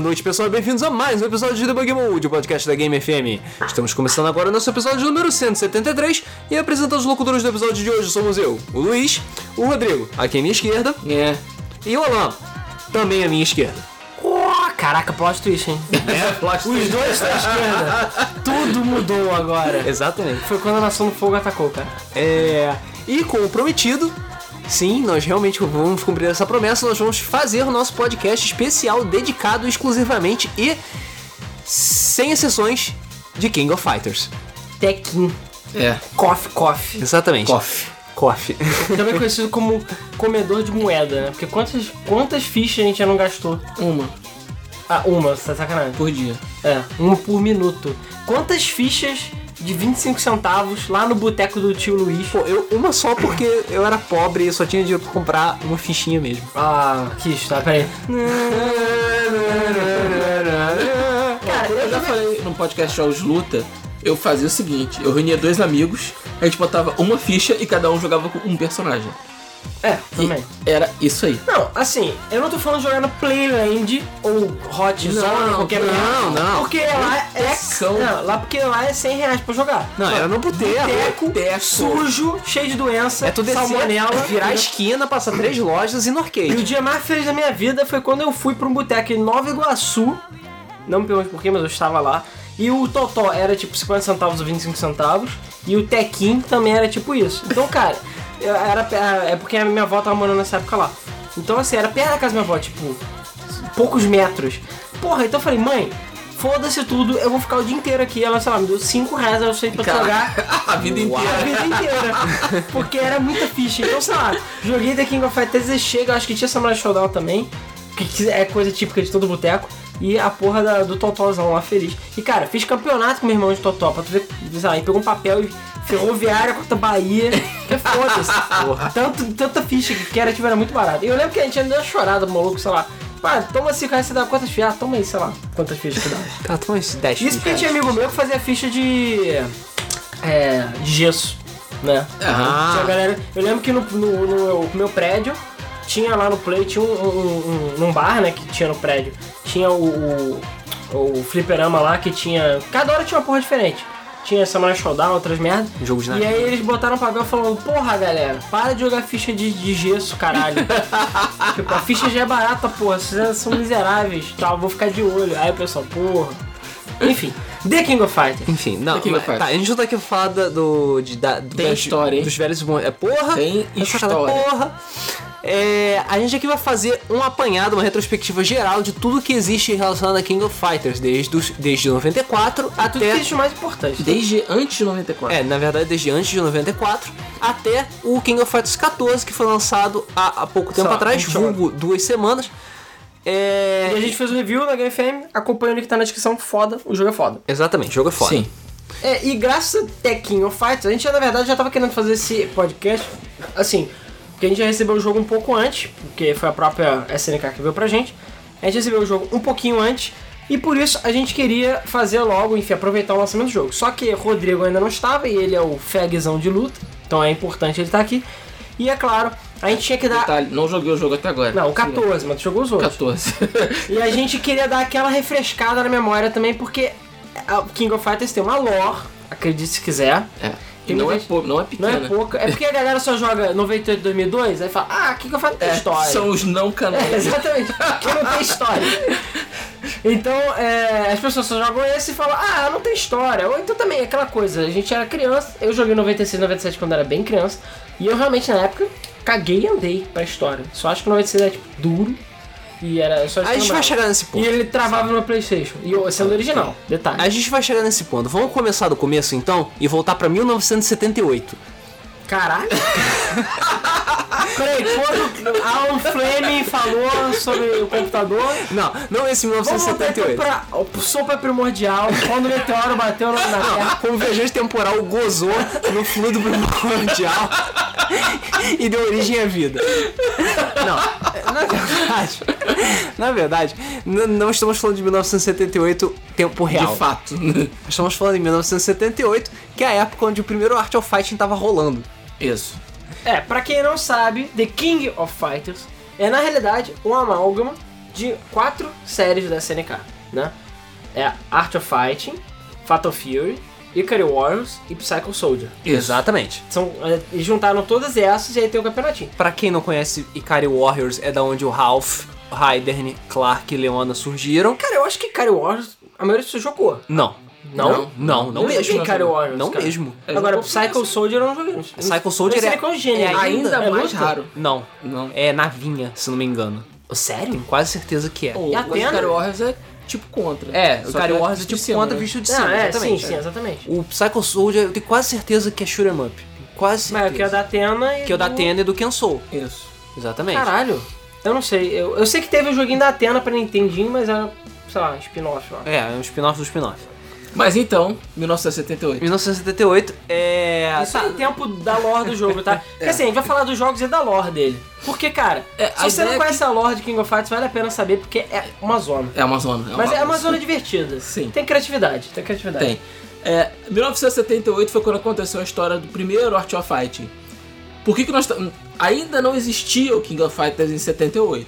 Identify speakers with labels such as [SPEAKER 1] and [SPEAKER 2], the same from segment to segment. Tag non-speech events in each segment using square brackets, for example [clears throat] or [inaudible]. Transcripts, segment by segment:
[SPEAKER 1] noite, pessoal, bem-vindos a mais um episódio de Debug Mode, o podcast da Game FM. Estamos começando agora o nosso episódio número 173 e apresentando os locutores do episódio de hoje somos eu, o Luiz, o Rodrigo, aqui à minha esquerda,
[SPEAKER 2] É.
[SPEAKER 1] e o Alan, também à minha esquerda.
[SPEAKER 2] Uá, Caraca, plot twist, hein? É,
[SPEAKER 1] [laughs]
[SPEAKER 2] Os dois da esquerda. Tudo mudou agora.
[SPEAKER 1] [laughs] Exatamente.
[SPEAKER 2] Foi quando a nação do fogo atacou, cara.
[SPEAKER 1] É, e como prometido, sim, nós realmente vamos cumprir essa promessa, nós vamos fazer o nosso podcast especial dedicado exclusivamente e sem exceções de King of Fighters.
[SPEAKER 2] Tekken.
[SPEAKER 3] É,
[SPEAKER 2] Coff, coff.
[SPEAKER 1] Exatamente.
[SPEAKER 3] coffee.
[SPEAKER 1] Coffee.
[SPEAKER 2] Também conhecido como comedor de moeda, né? Porque quantas, quantas fichas a gente já não gastou?
[SPEAKER 3] Uma
[SPEAKER 2] Ah, uma, tá sacanagem.
[SPEAKER 3] por dia.
[SPEAKER 2] É, uma por minuto. Quantas fichas de 25 centavos lá no boteco do tio
[SPEAKER 1] [laughs]
[SPEAKER 2] Luiz?
[SPEAKER 1] Pô, eu, uma só porque eu era pobre e só tinha dinheiro pra comprar uma fichinha mesmo.
[SPEAKER 2] Ah, que isso, tá? Peraí.
[SPEAKER 3] Cara, eu já falei num podcast Jogos de Luta, eu fazia o seguinte, eu reunia dois amigos, a gente botava uma ficha e cada um jogava com um personagem.
[SPEAKER 2] É,
[SPEAKER 3] E
[SPEAKER 2] também.
[SPEAKER 3] era isso aí.
[SPEAKER 2] Não, assim, eu não tô falando de jogar na Playland ou Hot
[SPEAKER 3] Não,
[SPEAKER 2] Zone, qualquer
[SPEAKER 3] não,
[SPEAKER 2] merda.
[SPEAKER 1] não.
[SPEAKER 2] Porque lá é.
[SPEAKER 3] São-
[SPEAKER 2] Não, lá porque lá é 100 reais pra jogar.
[SPEAKER 1] Não, era no boteco.
[SPEAKER 2] Boteco,
[SPEAKER 3] boteco.
[SPEAKER 2] sujo, cheio de doença,
[SPEAKER 1] É tu descer, né?
[SPEAKER 2] salmonela,
[SPEAKER 1] virar a esquina, passar três lojas e no
[SPEAKER 2] E o
[SPEAKER 1] arcade.
[SPEAKER 2] dia mais feliz da minha vida foi quando eu fui pra um boteco em Nova Iguaçu. Não me pergunte porquê, mas eu estava lá. E o Totó era tipo 50 centavos ou 25 centavos. E o Tequim também era tipo isso. Então, cara, [laughs] eu era, é porque a minha avó tava morando nessa época lá. Então, assim, era perto da casa da minha avó, tipo, poucos metros. Porra, então eu falei, mãe, foda-se tudo, eu vou ficar o dia inteiro aqui. Ela, sei lá, me deu 5 reais, eu saí pra jogar
[SPEAKER 3] a vida
[SPEAKER 2] a
[SPEAKER 3] inteira.
[SPEAKER 2] vida inteira.
[SPEAKER 3] [laughs]
[SPEAKER 2] Porque era muita ficha. Então, sei lá, joguei The King of Fighters e chega, acho que tinha Samurai Showdown também. Que é coisa típica de todo boteco. E a porra da- do Totózão lá feliz. E cara, fiz campeonato com meu irmão de Totó. Pra tu ver, sei lá, ele pegou um papel e ferroviária contra Bahia. Que é foda-se,
[SPEAKER 3] [laughs]
[SPEAKER 2] porra. Tanto, tanta ficha que era, tipo, era muito barato. E eu lembro que a gente ainda deu uma chorada pro maluco, sei lá. Ah, toma 5 reais, você dá quantas fichas? Ah, toma aí, sei lá, quantas fichas que dá.
[SPEAKER 1] Tá, toma uns 10
[SPEAKER 2] Isso porque tinha amigo meu que fazia ficha de. É. de gesso, né?
[SPEAKER 3] Ah.
[SPEAKER 2] Tinha galera, eu lembro que no, no- no meu prédio tinha lá no play, tinha um, um, um- um bar, né, que tinha no prédio. Tinha o, o. o fliperama lá que tinha. Cada hora tinha uma porra diferente. Tinha Samurai Showdown, outras merdas.
[SPEAKER 1] Jogo de
[SPEAKER 2] E
[SPEAKER 1] navio.
[SPEAKER 2] aí eles botaram um papel falando, porra galera, para de jogar ficha de, de gesso, caralho. tipo, a ficha já é barata, porra, vocês são miseráveis, tal, vou ficar de olho. Aí o pessoal, porra. Enfim, The King of Fighters.
[SPEAKER 1] Enfim, não,
[SPEAKER 3] Daqui que
[SPEAKER 1] mas-
[SPEAKER 3] faz.
[SPEAKER 1] tá, a gente não tá aqui pra falar da- do, de, da, do-
[SPEAKER 3] Tem
[SPEAKER 1] das-
[SPEAKER 3] história, hein?
[SPEAKER 1] dos velhos bons. É porra,
[SPEAKER 3] Tem
[SPEAKER 1] é sacada,
[SPEAKER 3] história.
[SPEAKER 1] porra. É, a gente aqui vai fazer um apanhado, uma retrospectiva geral de tudo que existe relacionado a King of Fighters, desde, os, desde 94
[SPEAKER 2] Ah, tudo que
[SPEAKER 1] até.
[SPEAKER 2] existe o mais importante.
[SPEAKER 3] Desde antes de 94.
[SPEAKER 1] É, na verdade, desde antes de 94 até o King of Fighters 14, que foi lançado há, há pouco tempo
[SPEAKER 2] Só,
[SPEAKER 1] atrás,
[SPEAKER 2] um jogo.
[SPEAKER 1] vulgo duas semanas. É,
[SPEAKER 2] E a gente fez o review na Game FM, acompanha o link que tá na descrição, foda, o jogo é foda.
[SPEAKER 1] Exatamente, jogo é foda.
[SPEAKER 3] Sim.
[SPEAKER 2] É, e graças a Tekken of Fighters, a gente já, na verdade já tava querendo fazer esse podcast, assim, porque a gente já recebeu o jogo um pouco antes, porque foi a própria SNK que veio pra gente, a gente recebeu o jogo um pouquinho antes, e por isso a gente queria fazer logo, enfim, aproveitar o lançamento do jogo. Só que Rodrigo ainda não estava, e ele é o fegzão de luta, então é importante ele estar aqui. E é claro, a gente tinha que dar...
[SPEAKER 3] Detalhe, Tá, não joguei o jogo até agora.
[SPEAKER 2] Não, o 14, mas tu jogou os outros.
[SPEAKER 3] 14.
[SPEAKER 2] E a gente queria dar aquela refrescada na memória também, porque a King of Fighters tem uma lore, acredite se quiser.
[SPEAKER 3] [laughs] é.
[SPEAKER 2] Tem
[SPEAKER 3] Não é,
[SPEAKER 2] muita-
[SPEAKER 3] pou, não é
[SPEAKER 2] Não
[SPEAKER 3] pequena.
[SPEAKER 2] é pouca. É porque a galera só joga 98 2002, aí fala, ah, King of Fighters tem
[SPEAKER 3] É,
[SPEAKER 2] história.
[SPEAKER 3] São os não
[SPEAKER 2] É,
[SPEAKER 3] canais.
[SPEAKER 2] [laughs] exatamente, porque não tem história. Então, é, as pessoas só jogam esse e falam, ah, não tem história. Ou então também, aquela coisa, a gente era criança, eu joguei 96, 97 quando era bem criança, e eu realmente na época caguei e andei pra história. Só acho que 96 é tipo duro, e era só isso
[SPEAKER 1] A
[SPEAKER 2] que eu
[SPEAKER 1] gente
[SPEAKER 2] lembrava.
[SPEAKER 1] vai chegar nesse ponto.
[SPEAKER 2] E ele travava no PlayStation. E eu- sendo original, detalhe.
[SPEAKER 1] A gente vai chegar nesse ponto. Vamos começar do começo então e voltar pra 1978.
[SPEAKER 2] Caralho! [laughs] Peraí, quando Alan Fleming falou sobre o computador.
[SPEAKER 1] Não, não esse
[SPEAKER 2] Vamos voltar então
[SPEAKER 1] 1978.
[SPEAKER 2] pra ó, sopa é primordial, quando o meteoro bateu na na Terra.
[SPEAKER 1] Ah, Como viajante temporal gozou no fluido primordial e deu origem à vida. Não, na verdade, na verdade, n- não estamos falando de 1978 tempo real.
[SPEAKER 3] De fato.
[SPEAKER 1] Estamos falando de 1978, que é a época onde o primeiro Art of Fighting tava rolando.
[SPEAKER 3] Isso.
[SPEAKER 2] É, pra quem não sabe, The King of Fighters é na realidade um amálgama de quatro séries da SNK, né? É Art of Fighting, Fatal Fury, Ikari Warriors e Psycho Soldier.
[SPEAKER 1] Exatamente.
[SPEAKER 2] São, é, eles juntaram todas essas e aí tem o campeonatinho.
[SPEAKER 1] Pra quem não conhece, Ikari Warriors é da onde o Ralph, Raidern, Clark e Leona surgiram.
[SPEAKER 2] Cara, eu acho que Ikari Warriors, a maioria das pessoas jogou.
[SPEAKER 1] Não.
[SPEAKER 2] Não?
[SPEAKER 1] Não, não,
[SPEAKER 2] Eu joguei
[SPEAKER 1] mesmo.
[SPEAKER 2] Ikari Warriors,
[SPEAKER 1] não
[SPEAKER 2] cara.
[SPEAKER 1] mesmo.
[SPEAKER 3] É,
[SPEAKER 2] Agora,
[SPEAKER 3] não conheço.
[SPEAKER 2] Psycho Soldier eu não joguei. não.
[SPEAKER 1] Psycho Soldier
[SPEAKER 2] Eu sei
[SPEAKER 1] é,
[SPEAKER 2] que é um gênero.
[SPEAKER 1] é ainda,
[SPEAKER 3] ainda
[SPEAKER 2] é
[SPEAKER 3] mais
[SPEAKER 2] luta?
[SPEAKER 3] raro.
[SPEAKER 1] Não.
[SPEAKER 3] Não.
[SPEAKER 1] É navinha, se não me engano.
[SPEAKER 2] Oh,
[SPEAKER 1] Sério? Tenho quase certeza que é.
[SPEAKER 3] O,
[SPEAKER 2] E
[SPEAKER 3] o
[SPEAKER 2] Atena?
[SPEAKER 3] Ikari Warriors é tipo contra.
[SPEAKER 1] É, o
[SPEAKER 3] Só
[SPEAKER 1] Kari
[SPEAKER 3] que
[SPEAKER 1] Warriors é
[SPEAKER 3] visto de
[SPEAKER 1] tipo
[SPEAKER 3] cima,
[SPEAKER 1] contra
[SPEAKER 3] né?
[SPEAKER 1] visto de cima,
[SPEAKER 2] Ah, é, sim,
[SPEAKER 1] exatamente.
[SPEAKER 2] sim, exatamente.
[SPEAKER 1] O Psycho Soldier, eu tenho quase certeza que é shoot'em up. Quase certeza.
[SPEAKER 2] Mas que é o da Atena e
[SPEAKER 1] Que é o da
[SPEAKER 2] do-
[SPEAKER 1] Atena e do Kensou.
[SPEAKER 3] né? Isso.
[SPEAKER 1] Exatamente.
[SPEAKER 2] Caralho. Eu não sei. Eu, eu sei que teve o joguinho da Atena pra Nintendinho, mas era, sei lá, spin-off lá.
[SPEAKER 1] É, é um spin-off do spin-off.
[SPEAKER 3] Mas então, 1978.
[SPEAKER 1] 1978 é.
[SPEAKER 2] Isso é tempo da lore do jogo, tá? Porque assim, a gente vai falar dos jogos e da lore dele. Porque, cara,
[SPEAKER 3] É, a
[SPEAKER 2] se você
[SPEAKER 3] ideia
[SPEAKER 2] não
[SPEAKER 3] é
[SPEAKER 2] conhece a lore de King of Hearts, vale a pena saber, porque é uma zona.
[SPEAKER 3] É Amazona.
[SPEAKER 2] Mas é uma zona divertida.
[SPEAKER 3] Sim.
[SPEAKER 2] Tem criatividade, tem criatividade.
[SPEAKER 3] Tem. É, 1978 foi quando aconteceu a história do primeiro Art of Fighting. Por que, que nós. tam- Ainda não existia o King of Fighters em 78.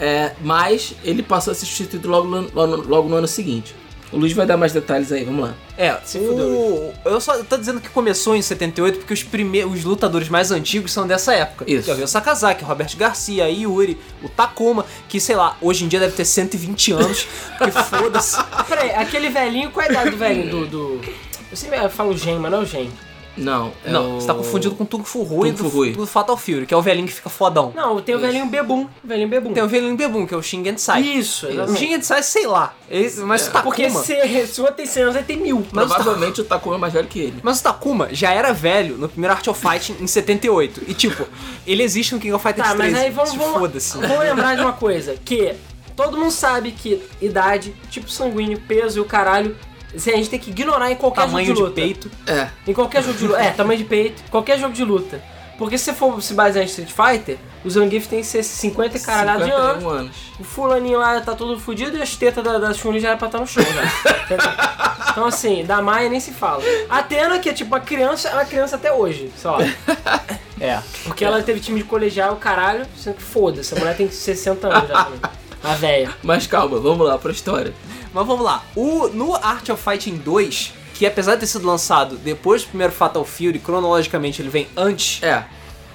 [SPEAKER 3] É, mas ele passou a ser substituído logo, no- logo, no- logo no ano seguinte. O Luiz vai dar mais detalhes aí, vamos lá.
[SPEAKER 1] É,
[SPEAKER 2] Se
[SPEAKER 1] o... eu só tô dizendo que começou em 78 porque os primeiros os lutadores mais antigos são dessa época.
[SPEAKER 3] Isso.
[SPEAKER 1] Que é o Ryo Sakazaki, Robert Garcia, Yuri, o Takuma, que sei lá, hoje em dia deve ter 120 anos,
[SPEAKER 2] [laughs]
[SPEAKER 1] que foda-se.
[SPEAKER 2] Peraí, aquele velhinho, qual é a idade do velhinho? Do. do... Eu sempre falo gen, mas não é o gen.
[SPEAKER 3] Não, é
[SPEAKER 1] Não,
[SPEAKER 3] o-
[SPEAKER 1] você tá confundindo com o Tung Fu Hui
[SPEAKER 3] Tung
[SPEAKER 1] do,
[SPEAKER 3] Fu Hui.
[SPEAKER 1] do Fatal Fury, que é o velhinho que fica fodão.
[SPEAKER 2] Não, tem o velhinho bebum. O velhinho bebum.
[SPEAKER 1] Tem o velhinho Bebum, que é o Shingen Sai.
[SPEAKER 2] Isso,
[SPEAKER 1] O
[SPEAKER 2] exatamente.
[SPEAKER 1] Shingen Sai, sei lá, esse- mas o Takuma...
[SPEAKER 2] É. Porque se, se uma tem 100 anos, aí tem mil. Mas tá,
[SPEAKER 3] Provavelmente o Takuma é mais velho que ele.
[SPEAKER 1] Mas o Takuma já era velho no primeiro Art of Fighting em 78. E tipo, ele existe no King of Fighters
[SPEAKER 2] Tá,
[SPEAKER 1] 13.
[SPEAKER 2] mas aí vamos,
[SPEAKER 1] Se
[SPEAKER 2] vamos,
[SPEAKER 1] Foda-se.
[SPEAKER 2] vamos lembrar de uma coisa, que todo mundo sabe que idade, tipo sanguíneo, peso e o caralho, assim, a gente tem que ignorar em qualquer
[SPEAKER 1] Tamanho de
[SPEAKER 2] jogo de luta.
[SPEAKER 1] peito.
[SPEAKER 3] É.
[SPEAKER 2] Em qualquer jogo de luta. É, tamanho de peito, qualquer jogo de luta. Porque se você for se basear em Street Fighter, o Zangief tem que ser 50 caralhados de
[SPEAKER 3] 51
[SPEAKER 2] anos.
[SPEAKER 3] anos.
[SPEAKER 2] O fulaninho lá tá todo fudido e as tetas da, da Chun-Li já era pra estar no chão,
[SPEAKER 3] [laughs]
[SPEAKER 2] já. então assim, da Maia nem se fala. A Atena, que é tipo uma criança, é uma criança até hoje, sei
[SPEAKER 3] [laughs]
[SPEAKER 2] lá.
[SPEAKER 1] É.
[SPEAKER 2] Porque ela teve time de colegial, caralho, sendo que foda-se, a mulher tem 60 anos já também. A véia.
[SPEAKER 3] Mas calma, vamos lá pra história.
[SPEAKER 1] Mas vamos lá. O, no Art of Fighting 2, que apesar de ter sido lançado depois do primeiro Fatal Fury, cronologicamente ele vem antes.
[SPEAKER 3] É.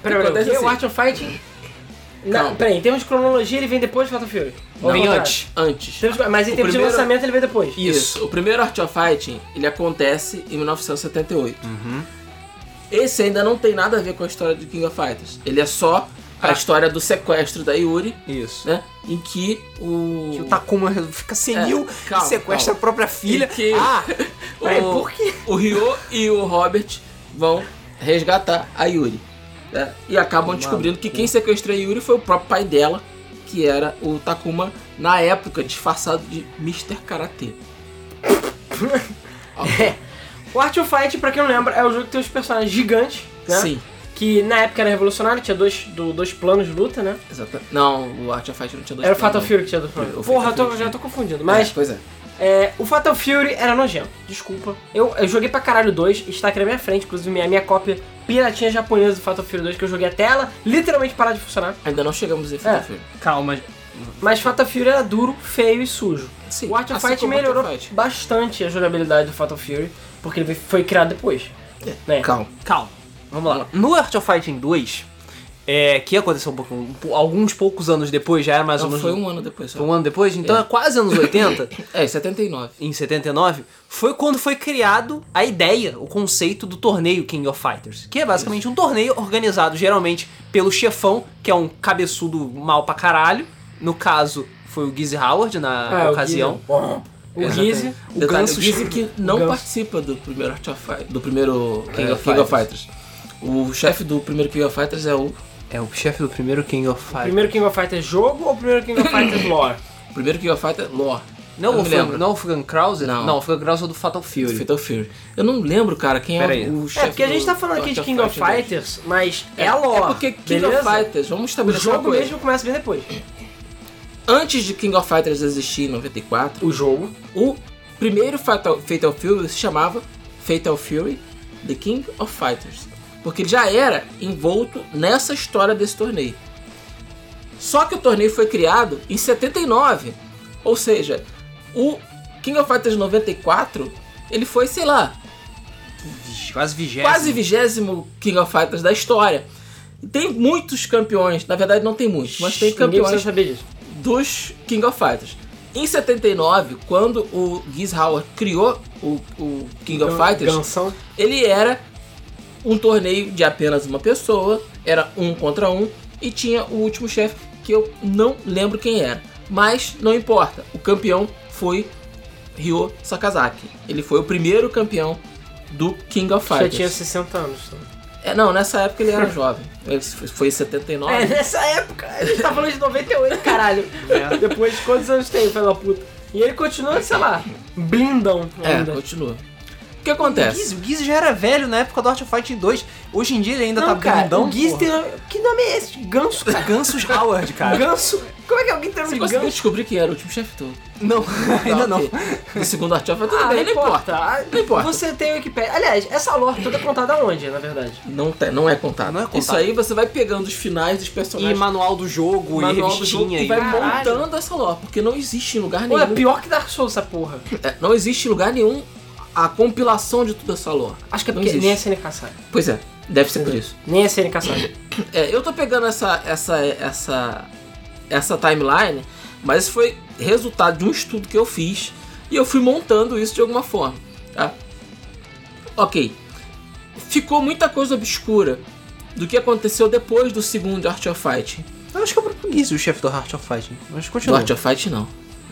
[SPEAKER 2] Peraí, peraí, o
[SPEAKER 3] Acontece
[SPEAKER 2] quê?
[SPEAKER 3] assim.
[SPEAKER 2] o Art of Fighting. Não,
[SPEAKER 3] Calma.
[SPEAKER 2] peraí, em termos de cronologia ele vem depois de Fatal Fury. Ou ao
[SPEAKER 1] vem
[SPEAKER 2] contrário?
[SPEAKER 1] antes.
[SPEAKER 2] Em
[SPEAKER 3] Antes.
[SPEAKER 2] termos de- Mas em
[SPEAKER 3] O
[SPEAKER 2] termos
[SPEAKER 3] primeiro-
[SPEAKER 2] de lançamento ele vem depois.
[SPEAKER 3] Isso. O primeiro Art of Fighting, ele acontece em 1978.
[SPEAKER 1] Uhum.
[SPEAKER 3] Esse ainda não tem nada a ver com a história do King of Fighters. Ele é só a
[SPEAKER 1] Ah.
[SPEAKER 3] história do sequestro da Yuri,
[SPEAKER 1] Isso.
[SPEAKER 3] né? Em que o...
[SPEAKER 1] Que o Takuma fica senil
[SPEAKER 3] É,
[SPEAKER 1] e
[SPEAKER 3] calma,
[SPEAKER 1] sequestra
[SPEAKER 3] calma.
[SPEAKER 1] a própria filha.
[SPEAKER 3] E que-
[SPEAKER 1] Ah,
[SPEAKER 3] [laughs] o,
[SPEAKER 2] Ué, por quê? [laughs]
[SPEAKER 3] o Ryo e o Robert vão resgatar a Yuri. né? E acabam descobrindo que quem sequestrou a Yuri foi o próprio pai dela, que era o Takuma, na época, disfarçado de Mr. Karate.
[SPEAKER 2] O Art of Fighting, pra quem não lembra, é o jogo que tem os personagens gigantes,
[SPEAKER 1] É?
[SPEAKER 2] né?
[SPEAKER 3] Sim,
[SPEAKER 2] Que na época era revolucionário, tinha dois, do- dois planos de luta, né?
[SPEAKER 3] exatamente. Não, o Art of Fighting não tinha dois
[SPEAKER 2] Era o Fatal
[SPEAKER 3] planos.
[SPEAKER 2] Fury que tinha dois
[SPEAKER 3] O
[SPEAKER 2] planos.
[SPEAKER 3] Fatal
[SPEAKER 2] Porra, eu tô-
[SPEAKER 3] Fury,
[SPEAKER 2] já tô confundindo.
[SPEAKER 3] Mas,
[SPEAKER 2] Mas
[SPEAKER 3] pois é.
[SPEAKER 2] É, o Fatal Fury era nojento, desculpa. Eu, eu joguei pra caralho o 2, está aqui na minha frente, inclusive minha, minha cópia piratinha japonesa do Fatal Fury 2, que eu joguei até ela literalmente parar de funcionar.
[SPEAKER 3] Ainda não chegamos em
[SPEAKER 2] É.
[SPEAKER 3] Fatal Fury.
[SPEAKER 1] calma.
[SPEAKER 2] Mas Fatal Fury era duro, feio e sujo.
[SPEAKER 3] Sim,
[SPEAKER 2] o Art of
[SPEAKER 3] assim
[SPEAKER 2] Fight
[SPEAKER 3] como o Art of
[SPEAKER 2] melhorou
[SPEAKER 3] Fight.
[SPEAKER 2] bastante a jogabilidade do Fatal Fury, porque ele foi criado depois. né?
[SPEAKER 3] É, Calma.
[SPEAKER 1] Calma, vamos lá. No Art of Fighting 2, é, que aconteceu um pouco, um pou- alguns poucos anos depois, já era mais ou
[SPEAKER 3] Não,
[SPEAKER 1] menos.
[SPEAKER 3] foi um ano depois só.
[SPEAKER 1] foi um ano depois, então é, quase anos [laughs] 80,
[SPEAKER 3] É, em 79.
[SPEAKER 1] em 79, foi quando foi criado a ideia, o conceito do torneio King of Fighters, que é basicamente um torneio organizado geralmente pelo chefão, que é um cabeçudo mal pra caralho. No caso, foi o Gizzy Howard na
[SPEAKER 2] Ah,
[SPEAKER 1] ocasião.
[SPEAKER 2] O Gizzy.
[SPEAKER 1] Exatamente. O
[SPEAKER 3] Detalhe,
[SPEAKER 1] Ganso
[SPEAKER 3] dizem que não
[SPEAKER 2] Ganso.
[SPEAKER 3] participa do primeiro Art of Fight, do primeiro King,
[SPEAKER 1] King
[SPEAKER 3] of,
[SPEAKER 1] of
[SPEAKER 3] King of Fighters. O chefe do primeiro King of Fighters é o
[SPEAKER 1] É o chefe do primeiro King of Fighters.
[SPEAKER 2] Primeiro King of Fighters jogo ou primeiro King of
[SPEAKER 3] [coughs]
[SPEAKER 2] Fighters lore?
[SPEAKER 3] primeiro King of Fighters, é Lore.
[SPEAKER 1] Não,
[SPEAKER 3] eu
[SPEAKER 1] o
[SPEAKER 3] me
[SPEAKER 1] Fran-
[SPEAKER 3] lembro.
[SPEAKER 1] não o Frank Krause?
[SPEAKER 3] Não.
[SPEAKER 1] não o Frank Krause é do Fatal Fury.
[SPEAKER 3] Fatal Fury. Eu não lembro, cara, quem
[SPEAKER 1] Pera
[SPEAKER 3] é
[SPEAKER 1] aí.
[SPEAKER 3] o, o chefe
[SPEAKER 2] é, porque a gente
[SPEAKER 3] do-
[SPEAKER 2] tá falando
[SPEAKER 3] do
[SPEAKER 2] aqui de
[SPEAKER 3] Art
[SPEAKER 2] King of
[SPEAKER 3] Fighters.
[SPEAKER 2] Fighters, mas
[SPEAKER 3] É,
[SPEAKER 2] é lore.
[SPEAKER 3] é porque King
[SPEAKER 2] beleza?
[SPEAKER 3] of Fighters, vamos
[SPEAKER 2] O
[SPEAKER 3] estabelecer uma
[SPEAKER 2] jogo
[SPEAKER 3] coisa.
[SPEAKER 2] mesmo começa bem depois.
[SPEAKER 3] Antes de King of Fighters existir em 94,
[SPEAKER 2] O jogo.
[SPEAKER 3] O primeiro Fatal, Fatal Fury se chamava Fatal Fury The King of Fighters, porque ele já era envolto nessa história desse torneio. Só que o torneio foi criado em 79. Ou seja, o King of Fighters 94, ele foi, sei lá,
[SPEAKER 4] Quase vigésimo.
[SPEAKER 3] quase vigésimo King of Fighters da história. Tem muitos campeões, na verdade não tem muitos, mas tem
[SPEAKER 2] Ninguém precisa
[SPEAKER 3] campeões
[SPEAKER 2] saber disso.
[SPEAKER 3] dos King of Fighters. Em 79, quando o Giz Howard criou o, o King of
[SPEAKER 2] Gan-
[SPEAKER 3] Fighters,
[SPEAKER 2] Gansão.
[SPEAKER 3] ele era um torneio de apenas uma pessoa, era um contra um, e tinha o último chefe que eu não lembro quem era. Mas não importa, o campeão foi Ryo Sakazaki. Ele foi o primeiro campeão do King of
[SPEAKER 2] Já
[SPEAKER 3] Fighters.
[SPEAKER 2] tinha 60 anos. então.
[SPEAKER 3] É, não, nessa época ele era [laughs] jovem. Ele foi- foi em 79.
[SPEAKER 2] É, nessa época. A gente tá falando de [laughs] 98, caralho. É. Depois de quantos anos tem, filho da puta? E ele continua, sei lá, blindão
[SPEAKER 3] É,
[SPEAKER 2] ainda.
[SPEAKER 3] continua. O que
[SPEAKER 1] É.
[SPEAKER 4] O
[SPEAKER 3] acontece?
[SPEAKER 4] Giz, o Giz já era velho na época do Art of Fighting 2. Hoje em dia ele ainda
[SPEAKER 2] Não,
[SPEAKER 4] tá
[SPEAKER 2] cara,
[SPEAKER 4] grandão.
[SPEAKER 2] o Giz
[SPEAKER 4] porra.
[SPEAKER 2] tem nome... Que nome é esse? Ganso, cara.
[SPEAKER 4] Gansos Howard, cara.
[SPEAKER 2] Ganso? Como é que alguém tem nome
[SPEAKER 3] Você
[SPEAKER 2] de
[SPEAKER 3] conseguiu
[SPEAKER 2] ganso?
[SPEAKER 3] descobrir quem era o último chefe todo?
[SPEAKER 4] Não,
[SPEAKER 1] [laughs]
[SPEAKER 4] ainda não.
[SPEAKER 3] O segundo artigo foi tudo
[SPEAKER 2] Ah,
[SPEAKER 3] bem, não importa.
[SPEAKER 2] Ah,
[SPEAKER 3] Não importa.
[SPEAKER 2] Você tem o Wikipedia. Aliás, essa lore toda é contada onde, na verdade?
[SPEAKER 3] Não, tem- não é contado.
[SPEAKER 4] Não é contado.
[SPEAKER 3] Isso aí você vai pegando os finais dos
[SPEAKER 4] E
[SPEAKER 3] personagens.
[SPEAKER 4] manual do jogo,
[SPEAKER 3] manual
[SPEAKER 4] e
[SPEAKER 3] do jogo
[SPEAKER 4] revistinha.
[SPEAKER 3] e vai
[SPEAKER 2] Caralho.
[SPEAKER 3] montando essa lore, porque não existe em lugar
[SPEAKER 2] Pô,
[SPEAKER 3] nenhum.
[SPEAKER 2] é pior que Dark Souls essa porra.
[SPEAKER 3] é, não existe em lugar nenhum a compilação de toda essa lore.
[SPEAKER 2] Acho que é
[SPEAKER 3] Não
[SPEAKER 2] porque nem a
[SPEAKER 3] existe.
[SPEAKER 2] SNK sabe.
[SPEAKER 3] Pois é, deve ser por isso.
[SPEAKER 2] Nem a SNK sabe.
[SPEAKER 3] É, eu tô pegando essa, essa, essa, essa timeline, mas isso foi resultado de um estudo que eu fiz e eu fui montando isso de alguma forma. tá? Ok. Ficou muita coisa obscura do que aconteceu depois do segundo Art of Fight.
[SPEAKER 4] Eu acho que é o próprio Giz o chefe do Art of Fighting. Mas
[SPEAKER 3] Do
[SPEAKER 4] continua.
[SPEAKER 3] Art of Fight, não.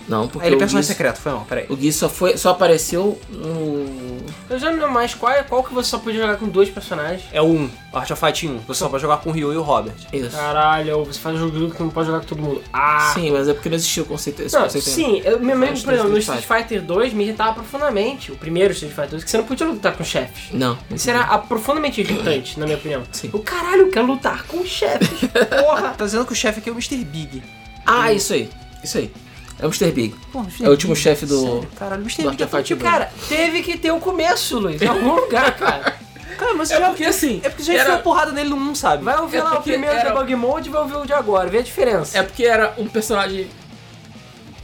[SPEAKER 3] Não,
[SPEAKER 4] Aí
[SPEAKER 3] porque
[SPEAKER 4] ele é
[SPEAKER 3] o,
[SPEAKER 4] personagem
[SPEAKER 3] Gui,
[SPEAKER 4] secreto, foi mal, peraí.
[SPEAKER 3] o Gui só, foi, só apareceu no.
[SPEAKER 2] Eu já não lembro mais qual é qual que você só podia jogar com dois personagens.
[SPEAKER 4] É o 1, Art of Fighting 1. Você só vai jogar com o Ryu e o Robert.
[SPEAKER 3] Isso.
[SPEAKER 2] Caralho, você faz um jogo que não pode jogar com todo mundo. Ah!
[SPEAKER 3] Sim, mas é porque não existiu o conceito. Esse
[SPEAKER 2] Não,
[SPEAKER 3] conceito ainda.
[SPEAKER 2] sim, eu, minha mãe,
[SPEAKER 3] Faz
[SPEAKER 2] por exemplo, no
[SPEAKER 3] dois
[SPEAKER 2] Street
[SPEAKER 3] Street
[SPEAKER 2] Fighter 2 me irritava profundamente, o primeiro Street Fighter 2, que você não podia lutar com chefes.
[SPEAKER 3] Não.
[SPEAKER 2] Isso era ah, profundamente irritante, na minha opinião.
[SPEAKER 3] Sim.
[SPEAKER 2] O caralho, eu quero lutar com [laughs] chefes. Porra!
[SPEAKER 4] Tá dizendo que o chefe aqui é o Mr. Big.
[SPEAKER 3] Ah, isso aí. Isso aí. É o Mr. Big.
[SPEAKER 4] Pô, Mr.
[SPEAKER 3] É o último chefe do.
[SPEAKER 4] Sério, caralho, o Mr.
[SPEAKER 3] do
[SPEAKER 4] Big é tão
[SPEAKER 3] Artefact
[SPEAKER 4] tipo...
[SPEAKER 3] do-
[SPEAKER 4] Cara,
[SPEAKER 2] Cara, teve que ter o começo, Luiz, em algum lugar, cara.
[SPEAKER 4] cara, mas
[SPEAKER 3] É
[SPEAKER 4] já...
[SPEAKER 3] porque assim.
[SPEAKER 4] É porque já enfiou uma porrada nele no 1, sabe?
[SPEAKER 2] Vai ouvir
[SPEAKER 3] É
[SPEAKER 2] lá o
[SPEAKER 3] porque
[SPEAKER 2] primeiro
[SPEAKER 3] era-
[SPEAKER 2] da Bug Mode e vai ouvir o de agora, vê a diferença.
[SPEAKER 3] É porque era um personagem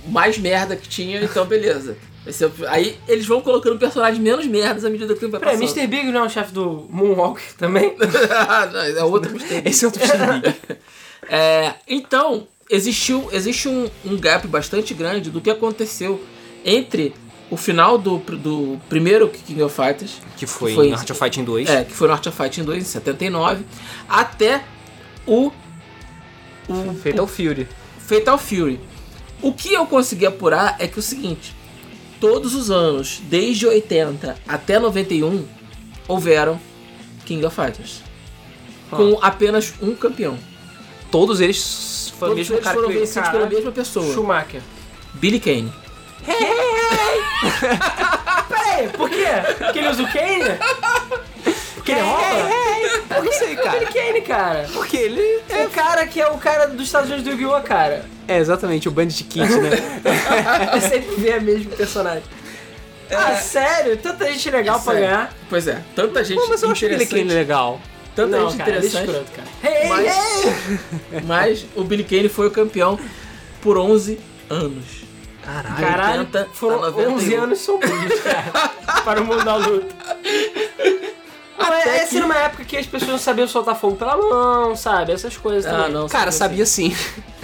[SPEAKER 3] mais merda que tinha, então beleza. Esse é o- Aí eles vão colocando personagens menos merdas à medida que o tempo vai
[SPEAKER 2] Peraí,
[SPEAKER 3] passando.
[SPEAKER 2] Mr. Big não é o chefe do Moonwalk também?
[SPEAKER 3] [laughs] Não, é outro Mr. Bean.
[SPEAKER 4] Esse é outro Mr. Big.
[SPEAKER 3] É, então, existiu, existe um, um gap bastante grande do que aconteceu entre o final do, pr- do primeiro King of Fighters,
[SPEAKER 4] que foi,
[SPEAKER 3] Foi
[SPEAKER 4] em Art of Fighting 2.
[SPEAKER 3] é, que foi no Art of Fighting 2 em 79, até o, o
[SPEAKER 4] Feito é o Fury.
[SPEAKER 3] Fatal Fury. O que eu consegui apurar é que o seguinte: todos os anos, desde 80 até 91, houveram King of Fighters.
[SPEAKER 2] Ah.
[SPEAKER 3] Com apenas um campeão.
[SPEAKER 4] Todos eles foi o
[SPEAKER 3] Todos
[SPEAKER 4] mesmo
[SPEAKER 3] eles
[SPEAKER 4] cara
[SPEAKER 3] foram
[SPEAKER 4] que foi-
[SPEAKER 3] vencidos
[SPEAKER 2] Caralho.
[SPEAKER 3] pela mesma
[SPEAKER 2] [laughs]
[SPEAKER 3] pessoa.
[SPEAKER 2] Schumacher.
[SPEAKER 3] Billy Kane.
[SPEAKER 2] [laughs] Peraí, por quê? Porque ele usa o Kane? Porque ele é
[SPEAKER 4] É,
[SPEAKER 2] rouba?
[SPEAKER 4] Eu não sei,
[SPEAKER 2] Billy
[SPEAKER 4] cara.
[SPEAKER 2] Kane, cara.
[SPEAKER 4] Porque ele...
[SPEAKER 2] É o cara que é o cara dos Estados Unidos do Yu-Gi-Oh, cara.
[SPEAKER 4] É, exatamente, o Bandit Kid,
[SPEAKER 3] [laughs]
[SPEAKER 4] né?
[SPEAKER 2] Eu sempre vê a mesmo personagem. Ah, sério? Tanta gente legal pra
[SPEAKER 3] Sério.
[SPEAKER 2] ganhar.
[SPEAKER 3] Pois é, tanta gente
[SPEAKER 4] Pô, mas eu acho o Billy
[SPEAKER 3] interessante.
[SPEAKER 4] Kane legal.
[SPEAKER 3] Tanta
[SPEAKER 2] Não,
[SPEAKER 3] gente
[SPEAKER 2] cara, ele é
[SPEAKER 3] interessante.
[SPEAKER 2] escroto, cara. Hey,
[SPEAKER 3] Mas-
[SPEAKER 4] É,
[SPEAKER 2] hey!
[SPEAKER 3] mas o Billy Kane foi o campeão por 11 anos.
[SPEAKER 4] Caralho.
[SPEAKER 2] Caralho,
[SPEAKER 3] 80 a
[SPEAKER 2] foram
[SPEAKER 3] 91.
[SPEAKER 2] 11 anos sombrios, cara, para o mundo da luta. Não, é, essa era uma época que as pessoas não sabiam soltar fogo pela mão, sabe? Essas coisas
[SPEAKER 3] Ah,
[SPEAKER 2] também.
[SPEAKER 3] não.
[SPEAKER 4] Cara, sabia sim.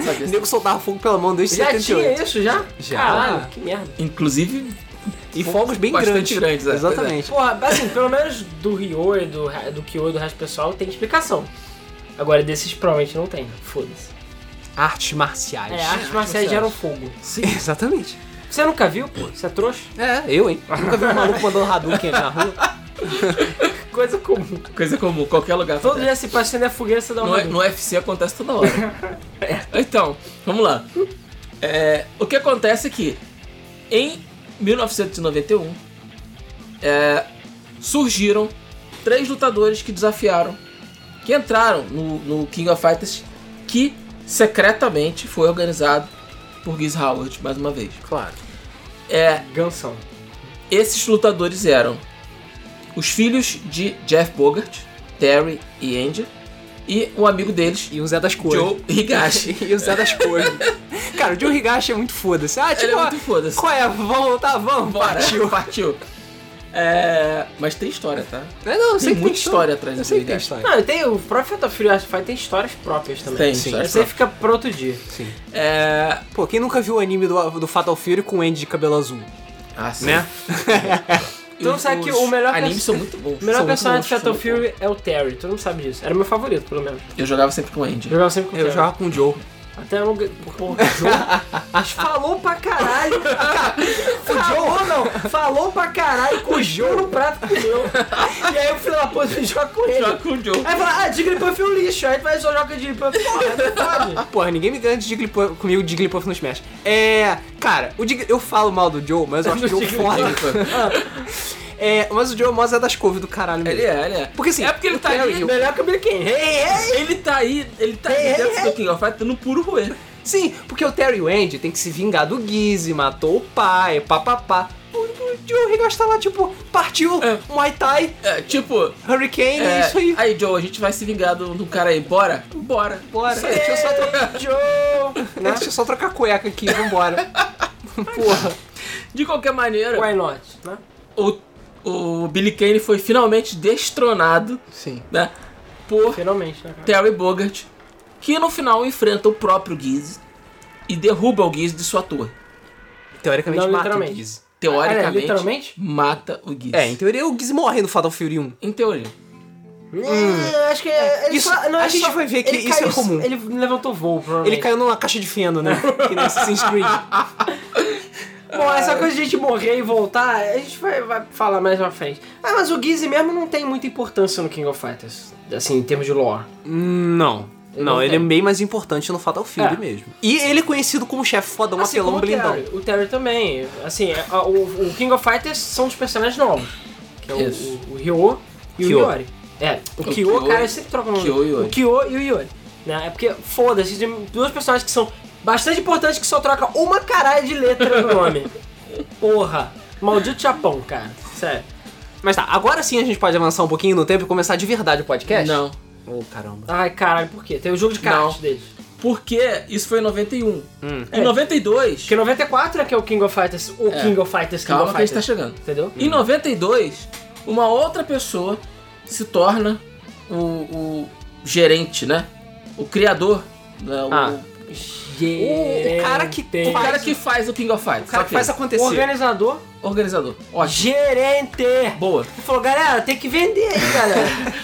[SPEAKER 3] Sabe?
[SPEAKER 4] O nego soltava fogo pela mão desde
[SPEAKER 2] Já
[SPEAKER 4] 78.
[SPEAKER 2] tinha isso, já?
[SPEAKER 4] Já.
[SPEAKER 2] Caralho, que merda.
[SPEAKER 3] Inclusive,
[SPEAKER 4] E fogos bem
[SPEAKER 3] Bastante
[SPEAKER 4] grandes.
[SPEAKER 3] grandes, é, pois é.
[SPEAKER 4] Exatamente.
[SPEAKER 2] Porra, assim, pelo menos do Ryo e do, do Kyo e do resto do pessoal tem explicação. Agora desses provavelmente não tem, foda-se.
[SPEAKER 4] Artes marciais.
[SPEAKER 2] É, artes
[SPEAKER 3] artes
[SPEAKER 2] marciais
[SPEAKER 3] marciais.
[SPEAKER 2] geram fogo.
[SPEAKER 4] Sim, exatamente.
[SPEAKER 2] Você nunca viu, pô? Você é trouxa?
[SPEAKER 4] É, eu, hein? Nunca vi um maluco mandando Hadouken na rua.
[SPEAKER 2] Coisa comum.
[SPEAKER 3] coisa comum, qualquer lugar.
[SPEAKER 2] Todo dia se passa na fogueira, você dá
[SPEAKER 3] No,
[SPEAKER 2] uma...
[SPEAKER 3] é, no UFC acontece toda hora. Então, vamos lá. É, o que acontece é que em 1991 é, surgiram três lutadores que desafiaram, que entraram no, no King of Fighters, que secretamente foi organizado por Giz Howard mais uma vez.
[SPEAKER 4] Claro.
[SPEAKER 3] É,
[SPEAKER 2] Gansão.
[SPEAKER 3] esses lutadores eram os filhos de Jeff Bogart, Terry e Andy, e um amigo deles,
[SPEAKER 1] E o Zé das Cores.
[SPEAKER 3] Joe Higashi. [laughs]
[SPEAKER 1] E o Zé das Cores. [laughs] Cara, o Joe Higashi é muito foda-se. Ah, tipo,
[SPEAKER 3] Ele é
[SPEAKER 1] ó,
[SPEAKER 3] muito foda-se.
[SPEAKER 1] qual é? Vamos voltar? Vamos,
[SPEAKER 3] Bora,
[SPEAKER 1] partiu.
[SPEAKER 3] partiu. É, mas tem história, tá?
[SPEAKER 1] É, não, eu sei
[SPEAKER 3] Tem
[SPEAKER 1] que
[SPEAKER 3] muita história atrás
[SPEAKER 1] Eu
[SPEAKER 3] do
[SPEAKER 1] sei que
[SPEAKER 3] Joe
[SPEAKER 1] tem
[SPEAKER 3] Higashi.
[SPEAKER 1] história.
[SPEAKER 2] É. Não, e tem o próprio Fatal Fury Art Fight tem histórias próprias também.
[SPEAKER 3] Tem,
[SPEAKER 2] Sim.
[SPEAKER 3] histórias
[SPEAKER 2] Isso aí fica pra outro dia.
[SPEAKER 1] Sim.
[SPEAKER 3] É...
[SPEAKER 1] Pô, quem nunca viu o anime do, do Fatal Fury com o Andy de cabelo azul?
[SPEAKER 3] Ah, sim.
[SPEAKER 1] Né?
[SPEAKER 2] Tu não sabe que o melhor
[SPEAKER 3] Animes
[SPEAKER 2] perso-
[SPEAKER 3] são muito bons.
[SPEAKER 2] O melhor
[SPEAKER 3] são muito
[SPEAKER 2] personagem
[SPEAKER 3] bons,
[SPEAKER 2] de Fatal
[SPEAKER 3] são
[SPEAKER 2] Fury
[SPEAKER 3] muito
[SPEAKER 2] é o Terry, todo mundo sabe disso. Era o meu favorito, pelo menos.
[SPEAKER 3] bons. Eu jogava sempre com o Andy.
[SPEAKER 2] Eu jogava sempre com o
[SPEAKER 1] Eu
[SPEAKER 2] Terry.
[SPEAKER 1] jogava com o Joe.
[SPEAKER 2] Até eu não. gan- Pô, o Joe. Mas [laughs] falou pra [laughs] caralho. falou não. Falou pra caralho com o Joe no prato que deu. E aí o filho da puta [laughs] joga com ele.
[SPEAKER 3] Joga com o Joe.
[SPEAKER 2] Aí fala, ah, Jigglypuff é um lixo. Aí tu vai e só joga Jigglypuff. Porra, é [laughs] não pode.
[SPEAKER 1] Porra, ninguém me garante Jigglypuff, comigo Jigglypuff no Smash. É. Cara, o Jig- eu falo mal do Joe,
[SPEAKER 3] [laughs]
[SPEAKER 1] mas eu acho o Joe foda. [laughs] É, mas o Joe é o maior Zé das Covas do caralho mesmo.
[SPEAKER 3] Ele é, ele é.
[SPEAKER 1] Porque, assim,
[SPEAKER 3] é porque ele
[SPEAKER 1] o
[SPEAKER 3] tá aí.
[SPEAKER 1] Terry,
[SPEAKER 3] Ele,
[SPEAKER 2] Melhor que o Billy Kane. Hey, hey.
[SPEAKER 3] tá aí, ele tá
[SPEAKER 2] Ei,
[SPEAKER 3] aí
[SPEAKER 2] ei,
[SPEAKER 3] dentro
[SPEAKER 2] ei.
[SPEAKER 3] do King of Fighters tá no puro roer.
[SPEAKER 1] Sim, porque o Terry e o Andy tem que se vingar do Gizzy, matou o pai, papapá. O, o Joe Higashi tá lá, tipo, partiu,
[SPEAKER 3] É.
[SPEAKER 1] Muay Thai,
[SPEAKER 3] É, tipo,
[SPEAKER 1] Hurricane, é,
[SPEAKER 3] é,
[SPEAKER 1] isso aí.
[SPEAKER 3] Joe, a gente vai se vingar do, do cara aí. Bora? Bora.
[SPEAKER 1] Bora. É.
[SPEAKER 3] Isso aí.
[SPEAKER 1] Deixa eu só, trocar,
[SPEAKER 2] Joe.
[SPEAKER 1] né, deixa eu só trocar a cueca aqui, vambora. Porra.
[SPEAKER 3] De qualquer maneira,
[SPEAKER 2] Why not? Né?
[SPEAKER 3] o, o Billy Kane foi finalmente destronado,
[SPEAKER 1] Sim.
[SPEAKER 3] né? Por
[SPEAKER 2] Finalmente, né, cara?
[SPEAKER 3] Terry Bogart, que no final enfrenta o próprio Giz e derruba o Giz de sua torre.
[SPEAKER 1] Teoricamente
[SPEAKER 2] Não,
[SPEAKER 1] mata o
[SPEAKER 2] literalmente.
[SPEAKER 1] Gizzy.
[SPEAKER 3] Teoricamente,
[SPEAKER 2] Ah, é, literalmente?
[SPEAKER 3] mata o Giz.
[SPEAKER 1] É, em teoria o Gizzy morre no Fatal Fury 1.
[SPEAKER 3] Em teoria.
[SPEAKER 2] É, acho que é. ele
[SPEAKER 1] Isso-
[SPEAKER 2] só- não,
[SPEAKER 1] a
[SPEAKER 2] ele
[SPEAKER 1] gente
[SPEAKER 2] só-
[SPEAKER 1] vai ver que
[SPEAKER 2] ele
[SPEAKER 1] isso é comum.
[SPEAKER 2] Ele levantou voo, provavelmente.
[SPEAKER 1] Ele caiu numa caixa de feno, [laughs] né? que nem Assassin's Creed.
[SPEAKER 2] Bom, essa coisa de a gente morrer e voltar, a gente vai, vai falar mais pra frente. Ah, mas o Gizzy mesmo não tem muita importância no King of Fighters, assim, em termos de lore.
[SPEAKER 1] Não. Não,
[SPEAKER 3] não
[SPEAKER 1] ele é
[SPEAKER 3] tem.
[SPEAKER 1] bem mais importante no Fatal Fury
[SPEAKER 2] É.
[SPEAKER 1] mesmo. E ele é conhecido como chefe fodão,
[SPEAKER 2] assim,
[SPEAKER 3] um
[SPEAKER 1] apelão,
[SPEAKER 2] como o
[SPEAKER 1] blindão.
[SPEAKER 2] Terry, o Terry também. Assim, a- o, o King of Fighters são os personagens novos. Que é o,
[SPEAKER 3] Isso.
[SPEAKER 2] o, o Ryo e
[SPEAKER 1] Kyo.
[SPEAKER 2] o Yori. É, o,
[SPEAKER 3] O
[SPEAKER 2] Kyo,
[SPEAKER 3] Kyo-
[SPEAKER 2] cara, eu sempre troca o nome.
[SPEAKER 3] Kyo e Yori.
[SPEAKER 2] o Kyo e o Yori. Né? É porque, foda-se, tem duas personagens que são bastante importantes que só troca uma caralho de letra no
[SPEAKER 3] [laughs]
[SPEAKER 2] nome. Porra. Maldito Japão, cara. Sério.
[SPEAKER 1] Mas tá, agora sim a gente pode avançar um pouquinho no tempo e começar de verdade o podcast?
[SPEAKER 3] Não.
[SPEAKER 1] Ô, caramba.
[SPEAKER 2] Ai, caralho, por quê? Tem o jogo de kart
[SPEAKER 3] Não.
[SPEAKER 2] deles.
[SPEAKER 3] Porque isso foi em 91. Em
[SPEAKER 2] É.
[SPEAKER 3] 92.
[SPEAKER 2] Porque 94 é que é o King of Fighters, o
[SPEAKER 3] É.
[SPEAKER 2] King of Fighters, King
[SPEAKER 3] Calma
[SPEAKER 2] of
[SPEAKER 3] que a gente
[SPEAKER 2] Fighters.
[SPEAKER 3] tá chegando.
[SPEAKER 2] Entendeu?
[SPEAKER 3] Em 92, uma outra pessoa se torna o, o gerente, né? O criador. né? O,
[SPEAKER 2] Ah.
[SPEAKER 1] O, o cara que
[SPEAKER 2] Gerente.
[SPEAKER 1] tem.
[SPEAKER 3] o cara que faz o King of Fighters.
[SPEAKER 1] o cara que é faz acontecer.
[SPEAKER 2] Organizador,
[SPEAKER 3] Organizador. Ótimo.
[SPEAKER 2] gerente.
[SPEAKER 3] Boa.
[SPEAKER 2] Ele falou, galera, tem que vender aí, galera.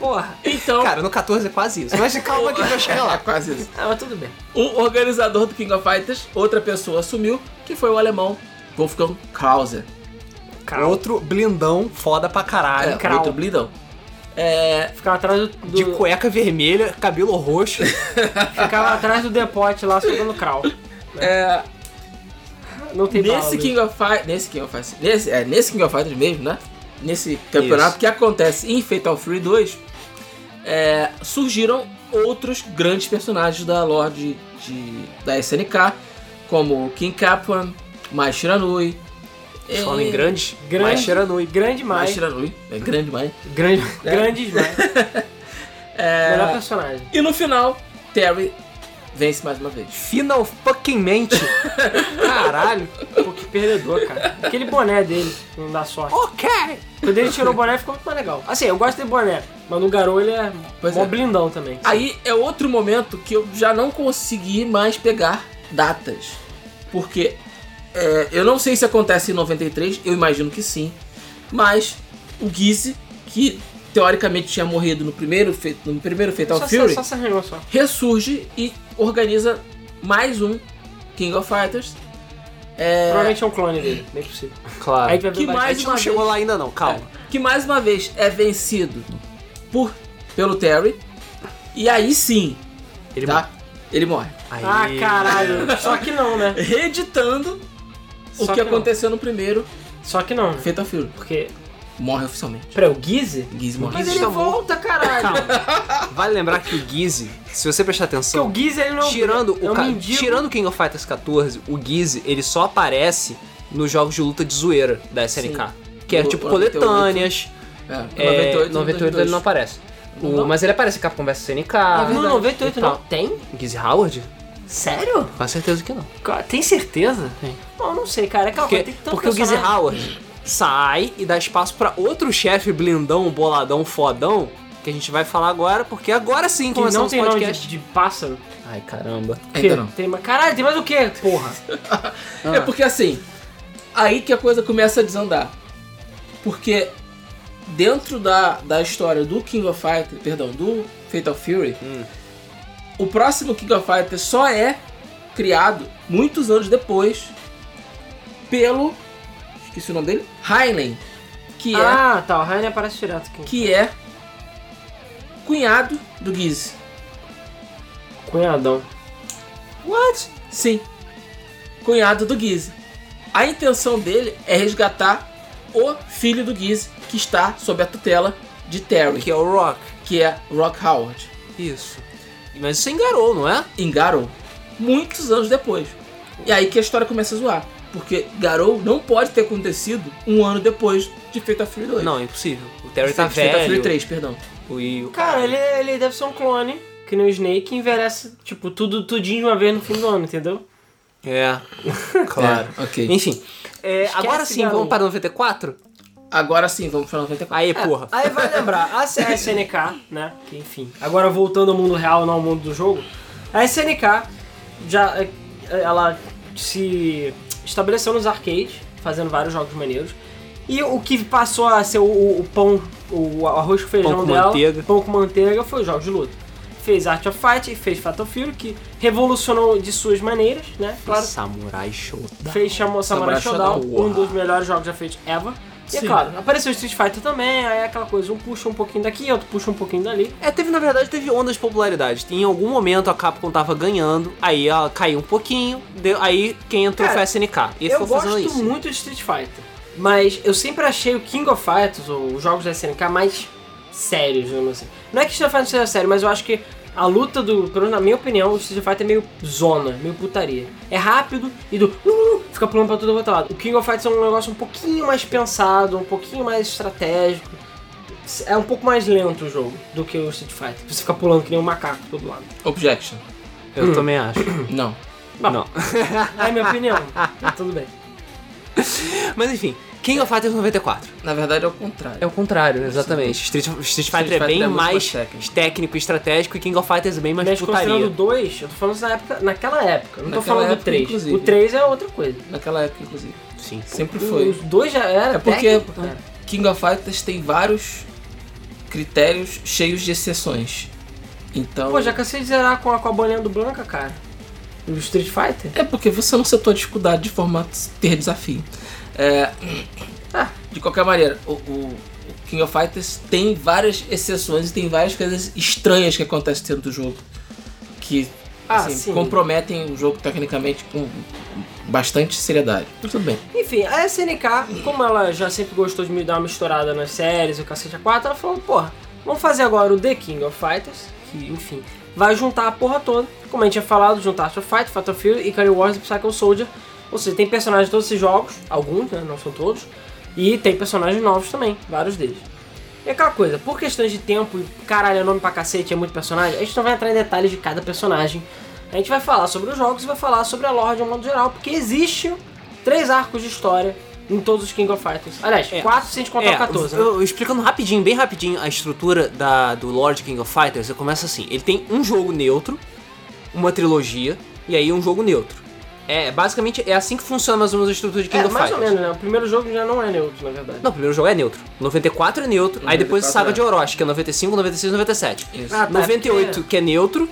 [SPEAKER 2] Porra.
[SPEAKER 3] Então.
[SPEAKER 1] Cara, no 14 é quase isso. Mas calma que eu já chegar [laughs]
[SPEAKER 3] É
[SPEAKER 1] lá.
[SPEAKER 3] quase isso.
[SPEAKER 2] Ah, mas tudo bem.
[SPEAKER 3] O Um organizador do King of Fighters, outra pessoa assumiu, que foi o alemão Wolfgang Krause.
[SPEAKER 2] Cara,
[SPEAKER 1] Outro blindão foda pra caralho.
[SPEAKER 3] É,
[SPEAKER 1] Cara,
[SPEAKER 3] muito blindão. É,
[SPEAKER 2] ficava atrás do... do
[SPEAKER 1] De cueca vermelha, cabelo roxo. [laughs]
[SPEAKER 2] ficava atrás do depote lá, soltando crawl.
[SPEAKER 3] é,
[SPEAKER 2] Não tem bala,
[SPEAKER 3] nesse
[SPEAKER 2] Luiz.
[SPEAKER 3] King of Fighters, nesse King of Fighters, nesse, é, nesse King of Fighters mesmo, né? Nesse campeonato que acontece em Fatal Fury 2, é, surgiram outros grandes personagens da lore de, de- da SNK, como King Capcom, Mai Shiranui.
[SPEAKER 1] Eles
[SPEAKER 3] eh,
[SPEAKER 1] falam em grande.
[SPEAKER 2] Grande.
[SPEAKER 1] Mas cheira noite.
[SPEAKER 2] Grande
[SPEAKER 3] Mai
[SPEAKER 2] mais.
[SPEAKER 3] Shiranui, é grande mais.
[SPEAKER 2] Grande, grande demais. Melhor personagem.
[SPEAKER 3] E no final, Terry vence mais uma vez.
[SPEAKER 1] Final fucking [laughs] mente. Caralho.
[SPEAKER 2] Pô, que perdedor, cara. Aquele boné dele, não dá sorte.
[SPEAKER 1] Ok.
[SPEAKER 2] Quando ele tirou o boné, ficou muito mais legal. Assim, eu gosto de boné, mas no Garou ele é
[SPEAKER 3] Pois
[SPEAKER 2] mó
[SPEAKER 3] é.
[SPEAKER 2] blindão também.
[SPEAKER 3] Aí é outro momento que eu já não consegui mais pegar datas. Porque é, eu não sei se acontece em 93, eu imagino que sim. Mas o Gizzy, que teoricamente tinha morrido no primeiro, fe- no primeiro Fatal
[SPEAKER 2] só,
[SPEAKER 3] Então, Fury,
[SPEAKER 2] Só, só se arranhou só.
[SPEAKER 3] ressurge e organiza mais um King of Fighters.
[SPEAKER 2] Provavelmente é um clone dele, bem possível.
[SPEAKER 1] Claro.
[SPEAKER 2] Aí que vai ver um.
[SPEAKER 3] Que
[SPEAKER 2] o Batman.
[SPEAKER 1] A
[SPEAKER 3] mais
[SPEAKER 1] gente
[SPEAKER 3] uma
[SPEAKER 1] não
[SPEAKER 3] vez-
[SPEAKER 1] chegou lá ainda não, calma.
[SPEAKER 3] que mais uma vez é vencido por pelo Terry. E aí sim,
[SPEAKER 1] Ele
[SPEAKER 3] tá? Ele morre.
[SPEAKER 1] Aí.
[SPEAKER 2] Ah, caralho. Só que não, né?
[SPEAKER 3] Reeditando o
[SPEAKER 2] Só
[SPEAKER 3] que,
[SPEAKER 2] que não.
[SPEAKER 3] aconteceu no primeiro
[SPEAKER 2] Só que não.
[SPEAKER 3] Fatal Fury.
[SPEAKER 2] Porque.
[SPEAKER 3] Morre oficialmente.
[SPEAKER 2] Pera, o Gizzy?
[SPEAKER 3] Giz morre.
[SPEAKER 2] Mas
[SPEAKER 1] Gizzy
[SPEAKER 2] ele
[SPEAKER 1] tá bom.
[SPEAKER 2] volta, caralho.
[SPEAKER 1] Vale lembrar que o Gizzy, se você prestar
[SPEAKER 2] Porque
[SPEAKER 1] atenção,
[SPEAKER 2] o Gizzy ele não.
[SPEAKER 1] tirando
[SPEAKER 2] é
[SPEAKER 1] o
[SPEAKER 2] um
[SPEAKER 1] ca-
[SPEAKER 2] mendigo.
[SPEAKER 1] tirando o King of Fighters 14, o Gizzy, ele só aparece nos jogos de luta de zoeira da SNK,
[SPEAKER 3] Sim.
[SPEAKER 1] que é
[SPEAKER 3] No
[SPEAKER 1] tipo
[SPEAKER 3] 98.
[SPEAKER 1] coletâneas,
[SPEAKER 3] É,
[SPEAKER 1] é,
[SPEAKER 3] 98,
[SPEAKER 1] 98 ele não aparece.
[SPEAKER 5] O- mas ele aparece em Capcom vs SNK.
[SPEAKER 2] Não, 98
[SPEAKER 5] e tal.
[SPEAKER 2] não. Tem?
[SPEAKER 5] Gizzy Howard?
[SPEAKER 2] Sério?
[SPEAKER 5] Com certeza que não.
[SPEAKER 1] Cara, Tem certeza?
[SPEAKER 2] Não, não sei, cara. Calma,
[SPEAKER 5] Porque,
[SPEAKER 2] tem tanto
[SPEAKER 5] porque o Gizzy
[SPEAKER 2] personagem.
[SPEAKER 5] Howard
[SPEAKER 1] Sai e dá espaço pra outro chefe blindão, boladão, fodão, que a gente vai falar agora, porque agora sim
[SPEAKER 2] Que não
[SPEAKER 1] começamos
[SPEAKER 2] tem
[SPEAKER 1] o
[SPEAKER 2] nome
[SPEAKER 1] podcast.
[SPEAKER 2] de, de pássaro.
[SPEAKER 5] Ai, caramba.
[SPEAKER 3] Ainda
[SPEAKER 2] Que?
[SPEAKER 3] não.
[SPEAKER 2] Tem mais... Caralho, tem mais o quê? Porra.
[SPEAKER 3] É porque assim, aí que a coisa começa a desandar. Porque dentro da, da história do King of Fighter, perdão, do Fatal Fury, o próximo King of Fighter só é criado muitos anos depois pelo. Esqueci o nome dele? Heinlein. Que é
[SPEAKER 2] Ah, tá. O Ryan aparece direto aqui.
[SPEAKER 3] que é cunhado do Giz.
[SPEAKER 2] Cunhadão.
[SPEAKER 1] What?
[SPEAKER 3] Sim. Cunhado do Giz. A intenção dele é resgatar o filho do Giz, que está sob a tutela de Terry,
[SPEAKER 1] Que é o Rock.
[SPEAKER 3] que é Rock Howard.
[SPEAKER 1] Isso. Mas isso engarou, não é?
[SPEAKER 3] Em Garou. Muitos anos depois. E aí que a história começa a zoar. Porque Garou não pode ter acontecido um ano depois de Feita Fury 2.
[SPEAKER 1] Não, é impossível. O Terry
[SPEAKER 3] Fe-
[SPEAKER 1] tá
[SPEAKER 3] Fatal Fury
[SPEAKER 1] velho.
[SPEAKER 3] 3, perdão.
[SPEAKER 1] O e o
[SPEAKER 2] Cara, ele, ele deve ser um clone, que nem o Snake, envelhece, tipo, tudo, tudinho de uma vez no fim do ano, entendeu? [laughs]
[SPEAKER 1] É. claro.
[SPEAKER 3] É, ok.
[SPEAKER 1] Enfim. é, agora sim,
[SPEAKER 2] garoto. É.
[SPEAKER 1] vamos para 94?
[SPEAKER 3] Agora sim, vamos para 94.
[SPEAKER 1] Aí, porra.
[SPEAKER 2] Aí vai lembrar, a S- a SNK, né? Que enfim. Agora voltando ao mundo real, não ao mundo do jogo. A SNK já eh, ela se estabeleceu nos arcades, fazendo vários jogos maneiros. E o que passou a ser o, o- o pão, o arroz com feijão
[SPEAKER 1] Pão com
[SPEAKER 2] dela,
[SPEAKER 1] manteiga.
[SPEAKER 2] pão com manteiga, foi os jogos de luta. Fez Art of Fight e fez Fatal Fury, que revolucionou de suas maneiras, né? Claro,
[SPEAKER 1] Samurai Show.
[SPEAKER 2] fez chamou Samurai
[SPEAKER 3] Samurai
[SPEAKER 2] Shodown,
[SPEAKER 3] Shodown.
[SPEAKER 2] um dos melhores jogos já feitos ever. E é
[SPEAKER 3] Sim.
[SPEAKER 2] claro, apareceu Street Fighter também, aí é aquela coisa, um puxa um pouquinho daqui, outro puxa um pouquinho dali.
[SPEAKER 1] É, teve, na verdade, teve ondas de popularidade. Em algum momento a Capcom tava ganhando, aí ela caiu um pouquinho, deu- aí quem entrou
[SPEAKER 2] Cara,
[SPEAKER 1] foi a SNK. E
[SPEAKER 2] eu
[SPEAKER 1] ficou
[SPEAKER 2] gosto
[SPEAKER 1] fazendo isso.
[SPEAKER 2] muito de Street Fighter, mas eu sempre achei o King of Fighters, ou os jogos da SNK, mais sérios, digamos assim. Não é que Street Fighter seja sério, mas eu acho que a luta do, pelo menos na minha opinião, o Street Fighter é meio zona, meio putaria. É rápido e do uh, fica pulando pra tudo outro lado. O King of Fighters é um negócio um pouquinho mais pensado, um pouquinho mais estratégico. É um pouco mais lento o jogo do que o Street Fighter. Você fica pulando que nem um macaco todo lado.
[SPEAKER 3] Objection.
[SPEAKER 1] Eu também acho. [laughs]
[SPEAKER 3] Não.
[SPEAKER 1] Não.
[SPEAKER 2] É a
[SPEAKER 1] [laughs]
[SPEAKER 2] minha opinião. Mas tudo bem.
[SPEAKER 1] Mas enfim, King of Fighters 94.
[SPEAKER 3] Na verdade é o contrário.
[SPEAKER 1] É o contrário, exatamente. Street, Street Fighter é
[SPEAKER 3] Fighter
[SPEAKER 1] bem
[SPEAKER 3] é muito mais
[SPEAKER 1] mais
[SPEAKER 3] técnico.
[SPEAKER 1] técnico e estratégico e King of Fighters é bem mais
[SPEAKER 2] Mas considerando o
[SPEAKER 1] putaria.
[SPEAKER 2] 2, eu tô falando isso na época, naquela época. Não tô
[SPEAKER 3] tipo, Naquela
[SPEAKER 2] falando do
[SPEAKER 3] época,
[SPEAKER 2] 3.
[SPEAKER 3] inclusive.
[SPEAKER 2] O 3 é outra coisa.
[SPEAKER 3] Naquela época, inclusive.
[SPEAKER 1] Sim.
[SPEAKER 3] Sempre foi.
[SPEAKER 2] Os dois já era.
[SPEAKER 3] É porque
[SPEAKER 2] técnico, cara.
[SPEAKER 3] King of Fighters tem vários critérios cheios de exceções. Então.
[SPEAKER 2] Pô, já cansei de zerar com a, com a bolinha do Blanca, cara. O Street Fighter.
[SPEAKER 3] É porque você não setou a dificuldade de formato ter desafio. É,
[SPEAKER 2] Ah.
[SPEAKER 3] De qualquer maneira, o, o- o King of Fighters tem várias exceções e tem várias coisas estranhas que acontecem dentro do jogo. Que
[SPEAKER 2] Ah,
[SPEAKER 3] assim,
[SPEAKER 2] sim.
[SPEAKER 3] comprometem o jogo tecnicamente com bastante seriedade. Mas tudo bem.
[SPEAKER 2] Enfim, a SNK, como ela já sempre gostou de me dar uma misturada nas séries, o cacete a 4, ela falou, porra, vamos fazer agora o The King of Fighters, que, enfim, vai juntar a porra toda. Como a gente tinha falado, juntar Art of Fight, Fatal Fury, Ikari Wars e Psycho Soldier. Ou seja, tem personagens de todos esses jogos, alguns, né, não são todos, e tem personagens novos também, vários deles. E aquela coisa, por questões de tempo, e caralho, é nome pra cacete, é muito personagem, a gente não vai entrar em detalhes de cada personagem. A gente vai falar sobre os jogos e vai falar sobre a lore de um modo geral, porque existe três arcos de história em todos os King of Fighters. Aliás,
[SPEAKER 1] É.
[SPEAKER 2] quatro se a gente contar
[SPEAKER 1] É,
[SPEAKER 2] o 14, né?
[SPEAKER 1] eu, eu explicando rapidinho, bem rapidinho, a estrutura da, do Lord King of Fighters, eu começo assim, ele tem um jogo neutro, uma trilogia, e aí um jogo neutro. É, basicamente, é assim que funciona mais ou menos a estrutura de King
[SPEAKER 2] É,
[SPEAKER 1] of
[SPEAKER 2] mais
[SPEAKER 1] Fighters.
[SPEAKER 2] ou menos, né? O primeiro jogo já não é neutro, na verdade.
[SPEAKER 1] Não, o primeiro jogo é neutro. 94 é neutro, aí depois
[SPEAKER 3] 94
[SPEAKER 1] Saga
[SPEAKER 3] é.
[SPEAKER 1] de Orochi, que é 95, 96, 97.
[SPEAKER 3] Isso.
[SPEAKER 2] Ah, tá,
[SPEAKER 1] 98,
[SPEAKER 2] porque-
[SPEAKER 1] que é neutro.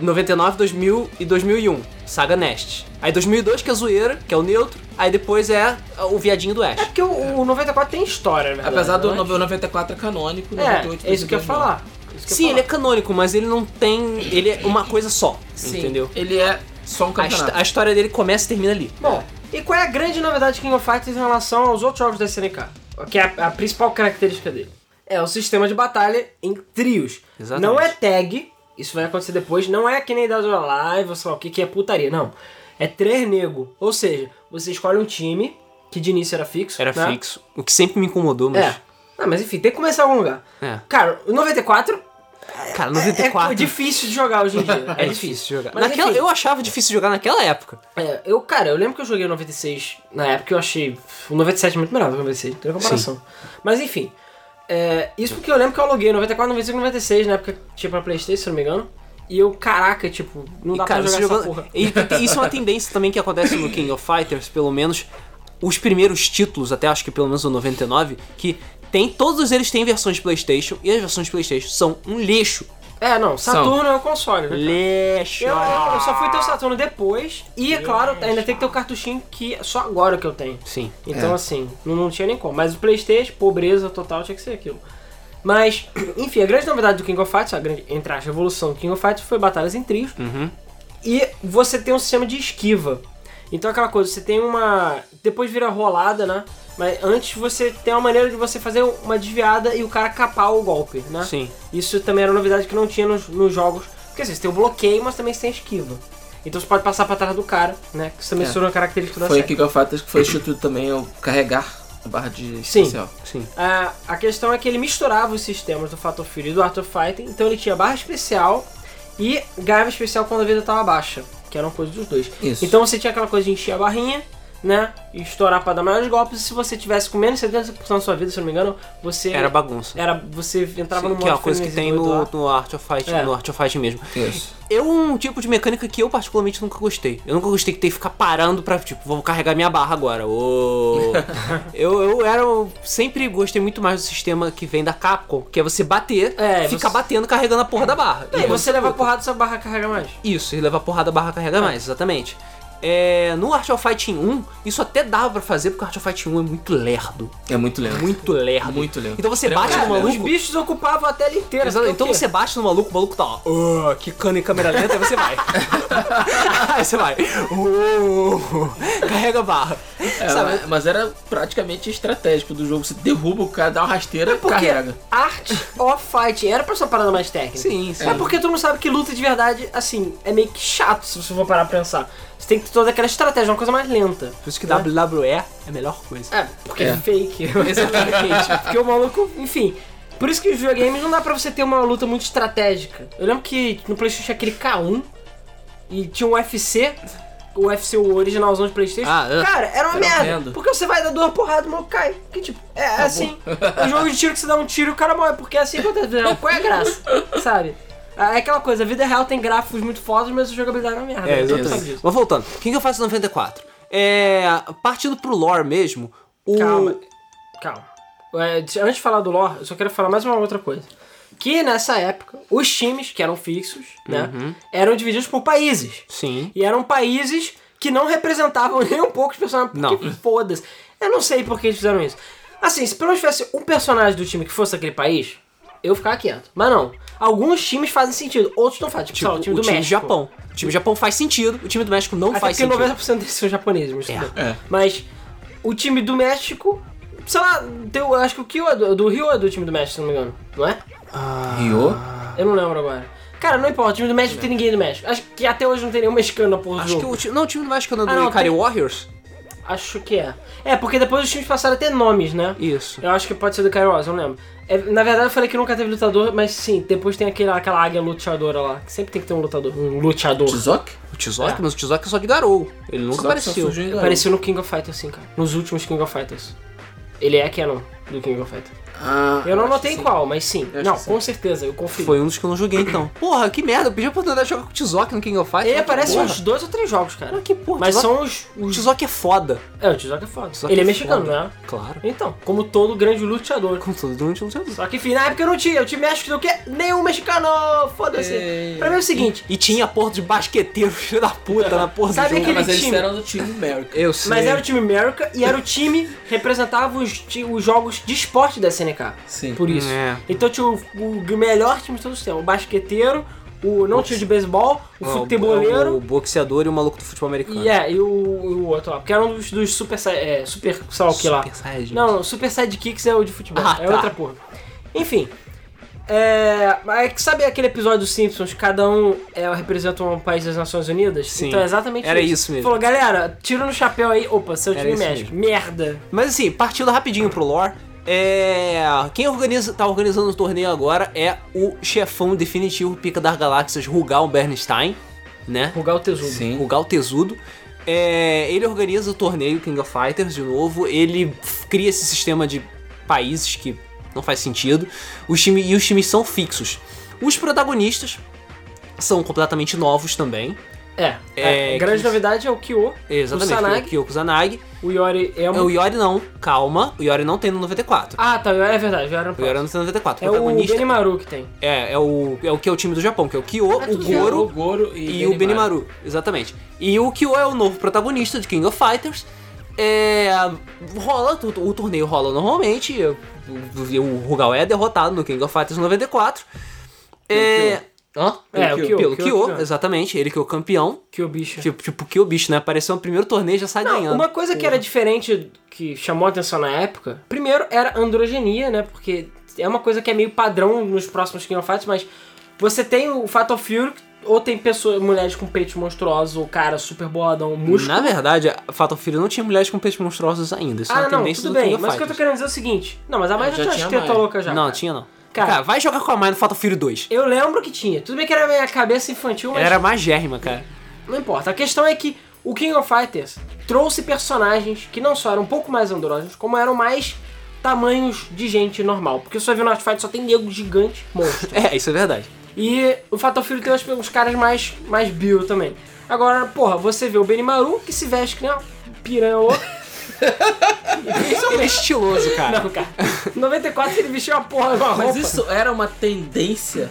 [SPEAKER 1] 99, 2000 e 2001, Saga Nest. Aí 2002, que é zoeira, que é o neutro. Aí depois é o viadinho do
[SPEAKER 2] É
[SPEAKER 1] Ash.
[SPEAKER 2] porque o, o 94 tem história, na verdade.
[SPEAKER 3] Apesar do
[SPEAKER 2] não é?
[SPEAKER 3] 94 é canônico,
[SPEAKER 2] É,
[SPEAKER 3] 98
[SPEAKER 2] é isso que eu ia
[SPEAKER 3] 2002 não.
[SPEAKER 2] falar. Isso que eu ia
[SPEAKER 1] Sim, ele é
[SPEAKER 2] falar.
[SPEAKER 1] canônico, mas ele não tem... Ele é uma coisa só,
[SPEAKER 3] Sim,
[SPEAKER 1] entendeu?
[SPEAKER 3] Ele é só um
[SPEAKER 1] A, hist-
[SPEAKER 3] campeonato.
[SPEAKER 1] a história dele começa e termina ali.
[SPEAKER 2] Bom, e qual é a grande novidade de King of Fighters em relação aos outros jogos da SNK? Que é a, a principal característica dele. É o sistema de batalha em trios.
[SPEAKER 1] Exatamente.
[SPEAKER 2] Não é tag, isso vai acontecer depois, não é que nem da Zona Live, ou sei lá o que, que é putaria, não. É três nego. Ou seja, você escolhe um time, que de início era fixo.
[SPEAKER 1] Era
[SPEAKER 2] né?
[SPEAKER 1] fixo. O que sempre me incomodou, mas...
[SPEAKER 2] É. Ah, mas enfim, tem que começar em algum lugar.
[SPEAKER 1] É.
[SPEAKER 2] Cara, o 94
[SPEAKER 1] Cara,
[SPEAKER 2] É
[SPEAKER 1] 94.
[SPEAKER 2] difícil de jogar hoje em dia.
[SPEAKER 6] É difícil jogar.
[SPEAKER 2] Mas
[SPEAKER 1] naquela,
[SPEAKER 2] enfim.
[SPEAKER 1] eu achava difícil jogar naquela época.
[SPEAKER 2] É, eu, cara, eu lembro que eu joguei o 96 na época eu achei o 97 muito melhor do que o 96, não tem comparação. Mas enfim, é, isso porque eu lembro que eu aluguei 94, 95, 96 na época que tinha pra Playstation, se eu não me engano. E eu, caraca, tipo, não dá
[SPEAKER 1] cara,
[SPEAKER 2] pra
[SPEAKER 1] você
[SPEAKER 2] jogar essa
[SPEAKER 1] jogando-
[SPEAKER 2] porra.
[SPEAKER 1] E tem- isso é uma tendência também que acontece no King of Fighters, pelo menos os primeiros títulos, até acho que pelo menos o 99, que tem todos eles têm versões de PlayStation e as versões de PlayStation são um lixo.
[SPEAKER 2] É, não, Saturno é um console, né?
[SPEAKER 1] Lixo.
[SPEAKER 2] Eu, eu- eu só fui ter o Saturno depois, e é claro, ainda tem que ter o cartuchinho que é só agora que eu tenho.
[SPEAKER 1] Sim.
[SPEAKER 2] Então, assim, não, não tinha nem como. Mas o Playstation, pobreza total, tinha que ser aquilo. Mas, [clears throat] enfim, a grande novidade do King of Fighters, a grande, entre aspas, revolução do King of Fighters foi batalhas em trios.
[SPEAKER 1] Uhum.
[SPEAKER 2] E você tem um sistema de esquiva. Então, aquela coisa, você tem uma... Depois vira rolada, né? Mas antes você tem uma maneira de você fazer uma desviada e o cara capar o golpe, né?
[SPEAKER 1] Sim.
[SPEAKER 2] Isso também era uma novidade que não tinha nos, nos jogos. Porque assim, você tem o bloqueio, mas também você tem a esquiva. Então você pode passar pra trás do cara, né? Que isso também
[SPEAKER 1] É.
[SPEAKER 2] mistura uma característica da
[SPEAKER 3] Foi
[SPEAKER 2] série.
[SPEAKER 3] o King of Fighters que foi instituído também ao carregar a barra de
[SPEAKER 2] Sim.
[SPEAKER 3] especial.
[SPEAKER 1] Sim.
[SPEAKER 2] Ah, a questão é que ele misturava os sistemas do Fatal Fury e do Art of Fighting, então ele tinha barra especial e ganhava especial quando a vida tava baixa, que eram coisas dos dois.
[SPEAKER 3] Isso.
[SPEAKER 2] Então você tinha aquela coisa de encher a barrinha, né? E estourar pra dar maiores golpes, e se você tivesse com menos 70% da sua vida, se eu não me engano, você.
[SPEAKER 1] Era bagunça.
[SPEAKER 2] era- você entrava
[SPEAKER 1] Sim,
[SPEAKER 2] no modo
[SPEAKER 1] que é uma coisa que
[SPEAKER 2] frenesi
[SPEAKER 1] tem
[SPEAKER 2] doido
[SPEAKER 1] no,
[SPEAKER 2] lá.
[SPEAKER 1] no Art of Fight,
[SPEAKER 2] É.
[SPEAKER 1] no Art of Fight mesmo.
[SPEAKER 3] Isso.
[SPEAKER 1] Eu um tipo de mecânica que eu particularmente nunca gostei. Eu nunca gostei que tem que ficar parando pra, tipo, vou carregar minha barra agora.
[SPEAKER 2] [laughs]
[SPEAKER 1] Ô. eu, eu era. eu sempre gostei muito mais do sistema que vem da Capcom, que é você bater, ficar
[SPEAKER 2] É, você- É,
[SPEAKER 1] batendo, carregando a porra da barra.
[SPEAKER 2] E aí,
[SPEAKER 1] Enquanto
[SPEAKER 2] você leva
[SPEAKER 1] luta.
[SPEAKER 2] porrada, sua barra carrega mais.
[SPEAKER 1] Isso, e levar porrada a barra carrega mais, exatamente. É, no Art of Fighting 1, isso até dava pra fazer, porque o Art of Fighting 1 é muito lerdo.
[SPEAKER 3] É muito lento.
[SPEAKER 1] Muito lerdo.
[SPEAKER 3] Muito lento.
[SPEAKER 1] Então você bate no
[SPEAKER 2] Os
[SPEAKER 1] maluco.
[SPEAKER 2] bichos ocupavam a tela inteira.
[SPEAKER 1] Exato,
[SPEAKER 2] porque
[SPEAKER 1] Então
[SPEAKER 2] É o quê?
[SPEAKER 1] você bate no maluco, o maluco tá, ó, "Ah", quicando em câmera lenta, aí você vai. [laughs] aí você vai. "Uh", carrega a barra.
[SPEAKER 3] É,
[SPEAKER 1] Sabe?
[SPEAKER 2] né?
[SPEAKER 3] mas- Mas era praticamente estratégico do jogo. Você derruba o cara, dá uma rasteira e
[SPEAKER 2] Porque
[SPEAKER 3] carrega.
[SPEAKER 2] Art of Fighting era pra ser uma parada mais técnica.
[SPEAKER 1] Sim, sim.
[SPEAKER 2] É porque tu não sabe que luta de verdade, assim, é meio que chato se você for parar pra pensar. Você tem que ter toda aquela estratégia, uma coisa mais lenta.
[SPEAKER 1] Por isso que WWE é a melhor coisa.
[SPEAKER 2] É, porque é,
[SPEAKER 3] É.
[SPEAKER 2] fake. [laughs] Exatamente. porque o maluco, enfim. Por isso que os videogames não dá pra você ter uma luta muito estratégica. Eu lembro que no Playstation tinha aquele K1 e tinha um UFC. O UFC, o originalzão de Playstation.
[SPEAKER 1] Ah, é.
[SPEAKER 2] Cara, era uma
[SPEAKER 3] Era
[SPEAKER 2] merda.
[SPEAKER 3] horrendo.
[SPEAKER 2] Porque você vai dar duas porradas, o maluco cai. Que tipo, é assim. O jogo de tiro que você dá um tiro e o cara morre. Porque é assim que acontece. Não, Qual é a graça? Sabe? É aquela coisa, a vida real tem gráficos muito fodas, mas a jogabilidade é uma merda.
[SPEAKER 1] É,
[SPEAKER 2] Sabe
[SPEAKER 1] exatamente.
[SPEAKER 2] disso.
[SPEAKER 1] Mas voltando, o que que eu faço em 94? É. Partindo pro lore mesmo, o.
[SPEAKER 2] Calma. Calma. É, antes de falar do lore, eu só quero falar mais uma outra coisa. Que nessa época, os times, que eram fixos, né? Eram divididos por países.
[SPEAKER 1] Uhum. Sim.
[SPEAKER 2] E eram países que não representavam [laughs] nem um pouco os personagens.
[SPEAKER 1] Não.
[SPEAKER 2] Porque foda-se. Eu não sei por que eles fizeram isso. Assim, se pelo menos tivesse um personagem do time que fosse daquele país, eu ficava quieto. Mas não. Alguns times fazem sentido, outros não fazem. Tipo, sei
[SPEAKER 1] Tipo,
[SPEAKER 2] lá, o time do
[SPEAKER 1] time do
[SPEAKER 2] México.
[SPEAKER 1] Japão. O time do Japão faz sentido, o time do México não
[SPEAKER 2] Até
[SPEAKER 1] faz
[SPEAKER 2] porque
[SPEAKER 1] sentido.
[SPEAKER 2] 90% desses são japoneses, mas, tudo bem.
[SPEAKER 3] É.
[SPEAKER 2] mas o time do México, sei lá, tem, eu acho que o Kyo é do, do Rio é do time do México, se não me engano, não é?
[SPEAKER 3] Rio?
[SPEAKER 2] Eu não lembro agora. Cara, não importa, o time do México não tem ninguém do México. Acho que até hoje não tem nenhum mexicano na porra do
[SPEAKER 1] Acho que
[SPEAKER 2] jogo.
[SPEAKER 1] o time. Não, o time do México não é do
[SPEAKER 2] Ah, não,
[SPEAKER 1] Ikari
[SPEAKER 2] tem-
[SPEAKER 1] Warriors?
[SPEAKER 2] Acho que é. É, porque depois os times passaram a ter nomes, né?
[SPEAKER 1] Isso.
[SPEAKER 2] Eu acho que pode ser do Kairos, eu não lembro. É, na verdade eu falei que nunca teve lutador, mas sim, depois tem aquele, aquela águia luteadora lá. Que sempre tem que ter um lutador. Um luteador.
[SPEAKER 3] Tizok?
[SPEAKER 1] O Tizok, mas o Tizok é só de Garou. Ele nunca
[SPEAKER 3] Tizok só
[SPEAKER 1] apareceu.
[SPEAKER 3] surgiu em Garou.
[SPEAKER 2] Apareceu no King of Fighters, sim, cara. Nos últimos King of Fighters. Ele é canon do King of Fighters.
[SPEAKER 3] Ah,
[SPEAKER 2] Eu não
[SPEAKER 3] acho que
[SPEAKER 2] anotei
[SPEAKER 3] sim.
[SPEAKER 2] qual, mas sim.
[SPEAKER 3] acho
[SPEAKER 2] Não,
[SPEAKER 3] que sim.
[SPEAKER 2] com certeza, eu confio.
[SPEAKER 1] Foi um dos que eu não joguei então. Porra, que merda, eu pedi a oportunidade de jogar com o Tizok no King of Fighters.
[SPEAKER 2] Ele
[SPEAKER 1] mas que
[SPEAKER 2] aparece em
[SPEAKER 1] porra.
[SPEAKER 2] É, uns dois ou três jogos, cara.
[SPEAKER 1] Mas que porra,
[SPEAKER 2] Mas
[SPEAKER 1] Tizok-
[SPEAKER 2] são os.
[SPEAKER 1] O
[SPEAKER 2] os...
[SPEAKER 1] Tizok é foda.
[SPEAKER 2] É, o Tizok é foda.
[SPEAKER 1] Tizok
[SPEAKER 2] Ele é
[SPEAKER 1] é
[SPEAKER 2] mexicano,
[SPEAKER 1] foda.
[SPEAKER 2] né?
[SPEAKER 1] Claro.
[SPEAKER 2] Então, como todo grande luteador.
[SPEAKER 1] Com todo um durante não sei
[SPEAKER 2] Só que enfim, na época eu não tinha, eu tinha México do que nenhum mexicano, foda-se.
[SPEAKER 3] Ei.
[SPEAKER 2] Pra mim é o seguinte,
[SPEAKER 1] E tinha a porra de basqueteiro, [laughs] filho da puta, na porra
[SPEAKER 2] Sabe
[SPEAKER 1] do jogo.
[SPEAKER 2] aquele
[SPEAKER 3] Ah, Mas eles
[SPEAKER 2] time.
[SPEAKER 3] eram do time America.
[SPEAKER 1] Eu sei.
[SPEAKER 2] mas era o tipo time América e era o time que representava os, ti- os jogos de esporte da SNK.
[SPEAKER 3] Sim.
[SPEAKER 2] Por isso.
[SPEAKER 1] É.
[SPEAKER 2] Então tinha o, o melhor time de todo o sistema, o basqueteiro, o não tinha de beisebol, o
[SPEAKER 1] Ah,
[SPEAKER 2] futeboleiro.
[SPEAKER 1] O, o boxeador e o maluco do futebol americano.
[SPEAKER 2] E é, e o, o outro lá, porque era um dos, dos super, Sai- é, super, sei lá o que lá.
[SPEAKER 1] Super Saiyajin.
[SPEAKER 2] Não, não, Super Sidekicks é o de futebol,
[SPEAKER 1] Ah,
[SPEAKER 2] é
[SPEAKER 1] tá.
[SPEAKER 2] outra porra. Enfim, é, mas sabe aquele episódio dos Simpsons, cada um é, representa um país das Nações Unidas?
[SPEAKER 1] Sim.
[SPEAKER 2] Então é exatamente
[SPEAKER 1] Era
[SPEAKER 2] isso.
[SPEAKER 1] isso mesmo.
[SPEAKER 2] Falou, galera, tira no chapéu aí, opa, seu
[SPEAKER 1] Era
[SPEAKER 2] time
[SPEAKER 1] isso
[SPEAKER 2] México, merda.
[SPEAKER 1] Mas assim, partindo rapidinho pro lore. É, quem organiza, tá organizando o torneio agora é o chefão definitivo Pica das Galáxias, Rugal Bernstein, né?
[SPEAKER 2] Rugar o tesouro.
[SPEAKER 3] Sim.
[SPEAKER 1] O Gal Tesudo. É, ele organiza o torneio King of Fighters de novo. Ele f- cria esse sistema de países que não faz sentido. Os time, e os times são fixos. Os protagonistas são completamente novos também.
[SPEAKER 2] É.
[SPEAKER 1] É,
[SPEAKER 2] a grande
[SPEAKER 1] que-
[SPEAKER 2] novidade é o Kyo.
[SPEAKER 1] Exatamente.
[SPEAKER 2] O Sanagi?
[SPEAKER 1] o Kyoko Sanagi.
[SPEAKER 2] O Yori é
[SPEAKER 1] É,
[SPEAKER 2] um.
[SPEAKER 1] O Yori não, calma. O Yori não tem no 94.
[SPEAKER 2] Ah, tá. O Yori é verdade. O Yori é um
[SPEAKER 1] O Yori não tem no 94.
[SPEAKER 2] É o
[SPEAKER 1] protagonista
[SPEAKER 2] Benimaru que tem.
[SPEAKER 1] é, é, o, é o que é o time do Japão, que é o Kyo,
[SPEAKER 2] Ah,
[SPEAKER 1] o
[SPEAKER 2] tudo
[SPEAKER 1] Goro
[SPEAKER 3] O Goro e,
[SPEAKER 1] E o Benimaru, exatamente. E o Kyo é o novo protagonista de King of Fighters. É, rola, o, o torneio rola normalmente. O, o Rugal é derrotado no King of Fighters 94. É, hã?
[SPEAKER 2] É, o Kyo,
[SPEAKER 1] Pelo
[SPEAKER 2] o Kyo,
[SPEAKER 1] Kyo,
[SPEAKER 2] o Kyo.
[SPEAKER 1] exatamente. Ele que é o campeão.
[SPEAKER 2] Kyo bicho.
[SPEAKER 1] Tipo, tipo Kyo, bicho, né? Apareceu no primeiro torneio e já sai
[SPEAKER 2] Não,
[SPEAKER 1] ganhando.
[SPEAKER 2] uma coisa que era diferente, que chamou a atenção na época, primeiro era androgenia, né? Porque é uma coisa que é meio padrão nos próximos King of Fighters, mas você tem o Fatal Fury, ou tem pessoas, mulheres com peitos monstruosos, ou cara super boladão, músculo.
[SPEAKER 1] Na verdade, a Fatal Fury não tinha mulheres com peitos monstruosos ainda. Isso é
[SPEAKER 2] Ah,
[SPEAKER 1] uma
[SPEAKER 2] não,
[SPEAKER 1] tendência
[SPEAKER 2] tudo
[SPEAKER 1] do King
[SPEAKER 2] bem,
[SPEAKER 1] of
[SPEAKER 2] mas o que eu tô
[SPEAKER 1] Fighters.
[SPEAKER 2] querendo dizer é o seguinte: Não, mas a mais
[SPEAKER 3] já
[SPEAKER 2] já tinha
[SPEAKER 3] tinha
[SPEAKER 2] umas teta
[SPEAKER 3] mais.
[SPEAKER 2] louca já.
[SPEAKER 1] Não,
[SPEAKER 2] cara.
[SPEAKER 1] tinha não.
[SPEAKER 2] Cara-
[SPEAKER 1] Cara, vai jogar com a Mai no Fatal Fury 2.
[SPEAKER 2] Eu lembro que tinha. Tudo bem que era minha cabeça infantil, mas
[SPEAKER 1] Ela era magérrima, cara.
[SPEAKER 2] Não importa. A questão é que o King of Fighters trouxe personagens que não só eram um pouco mais andrógenos, como eram mais tamanhos de gente normal. Porque você vai ver no Art Fight só tem nego gigante, monstro.
[SPEAKER 1] É, isso é verdade.
[SPEAKER 2] e o Fatal Fury tem uns, uns caras mais, mais bio também. Agora, porra, você vê o Benimaru que se veste né? que nem uma piranha
[SPEAKER 3] [laughs]
[SPEAKER 2] louca.
[SPEAKER 1] Ele é estiloso, cara.
[SPEAKER 2] Não, cara. Em 94 ele vestiu uma porra de uma roupa.
[SPEAKER 3] Mas isso era uma tendência,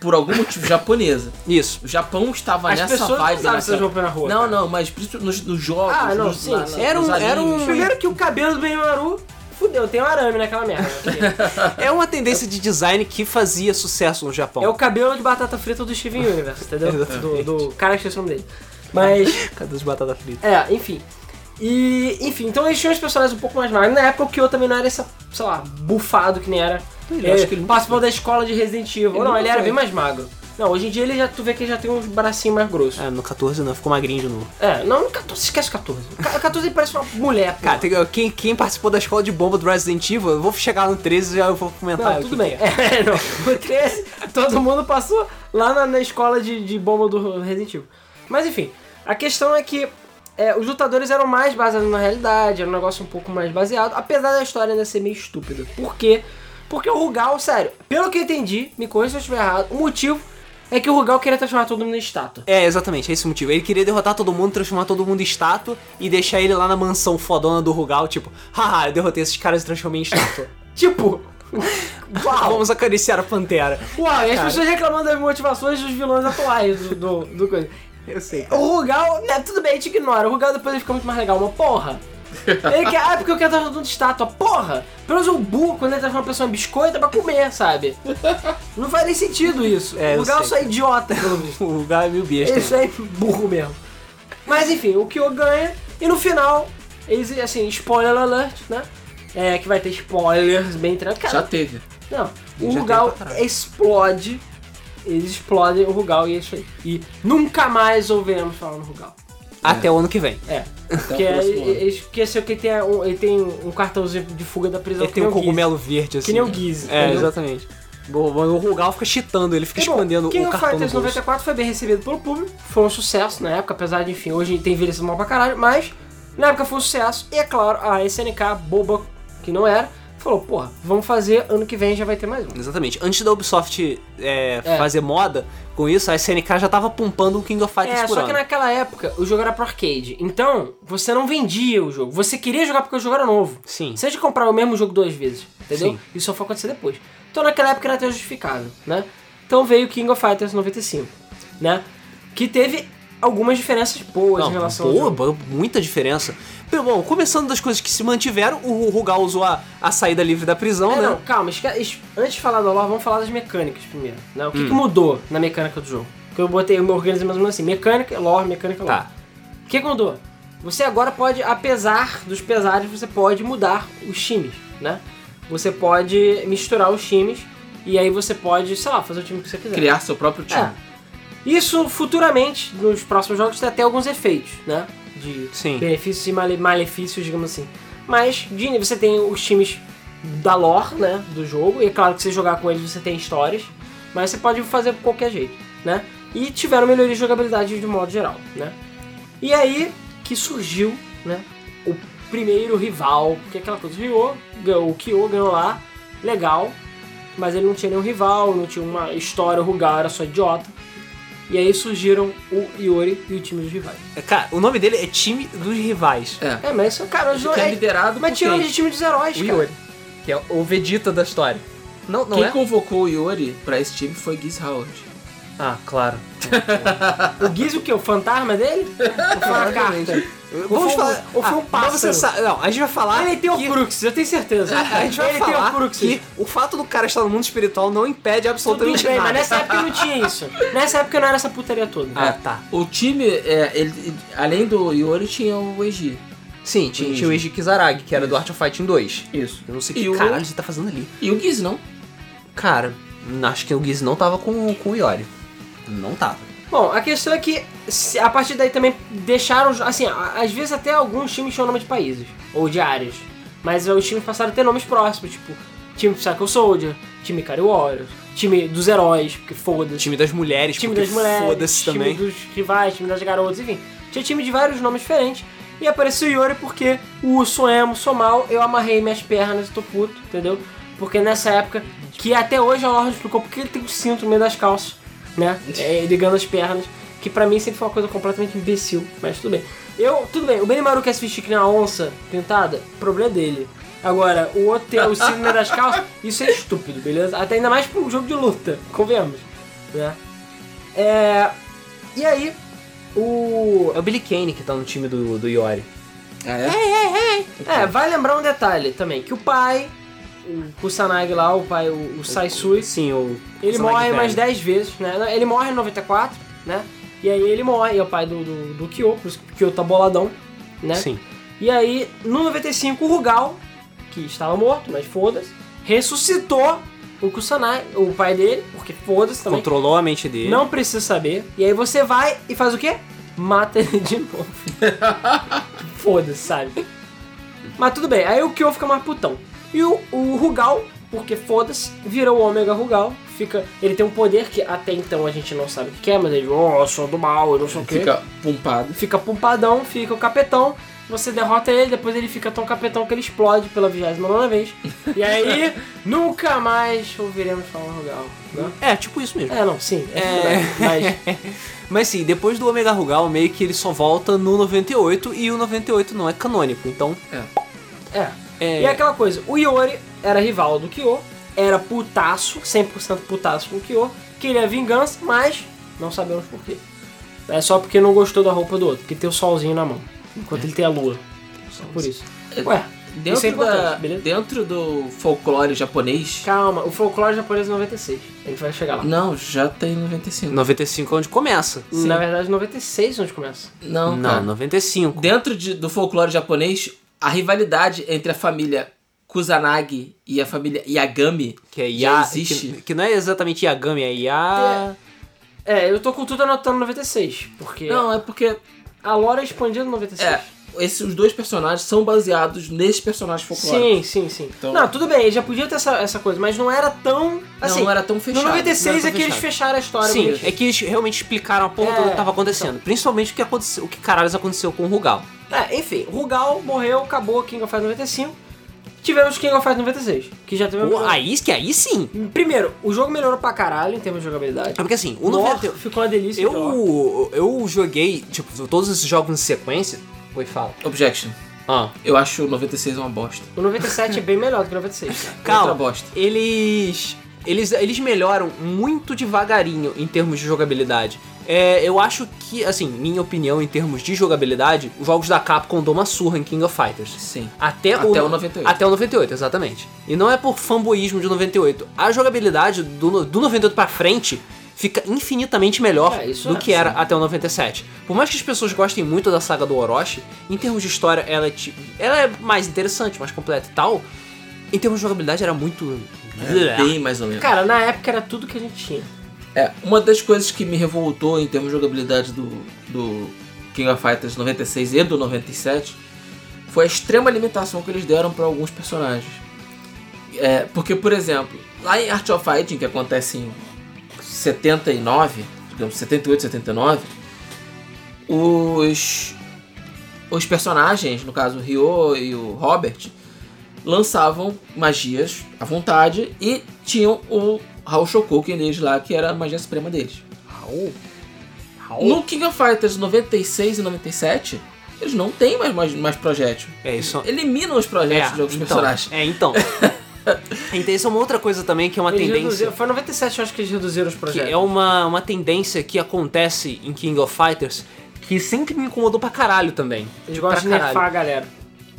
[SPEAKER 3] por algum motivo, japonesa.
[SPEAKER 2] [laughs]
[SPEAKER 1] Isso.
[SPEAKER 3] O Japão estava
[SPEAKER 2] As
[SPEAKER 3] nessa
[SPEAKER 2] pessoas
[SPEAKER 3] vibe.
[SPEAKER 2] usavam
[SPEAKER 3] nessa-
[SPEAKER 2] essas roupas na rua.
[SPEAKER 3] Não, não, mas principalmente nos, nos jogos.
[SPEAKER 2] Ah, não,
[SPEAKER 3] nos,
[SPEAKER 2] sim,
[SPEAKER 3] na-
[SPEAKER 2] sim.
[SPEAKER 3] na-
[SPEAKER 1] Era um-
[SPEAKER 3] nos
[SPEAKER 1] era um-
[SPEAKER 3] né? animes.
[SPEAKER 2] Primeiro que o cabelo do Benimaru fudeu, tem um arame naquela merda.
[SPEAKER 3] [laughs]
[SPEAKER 1] É uma tendência de design que fazia sucesso no Japão.
[SPEAKER 2] É o cabelo de batata frita do Steven Universe, entendeu? do, do cara que esqueci o nome dele. Mas,
[SPEAKER 1] [laughs] Cadê os batata frita?
[SPEAKER 2] é, enfim. E, enfim, então eles tinham os personagens um pouco mais magros. Na época o Kyo também não era essa, sei lá, bufado que nem era. Ele,
[SPEAKER 1] Eu é, acho que ele
[SPEAKER 2] participou da escola de Resident Evil. não,
[SPEAKER 3] nunca
[SPEAKER 2] ele era
[SPEAKER 3] foi.
[SPEAKER 2] bem mais magro. Não, hoje em dia ele já, tu vê que ele já tem uns bracinhos mais grossos.
[SPEAKER 1] Ah, no 14 não, ficou magrinho de novo.
[SPEAKER 2] É, não, no 14, esquece o 14. O ca- o 14 ele parece uma mulher, pô.
[SPEAKER 1] Cara, tem- quem, quem participou da escola de bomba do Resident Evil, eu vou chegar no 13 e já eu vou comentar.
[SPEAKER 2] Não,
[SPEAKER 1] o
[SPEAKER 2] tudo
[SPEAKER 1] que
[SPEAKER 2] bem.
[SPEAKER 1] que é.
[SPEAKER 2] [laughs] É, não. O 13, todo mundo passou lá na, na escola de, de bomba do Resident Evil. Mas enfim, a questão é que é, os lutadores eram mais baseados na realidade, era um negócio um pouco mais baseado, apesar da história ainda ser meio estúpida. Por quê? Porque o Rugal, sério, pelo que eu entendi, me corrija se eu estiver errado, o motivo é que o Rugal queria transformar todo mundo em estátua.
[SPEAKER 1] É, exatamente, é esse o motivo. Ele queria derrotar todo mundo, transformar todo mundo em estátua e deixar ele lá na mansão fodona do Rugal, tipo, haha, eu derrotei esses caras e transformei em
[SPEAKER 2] [laughs]
[SPEAKER 1] estátua.
[SPEAKER 2] Tipo,
[SPEAKER 1] Uau, vamos acariciar a pantera.
[SPEAKER 2] uau, e as pessoas reclamando das motivações dos vilões atuais do, do, do coisa.
[SPEAKER 1] Eu sei.
[SPEAKER 2] O Rugal, né, tudo bem, a gente ignora. O Rugal depois ele fica muito mais legal, uma porra. Ele quer, ah, porque eu quero transformar tudo em estátua, porra. Pelo menos o Bu, quando ele transforma uma pessoa em biscoito, é pra comer, sabe? Não faz nem sentido isso.
[SPEAKER 1] É,
[SPEAKER 2] o
[SPEAKER 1] eu
[SPEAKER 2] Rugal
[SPEAKER 1] sei.
[SPEAKER 2] só é idiota, pelo visto.
[SPEAKER 1] O Rugal é meio besta.
[SPEAKER 2] Ele só é burro mesmo. Mas enfim, o Kyo ganha, e no final, eles, assim, spoiler alert, né? É, que vai ter spoilers bem tranquilos.
[SPEAKER 3] Já teve.
[SPEAKER 2] Não, o
[SPEAKER 1] Já
[SPEAKER 2] Rugal
[SPEAKER 1] tem pra
[SPEAKER 2] explode. Eles explodem o Rugal e é isso aí. E nunca mais ouviremos falar no Rugal.
[SPEAKER 1] é. Até o ano que vem.
[SPEAKER 2] É.
[SPEAKER 3] o
[SPEAKER 2] Porque
[SPEAKER 3] próximo ano.
[SPEAKER 2] ele esqueceu que ele tem, um, ele tem um cartãozinho de fuga da prisão.
[SPEAKER 1] Ele tem
[SPEAKER 2] que
[SPEAKER 1] um
[SPEAKER 2] nem o Giz.
[SPEAKER 1] cogumelo verde, assim.
[SPEAKER 2] Que nem o Giz.
[SPEAKER 1] É,
[SPEAKER 2] entendeu?
[SPEAKER 1] exatamente. Bom, bom, O Rugal fica cheatando, ele fica
[SPEAKER 2] E, bom,
[SPEAKER 1] escondendo
[SPEAKER 2] King
[SPEAKER 1] o
[SPEAKER 2] of
[SPEAKER 1] cartão no
[SPEAKER 2] Fighters
[SPEAKER 1] bolso.
[SPEAKER 2] 94 foi bem recebido pelo público, foi um sucesso na época, apesar de, enfim, hoje tem envelhecido mal pra caralho, mas na época foi um sucesso. E é claro, a SNK, boba que não era, falou, porra, vamos fazer, ano que vem já vai ter mais um.
[SPEAKER 1] Exatamente. Antes da Ubisoft é, fazer moda com isso, a SNK já tava pumpando o King of Fighters
[SPEAKER 2] É,
[SPEAKER 1] por
[SPEAKER 2] só
[SPEAKER 1] ano.
[SPEAKER 2] que naquela época o jogo era pro arcade. Então, você não vendia o jogo. Você queria jogar porque o jogo era novo.
[SPEAKER 1] Sim.
[SPEAKER 2] Você de comprar o mesmo jogo duas vezes, entendeu?
[SPEAKER 1] Sim.
[SPEAKER 2] Isso só foi acontecer depois. Então naquela época era até justificável, né? Então veio King of Fighters 95, né? Que teve algumas diferenças boas
[SPEAKER 1] Não,
[SPEAKER 2] em relação ao
[SPEAKER 1] boa,
[SPEAKER 2] jogo.
[SPEAKER 1] boa, muita diferença. Bem, bom, começando das coisas que se mantiveram, o Rugal usou a, a saída livre da prisão,
[SPEAKER 2] É,
[SPEAKER 1] né?
[SPEAKER 2] não, calma, esque- es- antes de falar do lore, vamos falar das mecânicas primeiro. Né? O que, que mudou na mecânica do jogo? Porque eu botei, eu me organizei mais ou menos assim: mecânica, lore, mecânica, lore.
[SPEAKER 1] Tá.
[SPEAKER 2] O que que mudou? Você agora pode, apesar dos pesares, você pode mudar os times, né? Você pode misturar os times e aí você pode, sei lá, fazer o time que você quiser.
[SPEAKER 3] Criar seu próprio time.
[SPEAKER 2] É. Isso futuramente, nos próximos jogos, tem até alguns efeitos, né? De
[SPEAKER 1] Sim.
[SPEAKER 2] benefícios e male- malefícios, digamos assim. Mas, Dini, você tem os times da lore, né, do jogo. E é claro que se jogar com eles você tem histórias, mas você pode fazer de qualquer jeito, né? E tiveram melhoria de jogabilidade de modo geral, né? E aí que surgiu, né, o primeiro rival, porque aquela coisa, o Ryo, ganhou- o Kyo ganhou lá, legal, mas ele não tinha nenhum rival, não tinha uma história, o Rugal era só idiota. E aí surgiram o Iori e o time dos rivais.
[SPEAKER 1] Cara, o nome dele é Time dos Rivais.
[SPEAKER 3] É.
[SPEAKER 2] É, mas isso, cara,
[SPEAKER 3] Que é liderado
[SPEAKER 2] mas
[SPEAKER 3] por
[SPEAKER 2] tirando
[SPEAKER 3] quem?
[SPEAKER 2] de time dos heróis,
[SPEAKER 7] O
[SPEAKER 2] cara.
[SPEAKER 7] Yuri. Que é o Vegeta da história. Não, não
[SPEAKER 3] Quem
[SPEAKER 7] é?
[SPEAKER 3] convocou o Yuri pra esse time foi Giz Howard.
[SPEAKER 7] Ah, claro.
[SPEAKER 2] O Giz o quê? O fantasma dele? O fantasma.
[SPEAKER 1] Vamos
[SPEAKER 2] foi um-
[SPEAKER 1] falar.
[SPEAKER 2] ou foi
[SPEAKER 1] Ah,
[SPEAKER 2] um
[SPEAKER 1] mas
[SPEAKER 2] pássaro? Ah,
[SPEAKER 1] você sabe- não, a gente vai falar.
[SPEAKER 2] Ele tem um o
[SPEAKER 1] que-
[SPEAKER 2] Crux, eu tenho certeza.
[SPEAKER 1] A gente vai
[SPEAKER 2] ele
[SPEAKER 1] falar
[SPEAKER 2] tem um o Crux.
[SPEAKER 1] que o fato do cara estar no mundo espiritual não impede
[SPEAKER 2] Tudo bem,
[SPEAKER 1] absolutamente nada.
[SPEAKER 2] mas nessa época não tinha isso. Nessa época não era essa putaria toda.
[SPEAKER 1] Ah, tá.
[SPEAKER 3] O time, é, ele- ele- além do Yori, tinha o Eiji.
[SPEAKER 7] Sim, tinha, tinha o Eiji Kizaragi, que era do Art of Fighting 2.
[SPEAKER 3] Isso.
[SPEAKER 7] Eu não sei
[SPEAKER 3] E
[SPEAKER 7] que
[SPEAKER 3] o-
[SPEAKER 7] caralho você tá fazendo ali.
[SPEAKER 3] E o Giz não.
[SPEAKER 7] Cara, acho que o Giz não tava com, com o Yori. Não tava.
[SPEAKER 2] Bom, a questão é que se- a partir daí também deixaram, assim, a- às vezes até alguns times tinham nome de países, ou de áreas, mas os times passaram a ter nomes próximos, tipo, time Psycho Soldier, time Ikari Warriors, time dos heróis, porque foda-se,
[SPEAKER 1] Time das mulheres,
[SPEAKER 2] time
[SPEAKER 1] porque
[SPEAKER 2] das mulheres,
[SPEAKER 1] foda-se
[SPEAKER 2] time
[SPEAKER 1] também.
[SPEAKER 2] dos rivais, time das garotas, enfim, tinha time de vários nomes diferentes, e apareceu o Yori porque o sou emo, sou mal, eu amarrei minhas pernas e tô puto, entendeu? Porque nessa época, que até hoje a Lorde explicou porque ele tem um cinto no meio das calças,
[SPEAKER 1] [laughs]
[SPEAKER 2] né? É, ligando as pernas. Que pra mim sempre foi uma coisa completamente imbecil, mas tudo bem. Eu, tudo bem, o Benimaru quer se vestir que nem uma onça pintada, problema dele. Agora, o outro ter o cinto no meio
[SPEAKER 1] [laughs]
[SPEAKER 2] das calças, isso é estúpido, beleza? Até ainda mais pra um jogo de luta, convenhamos, né? É, e aí, o...
[SPEAKER 7] É o Billy Kane que tá no time do, do Yori.
[SPEAKER 3] Ah, é?
[SPEAKER 2] É, vai lembrar um detalhe também, que o pai, o Kusanagi lá, o pai, o, o Saisui,
[SPEAKER 7] Sim, o.
[SPEAKER 2] ele
[SPEAKER 7] Kusanagi
[SPEAKER 2] morre
[SPEAKER 7] velho.
[SPEAKER 2] mais 10 vezes, né? Ele morre em 94, né? E aí ele morre, e é o pai do, do, do Kyo, por isso que o Kyo tá boladão, né?
[SPEAKER 7] Sim.
[SPEAKER 2] E aí, no 95, o Rugal, que estava morto, mas foda-se, ressuscitou o Kusanagi, o pai dele, porque foda-se também.
[SPEAKER 1] Controlou a mente dele.
[SPEAKER 2] Não precisa saber. E aí você vai e faz o quê? Mata ele de novo. Foda-se, sabe? Mas tudo bem, aí o Kyo fica mais putão. E o, o Rugal, porque foda-se, virou o Ômega Rugal. Fica, ele tem um poder que até então a gente não sabe o que é, mas ele, oh, eu sou do mal, eu não
[SPEAKER 3] É,
[SPEAKER 2] sei o quê.
[SPEAKER 3] Fica pumpado.
[SPEAKER 2] Fica pumpadão, fica o capetão. Você derrota ele, depois ele fica tão capetão que ele explode pela 29 vez. E aí, nunca mais ouviremos falar Rugal. Né?
[SPEAKER 1] É, tipo isso mesmo.
[SPEAKER 2] É, não, sim, é,
[SPEAKER 1] É.
[SPEAKER 2] verdade, mas.
[SPEAKER 1] Mas sim, depois do Omega Rugal, meio que ele só volta no 98 e o 98 não é canônico. Então,
[SPEAKER 2] É.
[SPEAKER 1] É.
[SPEAKER 2] E é aquela coisa, o Iori era rival do Kyo, era putaço, 100% putaço com o Kyo, queria vingança, mas não sabemos porquê. É só porque não gostou da roupa do outro, porque tem o solzinho na mão, enquanto ele tem a lua. Só por isso. Ué, isso é
[SPEAKER 3] É. Dentro,
[SPEAKER 2] importante,
[SPEAKER 3] da,
[SPEAKER 2] beleza?
[SPEAKER 3] dentro do folclore japonês.
[SPEAKER 2] Calma, o folclore japonês é 96, a gente vai chegar lá.
[SPEAKER 3] Não, já tem 95.
[SPEAKER 1] 95 é onde começa.
[SPEAKER 2] Na verdade, 96 é onde começa.
[SPEAKER 3] Não,
[SPEAKER 1] Não,
[SPEAKER 3] cara.
[SPEAKER 1] 95.
[SPEAKER 3] Dentro de- do folclore japonês, a rivalidade entre a família Kusanagi e a família Yagami
[SPEAKER 1] Que é
[SPEAKER 3] já
[SPEAKER 1] Ya.
[SPEAKER 3] existe.
[SPEAKER 1] Que, que não é exatamente Yagami, é Ya.
[SPEAKER 2] É, eu tô com tudo anotando 96, porque
[SPEAKER 3] Não, é porque
[SPEAKER 2] a lore é expandida no 96.
[SPEAKER 3] é, esses, os dois personagens são baseados nesses personagens folclóricos.
[SPEAKER 2] Sim, sim, sim.
[SPEAKER 3] Então-
[SPEAKER 2] Não, tudo bem, já podia ter essa, essa coisa, mas não era tão. Assim,
[SPEAKER 3] não era tão fechado,
[SPEAKER 2] No
[SPEAKER 3] não era
[SPEAKER 2] 96
[SPEAKER 1] tão
[SPEAKER 2] é que eles
[SPEAKER 1] fechado.
[SPEAKER 2] fecharam a história.
[SPEAKER 1] Sim,
[SPEAKER 2] bonitinho.
[SPEAKER 1] é que eles realmente explicaram a porra
[SPEAKER 2] É,
[SPEAKER 1] toda que tava acontecendo.
[SPEAKER 3] então.
[SPEAKER 1] Principalmente o que aconteceu, o que caralho aconteceu com o Rugal.
[SPEAKER 2] É, enfim, Rugal morreu, acabou King of Fighters 95. Tivemos King of Fighters 96, que já teve...
[SPEAKER 1] Pô, aí, que aí sim.
[SPEAKER 2] Primeiro, o jogo melhorou pra caralho em termos de jogabilidade.
[SPEAKER 1] É porque assim, o
[SPEAKER 2] Lore
[SPEAKER 1] 98.
[SPEAKER 2] ficou uma delícia. de lore.
[SPEAKER 1] Eu, eu joguei, tipo, todos esses jogos em sequência. Oi, fala.
[SPEAKER 3] Objection.
[SPEAKER 1] Ah,
[SPEAKER 3] Eu acho o 96 uma bosta.
[SPEAKER 2] O 97 é bem melhor do que o
[SPEAKER 1] [laughs]
[SPEAKER 2] 96. cara.
[SPEAKER 1] calma.
[SPEAKER 3] Outra bosta.
[SPEAKER 1] Eles, eles, eles melhoram muito devagarinho em termos de jogabilidade. É, eu acho que, assim, minha opinião em termos de jogabilidade, os jogos da Capcom dão uma surra em King of Fighters.
[SPEAKER 3] Sim.
[SPEAKER 1] Até,
[SPEAKER 3] Até o 98.
[SPEAKER 1] Até o 98, exatamente. E não é por fanboyismo de 98. A jogabilidade do, no- do 98 pra frente fica infinitamente melhor
[SPEAKER 2] É, isso
[SPEAKER 1] do
[SPEAKER 2] é,
[SPEAKER 1] que era até o 97. Por mais que as pessoas gostem muito da saga do Orochi, em termos de história ela é, tipo, ela é mais interessante, mais completa e tal. Em termos de jogabilidade era muito...
[SPEAKER 3] É, bem mais ou menos.
[SPEAKER 2] Cara, na época era tudo que a gente tinha.
[SPEAKER 3] É, uma das coisas que me revoltou em termos de jogabilidade do, do King of Fighters 96 e do 97 foi a extrema limitação que eles deram pra alguns personagens. É, porque, por exemplo, lá em Art of Fighting, que acontece em 79, digamos, 78, 79, os, os personagens, no caso o Ryo e o Robert, lançavam magias à vontade e tinham o Raul Shokoken deles lá, que era a magia suprema deles.
[SPEAKER 4] Raul? Raul?
[SPEAKER 3] No King of Fighters 96 e 97, eles não têm mais, mais, mais projétil.
[SPEAKER 4] É isso.
[SPEAKER 3] Eliminam os projéteis de outros
[SPEAKER 1] Então,
[SPEAKER 3] personagens.
[SPEAKER 1] é,
[SPEAKER 2] [laughs]
[SPEAKER 1] então. então, isso é uma outra coisa também que é uma
[SPEAKER 2] Eles
[SPEAKER 1] tendência.
[SPEAKER 2] reduziram, foi 97, eu acho que eles reduziram os
[SPEAKER 1] Que
[SPEAKER 2] projetos.
[SPEAKER 1] é uma, uma tendência que acontece em King of Fighters que sempre me incomodou pra caralho também.
[SPEAKER 2] Eles gostam de
[SPEAKER 1] pra caralho.
[SPEAKER 2] nerfar a galera.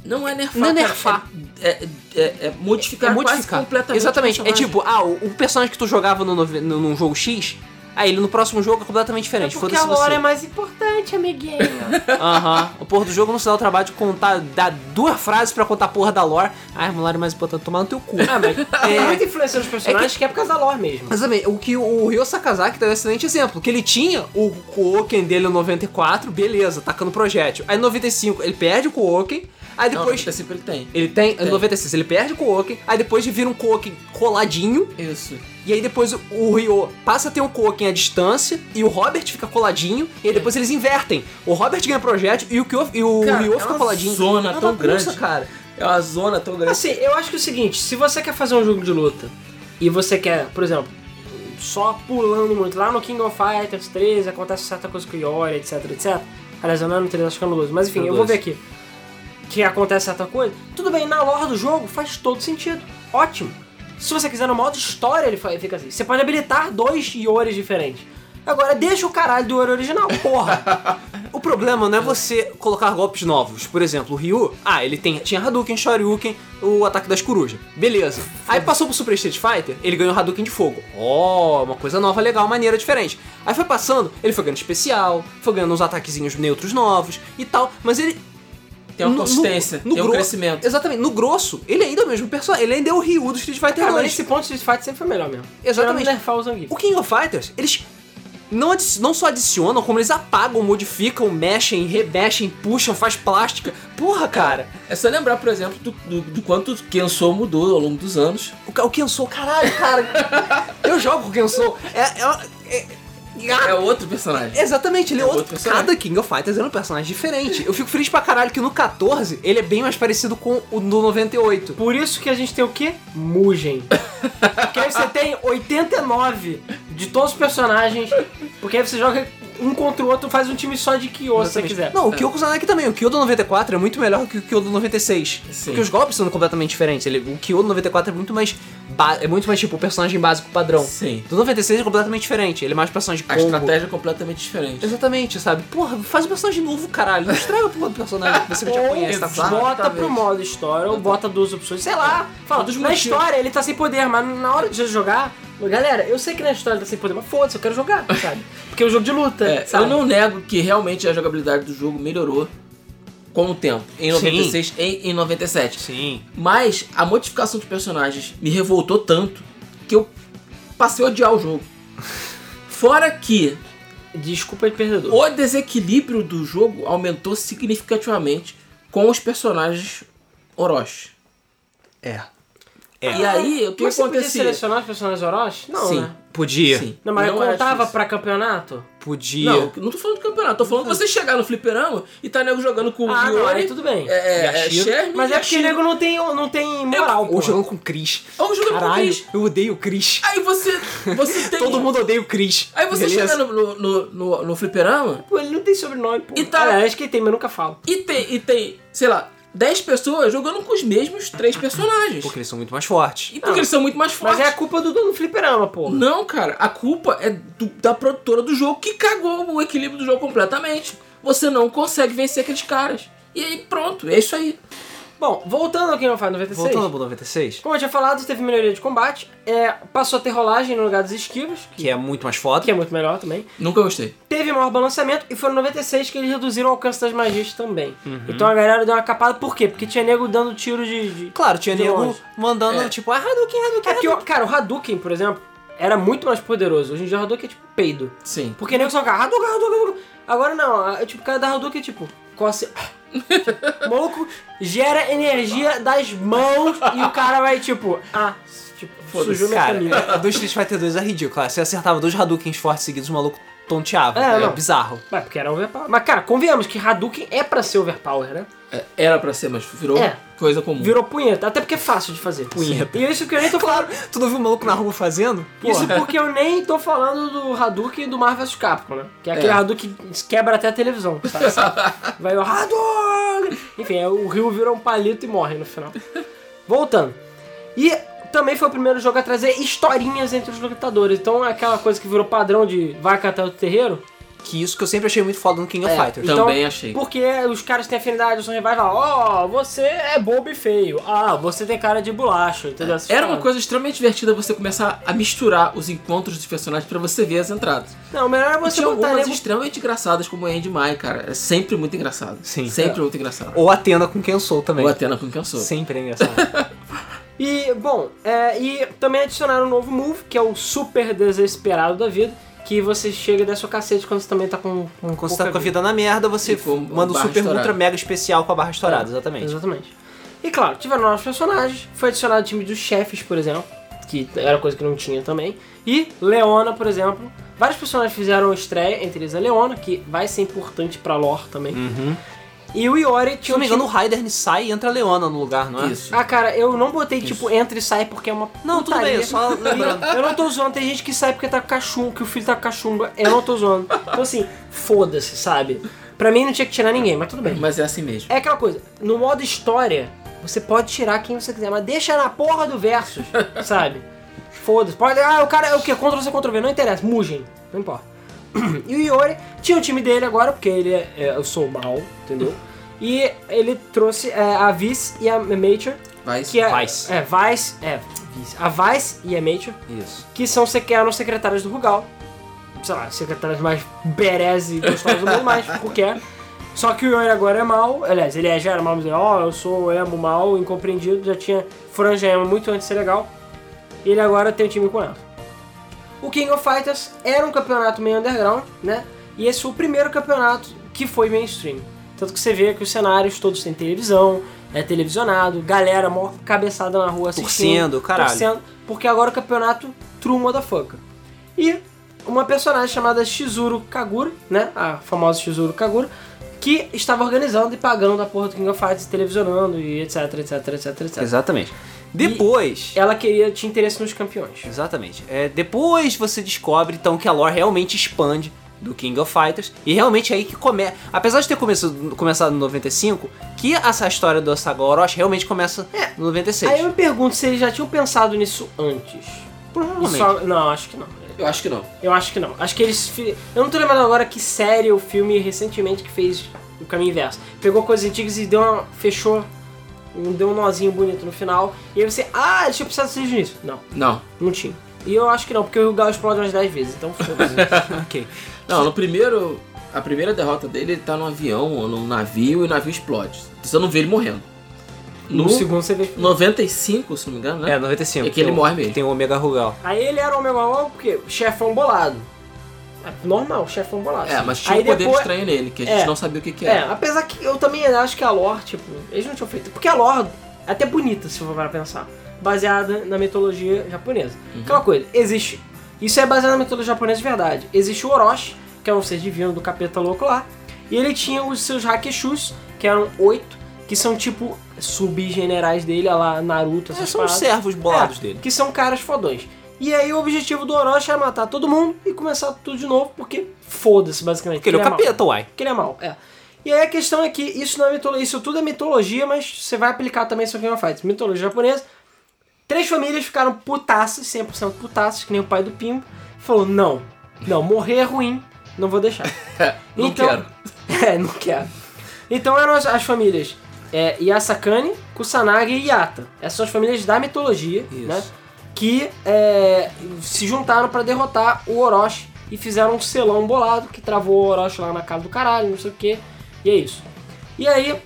[SPEAKER 3] Não é nerfar.
[SPEAKER 1] Não é
[SPEAKER 3] cara,
[SPEAKER 1] nerfar.
[SPEAKER 3] É, é, é- é modificar,
[SPEAKER 1] é
[SPEAKER 3] quase
[SPEAKER 1] modificar.
[SPEAKER 3] completamente.
[SPEAKER 1] Exatamente.
[SPEAKER 3] o
[SPEAKER 1] É
[SPEAKER 3] personagem.
[SPEAKER 1] tipo, ah, o, o personagem que tu jogava no, nove- no, num jogo X, aí ele no próximo jogo é completamente
[SPEAKER 2] É
[SPEAKER 1] diferente.
[SPEAKER 2] porque a
[SPEAKER 1] Foda-se
[SPEAKER 2] lore é
[SPEAKER 1] você.
[SPEAKER 2] mais importante, amiguinho.
[SPEAKER 1] [laughs] Aham. O porra do jogo não se dá o trabalho de contar, dar duas frases pra contar a porra da lore. Ai, mulher é mais importante tomar no teu cu. É.
[SPEAKER 2] ah, mas [laughs] tem muita influência nos personagens que... é por causa da lore mesmo.
[SPEAKER 1] Mas também, o que o Ryo Sakazaki deu um excelente exemplo, que ele tinha o Kuoken dele no 94, beleza, tacando projétil. Aí no 95 ele perde o Kuoken, aí
[SPEAKER 3] Não,
[SPEAKER 1] depois
[SPEAKER 3] não, sempre ele tem.
[SPEAKER 1] ele tem,
[SPEAKER 3] Tem.
[SPEAKER 1] no 96 ele perde o Kuoken, aí depois ele vira um Kuoken coladinho,
[SPEAKER 3] Isso.
[SPEAKER 1] e aí depois o- o Ryo passa a ter um Kuoken à distância, e o Robert fica coladinho, e aí depois eles invertem. O Robert ganha projétil e o, Kyo, e o
[SPEAKER 3] Cara,
[SPEAKER 1] Ryo
[SPEAKER 3] é
[SPEAKER 1] fica
[SPEAKER 3] uma
[SPEAKER 1] coladinho.
[SPEAKER 3] zona
[SPEAKER 1] É uma
[SPEAKER 3] tão
[SPEAKER 1] bagunça,
[SPEAKER 3] grande.
[SPEAKER 1] cara.
[SPEAKER 3] É uma zona tão grande.
[SPEAKER 2] Assim, eu acho que é o seguinte, se você quer fazer um jogo de luta e você quer, por exemplo, só pulando muito, lá no King of Fighters 13 acontece certa coisa com o Yori, etc, etc. Aliás, eu não é no 13, acho que é no 12, mas enfim,
[SPEAKER 3] No
[SPEAKER 2] eu vou
[SPEAKER 3] 12.
[SPEAKER 2] ver aqui que acontece certa coisa. Tudo bem, na lore do jogo faz todo sentido, ótimo. Se você quiser no modo história, ele fa- fica assim. Você pode habilitar dois Yoris diferentes. Agora, deixa o caralho do Yori original, [laughs] porra.
[SPEAKER 1] O problema não é você colocar golpes novos. Por exemplo, o Ryu, ah, ele tem, tinha Hadouken, Shoryuken, o ataque das corujas. Beleza. Aí passou pro Super Street Fighter, ele ganhou o Hadouken de fogo. Ó, uma coisa nova, legal, maneira diferente. Aí foi passando, ele foi ganhando especial, foi ganhando uns ataquezinhos neutros novos e tal, mas ele
[SPEAKER 3] Tem uma
[SPEAKER 1] no- no-
[SPEAKER 3] consistência, tem um
[SPEAKER 1] grosso-
[SPEAKER 3] crescimento.
[SPEAKER 1] Exatamente, no grosso, ele ainda é o mesmo personagem, ele ainda é o Ryu do Street Fighter
[SPEAKER 2] Cara,
[SPEAKER 1] 2.
[SPEAKER 2] mas nesse ponto, Street Fighter sempre foi melhor mesmo.
[SPEAKER 1] Exatamente.
[SPEAKER 2] Tirando nerfar o Zangief.
[SPEAKER 1] O King of Fighters, eles não, adi- não só adicionam, como eles apagam, modificam, mexem, remexem, puxam, faz plástica. Porra, cara.
[SPEAKER 3] É só lembrar, por exemplo, do, do, do quanto Kensou mudou ao longo dos anos.
[SPEAKER 1] O, ca- o Kensou, caralho, cara. Eu jogo com o Kensou. É, é, é-
[SPEAKER 3] É
[SPEAKER 1] Ah,
[SPEAKER 3] outro personagem.
[SPEAKER 1] Exatamente, ele é
[SPEAKER 3] É outro
[SPEAKER 1] outro.
[SPEAKER 3] personagem.
[SPEAKER 1] Cada King of Fighters era um personagem diferente. Eu fico feliz pra caralho que no 14 ele é bem mais parecido com o do 98.
[SPEAKER 2] Por isso que a gente tem o quê? Mugen. Porque aí você tem 89 de todos os personagens. Porque aí você joga um contra o outro, faz um time só de Kyo, se você
[SPEAKER 1] Exatamente.
[SPEAKER 2] quiser.
[SPEAKER 1] Não, o Kyo Kusanagi também. O Kyo do 94 é muito melhor que o Kyo do 96.
[SPEAKER 3] Sim.
[SPEAKER 1] Porque os golpes são completamente diferentes. Ele, o Kyo do 94 é muito mais. ba- é muito mais tipo o personagem básico padrão.
[SPEAKER 3] Sim.
[SPEAKER 1] Do 96 é completamente diferente. Ele é mais personagem
[SPEAKER 3] A
[SPEAKER 1] combo.
[SPEAKER 3] estratégia é completamente diferente.
[SPEAKER 1] Exatamente, sabe? Porra, faz um personagem novo, caralho. Não estraga o porra do personagem que você [laughs] já conhece, tá
[SPEAKER 3] exato.
[SPEAKER 1] claro?
[SPEAKER 2] Bota
[SPEAKER 3] Exatamente.
[SPEAKER 2] pro modo história ou bota duas opções, sei lá. Fala,
[SPEAKER 3] Dos
[SPEAKER 2] na
[SPEAKER 3] motivos.
[SPEAKER 2] história ele tá sem poder, mas na hora de jogar. Galera, eu sei que na história ele tá sem poder, mas foda-se, eu quero jogar, sabe? Porque é um jogo de luta.
[SPEAKER 3] É,
[SPEAKER 2] sabe?
[SPEAKER 3] eu não nego que realmente a jogabilidade do jogo melhorou com o tempo. Em
[SPEAKER 1] Sim.
[SPEAKER 3] 96 e em 97.
[SPEAKER 1] Sim.
[SPEAKER 3] Mas a modificação dos personagens me revoltou tanto que eu passei a odiar o
[SPEAKER 2] [laughs]
[SPEAKER 3] jogo. Fora que
[SPEAKER 2] Desculpa de perdedor.
[SPEAKER 3] o desequilíbrio do jogo aumentou significativamente com os personagens Orochi.
[SPEAKER 1] É.
[SPEAKER 3] E aí, o que
[SPEAKER 2] Mas você podia
[SPEAKER 3] acontecia?
[SPEAKER 2] selecionar os personagens Orochi? Não,
[SPEAKER 3] Sim.
[SPEAKER 2] né?
[SPEAKER 1] Podia.
[SPEAKER 3] Sim.
[SPEAKER 2] Não, mas
[SPEAKER 3] Não era
[SPEAKER 2] contava
[SPEAKER 3] difícil.
[SPEAKER 2] pra campeonato?
[SPEAKER 1] Podia.
[SPEAKER 3] Não, não tô falando do campeonato, tô falando de você chegar no fliperama e tá nego jogando com
[SPEAKER 2] Ah,
[SPEAKER 3] o
[SPEAKER 2] não, aí
[SPEAKER 3] Yori,
[SPEAKER 2] tudo bem.
[SPEAKER 3] é, é,
[SPEAKER 1] Yashiro.
[SPEAKER 3] Sherman
[SPEAKER 2] Mas
[SPEAKER 3] e
[SPEAKER 2] é porque é o
[SPEAKER 3] Yashiro.
[SPEAKER 2] nego não tem, não tem moral,
[SPEAKER 1] Ou
[SPEAKER 2] pô.
[SPEAKER 1] jogando com o Chris.
[SPEAKER 3] Ou jogando com o
[SPEAKER 1] Caralho,
[SPEAKER 3] Chris.
[SPEAKER 1] eu odeio o Chris.
[SPEAKER 3] Aí você,
[SPEAKER 2] [laughs]
[SPEAKER 3] você tem...
[SPEAKER 1] Todo mundo odeia o Chris.
[SPEAKER 3] Aí você
[SPEAKER 1] beleza?
[SPEAKER 3] chega no, no, no, no- no fliperama
[SPEAKER 2] Pô, ele não tem sobrenome, pô. É,
[SPEAKER 3] E tá-
[SPEAKER 2] Olha, acho que ele tem, mas eu nunca falo.
[SPEAKER 3] e tem, e tem, sei lá, 10 pessoas jogando com os mesmos três personagens.
[SPEAKER 1] Porque eles são muito mais fortes.
[SPEAKER 3] E porque eles são muito mais
[SPEAKER 2] Mas
[SPEAKER 3] fortes.
[SPEAKER 2] é a culpa do dono do fliperama, pô.
[SPEAKER 3] Não, cara, a culpa é do- da produtora do jogo que cagou o equilíbrio do jogo completamente. Você não consegue vencer aqueles caras. E aí, pronto, é isso aí.
[SPEAKER 2] Bom, voltando ao King of Fighters 96.
[SPEAKER 1] Voltando pro 96,
[SPEAKER 2] Como eu tinha falado, teve melhoria de combate. é, passou a ter rolagem no lugar dos esquivos, que,
[SPEAKER 1] que é muito mais foda.
[SPEAKER 2] que é muito melhor também.
[SPEAKER 3] Nunca gostei.
[SPEAKER 2] Teve maior balanceamento e foi no 96 que eles reduziram o alcance das magias também. Então a galera deu uma capada, por quê? Porque tinha nego dando tiro de- de
[SPEAKER 1] Claro, tinha
[SPEAKER 2] De
[SPEAKER 1] nego
[SPEAKER 2] longe.
[SPEAKER 1] mandando,
[SPEAKER 3] É.
[SPEAKER 1] tipo, ah, Hadouken, Hadouken,
[SPEAKER 2] É porque,
[SPEAKER 1] Hadouken.
[SPEAKER 2] ó, cara, o Hadouken, por exemplo, era muito mais poderoso. Hoje em dia o Hadouken é tipo peido.
[SPEAKER 3] Sim.
[SPEAKER 2] "Ah, Porque nego só fica Hadouken, Hadouken, Hadouken. Agora não, a- tipo, o cara da Hadouken é tipo, coce. [laughs] O maluco gera energia das mãos e o cara vai tipo, ah, tipo, sujou minha
[SPEAKER 1] Cara,
[SPEAKER 2] camisa.
[SPEAKER 1] a do Street Fighter 2 é ridícula. Você acertava dois Hadoukens fortes seguidos, o maluco tonteava.
[SPEAKER 2] É,
[SPEAKER 1] É,
[SPEAKER 2] não.
[SPEAKER 1] bizarro.
[SPEAKER 2] Mas porque era overpower. Mas cara, convenhamos que Hadouken é pra ser overpower, né?
[SPEAKER 3] É, Era pra ser, mas virou
[SPEAKER 2] É.
[SPEAKER 3] coisa comum.
[SPEAKER 2] Virou punheta, até porque é fácil de fazer.
[SPEAKER 1] Punheta.
[SPEAKER 2] E é isso que eu nem tô falando.
[SPEAKER 1] Tu não viu o maluco na rua fazendo?
[SPEAKER 2] Isso porque eu nem tô falando do Hadouken do Marvel vs Capcom, né? Que é aquele
[SPEAKER 3] É.
[SPEAKER 2] Hadouken que quebra até a televisão,
[SPEAKER 3] [laughs]
[SPEAKER 2] sabe? Vai o Hadouken! Enfim, aí o Ryu vira um palito e morre no final. Voltando. E também foi o primeiro jogo a trazer historinhas entre os lutadores. Então é aquela coisa que virou padrão de vai catar o terreiro.
[SPEAKER 1] Que isso que eu sempre achei muito foda no King of Fighters.
[SPEAKER 2] então-
[SPEAKER 3] Também achei.
[SPEAKER 2] Porque os caras têm afinidade, são rivais lá. Ó, você é bobo e feio. Ah, você tem cara de bolacha. Entendeu? Essas
[SPEAKER 3] É. Era uma
[SPEAKER 2] paradas.
[SPEAKER 3] coisa extremamente divertida você começar a misturar os encontros dos personagens pra você ver as entradas.
[SPEAKER 2] Não, melhor é
[SPEAKER 3] E
[SPEAKER 2] você
[SPEAKER 3] tinha
[SPEAKER 2] botar
[SPEAKER 3] algumas
[SPEAKER 2] nego
[SPEAKER 3] extremamente engraçadas, como o Andy Mai, cara. É sempre muito engraçado.
[SPEAKER 1] Sim.
[SPEAKER 3] Sempre muito engraçado.
[SPEAKER 1] Ou Atena com quem sou também.
[SPEAKER 3] Ou Atena com cansou.
[SPEAKER 1] Sempre é engraçado.
[SPEAKER 2] E, bom, é, e também adicionaram um novo move, que é o super desesperado da vida, que você chega e dá sua cacete quando você também tá com, com,
[SPEAKER 1] Quando você
[SPEAKER 2] pouca
[SPEAKER 1] tá com a vida na merda, você
[SPEAKER 3] E com a
[SPEAKER 1] manda um
[SPEAKER 3] barra
[SPEAKER 1] super
[SPEAKER 3] estourada.
[SPEAKER 1] ultra mega especial com a barra
[SPEAKER 2] É.
[SPEAKER 1] estourada, exatamente.
[SPEAKER 2] Exatamente. E, claro, tiveram novos personagens, foi adicionado o time dos chefes, por exemplo, que era coisa que não tinha também, e Leona, por exemplo. Vários personagens fizeram estreia, entre eles a Leona, que vai ser importante pra lore também. E o Iori
[SPEAKER 1] Uhum. Se
[SPEAKER 2] tinha
[SPEAKER 1] eu não
[SPEAKER 2] um
[SPEAKER 1] me
[SPEAKER 2] time-
[SPEAKER 1] engano, o Raiden sai e entra a Leona no lugar, não é?
[SPEAKER 3] Isso.
[SPEAKER 2] Ah, cara, eu não botei, tipo, entra e sai porque é uma
[SPEAKER 1] Não, tá tudo bem,
[SPEAKER 2] putaria.
[SPEAKER 1] eu [laughs] só lembrando.
[SPEAKER 2] Eu não tô zoando, tem gente que sai porque tá com cachumba, que o filho tá com cachumba. Eu não tô zoando. Então assim, foda-se, sabe? Pra mim não tinha que tirar ninguém, mas tudo bem.
[SPEAKER 3] Mas é assim mesmo.
[SPEAKER 2] É aquela coisa, no modo história, você pode tirar quem você quiser, mas deixa na porra do versus, sabe? Foda-se. Pode, ah, o cara é o quê? Ctrl C, Ctrl V, não interessa, mugem, não importa. [clears throat] E o Iori tinha o time dele agora, porque ele é, é, eu sou mal, entendeu? E ele trouxe é, a Vice e a Major,
[SPEAKER 3] Vai.
[SPEAKER 2] que é
[SPEAKER 1] Vice.
[SPEAKER 2] é Vice, é Vice, a Vice e a Major,
[SPEAKER 1] Isso.
[SPEAKER 2] que são sec- eram secretárias do Rugal. Sei lá, secretárias mais berez e gostosas do
[SPEAKER 1] [laughs]
[SPEAKER 2] mundo, mas qualquer. Só que o Yori agora é mal, aliás, ele é- já era mal, mas ele, ó, eu sou emo mal, incompreendido, já tinha franja emo muito antes de ser legal. E ele agora tem um time com ela. O King of Fighters era um campeonato meio underground, né? E esse foi o primeiro campeonato que foi mainstream. Tanto que você vê que os cenários todos têm televisão, é televisionado, galera mó cabeçada na rua assistindo.
[SPEAKER 1] Torcendo, caralho.
[SPEAKER 2] Torcendo, porque agora o campeonato true motherfucker. E uma personagem chamada Shizuru Kagura, né? A famosa Shizuru Kagura, que estava organizando e pagando a porra do King of Fighters, televisionando e etc, etc, etc, etc.
[SPEAKER 1] Exatamente. Depois.
[SPEAKER 2] Ela queria, tinha interesse nos campeões.
[SPEAKER 1] Exatamente. É, depois você descobre então que a lore realmente expande do King of Fighters e realmente é aí que começa, apesar de ter começado, começado no 95, que essa história do Saga Orochi realmente começa no 96.
[SPEAKER 2] Aí eu me pergunto se eles já tinham pensado nisso antes.
[SPEAKER 1] Provavelmente. [laughs]
[SPEAKER 2] Isso- não, acho que não.
[SPEAKER 3] Eu acho que não.
[SPEAKER 2] Eu acho que não. Acho que eles. fi- Eu não tô lembrando agora que série ou filme recentemente que fez o caminho inverso. Pegou coisas antigas e deu uma. fechou. um- Deu um nozinho bonito no final. E aí você. Ah, eles tinham precisado disso nisso. Não,
[SPEAKER 3] Não.
[SPEAKER 2] não tinha. E eu acho que não, porque o Gal explode umas 10 vezes, então
[SPEAKER 3] [laughs]
[SPEAKER 2] foda-se.
[SPEAKER 1] Ok.
[SPEAKER 3] Não, no primeiro. A primeira derrota dele, ele tá num avião ou num navio e o navio explode. Você não vê ele morrendo.
[SPEAKER 2] no,
[SPEAKER 3] No
[SPEAKER 2] segundo você vê.
[SPEAKER 3] 95, se não me engano, né?
[SPEAKER 1] É, 95.
[SPEAKER 3] É que ele
[SPEAKER 1] tem o-
[SPEAKER 3] morre mesmo.
[SPEAKER 1] Tem o Omega Rugal.
[SPEAKER 2] Aí ele era o meu mal porque chefão bolado. É Normal, chefão bolado.
[SPEAKER 3] É, mas tinha
[SPEAKER 2] Aí
[SPEAKER 3] um poder
[SPEAKER 2] depois-
[SPEAKER 3] estranho nele, que a gente
[SPEAKER 2] É.
[SPEAKER 3] não sabia o que, que
[SPEAKER 2] É,
[SPEAKER 3] era.
[SPEAKER 2] apesar que eu também acho que a lore, tipo, eles não tinham feito. Porque a lore é até bonita, se for para pensar. Baseada na mitologia japonesa.
[SPEAKER 1] Uhum.
[SPEAKER 2] Aquela coisa, existe. Isso é baseado na mitologia japonesa de verdade. Existe o Orochi, que é um ser divino do capeta louco lá. E ele tinha os seus Hakeshus, que eram oito, que são tipo subgenerais dele, a lá Naruto,
[SPEAKER 1] É,
[SPEAKER 2] essas
[SPEAKER 1] são os
[SPEAKER 2] paradas.
[SPEAKER 1] servos bolados
[SPEAKER 2] É,
[SPEAKER 1] dele.
[SPEAKER 2] Que são caras fodões. E aí o objetivo do Orochi é matar todo mundo e começar tudo de novo, porque foda-se, basicamente.
[SPEAKER 1] Porque ele é o
[SPEAKER 2] mau.
[SPEAKER 1] capeta, uai.
[SPEAKER 2] Porque ele é mal, é. E aí a questão é que isso não é mitologia, isso tudo é mitologia, mas você vai aplicar também sobre King of Fighters. Mitologia japonesa. Três famílias ficaram putaças, 100% putaças, que nem o pai do Pimbo. Falou, não, não, morrer é ruim, não vou deixar.
[SPEAKER 3] [laughs] Não
[SPEAKER 2] Então-
[SPEAKER 3] quero.
[SPEAKER 2] [laughs] é, não quero. Então eram as, as famílias é, Yasakane, Kusanagi e Yata. Essas são as famílias da mitologia, né? Que é, se juntaram pra derrotar o Orochi e fizeram um selão bolado que travou o Orochi lá na casa do caralho, não sei o que. E é isso. E aí,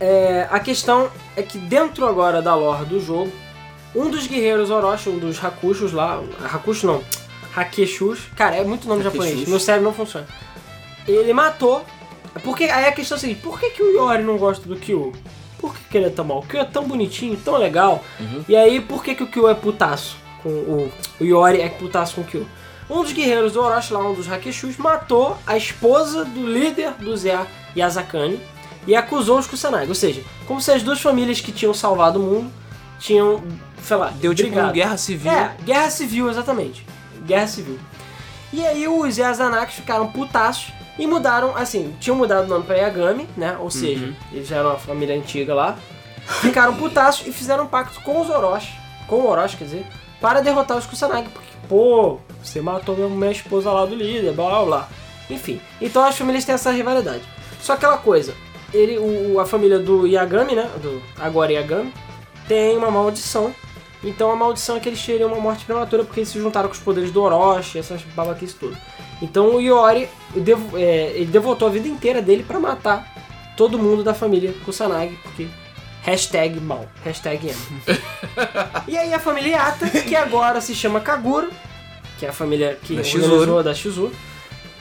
[SPEAKER 2] é, a questão é que dentro agora da lore do jogo, um dos guerreiros Orochi, um dos Hakushus lá, Hakushus não, Hakeshus, cara, é muito nome
[SPEAKER 3] Hakeshus.
[SPEAKER 2] japonês, meu cérebro não funciona. Ele matou Porque aí a questão é a seguinte, por que, que o Yori não gosta do Kyo? Por que, que ele é tão mal? O Kyo é tão bonitinho, tão legal.
[SPEAKER 1] Uhum.
[SPEAKER 2] E aí, por que, que o Kyo é putaço? Com o, o Yori é putaço com o Kyo. Um dos guerreiros do Orochi, lá um dos Hakeshus, matou a esposa do líder do Zé Yazakani e acusou os Kusanagi. Ou seja, como se as duas famílias que tinham salvado o mundo tinham, sei lá,
[SPEAKER 1] Deu tipo
[SPEAKER 2] brigado.
[SPEAKER 1] uma guerra civil.
[SPEAKER 2] É, guerra civil, exatamente. Guerra civil. E aí os Yazanakis ficaram putaços e mudaram, assim, tinham mudado o nome pra Yagami, né? Ou seja, eles já eram uma família antiga lá. Ficaram putaços e fizeram um pacto com os Orochi, com o Orochi, quer dizer, para derrotar os Kusanagi, porque, pô, você matou mesmo minha esposa lá do líder, blá blá blá. Enfim, então as famílias têm essa rivalidade. Só aquela coisa, ele, o, a família do Yagami, né? Do agora Yagami, tem uma maldição. Então a maldição é que eles teriam uma morte prematura porque eles se juntaram com os poderes do Orochi, essas babaquices tudo. Então o Iori, devo- é, ele devotou a vida inteira dele pra matar todo mundo da família Kusanagi, porque hashtag mal, hashtag emo.
[SPEAKER 1] [laughs]
[SPEAKER 2] e aí a família Yata, que agora se chama Kagura, que é a família que
[SPEAKER 1] Da
[SPEAKER 2] organizou
[SPEAKER 1] Shizuru.
[SPEAKER 2] da Shizuru,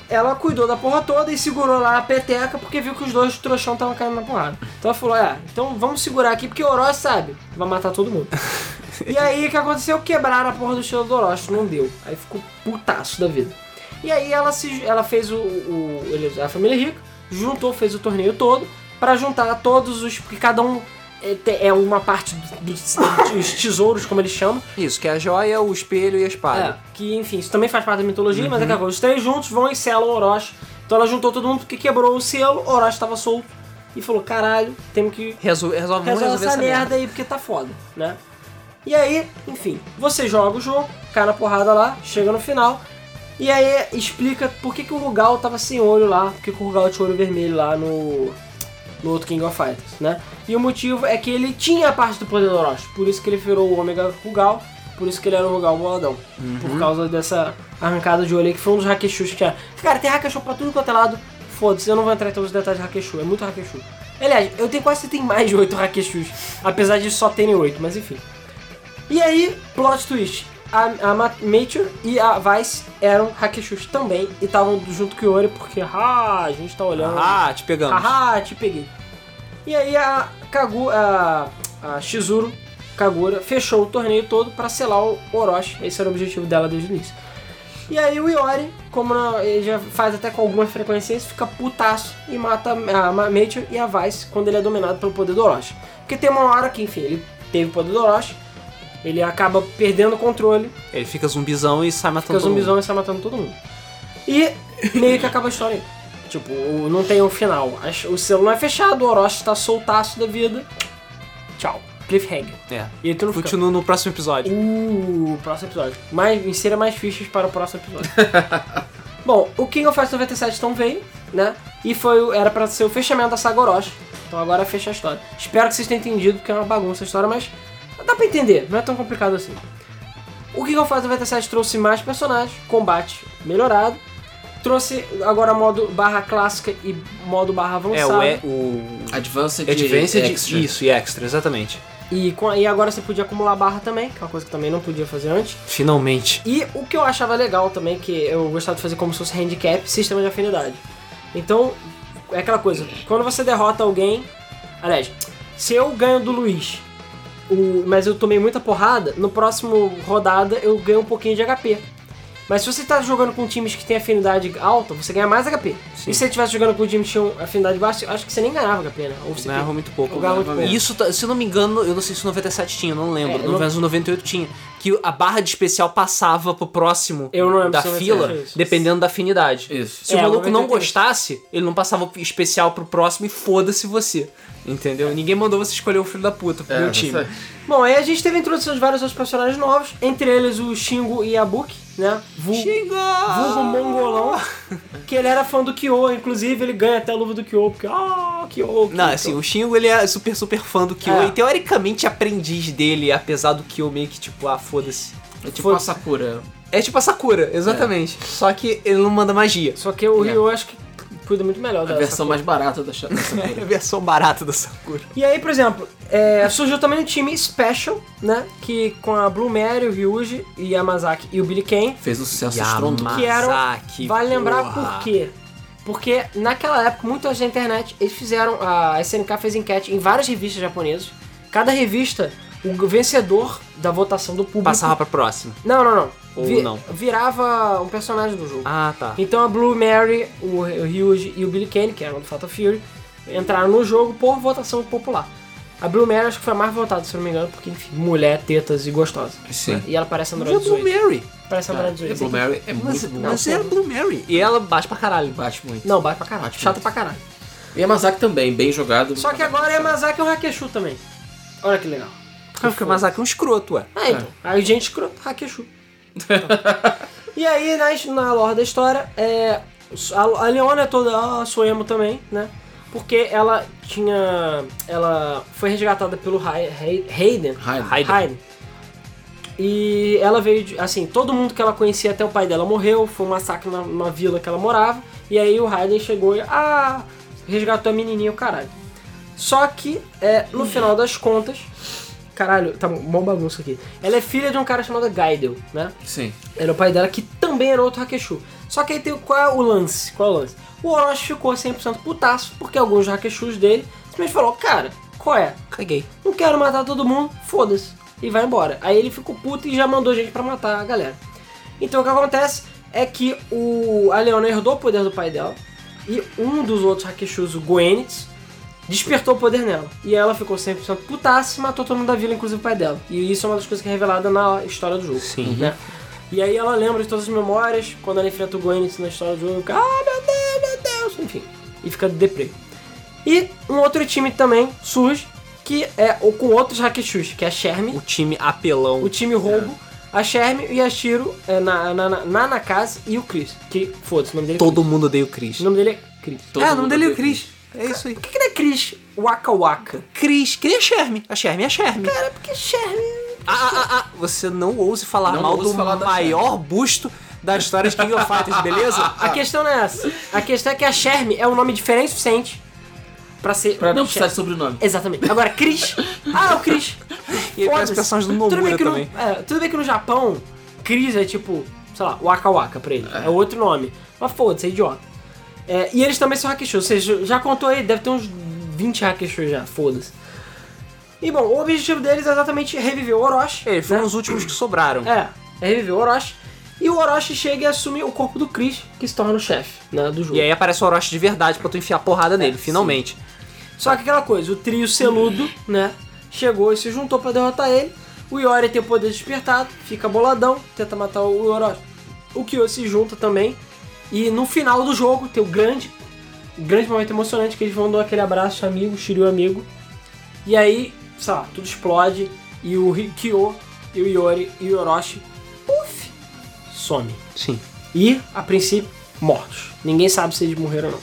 [SPEAKER 2] ela cuidou da porra toda e segurou lá a peteca porque viu que os dois trouxão estavam caindo na porrada. Então ela falou, é, então vamos segurar aqui porque o Orochi sabe, vai matar todo mundo. E aí o que aconteceu? Quebraram a porra do estilo do Orochi, não deu. Aí ficou putaço da vida. E aí ela se ela fez o, o- ele- a família rica, juntou, fez o torneio todo pra juntar todos os porque cada um é, te- é uma parte dos dos tesouros, como eles chamam.
[SPEAKER 1] Isso, que é a joia, o espelho e a
[SPEAKER 2] É,
[SPEAKER 1] espada.
[SPEAKER 2] que enfim, isso também faz parte da mitologia, mas é aquela coisa. Os três juntos vão e selam o Orochi. Então ela juntou todo mundo porque quebrou o selo, o Orochi tava solto e falou: caralho, temos que
[SPEAKER 1] Resol- resolve vamos resolver
[SPEAKER 2] resolve essa, merda, aí porque tá foda, né? E aí, enfim, você joga o jogo, cai na porrada lá, chega no final, e aí explica por que, que o Rugal tava sem olho lá, por que, que o Rugal tinha olho vermelho lá no, no outro King of Fighters, né? E o motivo é que ele tinha a parte do poder do Orochi, por isso que ele virou o Omega Rugal, por isso que ele era o Rugal boladão. Por causa dessa arrancada de olho aí, que foi um dos Hakeshus que tinha. Cara, tem Hakeshu pra tudo quanto é lado, foda-se, eu não vou entrar em todos os detalhes de Hakeshu, é muito Hakeshu. Aliás, eu tenho quase que tem mais de 8 Hakeshus, apesar de só terem 8, mas enfim. E aí, plot twist. A, a Ma- Mature e a Vice eram Hakeshus também e estavam junto com o Yori porque, ah, a gente tá olhando.
[SPEAKER 1] Ah, te pegamos.
[SPEAKER 2] Haha, te peguei. E aí a Kagu, a, a Shizuru Kagura fechou o torneio todo pra selar o Orochi. Esse era o objetivo dela desde o início. E aí o Iori, como na- ele já faz até com alguma frequência isso, fica putaço e mata a Ma- Mature e a Vice quando ele é dominado pelo poder do Orochi. Porque tem uma hora que, enfim, ele teve o poder do Orochi, ele acaba perdendo o controle
[SPEAKER 1] Ele fica zumbizão e sai matando
[SPEAKER 2] Fica
[SPEAKER 1] todo mundo.
[SPEAKER 2] zumbizão e sai matando todo mundo. E meio que acaba a história aí. Tipo, o- não tem um final. As- O selo não é fechado, o Orochi tá soltaço da vida. Tchau. Cliffhanger.
[SPEAKER 1] É.
[SPEAKER 2] E tu não fica...
[SPEAKER 1] Continua no próximo episódio.
[SPEAKER 2] Uh, próximo episódio. Mais, insira mais fichas para o próximo episódio. [laughs] Bom, o King of Fighters 97 então veio, né? E foi, o- era pra ser o fechamento da saga Orochi. Então agora fecha a história. Espero que vocês tenham entendido, porque é uma bagunça a história, mas dá pra entender, não é tão complicado assim. O King of Fighters 97 trouxe mais personagens, combate melhorado, trouxe agora modo barra clássica e modo barra
[SPEAKER 1] É,
[SPEAKER 2] avançado.
[SPEAKER 1] o, e, o
[SPEAKER 3] Advanced,
[SPEAKER 1] Advanced
[SPEAKER 3] Extra.
[SPEAKER 1] É isso, e Extra, exatamente.
[SPEAKER 2] E, com- e agora você podia acumular barra também, que é uma coisa que também não podia fazer antes.
[SPEAKER 1] Finalmente.
[SPEAKER 2] E o que eu achava legal também, que eu gostava de fazer como se fosse handicap, sistema de afinidade. Então, é aquela coisa, quando você derrota alguém. Aliás, se eu ganho do Luiz, o- mas eu tomei muita porrada, no próximo rodada eu ganho um pouquinho de HP. Mas se você tá jogando com times que têm afinidade alta, você ganha mais HP. E se você estivesse jogando com times que tinham afinidade baixa, eu acho que você nem ganhava HP, né? Ou você
[SPEAKER 1] Ganhava muito pouco.
[SPEAKER 2] Eu ganhava muito pouco.
[SPEAKER 1] Isso, tá- se eu não me engano, eu não sei se o 97 tinha, eu não lembro.
[SPEAKER 2] É, eu
[SPEAKER 1] no um,
[SPEAKER 2] não-
[SPEAKER 1] 98 tinha. Que a barra de especial passava pro próximo
[SPEAKER 2] Eu não lembro
[SPEAKER 1] da
[SPEAKER 2] se eu
[SPEAKER 1] fila,
[SPEAKER 2] tinha isso.
[SPEAKER 1] dependendo da afinidade.
[SPEAKER 3] Isso.
[SPEAKER 1] Se
[SPEAKER 2] É,
[SPEAKER 1] o maluco não
[SPEAKER 2] 98 tem isso.
[SPEAKER 1] gostasse, ele não passava o especial pro próximo e foda-se você. Entendeu? Ninguém mandou você escolher o filho da puta pro
[SPEAKER 3] É,
[SPEAKER 1] meu time.
[SPEAKER 3] isso aí.
[SPEAKER 2] Bom, aí a gente teve a introdução de vários outros personagens novos, entre eles o Shingo e a Book, né? Vul-
[SPEAKER 1] Ah.
[SPEAKER 2] Vulgo mongolão, que ele era fã do Kyo, inclusive ele ganha até a luva do Kyo, porque, ah, Kyo, Kyo.
[SPEAKER 1] Não, assim, o Shingo ele é super, super fã do Kyo
[SPEAKER 2] É.
[SPEAKER 1] e teoricamente aprendiz dele, apesar do Kyo meio que tipo, ah, foda-se.
[SPEAKER 3] É tipo
[SPEAKER 2] Foi-
[SPEAKER 3] a Sakura.
[SPEAKER 1] É tipo a Sakura, exatamente. Só que ele não manda magia.
[SPEAKER 2] Só que o Ryo acho que cuida muito melhor
[SPEAKER 3] A
[SPEAKER 2] da
[SPEAKER 3] versão mais barata da Sha- da
[SPEAKER 1] É a [laughs]
[SPEAKER 3] Sakura.
[SPEAKER 1] versão barata da Sakura.
[SPEAKER 2] E aí, por exemplo, é, surgiu também um time Special, né? Que com a Blue Mary, o Ryuji, e a Yamazaki e o Billy Kane,
[SPEAKER 3] Fez um sucesso
[SPEAKER 1] Yamazaki,
[SPEAKER 3] estrondoso.
[SPEAKER 2] que eram... vale lembrar
[SPEAKER 1] porra.
[SPEAKER 2] por quê? Porque naquela época, muito antes da internet, eles fizeram. A SNK fez enquete em várias revistas japonesas. Cada revista, o vencedor da votação do público.
[SPEAKER 1] Passava pra próxima.
[SPEAKER 2] Não, não, não.
[SPEAKER 1] Ou não.
[SPEAKER 2] Virava um personagem do jogo.
[SPEAKER 1] Ah, tá.
[SPEAKER 2] Então a Blue Mary, o, o Ryuji e o Billy Kane, que eram do Fatal Fury, entraram no jogo por votação popular. A Blue Mary acho que foi a mais votada, se eu não me engano, porque, enfim, mulher, tetas e gostosa.
[SPEAKER 3] Sim.
[SPEAKER 2] E ela parece
[SPEAKER 1] Mas é
[SPEAKER 2] Android
[SPEAKER 1] Blue
[SPEAKER 2] 18.
[SPEAKER 1] Mary.
[SPEAKER 2] Parece
[SPEAKER 3] Cara,
[SPEAKER 2] Android 18.
[SPEAKER 3] é Blue Mary é
[SPEAKER 1] Mas,
[SPEAKER 3] muito bom.
[SPEAKER 1] mas é a Blue Mary. E ela bate pra caralho.
[SPEAKER 3] Bate muito.
[SPEAKER 2] Não, bate pra caralho.
[SPEAKER 3] Bate
[SPEAKER 2] Chato
[SPEAKER 3] muito.
[SPEAKER 2] pra caralho.
[SPEAKER 3] Yamazaki também, bem jogado.
[SPEAKER 2] Só que agora é Masaki é um Hakeshu também. Olha que legal.
[SPEAKER 1] Porque o Masaki é um escroto, ué.
[SPEAKER 2] Ah, então. Aí gente escrota, [laughs] Hakeshu. Tá. e aí, nas, na lore da história, é, a, a Leona é toda a Soemo também, né? Porque ela tinha. Ela foi resgatada pelo Hay- Hay- Hayden.
[SPEAKER 3] Hayden.
[SPEAKER 2] Hayden. E ela veio, de, assim, todo mundo que ela conhecia, até o pai dela morreu, foi um massacre na, numa vila que ela morava. E aí o Hayden chegou e, ah, resgatou a menininha, o caralho. Só que, é, no final das contas, caralho, tá mó bagunça aqui. Ela é filha de um cara chamado Gaidel, né?
[SPEAKER 3] Sim.
[SPEAKER 2] Era o pai dela, que também era outro Hakeshu. Só que aí tem qual é o lance? Qual é o lance? O Orochi ficou 100% putaço, porque alguns Hakeshus dele simplesmente falou, cara, qual é?
[SPEAKER 1] Caguei.
[SPEAKER 2] Não quero matar todo mundo, foda-se. E vai embora. Aí ele ficou puto e já mandou gente pra matar a galera. Então o que acontece é que o, a Leona herdou o poder do pai dela. E um dos outros Hakeshus, o Goenitz, despertou o poder nela. E ela ficou 100% putaça e matou todo mundo da vila, inclusive o pai dela. E isso é uma das coisas que é revelada na história do jogo.
[SPEAKER 1] Sim.
[SPEAKER 2] Né? E aí ela lembra de todas as memórias, quando ela enfrenta o Goenitz na história do jogo, fica, ah, meu Deus, meu Deus, enfim. E fica deprê. E um outro time também surge, que é o- com outros Hakeshus, que é a Sherm,
[SPEAKER 1] O time apelão.
[SPEAKER 2] o time roubo, a Sherm e a Shiro, é, na, na, na, na Nakase e o Chris. Que, foda-se, o nome dele é
[SPEAKER 1] Todo mundo odeia o Chris.
[SPEAKER 2] Chris. O nome dele é Chris.
[SPEAKER 3] Todo
[SPEAKER 1] é, o nome
[SPEAKER 3] mundo
[SPEAKER 1] dele é o
[SPEAKER 3] odeia o
[SPEAKER 1] Chris. É isso aí.
[SPEAKER 2] Por que, que não é Chris Waka Waka?
[SPEAKER 1] Chris, Chris é Sherme. A Sherme é Sherme.
[SPEAKER 2] Cara, porque Sherm...
[SPEAKER 1] Ah, ah, ah, ah, você não ouse falar
[SPEAKER 3] Não
[SPEAKER 1] mal
[SPEAKER 3] ouse
[SPEAKER 1] do
[SPEAKER 3] falar da
[SPEAKER 1] maior busto da história de King of Fighters,
[SPEAKER 2] [laughs]
[SPEAKER 1] beleza?
[SPEAKER 2] A questão não é essa. A questão é que a Sherm é um nome diferente o suficiente pra ser...
[SPEAKER 3] Não
[SPEAKER 2] Sherm.
[SPEAKER 3] precisa de sobrenome.
[SPEAKER 2] Exatamente. Agora, Chris. Ah, o Chris.
[SPEAKER 1] [laughs] E ele
[SPEAKER 2] Foda-se.
[SPEAKER 1] parece personagem do Nomura
[SPEAKER 2] bem que no-
[SPEAKER 1] também.
[SPEAKER 2] é, tudo bem que no Japão, Chris é tipo, sei lá, Waka Waka pra ele. É, outro nome. Mas foda-se, é idiota. É, e eles também são Hakeshu. Você já- já contou aí, deve ter uns 20 Hakeshu já, foda-se. E bom, o objetivo deles é exatamente reviver o Orochi.
[SPEAKER 1] Ele foi
[SPEAKER 2] né?
[SPEAKER 1] um dos últimos que sobraram.
[SPEAKER 2] É, é reviver o Orochi. E o Orochi chega e assume o corpo do Chris, que se torna o chefe né, do jogo.
[SPEAKER 1] E aí aparece o Orochi de verdade pra tu enfiar porrada nele, finalmente.
[SPEAKER 2] Só que aquela coisa, o trio seludo, né? Chegou e se juntou pra derrotar ele. O Iori tem o poder despertado, fica boladão, tenta matar o Orochi. O Kyo se junta também. E no final do jogo tem o grande, o grande momento emocionante que eles vão dar aquele abraço amigo, Shiryu amigo. E aí, sei lá, tudo explode. E o Ri- Kyo, e o Iori e o Orochi, puff, some.
[SPEAKER 1] Sim.
[SPEAKER 2] E, a princípio, mortos. Ninguém sabe se eles morreram ou não.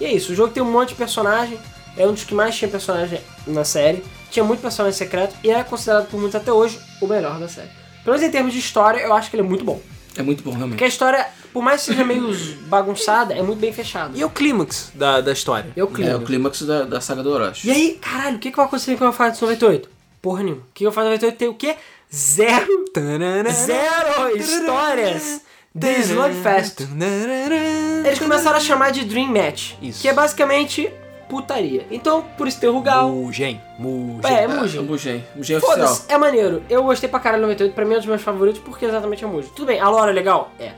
[SPEAKER 2] E é isso, o jogo tem um monte de personagem, é um dos que mais tinha personagem na série, tinha muito personagem secreto e é considerado por muitos até hoje o melhor da série. Pelo menos em termos de história, eu acho que ele é muito bom.
[SPEAKER 3] É muito bom, realmente.
[SPEAKER 2] Porque a história, por mais que seja meio bagunçada, é muito bem fechada.
[SPEAKER 1] E é o clímax da, da história.
[SPEAKER 2] Eu
[SPEAKER 3] É o clímax da, da saga do Orochi.
[SPEAKER 2] E aí, caralho, o que, que vai acontecer com o Final Fantasy 98? Porra nenhuma. O que que o Final Fantasy 98 tem o quê?
[SPEAKER 1] [laughs]
[SPEAKER 2] Zero,
[SPEAKER 1] Tanana,
[SPEAKER 2] zero histórias de Slugfest.
[SPEAKER 1] tanana.
[SPEAKER 2] Eles começaram a chamar de Dream Match,
[SPEAKER 1] Isso.
[SPEAKER 2] que é basicamente putaria. Então, por isso tem o Rugal.
[SPEAKER 1] Mugen, Mugen.
[SPEAKER 2] É, é
[SPEAKER 3] É
[SPEAKER 1] Ah,
[SPEAKER 3] o
[SPEAKER 2] Mugen.
[SPEAKER 3] Mugen. Mugen oficial.
[SPEAKER 2] Foda-se, é maneiro. Eu gostei pra caralho do 98, pra mim é um dos meus favoritos, porque exatamente é Mugen. Tudo bem, a lore é legal? É.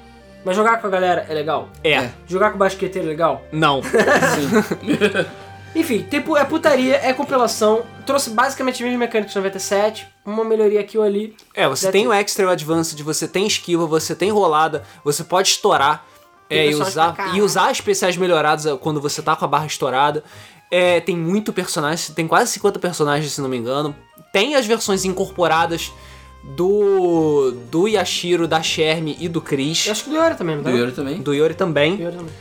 [SPEAKER 2] Mas jogar com a galera é legal?
[SPEAKER 1] É.
[SPEAKER 2] Jogar com o basqueteiro é legal?
[SPEAKER 1] Não.
[SPEAKER 2] Enfim, tem, pu- é putaria, é compilação. Trouxe basicamente as mesmas mecânicas do 97, uma melhoria aqui ou ali.
[SPEAKER 1] É, você
[SPEAKER 2] That's
[SPEAKER 1] tem o Extra e o Advanced, você tem esquiva, você tem rolada, você pode estourar
[SPEAKER 2] Tem
[SPEAKER 1] é, e,
[SPEAKER 2] personagem pra
[SPEAKER 1] usar,
[SPEAKER 2] caralho.
[SPEAKER 1] e usar especiais melhorados é, quando você tá com a barra estourada. É, tem muito personagem, tem quase 50 personagens, se não me engano. Tem as versões incorporadas do do Yashiro, da Sherme e do
[SPEAKER 2] Eu
[SPEAKER 1] Chris.
[SPEAKER 2] acho que do Yori também, não
[SPEAKER 3] [laughs] Do
[SPEAKER 2] tá?
[SPEAKER 3] Yori também.
[SPEAKER 1] Do Yori também.
[SPEAKER 2] Do Yori também.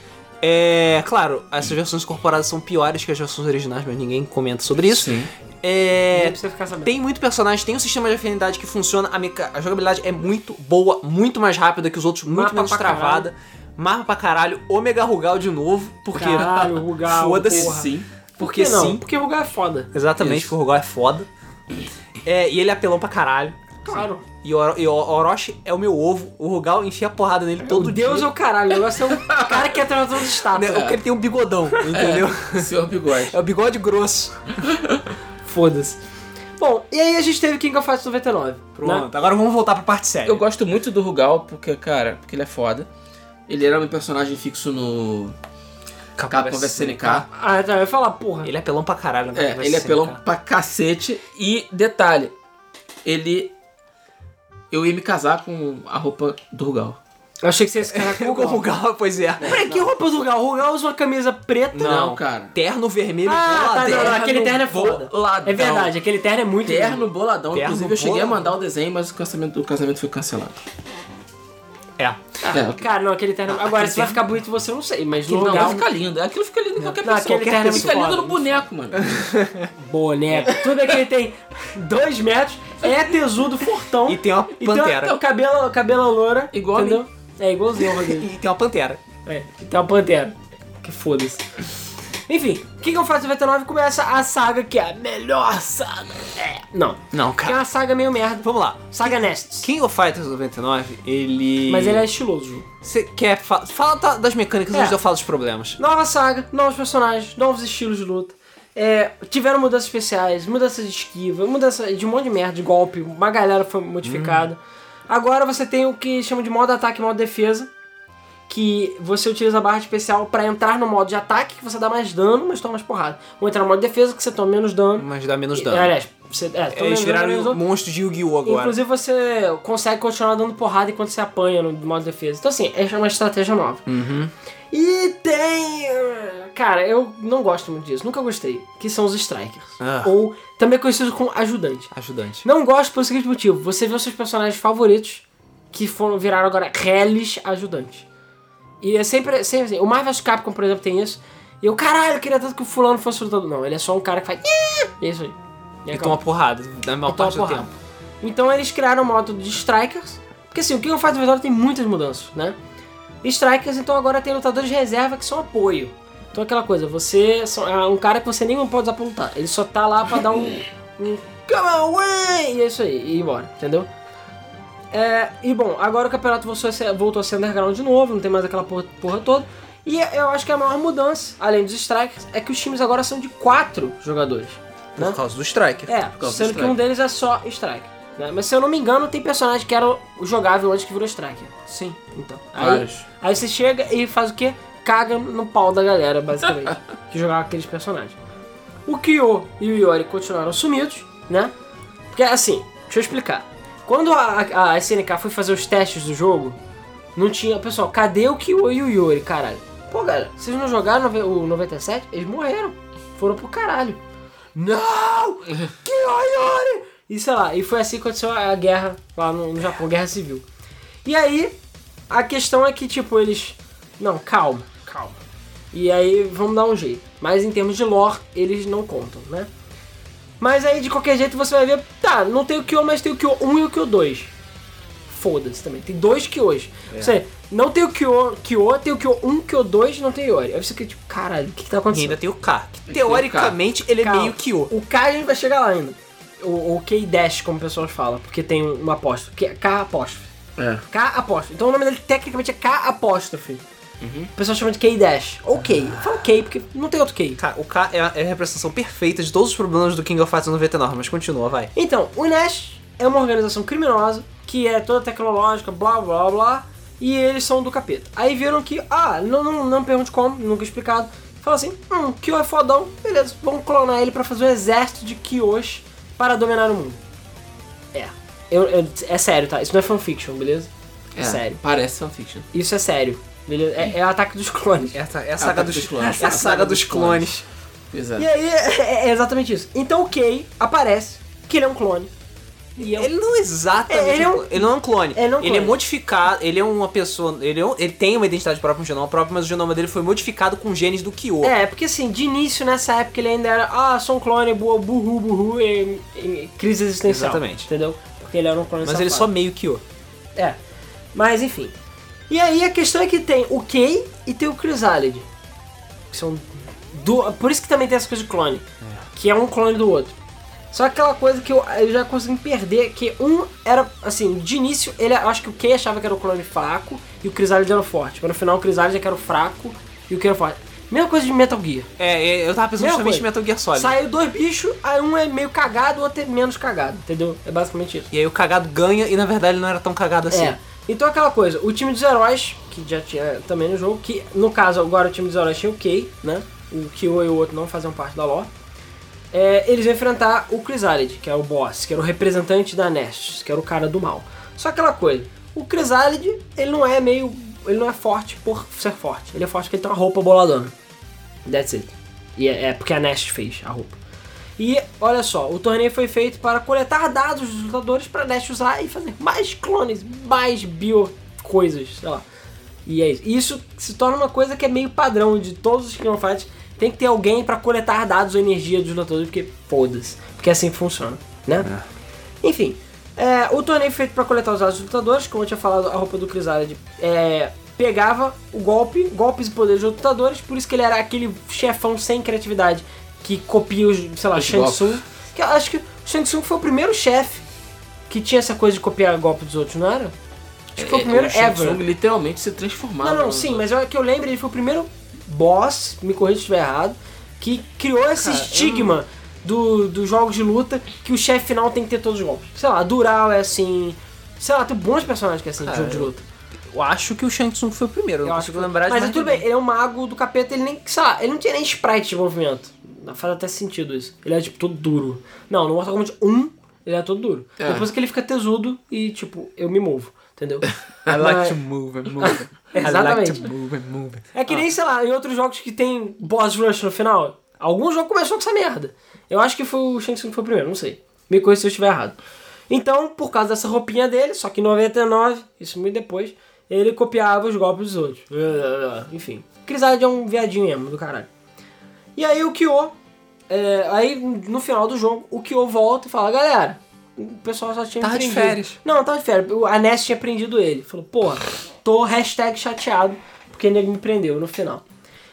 [SPEAKER 1] É, claro, essas versões incorporadas são piores que as versões originais, mas ninguém comenta sobre isso.
[SPEAKER 3] Sim.
[SPEAKER 2] Não
[SPEAKER 1] É,
[SPEAKER 2] precisa ficar sabendo.
[SPEAKER 1] tem muito personagem, tem um sistema de afinidade que funciona, a, meca- a jogabilidade é muito boa, muito mais rápida que os outros, muito
[SPEAKER 2] Mapa
[SPEAKER 1] menos
[SPEAKER 2] pra
[SPEAKER 1] travada. Mapa pra caralho, Ômega Rugal de novo, porque. [laughs]
[SPEAKER 2] Caralho, Rugal,
[SPEAKER 1] Foda-se.
[SPEAKER 2] porra.
[SPEAKER 3] Sim.
[SPEAKER 1] Porque
[SPEAKER 2] Por que não?
[SPEAKER 1] sim.
[SPEAKER 2] Porque Rugal é foda.
[SPEAKER 1] Exatamente,
[SPEAKER 3] Isso.
[SPEAKER 1] porque o Rugal é foda. É, e ele é apelão pra caralho.
[SPEAKER 2] Claro.
[SPEAKER 1] E o e o Orochi é o meu ovo, o Rugal enfia porrada nele todo
[SPEAKER 2] Todo Deus
[SPEAKER 1] dia.
[SPEAKER 2] é o caralho. O negócio
[SPEAKER 1] [laughs]
[SPEAKER 2] é o cara que é transador de
[SPEAKER 1] Né,
[SPEAKER 2] estátua.
[SPEAKER 1] Porque ele tem um bigodão, entendeu?
[SPEAKER 3] Senhor Bigode.
[SPEAKER 1] É o bigode grosso.
[SPEAKER 2] Foda-se. Bom, e aí a gente teve King of Fighters 99.
[SPEAKER 1] Pronto,
[SPEAKER 2] Né?
[SPEAKER 1] agora vamos voltar pra parte séria.
[SPEAKER 3] É. Eu gosto muito do Rugal, porque, cara, porque ele é foda. Ele era um personagem fixo no Capcom vs SNK.
[SPEAKER 2] Ah, então, eu ia falar, porra.
[SPEAKER 1] Ele é pelão pra caralho. né?
[SPEAKER 3] É,
[SPEAKER 1] Vai
[SPEAKER 3] ele é
[SPEAKER 1] ser,
[SPEAKER 3] pelão
[SPEAKER 1] cara.
[SPEAKER 3] pra cacete. E detalhe, ele. Eu ia me casar com a roupa do Rugal.
[SPEAKER 2] Eu achei que você ia se casar com o
[SPEAKER 1] O
[SPEAKER 2] Rugal.
[SPEAKER 1] Rugal, pois é.
[SPEAKER 2] Peraí, que roupa do Rugal? O Rugal usa uma camisa preta.
[SPEAKER 3] Não, cara.
[SPEAKER 1] Terno vermelho
[SPEAKER 2] Ah, tá, não, não,
[SPEAKER 1] boladão.
[SPEAKER 2] aquele terno é foda.
[SPEAKER 3] boladão.
[SPEAKER 2] É verdade, aquele terno é muito
[SPEAKER 3] Terno boladão.
[SPEAKER 1] Terno
[SPEAKER 3] Inclusive, eu cheguei a
[SPEAKER 1] boladão.
[SPEAKER 3] mandar o desenho, mas o casamento, o casamento foi cancelado.
[SPEAKER 2] tá.
[SPEAKER 1] É.
[SPEAKER 3] É,
[SPEAKER 2] lindo. Cara, não, aquele terno... Agora, se vai ficar bonito você, eu não sei, mas no
[SPEAKER 3] Aquilo não,
[SPEAKER 2] Ah, Rugal...
[SPEAKER 3] vai ficar lindo. Aquilo fica lindo em qualquer
[SPEAKER 2] Não,
[SPEAKER 3] pessoa.
[SPEAKER 2] aquele terno é muito
[SPEAKER 3] fica lindo
[SPEAKER 2] foda.
[SPEAKER 3] no boneco, mano.
[SPEAKER 2] Boneco. Tudo é que ele tem dois metros, é tesudo, fortão.
[SPEAKER 1] E tem uma
[SPEAKER 2] E tem
[SPEAKER 1] pantera.
[SPEAKER 2] uma- cabelo, cabelo loura.
[SPEAKER 3] Igual a
[SPEAKER 2] entendeu?
[SPEAKER 3] mim.
[SPEAKER 2] É, igualzinho o Rodrigo.
[SPEAKER 1] E tem uma pantera.
[SPEAKER 2] É, e tem uma pantera. Que foda-se. Enfim, o que que eu faço 99 começa a saga que é a melhor saga. É, não.
[SPEAKER 1] Não,
[SPEAKER 2] Que é
[SPEAKER 1] cara.
[SPEAKER 2] uma saga meio merda.
[SPEAKER 1] Vamos lá.
[SPEAKER 2] Saga Nests.
[SPEAKER 1] King of Fighters 99, ele.
[SPEAKER 2] Mas ele é estiloso, Ju.
[SPEAKER 1] Você quer. Fa... Fala tá, das mecânicas
[SPEAKER 2] É.
[SPEAKER 1] antes de eu falar dos problemas.
[SPEAKER 2] Nova saga, novos personagens, novos estilos de luta. É, tiveram mudanças especiais, mudança de esquiva, mudança de um monte de merda, de golpe, uma galera foi modificada.
[SPEAKER 1] Uhum.
[SPEAKER 2] Agora você tem o que chama de modo ataque e modo defesa, que você utiliza a barra especial pra entrar no modo de ataque, que você dá mais dano, mas toma mais porrada. Ou entrar no modo de defesa, que você toma menos dano.
[SPEAKER 1] Mas dá menos
[SPEAKER 2] E-
[SPEAKER 1] dano.
[SPEAKER 2] Aliás, você, é, toma menos
[SPEAKER 1] Eles
[SPEAKER 2] dano,
[SPEAKER 1] viraram
[SPEAKER 2] menos
[SPEAKER 1] um
[SPEAKER 2] dano.
[SPEAKER 1] monstro de Yu-Gi-Oh! agora.
[SPEAKER 2] Inclusive você consegue continuar dando porrada enquanto você apanha no modo de defesa. Então assim, essa é uma estratégia nova.
[SPEAKER 1] Uhum.
[SPEAKER 2] E tem. eh, Cara, eu não gosto muito disso, nunca gostei. Que são os strikers.
[SPEAKER 1] Ah.
[SPEAKER 2] Ou também conhecido como ajudante.
[SPEAKER 1] Ajudante.
[SPEAKER 2] Não gosto pelo seguinte motivo: você vê os seus personagens favoritos que foram viraram agora reles ajudantes. E é sempre, sempre assim. O Marvel Capcom, por exemplo, tem isso. E eu, caralho, eu queria tanto que o fulano fosse lutador. Não, ele é só um cara que faz. E é isso aí. E
[SPEAKER 1] E toma
[SPEAKER 2] acabou.
[SPEAKER 1] porrada na maior
[SPEAKER 2] Então,
[SPEAKER 1] né? parte do
[SPEAKER 2] porra,
[SPEAKER 1] tempo.
[SPEAKER 2] Então eles criaram o modo de Strikers. Porque assim, o King of Fighters Verdade tem muitas mudanças, né? Strikers, então agora tem lutadores de reserva que são apoio. Então é aquela coisa, você são- é um cara que você nem pode usar pra lutar. Ele só tá lá pra dar um. um Come on, win! E é isso aí, e ir embora, entendeu? É, e bom, agora o campeonato voltou a, ser, voltou a ser underground de novo, não tem mais aquela porra, porra toda. E eu acho que a maior mudança, além dos strikers, é que os times agora são de quatro jogadores. né?
[SPEAKER 1] Por causa do Striker. Por
[SPEAKER 2] É,
[SPEAKER 1] causa
[SPEAKER 2] sendo
[SPEAKER 1] do
[SPEAKER 2] que um deles é só Strike. né? Mas se eu não me engano, tem personagem que era jogável antes que virou Strike.
[SPEAKER 1] Sim.
[SPEAKER 2] Então. Aí,
[SPEAKER 3] Vários.
[SPEAKER 2] aí você chega e faz o quê? Caga no pau da
[SPEAKER 1] [laughs]
[SPEAKER 2] galera, basicamente. que jogava aqueles personagens. O Kyo e o Yori continuaram sumidos, né? Porque assim, deixa eu explicar. Quando a, a- a SNK foi fazer os testes do jogo, não tinha. Pessoal, cadê o Kyo e o Yori, caralho? Pô, galera, vocês não jogaram nove- o 97? Eles morreram. Foram pro caralho. Não! Que Yori! E sei lá, e foi assim que aconteceu a guerra lá no, no Japão, guerra civil. E aí, a questão é que, tipo, eles. Não, calma, calma. E aí, vamos dar um jeito. Mas em termos de lore, eles não contam, né? Mas aí, de qualquer jeito, você vai ver. Tá, não tem o Kyo, mas tem o Kyo 1 e o Kyo 2. Foda-se também. Tem dois Kyos. Você não tem o Kyo, Kyo, tem o Kyo 1, Kyo 2, não tem Yori. Aí você fica tipo, caralho, o que, que tá
[SPEAKER 1] E
[SPEAKER 2] acontecendo?
[SPEAKER 1] ainda tem o K. Que teoricamente ele é
[SPEAKER 2] Calma.
[SPEAKER 1] meio Kyo.
[SPEAKER 2] O K a gente vai chegar lá ainda. O, o K-Dash, como pessoas falam, porque tem um- uma apóstrofe. que é K apóstrofe.
[SPEAKER 3] É.
[SPEAKER 2] K apóstrofe. Então o nome dele tecnicamente é K apóstrofe. O pessoal chama de K-Dash. Ou K. Fala K, porque não tem outro K.
[SPEAKER 1] Cara, o K é a, é a representação perfeita de todos os problemas do King of Fighters 99, mas continua, vai.
[SPEAKER 2] Então, o Nash é uma organização criminosa que é toda tecnológica, blá blá blá, e eles são do capeta. Aí viram que, ah, não, não, não me pergunte como, nunca explicado. Fala assim, hum, Kyo é fodão, beleza, vamos clonar ele pra fazer um exército de Kyos para dominar o mundo. É. Eu- eu- é sério, tá? Isso não é fanfiction, beleza? É, sério.
[SPEAKER 3] Parece fanfiction.
[SPEAKER 2] Isso é sério, beleza? É, é o ataque dos clones.
[SPEAKER 1] Essa é a
[SPEAKER 3] saga
[SPEAKER 1] saga
[SPEAKER 3] dos
[SPEAKER 1] dos
[SPEAKER 3] clones.
[SPEAKER 1] É a saga dos clones.
[SPEAKER 3] Pois é.
[SPEAKER 2] E aí, [laughs] é, é exatamente isso. Então o Kay aparece, que ele é um clone. E é um
[SPEAKER 1] Ele não é exatamente.
[SPEAKER 2] É, ele é um-
[SPEAKER 1] um- ele não é um clone.
[SPEAKER 2] Ele é um clone.
[SPEAKER 1] modificado. Ele é uma pessoa. Ele, é um- ele tem uma identidade própria, um genoma próprio, mas o genoma dele foi modificado com genes do Kyo.
[SPEAKER 2] É, porque assim, de início, nessa época, ele ainda era, ah, sou um clone, boa, burru, burru, e, e- crise existencial.
[SPEAKER 1] Exatamente.
[SPEAKER 2] Entendeu? Porque ele era um clone
[SPEAKER 1] mas ele só
[SPEAKER 2] safado.
[SPEAKER 1] meio Kyo.
[SPEAKER 2] É. Mas enfim. E aí a questão é que tem o Kay e tem o Chrysalid. Que são. Do... Por isso que também tem essa coisa de é clone. Que é um clone do outro. Só aquela coisa que eu, eu já consegui perder, que um era, assim, de início, ele acho que o Ken achava que era o clone fraco e o Chrysalis era o forte. Mas no final o Chrysalis é que era o fraco e o Ken era o forte. Mesma coisa de Metal Gear.
[SPEAKER 1] É, é, eu tava pensando justamente
[SPEAKER 2] Mesma coisa.
[SPEAKER 1] em Metal Gear Solid.
[SPEAKER 2] Saiu dois bichos, aí um é meio cagado, o outro é menos cagado, entendeu? É basicamente isso.
[SPEAKER 1] E aí o cagado ganha e na verdade ele não era tão cagado assim.
[SPEAKER 2] É. Então aquela coisa, o time dos heróis, que já tinha também no jogo, que no caso agora o time dos heróis tinha o Kay, né? O Kyo e o outro não faziam parte da lore. É, eles iam enfrentar o Chrysalid, que era o boss, que era o representante da Nest, que era o cara do mal. Só aquela coisa, o Chrysalid, ele não é meio. ele não é forte por ser forte. Ele é forte porque ele tem uma roupa boladona. That's it. E é, é porque a Nest fez a roupa. E olha só, o torneio foi feito para coletar dados dos lutadores para Dash usar e fazer mais clones, mais bio coisas, sei lá. E é isso. E isso se torna uma coisa que é meio padrão de todos os Kingdom Fights. Tem que ter alguém para coletar dados ou energia dos lutadores, porque foda-se. Porque assim que funciona, né? Enfim, é, o torneio feito para coletar os dados dos lutadores, como eu tinha falado, a roupa do Chrysalid é, pegava o golpe, golpes e poderes dos lutadores, por isso que ele era aquele chefão sem criatividade que copia os, sei lá,
[SPEAKER 3] Os
[SPEAKER 2] Shang
[SPEAKER 3] golpes.
[SPEAKER 2] Tsung. Que eu acho que o Shang Tsung foi o primeiro chefe que tinha essa coisa de copiar golpe dos outros, não era? Acho que foi o primeiro
[SPEAKER 3] É, Shang
[SPEAKER 2] ever.
[SPEAKER 3] Tsung um literalmente se transformava.
[SPEAKER 2] Não, não,
[SPEAKER 3] no-
[SPEAKER 2] sim, mas é que eu lembro, ele foi o primeiro boss, me corrija se estiver errado, que criou esse
[SPEAKER 3] Cara, eu
[SPEAKER 2] estigma do- dos jogos de luta que o chefe final tem que ter todos os golpes. Sei lá, Dural é assim. Sei lá, tem bons personagens que é assim de jogo de luta.
[SPEAKER 1] Eu acho que o Shang Tsung foi o primeiro, eu não consigo
[SPEAKER 2] que-
[SPEAKER 1] lembrar de
[SPEAKER 2] Mas
[SPEAKER 1] mais
[SPEAKER 2] tudo
[SPEAKER 1] ninguém.
[SPEAKER 2] bem, ele é um mago do capeta, ele nem. Sei lá, ele não tinha nem sprite de movimento. Faz até sentido isso. Ele é tipo todo duro. Não, no Mortal Kombat 1, ele é todo duro.
[SPEAKER 3] É.
[SPEAKER 2] Depois que ele fica tesudo e, tipo, eu me movo, entendeu?
[SPEAKER 1] [laughs] I like
[SPEAKER 2] Mas-
[SPEAKER 1] to move and move. I like
[SPEAKER 2] [laughs] Exatamente.
[SPEAKER 1] to move and move.
[SPEAKER 2] É que nem, sei lá, em outros jogos que tem boss rush no final. Algum jogo começou com essa merda. Eu acho que foi o Shang Tsung que foi o primeiro, não sei. Me corrija se eu estiver errado. Então, por causa dessa roupinha dele, só que em 99, isso muito depois, ele copiava os golpes dos outros. Enfim. Crisade é um viadinho mesmo do caralho. E aí o Kyo, é, aí no final do jogo, o Kyo volta e fala, galera, o pessoal só tinha
[SPEAKER 1] Tava de
[SPEAKER 2] prendido."
[SPEAKER 1] férias.
[SPEAKER 2] Não, tá tava de férias. A Ness tinha prendido ele. Falou, porra, tô hashtag chateado porque ele me prendeu no final.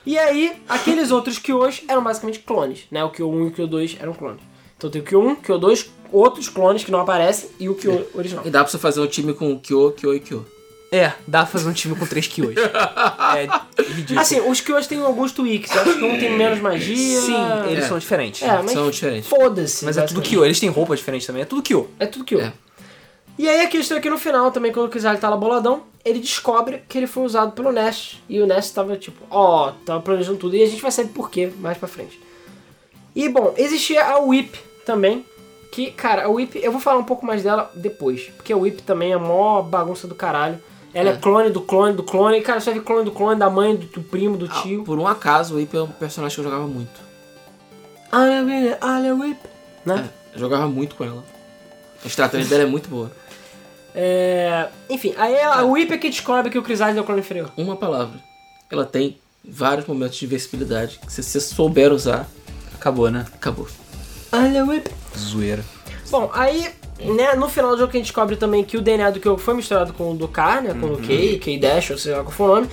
[SPEAKER 2] E aí, aqueles outros Kyos eram basicamente clones, né? O Kyo 1 e o Kyo 2 eram clones. Então tem o Kyo 1, Kyo 2, outros clones que não aparecem e o Kyo original.
[SPEAKER 3] E dá pra você fazer um time com o Kyo, Kyo e Kyo.
[SPEAKER 1] É, dá pra fazer um time com 3 [laughs] kills. É ridículo.
[SPEAKER 2] Assim, os Kyos têm alguns tweaks. Eu Acho que um tem menos magia.
[SPEAKER 1] Sim, eles
[SPEAKER 3] É.
[SPEAKER 1] são diferentes.
[SPEAKER 2] É, mas
[SPEAKER 3] São diferentes.
[SPEAKER 2] foda-se.
[SPEAKER 1] Mas é tudo
[SPEAKER 2] basicamente.
[SPEAKER 1] Kyo, eles têm roupa diferente também, é tudo Kyo.
[SPEAKER 2] É tudo que eu.
[SPEAKER 3] É.
[SPEAKER 2] E aí a questão é que no final, também, quando o Kizali tá lá boladão, ele descobre que ele foi usado pelo Nash. E o Nash tava tipo, ó, tava planejando tudo. E a gente vai saber por quê mais pra frente. E bom, existia a Whip também. Que, cara, a Whip, eu vou falar um pouco mais dela depois. Porque a Whip também é a maior bagunça do caralho. Ela é,
[SPEAKER 3] É.
[SPEAKER 2] clone do clone do clone. E, cara, só vi clone do clone, da mãe, do, do primo, do
[SPEAKER 3] Ah,
[SPEAKER 2] tio.
[SPEAKER 3] por um acaso, o Ip é um personagem que eu jogava muito.
[SPEAKER 2] Olha, Whip, olha, Whip. Né?
[SPEAKER 3] É, eu jogava muito com ela. A estratégia dela é muito boa.
[SPEAKER 2] É, enfim, aí a Whip é que descobre que o Crisales é o clone inferior.
[SPEAKER 3] Uma palavra. Ela tem vários momentos de invencibilidade que se você souber usar,
[SPEAKER 1] Acabou, né?
[SPEAKER 3] acabou.
[SPEAKER 2] Olha, Whip.
[SPEAKER 1] Zoeira.
[SPEAKER 2] Bom, aí, né, no final do jogo que a gente descobre também que o DNA do Kyo foi misturado com o do K, né, com o
[SPEAKER 1] Uhum.
[SPEAKER 2] K, K Dash, ou seja lá qual for o nome.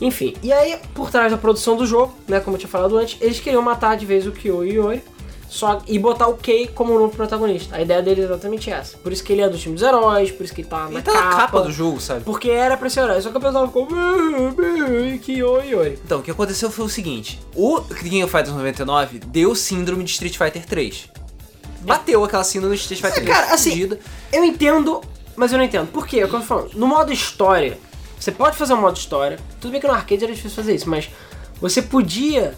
[SPEAKER 2] Enfim, e aí, por trás da produção do jogo, né, como eu tinha falado antes, eles queriam matar de vez o Kyo e o Yori, só, e botar o Kei como o novo protagonista. A ideia dele é exatamente essa. Por isso que ele é do time dos heróis, por isso que ele tá na
[SPEAKER 1] Ele tá na capa do jogo, sabe?
[SPEAKER 2] Porque era pra ser herói, só que o pessoal ficou... "Uhum, Kyo e Yori.
[SPEAKER 1] Então, o que aconteceu foi o seguinte: o King of Fighters 99 deu síndrome de Street Fighter 3. Bateu aquela síndrome de Street Fighter 3.
[SPEAKER 2] cara, assim,
[SPEAKER 1] fudida.
[SPEAKER 2] Eu entendo, mas eu não entendo. Por quê? É o que eu tô falando. No modo história, você pode fazer um modo história. Tudo bem que no arcade era difícil fazer isso, mas você podia,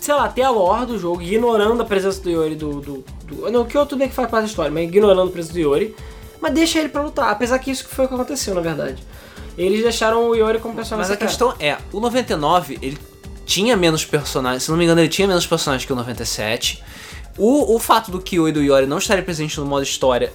[SPEAKER 2] sei lá, ter a lore do jogo, ignorando a presença do Yori do. do, do não, que outro bem que faz parte da história, mas ignorando a presença do Yori. Mas deixa ele pra lutar, apesar que isso que foi o que aconteceu, na verdade. Eles deixaram o Yori como personagem
[SPEAKER 1] Mas a
[SPEAKER 2] secreto.
[SPEAKER 1] questão é: o 99 ele tinha menos personagens, se não me engano, ele tinha menos personagens que o 97. O, o fato do Kyo e do Yori não estarem presentes no modo história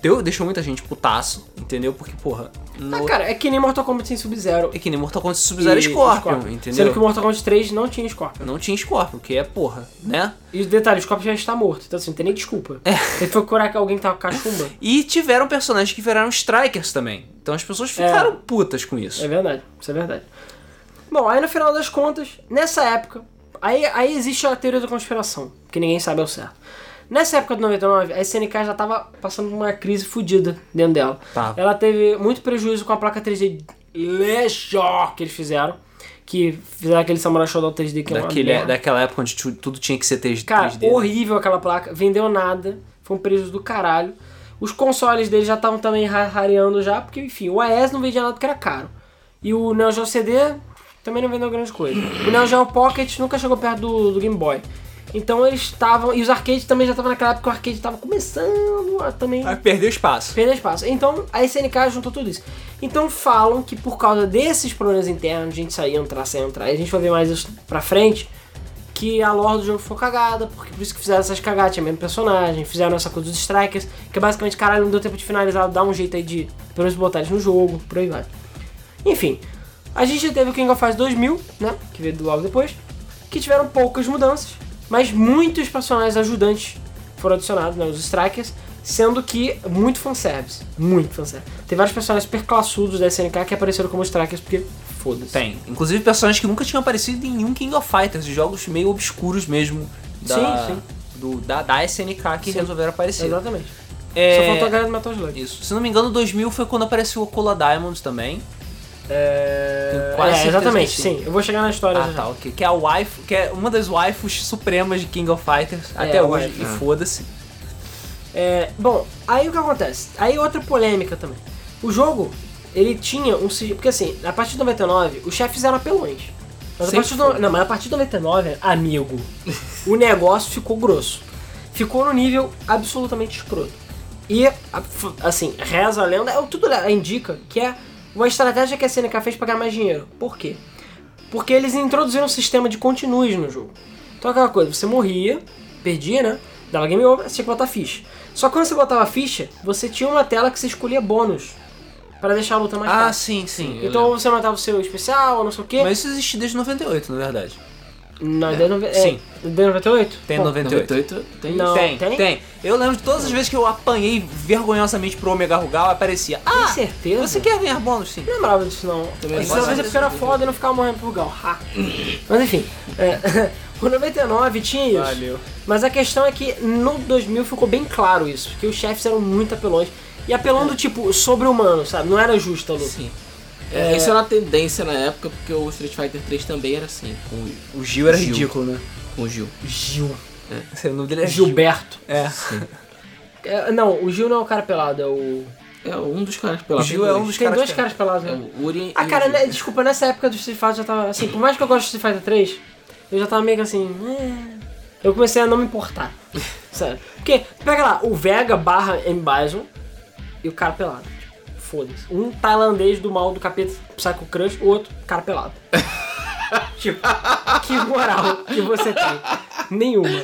[SPEAKER 1] deu, deixou muita gente putaço, entendeu? Porque, porra.
[SPEAKER 2] Ah,
[SPEAKER 1] No,
[SPEAKER 2] cara, é que nem Mortal Kombat sem Sub-Zero.
[SPEAKER 1] é que nem Mortal Kombat Sub-Zero
[SPEAKER 2] e-
[SPEAKER 1] e Scorpion, entendeu?
[SPEAKER 2] Sendo que o Mortal Kombat 3 não tinha Scorpion.
[SPEAKER 1] Não tinha Scorpion, que é porra, né?
[SPEAKER 2] E os detalhes, o Scorpion já está morto, então assim, não tem nem desculpa. Ele foi curar alguém que tava com cachumba.
[SPEAKER 1] E tiveram personagens que viraram strikers também. Então as pessoas ficaram putas com isso.
[SPEAKER 2] É verdade, isso é verdade. Bom, aí no final das contas, nessa época, aí, aí existe a teoria da conspiração, que ninguém sabe ao certo. Nessa época de 99, a SNK já tava passando por uma crise fodida dentro dela.
[SPEAKER 1] Tava.
[SPEAKER 2] Ela teve muito prejuízo com a placa 3D Leisure que eles fizeram. Que fizeram aquele Samurai Shodown 3D que é uma
[SPEAKER 1] Daquele,
[SPEAKER 2] merda.
[SPEAKER 1] daquela época onde tu- tudo tinha que ser 3D.
[SPEAKER 2] Cara,
[SPEAKER 1] 3D, né?
[SPEAKER 2] horrível aquela placa, vendeu nada, foi um prejuízo do caralho. Os consoles dele já estavam também ra- rareando já, porque enfim, o AES não vendia nada porque era caro. E o Neo Geo CD também não vendeu grande coisa. O Neo Geo Pocket nunca chegou perto do, do Game Boy. Então eles estavam. E os arcades também já estavam naquela época que o arcade estava começando a também
[SPEAKER 1] Aí Ah, perdeu espaço.
[SPEAKER 2] perder espaço. Então a SNK juntou tudo isso. Então falam que por causa desses problemas internos, gente sair, entrar, sair, entrar, e a gente vai ver mais isso pra frente, que a lore do jogo foi cagada, porque por isso que fizeram essas cagadas, tinha mesmo personagem, fizeram essa coisa dos strikers, que é basicamente, caralho, não deu tempo de finalizar, dá um jeito aí de pelo menos botar eles no jogo, por aí vai. Enfim, a gente teve o King of Fighters 2000, né, que veio logo depois, que tiveram poucas mudanças, mas muitos personagens ajudantes foram adicionados, né, os strikers, sendo que muito fanservice, muito fanservice. Tem vários personagens super classudos da SNK que apareceram como strikers, porque foda-se.
[SPEAKER 1] Tem. Inclusive personagens que nunca tinham aparecido em nenhum King of Fighters, de jogos meio obscuros mesmo. Da,
[SPEAKER 2] Sim,
[SPEAKER 1] do- da, da SNK que
[SPEAKER 2] Sim.
[SPEAKER 1] resolveram aparecer.
[SPEAKER 2] Exatamente.
[SPEAKER 1] É,
[SPEAKER 2] Só faltou a galera do Metal Slug.
[SPEAKER 1] Isso. Se não me engano, 2000 foi quando apareceu o Cola Diamonds também. É.
[SPEAKER 2] é, exatamente, sim. Eu vou chegar na história
[SPEAKER 1] Ah,
[SPEAKER 2] já.
[SPEAKER 1] tá, ok. Que é, a waifu, que é uma das waifus supremas de King of Fighters até
[SPEAKER 2] É, a
[SPEAKER 1] hoje.
[SPEAKER 2] waifu.
[SPEAKER 1] E foda-se.
[SPEAKER 2] É, bom, aí o que acontece? Aí outra polêmica também. O jogo, ele tinha um sigilo. Porque assim, a partir de 99, os chefes eram apelões. Mas a,
[SPEAKER 1] Sempre
[SPEAKER 2] partir do, não, mas a partir de 99, amigo, o negócio ficou grosso. Ficou no nível absolutamente escroto. E, a- f- assim, reza a lenda, é o- tudo le- indica que é uma estratégia que a SNK fez pra ganhar mais dinheiro. Por quê? Porque eles introduziram um sistema de continues no jogo. Então aquela coisa, você morria, perdia, né? Dava game over, você tinha que botar ficha. Só que quando você botava ficha, você tinha uma tela que você escolhia bônus pra deixar a luta mais
[SPEAKER 1] Ah,
[SPEAKER 2] fácil.
[SPEAKER 1] sim, sim.
[SPEAKER 2] Então você matava o seu especial, não sei o quê.
[SPEAKER 1] Mas isso existe desde 98, na verdade.
[SPEAKER 2] Na é. D98?
[SPEAKER 1] Sim.
[SPEAKER 2] É, D98?
[SPEAKER 1] Tem
[SPEAKER 2] Bom,
[SPEAKER 1] 98.
[SPEAKER 3] 98 tem
[SPEAKER 2] Não,
[SPEAKER 1] Tem,
[SPEAKER 2] tem?
[SPEAKER 1] tem, Eu lembro de todas as vezes que eu apanhei vergonhosamente pro Omega Rugal, aparecia.
[SPEAKER 2] Tem
[SPEAKER 1] Ah,
[SPEAKER 2] certeza?
[SPEAKER 1] você quer ganhar bônus? Sim.
[SPEAKER 2] Não lembrava disso, não.
[SPEAKER 3] Também
[SPEAKER 2] Isso
[SPEAKER 3] não.
[SPEAKER 2] talvez é porque era foda e não ficava morrendo por gal. Ha. Mas enfim. é, [laughs] o 99 tinha isso.
[SPEAKER 1] Valeu.
[SPEAKER 2] Mas a questão é que no 2000 ficou bem claro isso. Que os chefes eram muito apelões. E apelando,
[SPEAKER 1] É.
[SPEAKER 2] tipo, sobre-humano, sabe? Não era justa a luta.
[SPEAKER 3] Sim. É, Isso era uma tendência na época, porque o Street Fighter 3 também era assim, com,
[SPEAKER 1] O Gil era
[SPEAKER 3] Gil.
[SPEAKER 1] ridículo, né?
[SPEAKER 3] com o Gil.
[SPEAKER 2] Gil.
[SPEAKER 1] [laughs] O nome dele é Gil.
[SPEAKER 2] Gilberto.
[SPEAKER 1] É.
[SPEAKER 2] É, não, o Gil não é o cara pelado, é o.
[SPEAKER 3] É um dos caras pela
[SPEAKER 1] O Gil é um dos
[SPEAKER 2] Tem
[SPEAKER 1] caras
[SPEAKER 2] dois
[SPEAKER 1] que-
[SPEAKER 2] caras pelados,
[SPEAKER 3] É
[SPEAKER 2] né?
[SPEAKER 3] o Uri
[SPEAKER 2] Ah,
[SPEAKER 3] e o
[SPEAKER 2] cara,
[SPEAKER 3] Gil.
[SPEAKER 2] né, desculpa, nessa época do Street Fighter eu já tava assim, por mais que eu goste de Street Fighter 3, eu já tava meio que assim. "Eh". Eu comecei a não me importar. [laughs] Sério. Porque, pega lá, o Vega barra M Bison e o cara pelado. Foda-se. Um tailandês do mal do capeta Psycho Crush, o outro, cara pelado. tipo, que moral que você tem. Nenhuma.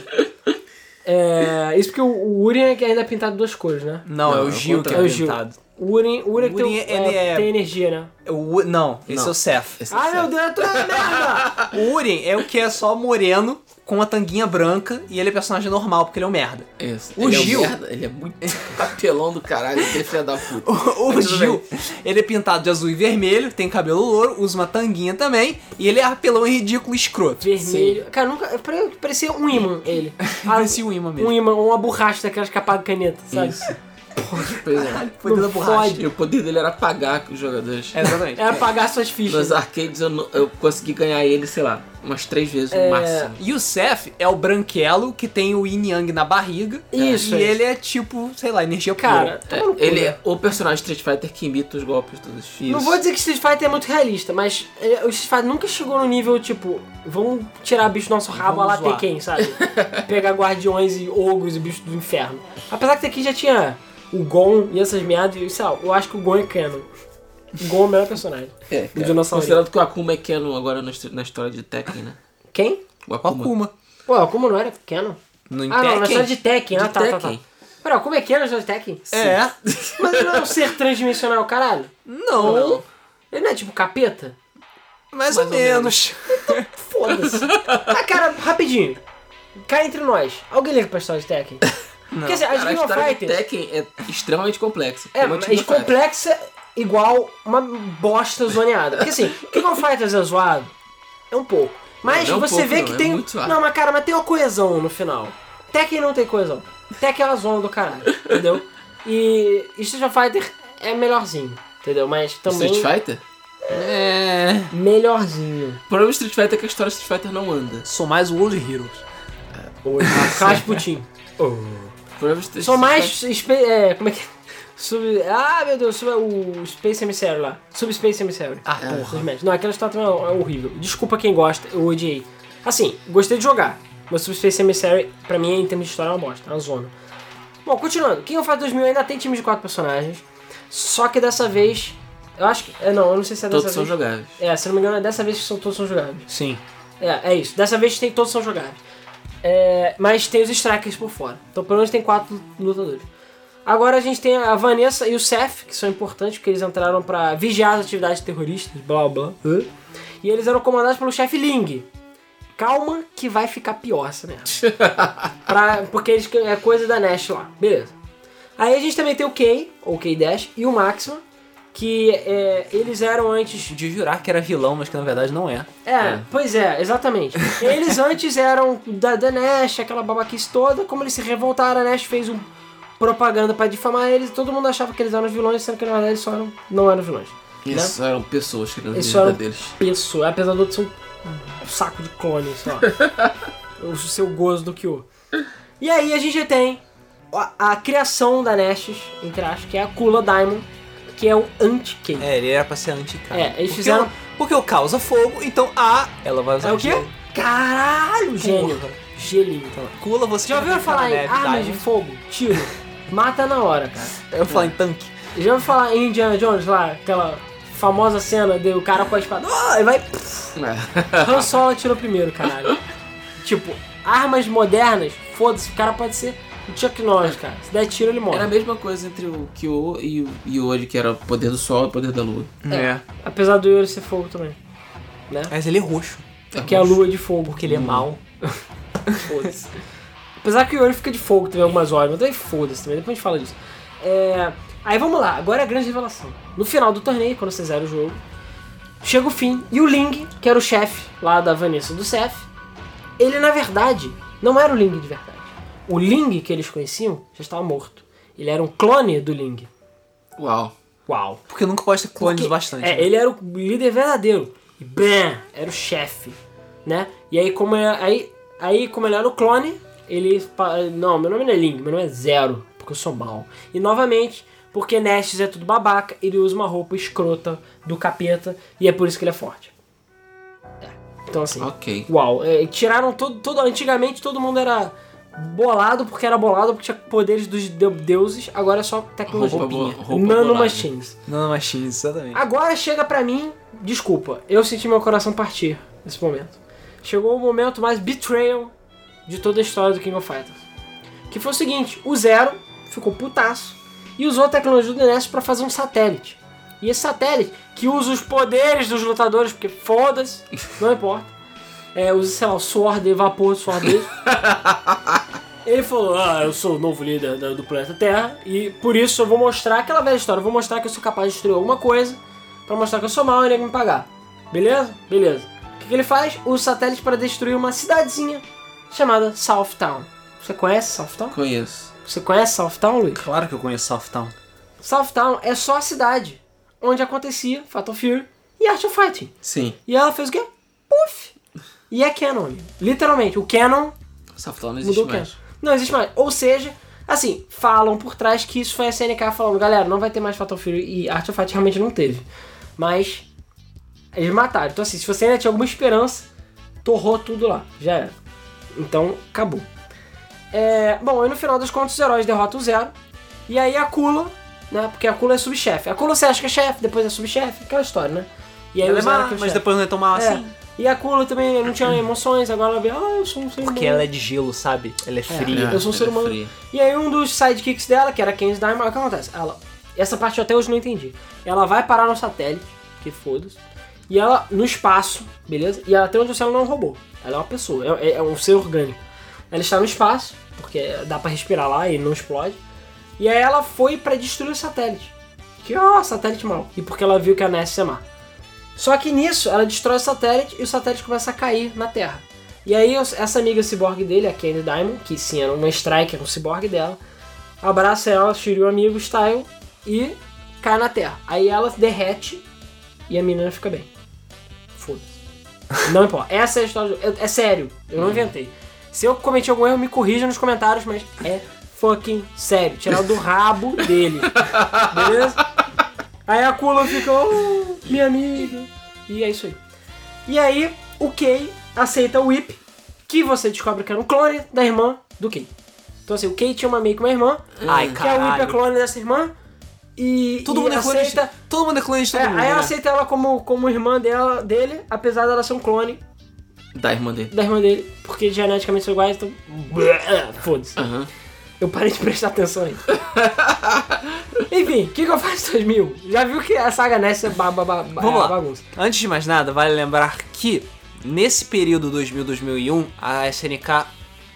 [SPEAKER 2] É, isso porque o, o Urien que ainda é pintado duas cores, né?
[SPEAKER 1] Não, é
[SPEAKER 3] Não,
[SPEAKER 1] o
[SPEAKER 3] é o
[SPEAKER 1] Gil que é
[SPEAKER 2] contrário. É o Gil.
[SPEAKER 1] pintado.
[SPEAKER 2] O Urien, o Urien, que tem,
[SPEAKER 1] Urien,
[SPEAKER 2] o-
[SPEAKER 1] ele
[SPEAKER 2] é-
[SPEAKER 1] é-
[SPEAKER 2] tem energia, né?
[SPEAKER 1] É o U- Não, esse
[SPEAKER 3] Não.
[SPEAKER 1] é o Seth.
[SPEAKER 3] Esse é
[SPEAKER 2] Ai
[SPEAKER 3] certo.
[SPEAKER 2] Ah, meu Deus, eu tô na
[SPEAKER 1] [laughs]
[SPEAKER 2] merda!
[SPEAKER 1] O Urien é o que é só moreno, com a tanguinha branca, e ele é personagem normal, porque ele é um [laughs] merda.
[SPEAKER 3] Esse.
[SPEAKER 1] O
[SPEAKER 3] ele
[SPEAKER 1] Gil-
[SPEAKER 3] É um merda, ele é muito [laughs] papelão do caralho, aquele filho da puta.
[SPEAKER 1] O, o
[SPEAKER 3] Mas tudo
[SPEAKER 1] Gil,
[SPEAKER 3] bem.
[SPEAKER 1] ele é pintado de azul e vermelho, tem cabelo louro, usa uma tanguinha também, e ele é apelão e ridículo e escroto.
[SPEAKER 2] Vermelho. Cara, nunca. pare- Parecia um
[SPEAKER 1] [laughs]
[SPEAKER 2] imã ele.
[SPEAKER 1] Parecia um imã mesmo.
[SPEAKER 2] Um imã, uma borracha daquelas que apagam caneta, sabe?
[SPEAKER 3] Pois é.
[SPEAKER 1] Foi dentro da
[SPEAKER 2] não
[SPEAKER 1] borracha.
[SPEAKER 2] fode.
[SPEAKER 3] E o poder dele era apagar com os jogadores.
[SPEAKER 1] É, Exatamente.
[SPEAKER 2] Era apagar suas
[SPEAKER 3] Nos
[SPEAKER 2] fichas.
[SPEAKER 3] arcades eu, não- eu consegui ganhar ele, sei lá, umas três vezes
[SPEAKER 2] É,
[SPEAKER 3] no máximo.
[SPEAKER 1] E o Seth é o branquelo que tem o yin yang na barriga.
[SPEAKER 2] Isso,
[SPEAKER 1] E
[SPEAKER 2] é
[SPEAKER 1] ele é tipo, sei lá, energia
[SPEAKER 2] Cara,
[SPEAKER 1] pura.
[SPEAKER 2] toma no cu,
[SPEAKER 3] ele
[SPEAKER 2] né?
[SPEAKER 3] é o personagem Street Fighter que imita os golpes dos filhos.
[SPEAKER 2] Não vou dizer que Street Fighter é muito realista, mas é, o Street Fighter nunca chegou no nível tipo, vamos tirar bicho do nosso rabo a lá
[SPEAKER 1] Vamos zoar.
[SPEAKER 2] Tekken,
[SPEAKER 1] [laughs]
[SPEAKER 2] sabe? Pegar guardiões e ogros e bichos do inferno. Apesar que Tekken já tinha o Gon e essas meadas, e sei lá, eu acho que o Gon é canon. O Gon é o melhor personagem.
[SPEAKER 3] É,
[SPEAKER 2] O dinossauro.
[SPEAKER 3] Considerando que o Akuma é canon agora na, histó- na história de Tekken, né?
[SPEAKER 2] Quem?
[SPEAKER 3] O
[SPEAKER 1] O
[SPEAKER 3] Akuma.
[SPEAKER 1] Akuma.
[SPEAKER 2] Ué, como não era canon?
[SPEAKER 1] No
[SPEAKER 2] Ah, não, na
[SPEAKER 1] Tekken?
[SPEAKER 2] história de Tekken. Ah,
[SPEAKER 3] De
[SPEAKER 2] tá, tá, tá.
[SPEAKER 3] Tekken.
[SPEAKER 2] Pera, como é que era na história de Tekken?
[SPEAKER 1] É.
[SPEAKER 2] Mas ele não é um ser transdimensional, caralho?
[SPEAKER 1] Não,
[SPEAKER 2] Ele não é tipo capeta?
[SPEAKER 1] mais ou menos.
[SPEAKER 2] Foda-se.
[SPEAKER 3] [laughs]
[SPEAKER 2] ah, cara, rapidinho. Cá entre nós. Alguém liga pra história de Tekken? Porque assim, as
[SPEAKER 3] Cara, a
[SPEAKER 2] King of
[SPEAKER 3] história de
[SPEAKER 2] Fighters...
[SPEAKER 3] Tekken é extremamente complexa.
[SPEAKER 2] É,
[SPEAKER 3] Como a King
[SPEAKER 2] mas
[SPEAKER 3] of Fighters.
[SPEAKER 2] complexa igual uma bosta zoneada. Porque
[SPEAKER 3] [laughs]
[SPEAKER 2] assim, King of Fighters é zoado? É um pouco. Mas
[SPEAKER 3] Não, não é um
[SPEAKER 2] você
[SPEAKER 3] pouco,
[SPEAKER 2] vê
[SPEAKER 3] não,
[SPEAKER 2] que
[SPEAKER 3] é
[SPEAKER 2] tem...
[SPEAKER 3] muito zoado.
[SPEAKER 2] não, mas cara, mas tem uma coesão no final. Tekken não tem coesão. Tekken é uma zona do
[SPEAKER 3] [laughs]
[SPEAKER 2] caralho, entendeu? E Street Fighter é melhorzinho, entendeu? Mas também
[SPEAKER 3] Street Fighter? É.
[SPEAKER 2] melhorzinho.
[SPEAKER 3] O problema do Street Fighter é que a história do Street Fighter não anda.
[SPEAKER 1] Sou mais World Heroes.
[SPEAKER 3] Ah,
[SPEAKER 2] Rasputin.
[SPEAKER 3] O problema do Street
[SPEAKER 2] Sou
[SPEAKER 3] Fighter-
[SPEAKER 2] mais. espe- é, como é que é? Sub, ah, meu Deus, sub, o Space Emissary lá. Subspace Emissary. Ah, porra. Não, aquela estátua é é horrível. Desculpa quem gosta, eu odiei. Assim, gostei de jogar, mas Subspace Emissary, pra mim, em termos de história, é uma bosta, é uma zona. Bom, continuando. King of Fighters 2000 ainda tem time de quatro personagens, só que dessa vez. Eu acho que. É, não, eu não sei se é dessa
[SPEAKER 3] Todos são
[SPEAKER 2] vez.
[SPEAKER 3] jogáveis.
[SPEAKER 2] É, se eu não me engano, é dessa vez que são, todos são jogáveis.
[SPEAKER 1] Sim.
[SPEAKER 2] É, é isso. Dessa vez tem todos são jogáveis. É, mas tem os strikers por fora. Então pelo menos tem quatro lutadores. Agora a gente tem a Vanessa e o Seth, que são importantes porque eles entraram pra vigiar as atividades terroristas, blá blá. blá. E eles eram comandados pelo chefe Ling. Calma que vai ficar pior essa merda. Pra- porque eles, é coisa da Nash lá. Beleza. Aí a gente também tem o Kay, ou Kay Dash, e o Maxima, que é, eles eram antes
[SPEAKER 1] De jurar que era vilão, mas que na verdade não é.
[SPEAKER 2] é, pois é, exatamente. Eles antes eram da, da Nash, aquela babaquice toda, como eles se revoltaram, a Nash fez um propaganda pra difamar eles, todo mundo achava que eles eram vilões, sendo que na verdade eles só eram, não eram vilões.
[SPEAKER 3] Isso eram pessoas que não
[SPEAKER 2] Isso
[SPEAKER 3] viviam
[SPEAKER 2] era-
[SPEAKER 3] deles.
[SPEAKER 2] Pessoa, apesar de ser um saco de clone, sei lá. o seu gozo do Kyo. E aí a gente tem a, a criação da Nash, entre aspas, que é a Kula Diamond, que é o anti-Kate.
[SPEAKER 1] É, ele era pra ser anti-cara.
[SPEAKER 2] É, eles fizeram-
[SPEAKER 1] Porque o causa fogo, então a. Ela vai usar
[SPEAKER 2] É o quê?
[SPEAKER 1] gelo.
[SPEAKER 2] Caralho, gênio. Gelinho, então.
[SPEAKER 1] Cula, você
[SPEAKER 2] Já ouviram falar
[SPEAKER 1] tá?
[SPEAKER 2] em armas de fogo? Tiro. Mata na hora, cara.
[SPEAKER 1] Eu falar em tanque.
[SPEAKER 2] Já ouviu falar em Indiana Jones lá? Aquela famosa cena do cara com a espada. Ah, e vai...
[SPEAKER 3] é.
[SPEAKER 2] Han Solo atirou primeiro, caralho. tipo, armas modernas, foda-se, o cara pode ser o Chuck Norris, cara. Se der tiro, ele morre.
[SPEAKER 3] Era a mesma coisa entre o Kyo e o Yori, que era o poder do sol e o poder da lua.
[SPEAKER 1] É.
[SPEAKER 2] Apesar do Yuri ser fogo também.
[SPEAKER 1] Mas ele é roxo.
[SPEAKER 2] Que é a lua de fogo.
[SPEAKER 1] Porque ele é mau.
[SPEAKER 2] [laughs] Foda-se. Apesar que o Yuri fica de fogo também algumas horas, mas também foda-se também, depois a gente fala disso. É, Aí vamos lá, agora é a grande revelação. No final do torneio, quando você zera o jogo, chega o fim e o Ling, que era o chefe lá da Vanessa do Seth, ele na verdade não era o Ling de verdade. O Ling que eles conheciam já estava morto. Ele era um clone do Ling.
[SPEAKER 3] Uau.
[SPEAKER 2] Uau.
[SPEAKER 1] Porque nunca gosta de clones
[SPEAKER 2] Porque,
[SPEAKER 1] bastante.
[SPEAKER 2] É,
[SPEAKER 1] né?
[SPEAKER 2] ele era o líder verdadeiro. E bam, era o chefe, né? E aí como é, aí aí como ele era o clone, ele fa- não, meu nome não é Ling, meu nome é Zero, porque eu sou mal. E novamente, porque Nestes é tudo babaca, ele usa uma roupa escrota do capeta e é por isso que ele é forte. É. Então assim,
[SPEAKER 3] Ok.
[SPEAKER 2] Uau, é, tiraram todo, todo. Antigamente todo mundo era bolado porque era bolado porque tinha poderes dos de- deuses, agora é só tecnologia.
[SPEAKER 3] Roupa boa- roupa
[SPEAKER 2] Nanomachines.
[SPEAKER 1] Não, mas sim, exatamente.
[SPEAKER 2] Agora chega pra mim, desculpa, eu senti meu coração partir nesse momento. Chegou o momento mais betrayal de toda a história do King of Fighters. Que foi o seguinte, o Zero ficou putaço e usou a tecnologia do NES pra fazer um satélite. E esse satélite, que usa os poderes dos lutadores, porque foda-se, não importa. [laughs] É, usa, sei lá, o suor de vapor do suor dele. Ele falou, ah, eu sou o novo líder da- do planeta Terra e por isso eu vou mostrar aquela velha história, eu vou mostrar que eu sou capaz de destruir alguma coisa pra mostrar que eu sou mal e ele vai me pagar. Beleza? Beleza. O que, que ele faz? O satélite para destruir uma cidadezinha chamada South Town. Você conhece South Town?
[SPEAKER 3] Conheço.
[SPEAKER 2] Você conhece South Town, Luiz?
[SPEAKER 1] Claro que eu conheço Southtown.
[SPEAKER 2] South Town é só a cidade onde acontecia Fatal Fury e Art of Fighting.
[SPEAKER 3] Sim.
[SPEAKER 2] E ela fez o quê? Puff! E é canon. Literalmente, o canon
[SPEAKER 3] Saftão não existe
[SPEAKER 2] Mudou o
[SPEAKER 3] mais.
[SPEAKER 2] canon. Não existe mais. Ou seja, assim, falam por trás que isso foi a SNK falando, galera, não vai ter mais Fatal Fury e Art of Fight realmente não teve. Mas eles mataram. Então assim, se você ainda tinha alguma esperança, torrou tudo lá. Já era. Então, acabou. É, bom, e no final das contas os heróis derrotam o Zero. E aí a Kula, né? Porque a Kula é subchefe. A Kula você acha que é chefe, depois é subchefe, aquela história, né? E aí
[SPEAKER 1] Ela
[SPEAKER 2] o
[SPEAKER 1] é
[SPEAKER 2] Zero
[SPEAKER 1] má,
[SPEAKER 2] que é
[SPEAKER 1] mas
[SPEAKER 2] o chefe.
[SPEAKER 1] depois não é tão má
[SPEAKER 2] É.
[SPEAKER 1] assim.
[SPEAKER 2] E a Kula também
[SPEAKER 1] [clears throat]
[SPEAKER 2] não tinha emoções, agora ela vê, ah, eu sou um ser
[SPEAKER 1] Porque
[SPEAKER 2] humano."
[SPEAKER 1] ela é de gelo, sabe? Ela é fria.
[SPEAKER 2] Eu sou um
[SPEAKER 3] ela
[SPEAKER 2] ser
[SPEAKER 3] é
[SPEAKER 2] humano.
[SPEAKER 3] fria.
[SPEAKER 2] E aí um dos sidekicks dela, que era Candice Diamond, o que acontece? Ela, essa parte eu até hoje não entendi. Ela vai parar no satélite, que foda-se, e ela no espaço, beleza? E ela até onde eu sei, ela não é um robô. Ela é uma pessoa, é, é- é um ser orgânico. Ela está no espaço, porque dá pra respirar lá e não explode. E aí ela foi pra destruir o satélite. Que ó, satélite mal. E porque ela viu que a Ness é má. Só que nisso, ela destrói o satélite e o satélite começa a cair na Terra. E aí eu- essa amiga ciborgue dele, a Candy Diamond, que sim era uma striker, um ciborgue dela, abraça ela, Shiryu amigo style, e cai na terra. Aí ela derrete e a menina fica bem.
[SPEAKER 1] [laughs]
[SPEAKER 2] Foda-se. Não importa. Essa é a história. do- eu- É sério, eu
[SPEAKER 1] Hum.
[SPEAKER 2] não inventei. Se eu cometi algum erro, me corrija nos comentários, mas é fucking sério. Tirar do rabo
[SPEAKER 1] [laughs]
[SPEAKER 2] dele. Beleza? Aí a Kula fica, oh, minha amiga. E é isso aí. E aí, o Kei aceita o Whip, que você descobre que era um clone da irmã do Kei. Então assim, o Kei tinha uma meio que uma irmã,
[SPEAKER 1] Ai,
[SPEAKER 2] que a Whip é
[SPEAKER 1] caralho.
[SPEAKER 2] clone dessa irmã, e,
[SPEAKER 1] Todo
[SPEAKER 2] e
[SPEAKER 1] mundo é clone de-
[SPEAKER 2] aceita...
[SPEAKER 1] Todo mundo é clone de todo
[SPEAKER 2] É,
[SPEAKER 1] mundo.
[SPEAKER 2] aí ela
[SPEAKER 1] né?
[SPEAKER 2] aceita ela como, como irmã dela, dele, apesar dela ser um clone
[SPEAKER 3] Da irmã dele.
[SPEAKER 2] da irmã dele, porque geneticamente são iguais,
[SPEAKER 1] [laughs]
[SPEAKER 2] então. Bleh, Foda-se.
[SPEAKER 3] Aham.
[SPEAKER 2] Eu parei de prestar
[SPEAKER 1] [laughs]
[SPEAKER 2] atenção aí. Enfim, o que, que eu faço em 2000? Já viu que a saga Ness é ba- ba- ba-
[SPEAKER 1] Vamos
[SPEAKER 2] é
[SPEAKER 1] lá.
[SPEAKER 2] bagunça.
[SPEAKER 1] Antes de mais nada, vale lembrar que nesse período 2000-2001, a SNK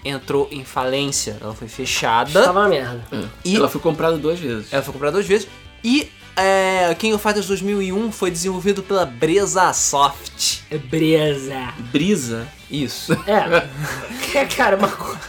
[SPEAKER 1] entrou em falência. Ela foi fechada.
[SPEAKER 2] Tava uma merda.
[SPEAKER 1] E-
[SPEAKER 3] É. Ela foi comprada duas vezes.
[SPEAKER 1] Ela foi comprada duas vezes. E é, King of Fighters 2001 foi desenvolvido pela Breza Soft.
[SPEAKER 2] É breza.
[SPEAKER 3] Brisa.
[SPEAKER 1] Isso. [laughs]
[SPEAKER 2] É. É, cara, uma coisa.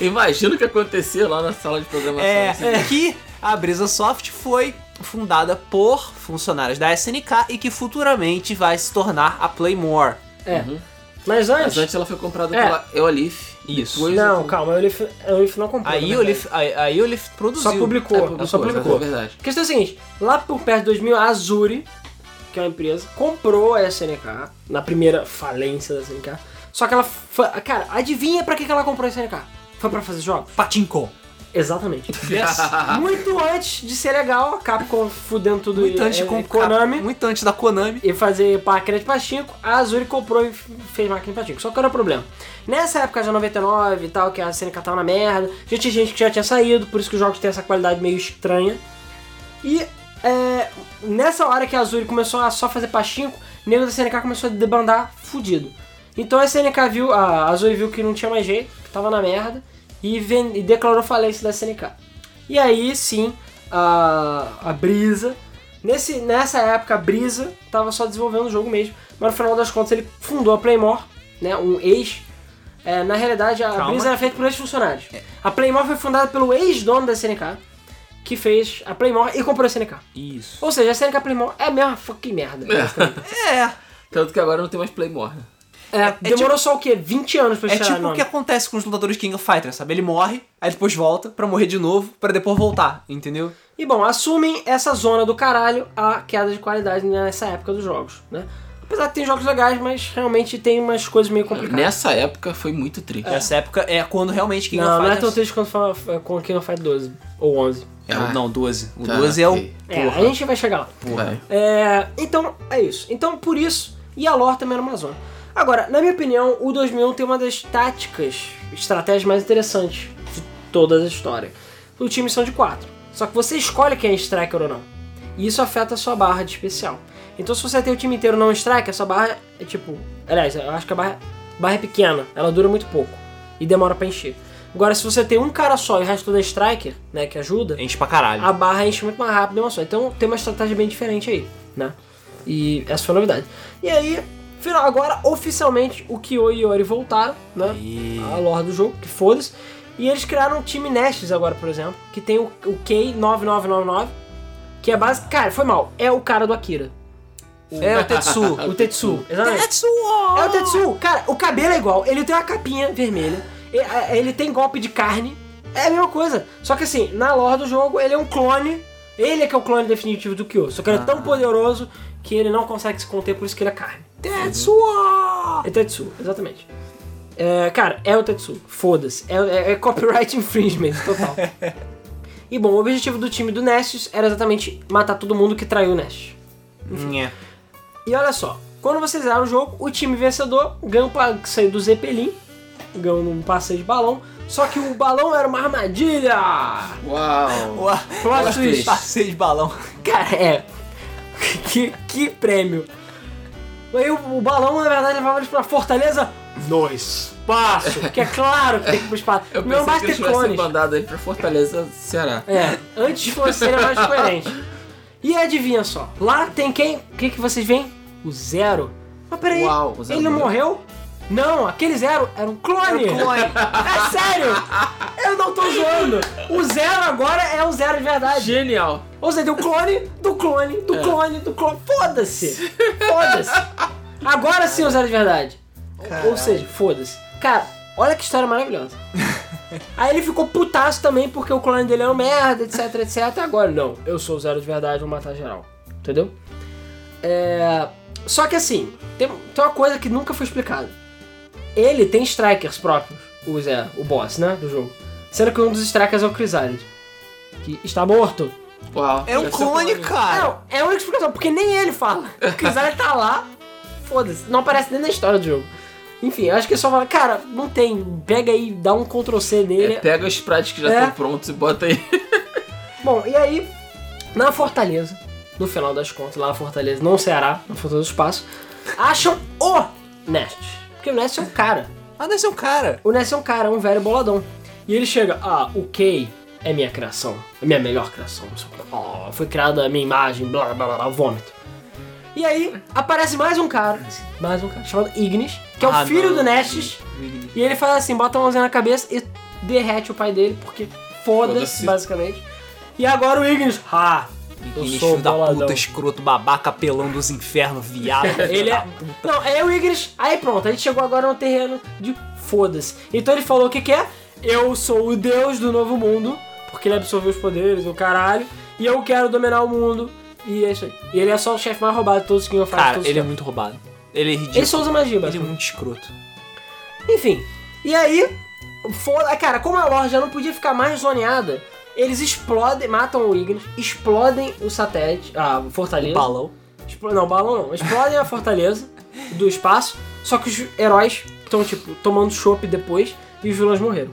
[SPEAKER 3] Imagina o que acontecia lá na sala de programação.
[SPEAKER 1] É,
[SPEAKER 3] assim.
[SPEAKER 1] que a Breza Soft foi fundada por funcionários da SNK e que futuramente vai se tornar a Playmore.
[SPEAKER 2] É.
[SPEAKER 1] Uhum.
[SPEAKER 2] Mas antes.
[SPEAKER 3] Mas antes ela foi comprada
[SPEAKER 2] É.
[SPEAKER 3] pela Eolif.
[SPEAKER 1] Isso.
[SPEAKER 3] Depois- é
[SPEAKER 2] Não, calma, a Olif, a Olif não comprou.
[SPEAKER 1] A
[SPEAKER 2] na
[SPEAKER 1] Iolif, a, a Iolif produziu.
[SPEAKER 2] Só publicou.
[SPEAKER 3] É,
[SPEAKER 2] só publicou.
[SPEAKER 3] É verdade.
[SPEAKER 2] A questão é a seguinte: lá por perto de 2000, a Azuri, que é uma empresa, comprou a SNK na primeira falência da SNK. Só que ela. fa- Cara, adivinha pra que que ela comprou a SNK? Foi pra fazer jogos?
[SPEAKER 1] Patinko.
[SPEAKER 2] Exatamente.
[SPEAKER 1] [laughs] Ah.
[SPEAKER 2] Muito antes de ser legal, a Capcom fudendo tudo
[SPEAKER 1] Muito
[SPEAKER 2] e-
[SPEAKER 1] antes de
[SPEAKER 2] e-
[SPEAKER 1] com-
[SPEAKER 2] Konami
[SPEAKER 1] é, Muito antes da Konami.
[SPEAKER 2] e fazer máquina de pachinko, a Azuri comprou e f- fez máquina de pachinko. Só que era o problema. Nessa época já 99 e tal, que a SNK tava na merda, já tinha gente que já tinha saído, por isso que os jogos têm essa qualidade meio estranha. E é, nessa hora que a Azuri começou a só fazer pachinko, o nego da SNK começou a debandar fudido. Então a SNK viu, a Azuri viu que não tinha mais jeito, que tava na merda, e, ven- e declarou falência da SNK. E aí sim, a, a Brisa. Nesse, nessa época, a Brisa tava só desenvolvendo o jogo mesmo, mas no final das contas ele fundou a Playmore, né, um ex. É, na realidade, a
[SPEAKER 1] Calma.
[SPEAKER 2] Brisa era feita por ex-funcionários. A Playmore foi fundada pelo ex-dono da SNK, que fez a Playmore e comprou a SNK.
[SPEAKER 1] Isso.
[SPEAKER 2] Ou seja, a SNK Playmore é a mesma fucking merda. basicamente.
[SPEAKER 1] É.
[SPEAKER 3] Tanto que agora não tem mais Playmore. né?
[SPEAKER 2] É, demorou só o quê? 20 anos pra
[SPEAKER 1] tipo- É
[SPEAKER 2] chegar
[SPEAKER 1] tipo o que acontece com os lutadores King of Fighters, sabe? Ele morre, aí depois volta pra morrer de novo, pra depois voltar, entendeu?
[SPEAKER 2] E bom, assumem essa zona do caralho a queda de qualidade nessa época dos jogos, né? Apesar que tem jogos legais, mas realmente tem umas coisas meio complicadas.
[SPEAKER 3] Nessa época foi muito triste.
[SPEAKER 1] Essa época é quando realmente King
[SPEAKER 2] Não,
[SPEAKER 1] of
[SPEAKER 2] não é
[SPEAKER 1] Fighters...
[SPEAKER 2] tão triste quanto fala- com King of Fighters 12 ou 11.
[SPEAKER 1] É o-
[SPEAKER 3] Ah,
[SPEAKER 1] não, 12. O
[SPEAKER 3] tá,
[SPEAKER 1] 12 é o...
[SPEAKER 3] ok.
[SPEAKER 2] É, a gente vai chegar lá.
[SPEAKER 3] Vai.
[SPEAKER 2] É, então, é isso. Então, por isso, e a lore também era uma zona. Agora, na minha opinião, o 2001 tem uma das táticas, estratégias mais interessantes de toda a história. O time são de quatro. Só que você escolhe quem é striker ou não. E isso afeta a sua barra de especial. Então, se você tem o time inteiro não striker, a sua barra é tipo. Aliás, eu acho que a barra, barra é pequena, ela dura muito pouco e demora pra encher. Agora, se você tem um cara só e o resto todo é striker, né, que ajuda,
[SPEAKER 1] Enche pra caralho.
[SPEAKER 2] a barra enche muito mais rápido em uma só. Então tem uma estratégia bem diferente aí, né? E essa foi a novidade. E aí, final, agora oficialmente o Kyo e Yori voltaram, né?
[SPEAKER 1] E-
[SPEAKER 2] A lore do jogo, que foda-se. E eles criaram um time Nestes agora, por exemplo, que tem o, o K9999, que é base. Cara, foi mal. É o cara do Akira.
[SPEAKER 1] É o Tetsu.
[SPEAKER 2] O Tetsu, exatamente. É o Tetsu. Cara, o cabelo é igual. Ele tem uma capinha vermelha. e- a- Ele tem golpe de carne. É a mesma coisa. Só que assim, na lore do jogo, ele é um clone. Ele é que é o clone definitivo do Kyo. Só que ele é tão poderoso que ele não consegue se conter, por isso que ele é carne.
[SPEAKER 1] Tetsuo!
[SPEAKER 2] É Tetsu, exatamente. É, cara, é o Tetsu. Foda-se. É, é- é copyright [laughs] infringement total. e bom, o objetivo do time do Nessus era exatamente matar todo mundo que traiu o Nessus.
[SPEAKER 1] Nhe.
[SPEAKER 2] E olha só, quando vocês zeraram o jogo, o time vencedor ganhou pra sair do Zeppelin, ganhou num passeio de balão, só que o balão era uma armadilha!
[SPEAKER 3] Uau.
[SPEAKER 1] Uau,
[SPEAKER 2] Plot twist.
[SPEAKER 1] Passeio de balão.
[SPEAKER 2] Cara, é. [laughs] Que, que prêmio! Aí o, o balão, na verdade, levava eles pra Fortaleza no espaço! Que é claro que tem que ir pro espaço.
[SPEAKER 3] Eu
[SPEAKER 2] Não
[SPEAKER 3] pensei que
[SPEAKER 2] basta
[SPEAKER 3] eles
[SPEAKER 2] ter
[SPEAKER 3] tivessem
[SPEAKER 2] clones.
[SPEAKER 3] mandado ele pra Fortaleza, Ceará.
[SPEAKER 2] É, antes fosse seria mais coerente. E adivinha só, lá tem quem? O que, que vocês veem? O Zero. Mas peraí,
[SPEAKER 3] Uau, o Zero
[SPEAKER 2] ele não
[SPEAKER 3] morreu.
[SPEAKER 2] morreu? Não, aquele zero era um clone.
[SPEAKER 1] Era um clone.
[SPEAKER 2] É sério. Eu não tô zoando. O zero agora é um zero de verdade.
[SPEAKER 3] Genial.
[SPEAKER 2] Ou seja, o clone do clone do clone do clone. Foda-se. Foda-se. Agora sim é um zero de verdade. Ou seja, foda-se. Cara, olha que história maravilhosa. Aí ele ficou putaço também porque o clone dele era um merda, etc, etc. Agora, não, eu sou o zero de verdade, vou matar geral. Entendeu? É... Só que assim, tem, tem uma coisa que nunca foi explicada. Ele tem strikers próprios, o Zé, o boss, né, do jogo. Sendo que um dos strikers é o Chrysalid, que está morto.
[SPEAKER 3] Uau.
[SPEAKER 1] É um
[SPEAKER 3] deve ser
[SPEAKER 1] clone, cara.
[SPEAKER 2] Não, é a única explicação, porque nem ele fala. O Chrysalid tá lá, foda-se, não aparece nem na história do jogo. Enfim, eu acho que ele só fala, cara, não tem, pega aí, dá um Ctrl C nele.
[SPEAKER 3] É, pega os pratos que já
[SPEAKER 2] É.
[SPEAKER 3] estão prontos e bota [laughs] aí.
[SPEAKER 2] Bom, e aí, na Fortaleza, no final das contas, lá na Fortaleza, não Ceará, na Fortaleza do Espaço, acham o Nest. Porque o Nest é um cara.
[SPEAKER 1] Ah, deve ser um cara.
[SPEAKER 2] O Ness é um cara, um velho boladão. E ele chega, ah, o Kay é minha criação, é minha melhor criação. Oh, foi criada a minha imagem, blá blá blá, blá vômito. E aí aparece mais um cara, mais um cara, chamado Ignis, que é o
[SPEAKER 1] Ah,
[SPEAKER 2] filho
[SPEAKER 1] não.
[SPEAKER 2] do Nestes. E ele faz assim, bota a mãozinha na cabeça e derrete o pai dele, porque foda-se,
[SPEAKER 3] Foda-se.
[SPEAKER 2] basicamente. E agora o Ignis, ah,
[SPEAKER 1] é
[SPEAKER 2] eu sou um
[SPEAKER 1] Filho da
[SPEAKER 2] boladão.
[SPEAKER 1] puta, escroto, babaca, pelão dos infernos, viado.
[SPEAKER 2] [laughs] Ele é. Não, é o Igris. Aí pronto, a gente chegou agora no terreno de foda-se. Então ele falou o que, que é? Eu sou o deus do novo mundo, porque ele absorveu os poderes, o caralho, e eu quero dominar o mundo. E é isso aí. E ele é só o chefe mais roubado de todos que eu faço.
[SPEAKER 1] Cara,
[SPEAKER 2] todos os
[SPEAKER 1] ele é
[SPEAKER 2] chefes.
[SPEAKER 1] muito roubado. Ele é ridículo.
[SPEAKER 2] ele só usa
[SPEAKER 1] Ele
[SPEAKER 2] magia,
[SPEAKER 1] é
[SPEAKER 2] basicamente.
[SPEAKER 1] muito escroto.
[SPEAKER 2] Enfim. E aí, foda cara, como a lore já não podia ficar mais zoneada, eles explodem, matam o Ignis, explodem o satélite, a fortaleza.
[SPEAKER 1] Balão.
[SPEAKER 2] Explo- Não, balão não. Explodem a fortaleza do espaço, só que os heróis estão, tipo, tomando chopp depois e os vilões morreram.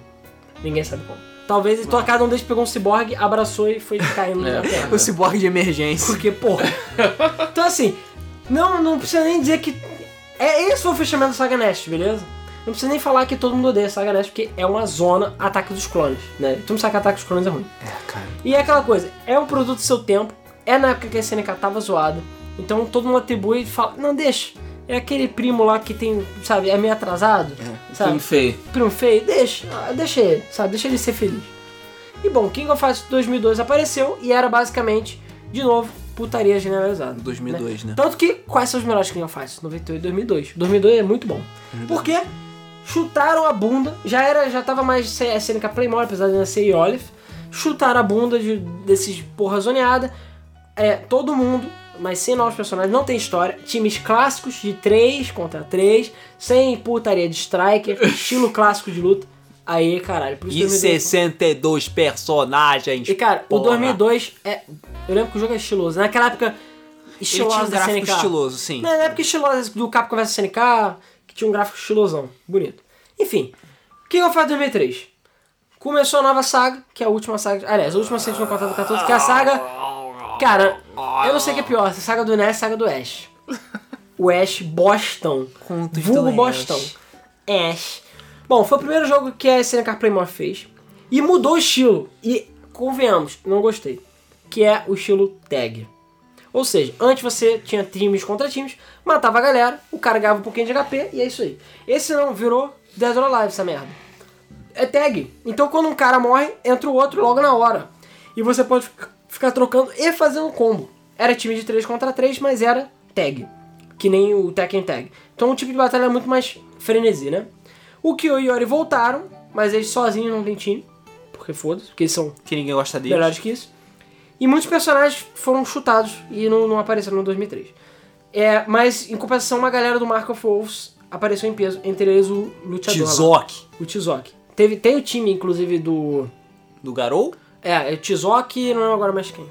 [SPEAKER 2] Ninguém sabe como. Talvez então, cada um deles pegou um ciborgue, abraçou e foi caindo na
[SPEAKER 3] É.
[SPEAKER 2] terra.
[SPEAKER 1] O ciborgue de emergência.
[SPEAKER 2] Porque, porra. Então, assim, não, não precisa nem dizer que. É esse foi o fechamento da Saga Nest, beleza? Não precisa nem falar que todo mundo odeia a Saga Nest, porque é uma zona ataque dos clones, né? Tu não sabe que ataque dos clones é ruim.
[SPEAKER 1] cara.
[SPEAKER 2] E é aquela coisa, é um produto do seu tempo, é na época que a SNK tava zoada, então todo mundo atribui e fala, não, deixa. É aquele primo lá que tem, sabe, é meio atrasado, sabe?
[SPEAKER 3] Filme feio.
[SPEAKER 2] primo feio, deixa, ah, deixa ele, sabe? Deixa ele ser feliz. E bom, King of Fighters 2002 apareceu e era basicamente, de novo, putaria generalizada.
[SPEAKER 1] 2002, né?
[SPEAKER 2] Tanto que, quais são os melhores King of Fighters? 98 e 2002. 2002 é muito bom. Porque chutaram a bunda, já era, já tava mais C- SNK Playmore, apesar de não ser Iolif. Chutaram a bunda de, desses porra zoneada. É, todo mundo, mas sem novos personagens, não tem história. Times clássicos de 3 contra 3, sem putaria
[SPEAKER 1] [laughs]
[SPEAKER 2] de striker, estilo clássico de luta. Aí, caralho, por isso
[SPEAKER 1] E 62 personagens.
[SPEAKER 2] E cara, o
[SPEAKER 1] porra.
[SPEAKER 2] 2002 é. Eu lembro que o jogo é estiloso. Naquela época,
[SPEAKER 1] Ele tinha
[SPEAKER 2] estiloso
[SPEAKER 1] um
[SPEAKER 2] da Né?
[SPEAKER 1] gráfico
[SPEAKER 2] SNK.
[SPEAKER 1] estiloso, sim.
[SPEAKER 2] Na época é estilosa do Capcom vs SNK, que tinha um gráfico estilosão, bonito. Enfim, King of Fighters 2003. Começou a nova saga, que é a última saga. Aliás, a última saga de 14, que é a saga. Cara, eu não sei o que é pior, se é a saga do NES ou a saga do Ash. O Ash Bostão.
[SPEAKER 1] Contos do
[SPEAKER 2] Vulgo
[SPEAKER 1] Ash.
[SPEAKER 2] Bostão. Ash. Bom, foi o primeiro jogo que a SNK Playmore fez. E mudou o estilo. E, convenhamos, não gostei. Que é o estilo tag. Ou seja, antes você tinha times contra times, matava a galera, o cara ganhava um pouquinho de HP e é isso aí. Esse não, virou Dead or Alive essa merda. É tag. Então quando um cara morre, entra o outro logo na hora. E você pode fic- ficar trocando e fazendo um combo. Era time de 3 contra 3, mas era tag. Que nem o Tekken Tag. Então o tipo de batalha é muito mais frenesi, né? O Kyo e o Yori voltaram, mas eles sozinhos não tem time. Porque foda-se, porque eles são
[SPEAKER 1] Que ninguém gosta dele.
[SPEAKER 2] melhores que isso. E muitos personagens foram chutados e não, não apareceram no 2003. É, mas, em compensação, uma galera do Mark of Wolves apareceu em peso, entre eles o Luteador. lá,
[SPEAKER 1] Tizok.
[SPEAKER 2] O Tizok. Teve, tem o time, inclusive, do...
[SPEAKER 1] Do Garou?
[SPEAKER 2] É, é o Tizok não é agora mais quem.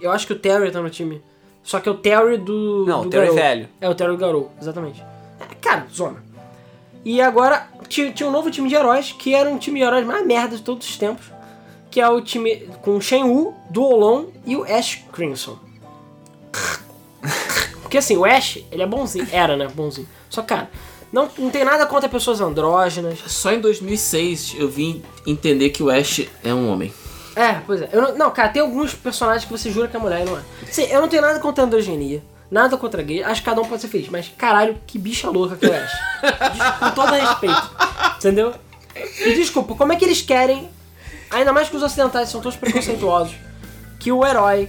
[SPEAKER 2] Eu acho que o Terry tá no time. Só que é o Terry do
[SPEAKER 1] Não,
[SPEAKER 2] do
[SPEAKER 1] o Terry
[SPEAKER 2] Garou.
[SPEAKER 1] velho.
[SPEAKER 2] É, o Terry do Garou, exatamente. É, cara, zona. E agora ti- tinha um novo time de heróis, que era um time de heróis mais merda de todos os tempos, que é o time com o Shen Wu, do Olon e o Ash Crimson. [laughs] Porque assim, o Ash, ele é bonzinho. Era, né? Bonzinho. Só que, cara, não, não tem nada contra pessoas andrógenas.
[SPEAKER 3] Só em 2006 eu vim entender que o Ash é um homem.
[SPEAKER 2] É, pois é. Eu não, não, cara, tem alguns personagens que você jura que é mulher e não é. Sim, eu não tenho nada contra androgenia. Nada contra gay, acho que cada um pode ser feliz, mas caralho, que bicha louca que eu acho. Com todo respeito. Entendeu? E desculpa, como é que eles querem, ainda mais que os ocidentais são todos preconceituosos, que o herói,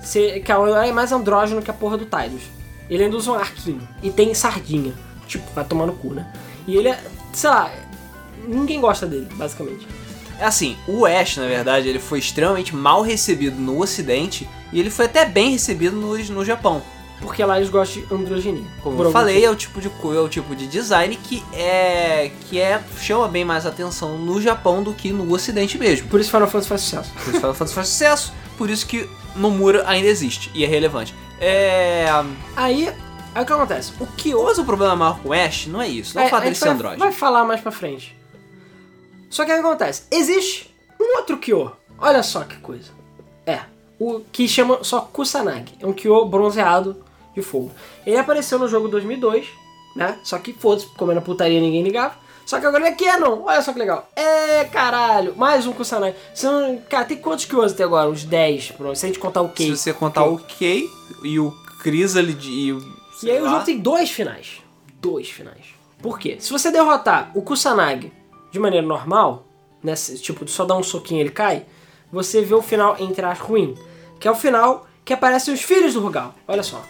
[SPEAKER 2] se- que é o herói mais andrógeno que a porra do Tidus. Ele ainda usa um arquinho e tem sardinha. Tipo, vai tomar no cu, né? E ele é, sei lá, ninguém gosta dele, basicamente.
[SPEAKER 1] É assim, o Ash, na verdade, ele foi extremamente mal recebido no Ocidente e ele foi até bem recebido no, no Japão.
[SPEAKER 2] Porque lá eles gostam de androginia.
[SPEAKER 1] Como
[SPEAKER 2] por
[SPEAKER 1] eu
[SPEAKER 2] algum
[SPEAKER 1] falei,
[SPEAKER 2] motivo.
[SPEAKER 1] é o tipo de co- é o tipo de design que é que é chama bem mais atenção no Japão do que no Ocidente mesmo.
[SPEAKER 2] Por isso Final Fantasy faz sucesso.
[SPEAKER 1] Por isso Final Fantasy faz sucesso, por isso que Nomura ainda existe e é relevante. É,
[SPEAKER 2] Aí, aí o que acontece? O que hoje.
[SPEAKER 1] mas o problema maior com o Ash não é isso, não é, o fato
[SPEAKER 2] a
[SPEAKER 1] dele
[SPEAKER 2] gente
[SPEAKER 1] ser
[SPEAKER 2] vai,
[SPEAKER 1] androide.
[SPEAKER 2] Vai falar mais pra frente. Só que o que acontece? Existe um outro Kyo. Olha só que coisa. É. O que chama só Kusanagi. É um Kyo bronzeado de fogo. Ele apareceu no jogo 2002, né? Só que foda-se, como era putaria ninguém ligava. Só que agora ele é Canon. Olha só que legal. É, caralho. Mais um Kusanagi. São, cara, tem quantos Kyos até agora? Uns 10, pronto. Se a gente contar o Kei.
[SPEAKER 1] Se você contar o Kei e o Chrysalid e o
[SPEAKER 2] E
[SPEAKER 1] sei
[SPEAKER 2] aí o
[SPEAKER 1] lá,
[SPEAKER 2] jogo tem dois finais. Dois finais. Por quê? Se você derrotar o Kusanagi de maneira normal, né, se- tipo, só dá um soquinho e ele cai, você vê o final entre as ruim, que é o final que aparecem os filhos do Rugal. Olha só.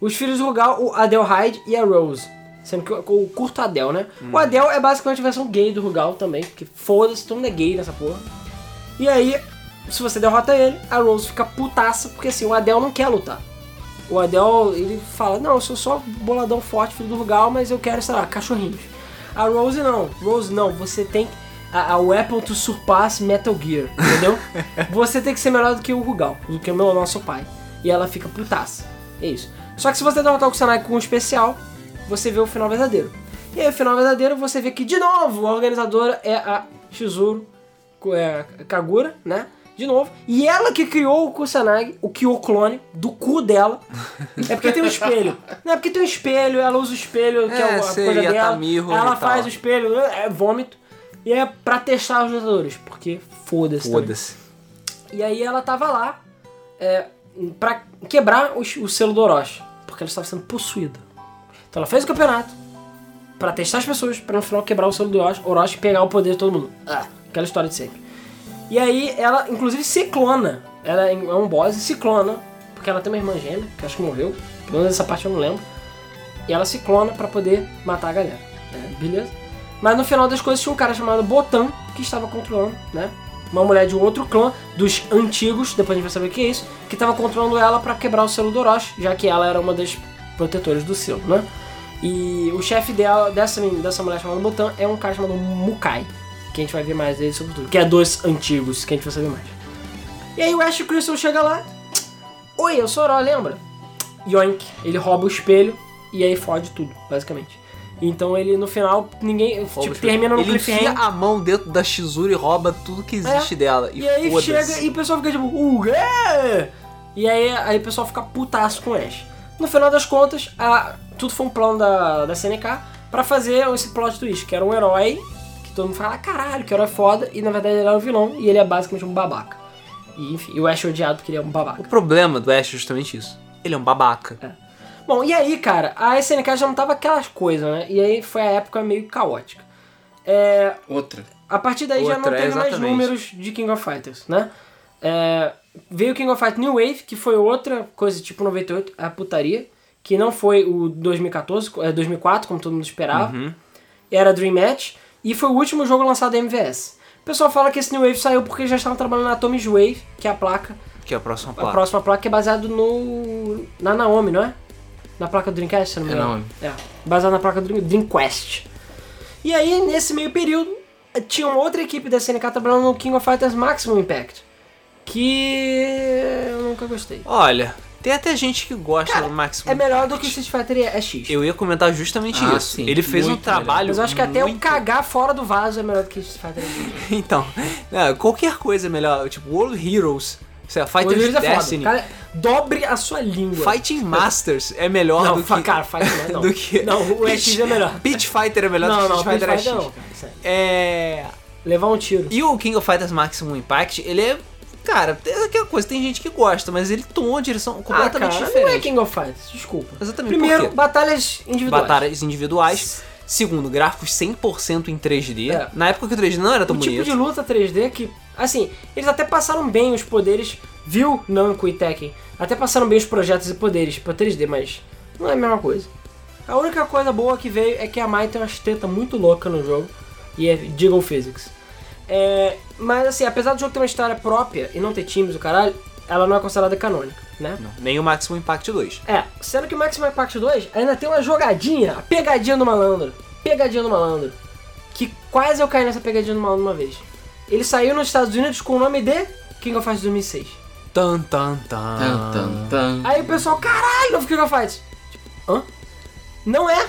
[SPEAKER 2] Os filhos do Rugal, o Adelheid e a Rose. Sendo que o- o curto Adel, né?
[SPEAKER 1] Hum.
[SPEAKER 2] O Adel é basicamente a versão gay do Rugal também, porque foda-se, todo mundo é gay nessa porra. E aí, se você derrota ele, a Rose fica putaça, porque assim, o Adel não quer lutar. O Adel, ele fala, não, eu sou só boladão forte, filho do Rugal, mas eu quero, sei lá, cachorrinhos. A Rose não. Rose não, você tem... A, a Weapon to surpass Metal Gear, entendeu? você tem que ser melhor do que o Rugal, do que o meu nosso pai. E ela fica putaça. É isso. Só que se você derrotar o Kusanagi com um especial, você vê o final verdadeiro. E aí, o final verdadeiro, você vê que, de novo, a organizadora é a Shizuru Ko- é, Kagura, né? De novo. E ela que criou o Kusanagi, o Kyo clone, do cu dela. É porque tem um espelho. Não é porque tem um espelho, ela usa o espelho, que é,
[SPEAKER 1] É,
[SPEAKER 2] uma
[SPEAKER 1] seria
[SPEAKER 2] coisa dela.
[SPEAKER 1] Tamihor e
[SPEAKER 2] Ela
[SPEAKER 1] tal.
[SPEAKER 2] faz o espelho, é vômito. E é pra testar os jogadores, porque foda-se. também.
[SPEAKER 1] foda-se.
[SPEAKER 2] E aí ela tava lá é, pra quebrar o, o selo do Orochi, porque ela estava sendo possuída. Então ela fez o campeonato pra testar as pessoas, pra no final quebrar o selo do Orochi, Orochi e pegar o poder de todo mundo. Ah, aquela história de sempre. E aí ela, inclusive, se clona. Ela é um boss e se clona, porque ela tem uma irmã gêmea, que acho que morreu. Pelo menos essa parte eu não lembro. E ela se clona pra poder matar a galera. né? Beleza? Mas no final das coisas tinha um cara chamado Botan que estava controlando, né? Uma mulher de um outro clã, dos antigos, depois a gente vai saber o que é isso, que estava controlando ela pra quebrar o selo do Orochi, já que ela era uma das protetoras do selo, né? E o chefe dela, dessa, men- dessa mulher chamada Botan é um cara chamado Mukai, que a gente vai ver mais dele sobre tudo, que é dos antigos, que a gente vai saber mais. E aí o Ash Crystal chega lá, Oi, eu sou o Oró, lembra? Yoink. Ele rouba o espelho e aí fode tudo, basicamente. Então ele, no final, ninguém. tipo, termina no
[SPEAKER 1] ele enfia
[SPEAKER 2] cliffhanger.
[SPEAKER 1] a mão dentro da Shizuru e rouba tudo que existe
[SPEAKER 2] É.
[SPEAKER 1] dela. E,
[SPEAKER 2] E aí
[SPEAKER 1] foda-se.
[SPEAKER 2] chega e o pessoal fica tipo, "Uh, é!" E aí, aí o pessoal fica putaço com o Ash. No final das contas, a- tudo foi um plano da, da CNK pra fazer esse plot twist, que era um herói, que todo mundo fala, caralho, que herói foda, e na verdade ele era um vilão, e ele é basicamente um babaca. E enfim, e o Ash é odiado porque ele é um babaca.
[SPEAKER 1] O problema do Ash é justamente isso. Ele é um babaca.
[SPEAKER 2] Bom, e aí, cara, a SNK já não tava aquelas coisas, né? E aí foi a época meio caótica. É,
[SPEAKER 3] Outra.
[SPEAKER 2] a partir daí já não
[SPEAKER 1] Outra,
[SPEAKER 2] teve mais
[SPEAKER 1] exatamente.
[SPEAKER 2] números de King of Fighters, né? É, veio o King of Fighters New Wave, que foi outra coisa tipo 98, a putaria, que não foi o 2014, é 2004, como todo mundo esperava.
[SPEAKER 1] Uhum.
[SPEAKER 2] Era Dream Match, e foi o último jogo lançado da MVS. O pessoal fala que esse New Wave saiu porque já estavam trabalhando na Atomic Wave, que é a placa
[SPEAKER 1] Que é a próxima
[SPEAKER 2] a
[SPEAKER 1] placa.
[SPEAKER 2] próxima placa é baseada no. na Naomi, não é? Na placa do Dreamcast, se não me
[SPEAKER 3] É
[SPEAKER 2] engano.
[SPEAKER 3] Naomi.
[SPEAKER 2] É, baseada na placa do Dream- Dreamcast. E aí, nesse meio período, tinha uma outra equipe da SNK trabalhando no King of Fighters Maximum Impact. Que eu nunca gostei.
[SPEAKER 1] Olha, tem até gente que gosta
[SPEAKER 2] Cara,
[SPEAKER 1] do Maximum.
[SPEAKER 2] É melhor do que Street Fighter é X.
[SPEAKER 1] Eu ia comentar justamente
[SPEAKER 3] Ah,
[SPEAKER 1] isso.
[SPEAKER 3] sim,
[SPEAKER 1] ele fez um
[SPEAKER 3] muito
[SPEAKER 1] trabalho.
[SPEAKER 2] Mas eu acho que até o
[SPEAKER 1] muito-
[SPEAKER 2] cagar fora do vaso é melhor do que Street Fighter X.
[SPEAKER 1] [laughs] Então, é, qualquer coisa é melhor. Tipo, World Heroes, sei lá, Fighters
[SPEAKER 2] Hoje em dia é foda.
[SPEAKER 1] Destiny,
[SPEAKER 2] Cara, dobre a sua língua.
[SPEAKER 1] Fighting Masters é melhor
[SPEAKER 2] não,
[SPEAKER 1] do
[SPEAKER 2] fa-
[SPEAKER 1] que.
[SPEAKER 2] cara, Fighter não.
[SPEAKER 1] [laughs] do que-
[SPEAKER 2] Não, o X é melhor.
[SPEAKER 1] [laughs] Pitch Fighter é melhor
[SPEAKER 2] Não,
[SPEAKER 1] do que
[SPEAKER 2] não,
[SPEAKER 1] Street Fighter
[SPEAKER 2] Street Fighter é
[SPEAKER 1] X.
[SPEAKER 2] não, cara, sério.
[SPEAKER 1] É.
[SPEAKER 2] Levar um tiro.
[SPEAKER 1] E o King of Fighters Maximum Impact, ele é Cara, é aquela coisa, tem gente que gosta, mas ele tomou uma direção
[SPEAKER 2] Ah,
[SPEAKER 1] completamente
[SPEAKER 2] cara, não é
[SPEAKER 1] diferente.
[SPEAKER 2] King of Fighters, desculpa.
[SPEAKER 1] Exatamente.
[SPEAKER 2] Primeiro,
[SPEAKER 1] por quê? é
[SPEAKER 2] batalhas individuais.
[SPEAKER 1] batalhas individuais. Segundo, gráficos 100% em 3D.
[SPEAKER 2] É.
[SPEAKER 1] Na época que o 3D não era tão
[SPEAKER 2] um
[SPEAKER 1] bonito.
[SPEAKER 2] tipo de luta 3D que, assim, eles até passaram bem os poderes, viu, Namco e Tekken, até passaram bem os projetos e poderes pra 3D, mas não é a mesma coisa. A única coisa boa que veio é que a Mai tem umas tetas muito louca no jogo, e é Diggle Physics. É, mas assim, apesar do jogo ter uma história própria e não ter times, o caralho, ela não é considerada canônica, né?
[SPEAKER 1] Nem o Maximum Impact 2.
[SPEAKER 2] É, sendo que o Maximum Impact 2 ainda tem uma jogadinha, a pegadinha do malandro. Pegadinha do malandro. Que quase eu caí nessa pegadinha do malandro uma vez. Ele saiu nos Estados Unidos com o nome de King of Fighters 2006.
[SPEAKER 1] Tan, tan, tan.
[SPEAKER 3] Tan, tan, tan.
[SPEAKER 2] Aí o pessoal, caralho, novo King of Fighters. Tipo, hã? Não é.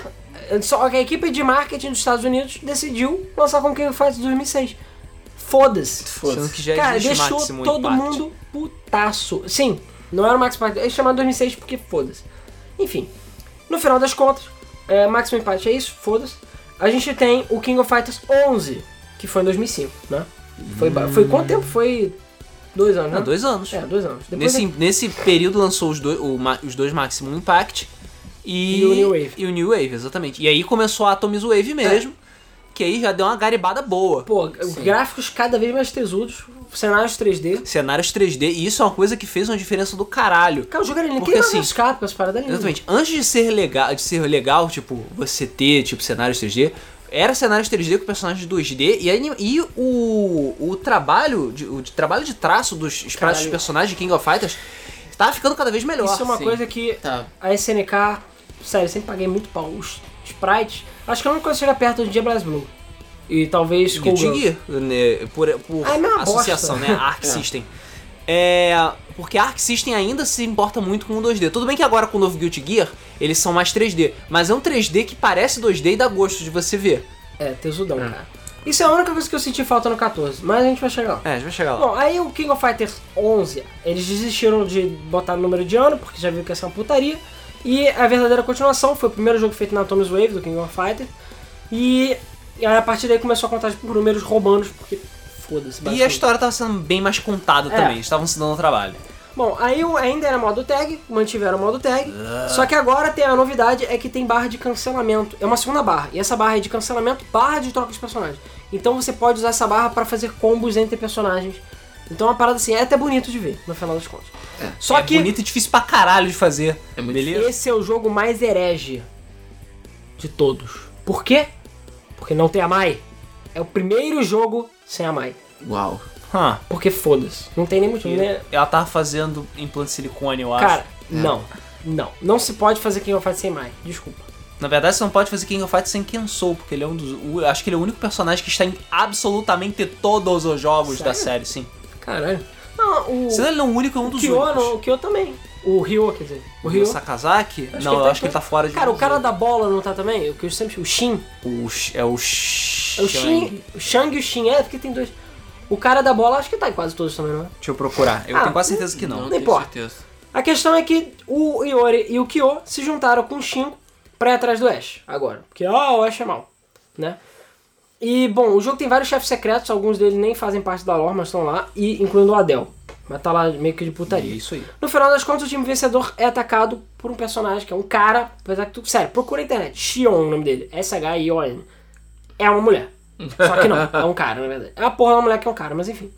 [SPEAKER 2] Só que a equipe de marketing dos Estados Unidos decidiu lançar com King of Fighters 2006. Foda-se.
[SPEAKER 1] Sendo que já
[SPEAKER 2] Cara,
[SPEAKER 1] existe
[SPEAKER 2] deixou
[SPEAKER 1] Maximum
[SPEAKER 2] todo
[SPEAKER 1] Impact.
[SPEAKER 2] mundo putaço. Sim, não era o Max Impact. Eles chamaram 2006 porque foda-se. Enfim, no final das contas, é, Maximum Impact é isso, foda-se. A gente tem o King of Fighters 11, que foi em 2005, né? Foi, ba- foi quanto tempo? Foi dois anos, né?
[SPEAKER 1] Há Ah, dois anos.
[SPEAKER 2] É, dois anos. Depois
[SPEAKER 1] Nesse, nesse período lançou os dois, o ma- os dois Maximum Impact e,
[SPEAKER 2] E o New Wave. É.
[SPEAKER 1] E o New Wave, exatamente. E aí começou a Atomiz Wave mesmo, que aí já deu uma garibada boa.
[SPEAKER 2] Pô, gráficos cada vez mais tesudos, cenários 3D.
[SPEAKER 1] Cenários 3D, e isso é uma coisa que fez uma diferença do caralho.
[SPEAKER 2] Cara, o jogo era lindo.
[SPEAKER 1] Porque,
[SPEAKER 2] Quem
[SPEAKER 1] assim,
[SPEAKER 2] assim, escape com as paradas lindas?
[SPEAKER 1] Exatamente. Antes de ser legal, de ser legal, tipo, você ter, tipo, cenários 3D, era cenários 3D com personagens 2D e, anim- e o, o trabalho de, o de- trabalho de traço dos os traços dos personagens de King of Fighters tava ficando cada vez melhor.
[SPEAKER 2] Isso é uma
[SPEAKER 3] sim.
[SPEAKER 2] coisa que
[SPEAKER 3] Tá.
[SPEAKER 2] a SNK, sério, eu sempre paguei muito pau. Os sprites, acho que a única coisa que chega perto hoje em dia é BlazBlue. E talvez Skullgirls.
[SPEAKER 1] Guilty Gear, né, por, por
[SPEAKER 2] Ah, é uma
[SPEAKER 1] associação,
[SPEAKER 2] bosta.
[SPEAKER 1] né?
[SPEAKER 2] [laughs]
[SPEAKER 1] Arc System. É, porque a Arc System ainda se importa muito com o 2D. Tudo bem que agora com o novo Guilty Gear, eles são mais 3D, mas é um 3D que parece 2D e dá gosto de você ver.
[SPEAKER 2] É, tesudão, cara. Isso é a única coisa que eu senti falta no 14, mas a gente vai chegar lá.
[SPEAKER 1] É, a gente vai chegar lá.
[SPEAKER 2] Bom, aí o King of Fighters 11, eles desistiram de botar o número de ano, porque já viu que essa é uma putaria. E a verdadeira continuação foi o primeiro jogo feito na Atomic Wave do King of Fighters. E e aí, a partir daí começou a contagem por números romanos, porque
[SPEAKER 1] E
[SPEAKER 2] foda-se.
[SPEAKER 1] a
[SPEAKER 2] basicamente.
[SPEAKER 1] história tava sendo bem mais contada
[SPEAKER 2] É.
[SPEAKER 1] também, eles estavam se dando trabalho.
[SPEAKER 2] Bom, aí o- ainda era modo tag, mantiveram o modo tag. Só que agora tem a novidade é que tem barra de cancelamento. É uma segunda barra. E essa barra é de cancelamento, barra de troca de personagens. Então você pode usar essa barra pra fazer combos entre personagens. Então é uma parada assim, é até bonito de ver, no final das contas. Só
[SPEAKER 1] é
[SPEAKER 2] que
[SPEAKER 1] bonito e difícil pra caralho de fazer.
[SPEAKER 3] É muito
[SPEAKER 1] beleza?
[SPEAKER 2] esse é o jogo mais herege de todos. Por quê? Porque não tem a Mai. É o primeiro jogo sem a Mai.
[SPEAKER 3] Uau.
[SPEAKER 1] Hã.
[SPEAKER 2] Porque foda-se. Não tem nem motivo, né?
[SPEAKER 1] Ah, Ela tava fazendo implante de silicone, eu acho.
[SPEAKER 2] Cara, não. Não. Não se pode fazer King of Fighters sem Mai. Desculpa.
[SPEAKER 1] Na verdade, você não pode fazer King of Fighters sem Kensou, porque ele é um dos. o- acho que ele é o único personagem que está em absolutamente todos os jogos da série, sim.
[SPEAKER 2] Caralho. Não, o,
[SPEAKER 1] Se não, ele não é o único, é um
[SPEAKER 2] o
[SPEAKER 1] dos
[SPEAKER 2] Kyo,
[SPEAKER 1] únicos.
[SPEAKER 2] não, o Kyo também. O Ryo, quer dizer. O
[SPEAKER 1] O Ryo
[SPEAKER 2] Ryo.
[SPEAKER 1] Sakazaki?
[SPEAKER 2] Acho
[SPEAKER 1] não,
[SPEAKER 2] que ele
[SPEAKER 1] eu
[SPEAKER 2] tá
[SPEAKER 1] acho que ele tá fora de.
[SPEAKER 2] Cara, o cara da bola não tá também? O que eu sempre. O Shin.
[SPEAKER 1] O, Sh- é o. Sh-
[SPEAKER 2] É o Shin. O Shang e o Shin. É, porque tem dois. O cara da bola acho que tá em quase todos também, não é?
[SPEAKER 1] Deixa eu procurar. Eu
[SPEAKER 2] Ah,
[SPEAKER 1] tenho quase certeza que não.
[SPEAKER 2] não. importa.
[SPEAKER 3] Certeza.
[SPEAKER 2] A questão é que o Iori e o Kyo se juntaram com o Shin pra ir atrás do Ash agora. Porque, ó, o Ash é mal, né? E, bom, o jogo tem vários chefes secretos, alguns deles nem fazem parte da lore, mas estão lá, e incluindo o Adel. Mas tá lá meio que de putaria.
[SPEAKER 1] Isso aí.
[SPEAKER 2] No final das contas, o time vencedor é atacado por um personagem que é um cara. apesar que tu- Sério, procura na internet. Shion, o nome dele. S-H-I-O-N. É uma mulher. Só que não, é um cara, na verdade. É a porra da mulher que é um cara, mas enfim.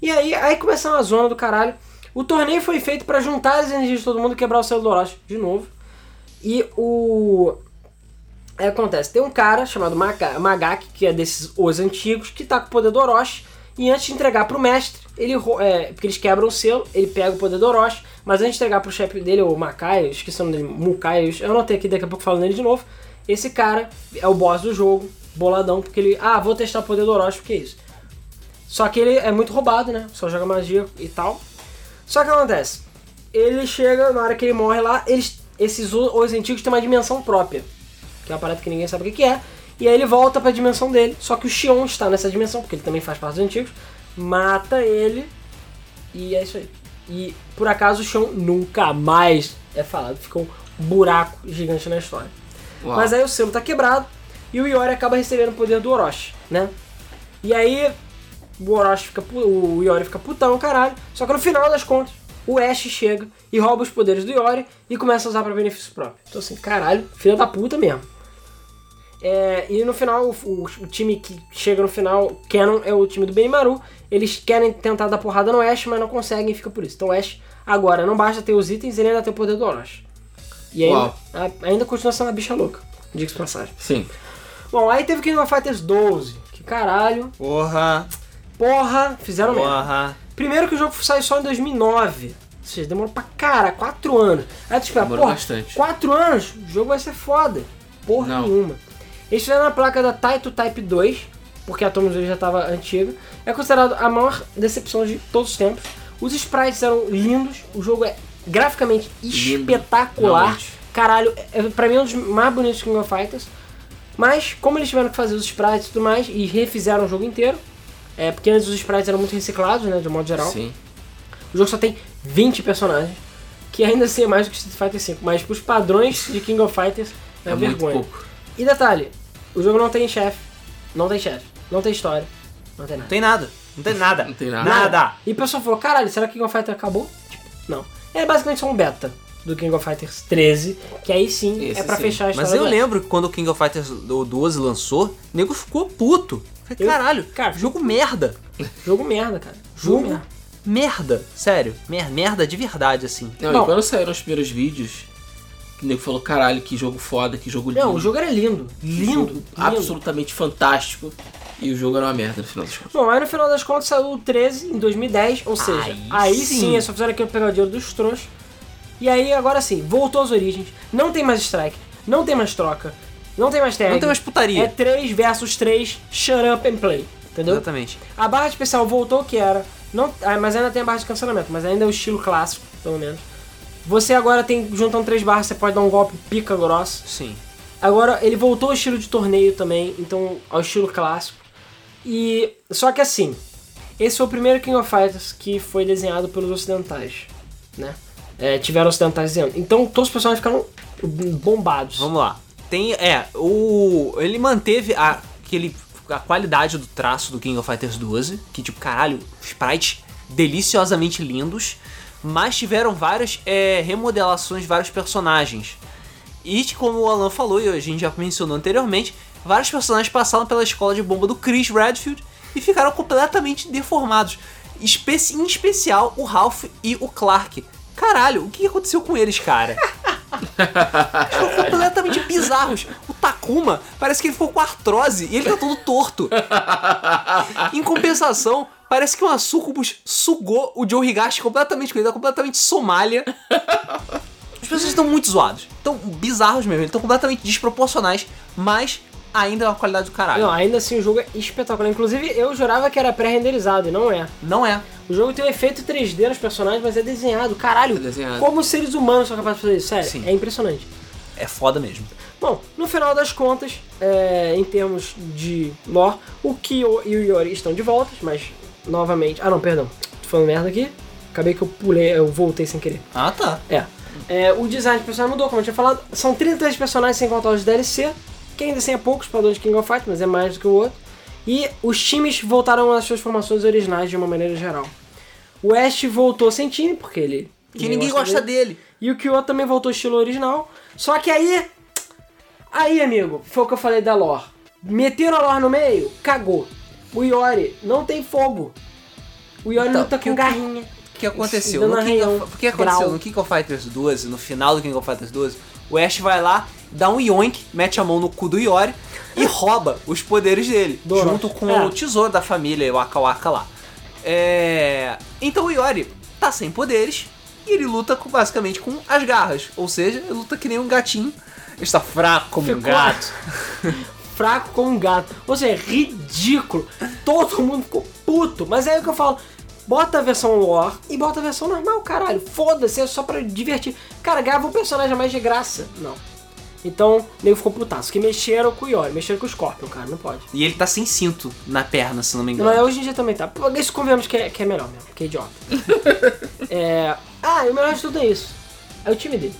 [SPEAKER 2] E aí, aí começa uma zona do caralho. O torneio foi feito pra juntar as energias de todo mundo e quebrar o selo do Orochi de novo. E o. Aí acontece, tem um cara chamado Maga- Magak, que é desses os antigos, que tá com o poder do Orochi. E antes de entregar pro mestre, ele rou- é, porque eles quebram o selo, ele pega o poder do Orochi, mas antes de entregar pro chefe dele, o Makai, eu esqueci o nome dele, Mukai, eu anotei aqui, daqui a pouco eu falo nele de novo. Esse cara é o boss do jogo, boladão, porque ele. Ah, vou testar o poder do Orochi, porque é isso. Só que ele é muito roubado, né? Só joga magia e tal. Só que acontece. Ele chega, na hora que ele morre lá, eles, esses o- os antigos têm uma dimensão própria. Que é uma parada que ninguém sabe o que, que é. E aí ele volta pra dimensão dele. Só que o Xion está nessa dimensão, porque ele também faz parte dos antigos. Mata ele. E é isso aí. E por acaso o Xion nunca mais é falado. Fica um buraco gigante na história.
[SPEAKER 3] Uau.
[SPEAKER 2] Mas aí o selo tá quebrado e o Iori acaba recebendo o poder do Orochi, né? E aí o Orochi fica, pu- o Iori fica putão, caralho. Só que no final das contas, o Ash chega e rouba os poderes do Iori e começa a usar pra benefício próprio. Então assim, caralho, filha da puta mesmo. É, e no final, o, o- o time que chega no final, Canon, é o time do Benimaru. Eles querem tentar dar porrada no Ash, mas não conseguem e fica por isso. Então o Ash, agora, não basta ter os itens, ele ainda tem o poder do Orochi. E ainda,
[SPEAKER 3] Uau.
[SPEAKER 2] a- ainda continua sendo uma bicha louca, diga-se de passagem.
[SPEAKER 3] Sim.
[SPEAKER 2] Bom, aí teve King of Fighters 12. Que caralho.
[SPEAKER 1] Porra,
[SPEAKER 2] Porra, fizeram merda.
[SPEAKER 1] porra.
[SPEAKER 2] Primeiro que o jogo saiu só em 2009. Ou seja, demorou pra cara, 4 anos. Aí tu espera,
[SPEAKER 3] Demorou
[SPEAKER 2] porra,
[SPEAKER 3] bastante.
[SPEAKER 2] 4 anos, o jogo vai ser foda. Porra
[SPEAKER 3] Não.
[SPEAKER 2] nenhuma. Eles fizeram a placa da Taito Type 2, porque a Atomos 2 já tava antiga. É considerado a maior decepção de todos os tempos. Os sprites eram lindos, o jogo é graficamente
[SPEAKER 3] Lindo,
[SPEAKER 2] espetacular.
[SPEAKER 3] realmente.
[SPEAKER 2] Caralho, é, pra mim é um dos mais bonitos King of Fighters. Mas, como eles tiveram que fazer os sprites e tudo mais, e refizeram o jogo inteiro, é, porque antes os sprites eram muito reciclados, né, de um modo geral.
[SPEAKER 3] Sim.
[SPEAKER 2] O jogo só tem 20 personagens, que ainda assim é mais do que Street Fighter V, mas pros padrões de King of Fighters é,
[SPEAKER 3] É, muito
[SPEAKER 2] vergonha.
[SPEAKER 3] pouco.
[SPEAKER 2] E detalhe, o jogo não tem chefe, não tem chefe, não tem história, não tem nada.
[SPEAKER 1] Não tem nada. Não tem nada.
[SPEAKER 3] Não tem nada.
[SPEAKER 1] Nada.
[SPEAKER 2] E o pessoal falou, caralho, será que King of Fighters acabou? Tipo, não. É basicamente só um beta do King of Fighters 13, que aí sim
[SPEAKER 3] Esse
[SPEAKER 2] é pra
[SPEAKER 3] sim.
[SPEAKER 2] fechar a história
[SPEAKER 1] Mas eu
[SPEAKER 2] do-
[SPEAKER 1] lembro que quando o King of Fighters 12 lançou, o nego ficou puto. Falei,
[SPEAKER 2] Eu-
[SPEAKER 1] caralho,
[SPEAKER 2] cara,
[SPEAKER 1] jogo merda.
[SPEAKER 2] Jogo merda, cara. Jogo,
[SPEAKER 1] Jogo
[SPEAKER 2] merda.
[SPEAKER 1] merda. Sério, mer- merda de verdade, assim.
[SPEAKER 3] Não,
[SPEAKER 2] Não.
[SPEAKER 3] E quando saíram os primeiros vídeos, que o nego falou, caralho, que jogo foda, que jogo lindo.
[SPEAKER 2] Não, o jogo era lindo. Lindo.
[SPEAKER 3] Jogo
[SPEAKER 2] lindo.
[SPEAKER 3] absolutamente fantástico. E o jogo era uma merda no final das contas.
[SPEAKER 2] Bom, aí no final das contas saiu o 13 em 2010, ou seja, aí,
[SPEAKER 1] Aí
[SPEAKER 2] sim,
[SPEAKER 1] sim.
[SPEAKER 2] eles só fizeram aquilo pegar o dinheiro dos trouxas. E aí agora sim, voltou às origens, não tem mais strike, não tem mais troca, não tem mais tag.
[SPEAKER 1] Não tem mais
[SPEAKER 2] É
[SPEAKER 1] putaria.
[SPEAKER 2] 3 versus 3, shut up and play, entendeu?
[SPEAKER 1] Exatamente.
[SPEAKER 2] A barra especial voltou o que era, não, ah, mas ainda tem a barra de cancelamento, mas ainda é o estilo clássico, pelo menos. Você agora tem, juntando três barras, você pode dar um golpe pica grosso.
[SPEAKER 1] Sim.
[SPEAKER 2] Agora, ele voltou ao estilo de torneio também, então ao estilo clássico. E só que assim, esse foi o primeiro King of Fighters que foi desenhado pelos ocidentais, né? É, tiveram ocidentais desenhando. Então todos os personagens ficaram bombados.
[SPEAKER 1] Vamos lá. Tem, é, o ele manteve a, aquele a qualidade do traço do King of Fighters 12, que tipo, caralho, sprites deliciosamente lindos, mas tiveram várias é, remodelações de vários personagens. E como o Alan falou e a gente já mencionou anteriormente, vários personagens passaram pela escola de bomba do Chris Redfield e ficaram completamente deformados. Espe- em especial o Ralph e o Clark. Caralho, o que aconteceu com eles, cara? Eles foram completamente bizarros. O Takuma parece que ele ficou com artrose e ele tá todo torto. Em compensação, parece que uma Sucubus sugou o Joe Higashi completamente com ele, tá completamente somália. Os pessoas estão muito zoados. Estão bizarros mesmo, eles estão completamente desproporcionais, mas ainda é uma qualidade do caralho.
[SPEAKER 2] Não,
[SPEAKER 1] Não,
[SPEAKER 2] ainda assim o jogo é espetacular. Inclusive, eu jurava que era pré-renderizado, e não é.
[SPEAKER 1] é.
[SPEAKER 2] O jogo tem um efeito 3D nos personagens, mas é desenhado. Caralho,
[SPEAKER 3] É desenhado.
[SPEAKER 2] como os seres humanos são capazes de fazer isso? Sério,
[SPEAKER 1] Sim.
[SPEAKER 2] é impressionante.
[SPEAKER 1] É foda mesmo.
[SPEAKER 2] Bom, no final das contas, é, em termos de lore, o Kyo e o Yori estão de volta, mas novamente. Ah, não, perdão. Tô falando merda aqui. Acabei que eu pulei, eu voltei sem querer.
[SPEAKER 1] Ah, tá.
[SPEAKER 2] É. É, o design de personagem mudou, como eu tinha falado. São 33 personagens sem contar os DLC, que ainda assim é poucos para de King of Fighters, mas é mais do que o outro. E os times voltaram às suas formações originais de uma maneira geral. O Ash voltou sem time, porque ele.
[SPEAKER 1] Que ninguém gosta dele.
[SPEAKER 2] E o Kyo também voltou ao estilo original. Só que aí. Aí, amigo, foi o que eu falei da lore. Meteram a lore no meio, cagou. O Yori não tem fogo. O Yori
[SPEAKER 1] Então,
[SPEAKER 2] luta
[SPEAKER 1] que-
[SPEAKER 2] com garrinha.
[SPEAKER 1] O que aconteceu?
[SPEAKER 2] Dando
[SPEAKER 1] No King
[SPEAKER 2] arranhão,
[SPEAKER 1] of, o que aconteceu
[SPEAKER 2] grau.
[SPEAKER 1] no King of Fighters 12, no final do King of Fighters 12, o Ash vai lá, dá um yoink, mete a mão no cu do Yori
[SPEAKER 2] [laughs]
[SPEAKER 1] e rouba os poderes dele,
[SPEAKER 2] Do Orochi.
[SPEAKER 1] junto com
[SPEAKER 2] É.
[SPEAKER 1] o tesouro da família, o Akawaka lá. É... Então o Yori tá sem poderes e ele luta com- basicamente com as garras, ou seja, ele luta que nem um gatinho. Ele está fraco como um
[SPEAKER 2] Ficou-
[SPEAKER 1] gato.
[SPEAKER 2] fraco como um gato. Ou seja, ridículo. Todo mundo ficou puto. Mas é o que eu falo. Bota a versão lore e bota a versão normal, caralho. Foda-se, é só pra divertir. Cara, grava um personagem a mais de graça. Não. Então, o nego ficou putaço. Que mexeram com o Yori, mexeram com o Scorpion, cara. Não pode.
[SPEAKER 1] E ele tá sem cinto na perna, se não me engano.
[SPEAKER 2] Não, é, hoje em dia também tá. Pô, Isso convenhamos que é, que é melhor mesmo, que é idiota. É, Ah, e o melhor de tudo é isso. É o time dele.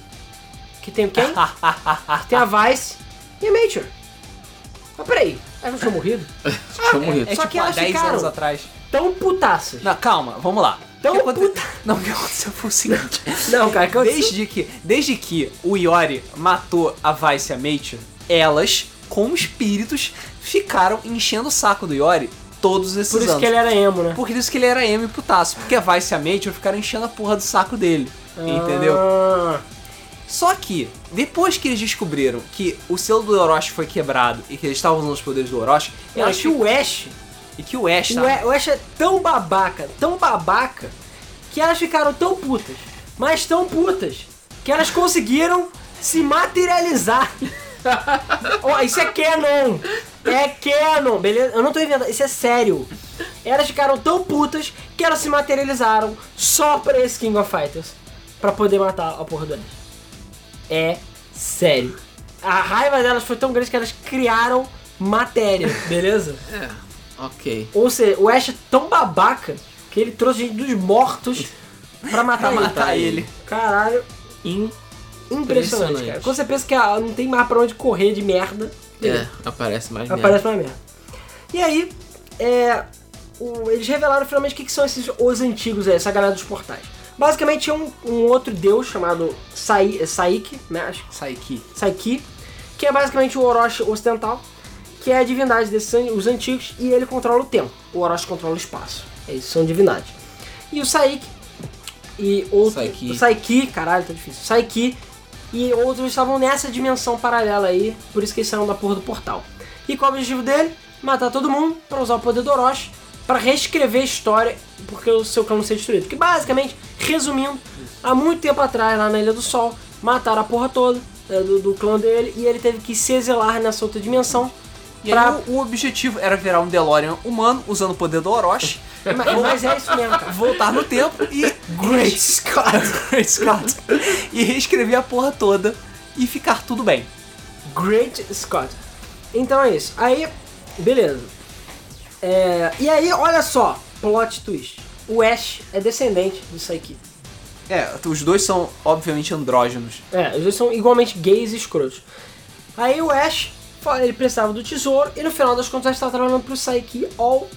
[SPEAKER 2] Que tem quem? que tem a Vice e a Major. Mas peraí, elas não tinham morrido?
[SPEAKER 3] Tinha morrido.
[SPEAKER 1] É
[SPEAKER 2] Só
[SPEAKER 1] tipo,
[SPEAKER 2] que
[SPEAKER 1] há
[SPEAKER 2] elas
[SPEAKER 1] 10
[SPEAKER 2] ficaram.
[SPEAKER 1] anos atrás.
[SPEAKER 2] Tão putaças.
[SPEAKER 1] Não, calma, vamos lá.
[SPEAKER 2] Então,
[SPEAKER 1] O que aconte-
[SPEAKER 2] puta-
[SPEAKER 1] [laughs] Não, o que aconteceu foi o
[SPEAKER 2] [laughs]
[SPEAKER 1] seguinte.
[SPEAKER 2] Não, cara, que eu
[SPEAKER 1] Desde que, desde que o Iori matou a Vice e a Mate, elas, como espíritos, ficaram enchendo o saco do Iori todos esses
[SPEAKER 2] Por isso
[SPEAKER 1] anos.
[SPEAKER 2] que ele era emo, né?
[SPEAKER 1] Por isso que ele era M putaço, porque a Vice e a Major ficaram enchendo a porra do saco dele. Entendeu?
[SPEAKER 2] Ah,
[SPEAKER 1] Só que, depois que eles descobriram que o selo do Orochi foi quebrado e que eles estavam usando os poderes do Orochi,
[SPEAKER 2] eu
[SPEAKER 1] elas
[SPEAKER 2] acho que o Ash,
[SPEAKER 1] fi- e que o Ash,
[SPEAKER 2] o
[SPEAKER 1] tá?
[SPEAKER 2] A- o Ash é tão babaca, tão babaca, que elas ficaram tão putas, mas tão putas, que elas conseguiram se materializar. Ó, isso é canon! É canon, beleza? Eu não tô inventando, isso é sério. Elas ficaram tão putas que elas se materializaram só pra esse King of Fighters. Pra poder matar a porra do Ash. É sério. A raiva delas foi tão grande que elas criaram matéria, beleza?
[SPEAKER 3] É, ok.
[SPEAKER 2] Ou seja, o Ash é tão babaca que ele trouxe gente dos mortos pra matar,
[SPEAKER 1] Pra matar
[SPEAKER 2] ele.
[SPEAKER 1] ele.
[SPEAKER 2] Caralho, im- impressionante,
[SPEAKER 3] Impressionante.
[SPEAKER 2] cara. Quando você pensa que ah, não tem mais pra onde correr de merda,
[SPEAKER 3] É, aparece mais merda.
[SPEAKER 2] aparece uma merda. E aí, é, o- eles revelaram finalmente o que, que são esses os antigos, aí, essa galera dos portais. Basicamente tinha um, um outro deus chamado Sai, Saiki, né? Acho que
[SPEAKER 1] Saiki.
[SPEAKER 2] Saiki, que é basicamente o Orochi ocidental, que é a divindade desses an- os antigos, e ele controla o tempo. O Orochi controla o espaço. Eles são divindades. E o Saiki e outro
[SPEAKER 3] Saiki.
[SPEAKER 2] o Saiki, caralho, tá difícil. Saiki e outros estavam nessa dimensão paralela aí, por isso que eles saíram da porra do portal. E qual é o objetivo dele? Matar todo mundo pra usar o poder do Orochi pra reescrever a história porque o seu clã não ser destruído. Que basicamente, resumindo, há muito tempo atrás, lá na Ilha do Sol, mataram a porra toda né, do, do clã dele e ele teve que se exilar nessa outra dimensão.
[SPEAKER 1] E
[SPEAKER 2] pra...
[SPEAKER 1] aí, o, o objetivo era virar um DeLorean humano, usando o poder do Orochi,
[SPEAKER 2] Mas- [laughs] Mas é isso mesmo, cara.
[SPEAKER 1] voltar no tempo
[SPEAKER 2] [laughs]
[SPEAKER 1] e. Great Scott! [laughs] Great Scott! E reescrever a porra toda e ficar tudo bem.
[SPEAKER 2] Great Scott. Então é isso. Aí, beleza. É, e aí, olha só, plot twist. O Ash é descendente do Saiki.
[SPEAKER 1] É, os dois são, obviamente, andrógenos.
[SPEAKER 2] É, os dois são igualmente gays e escrotos. Aí o Ash, fala- ele precisava do tesouro e no final das contas ele estava trabalhando pro Saiki all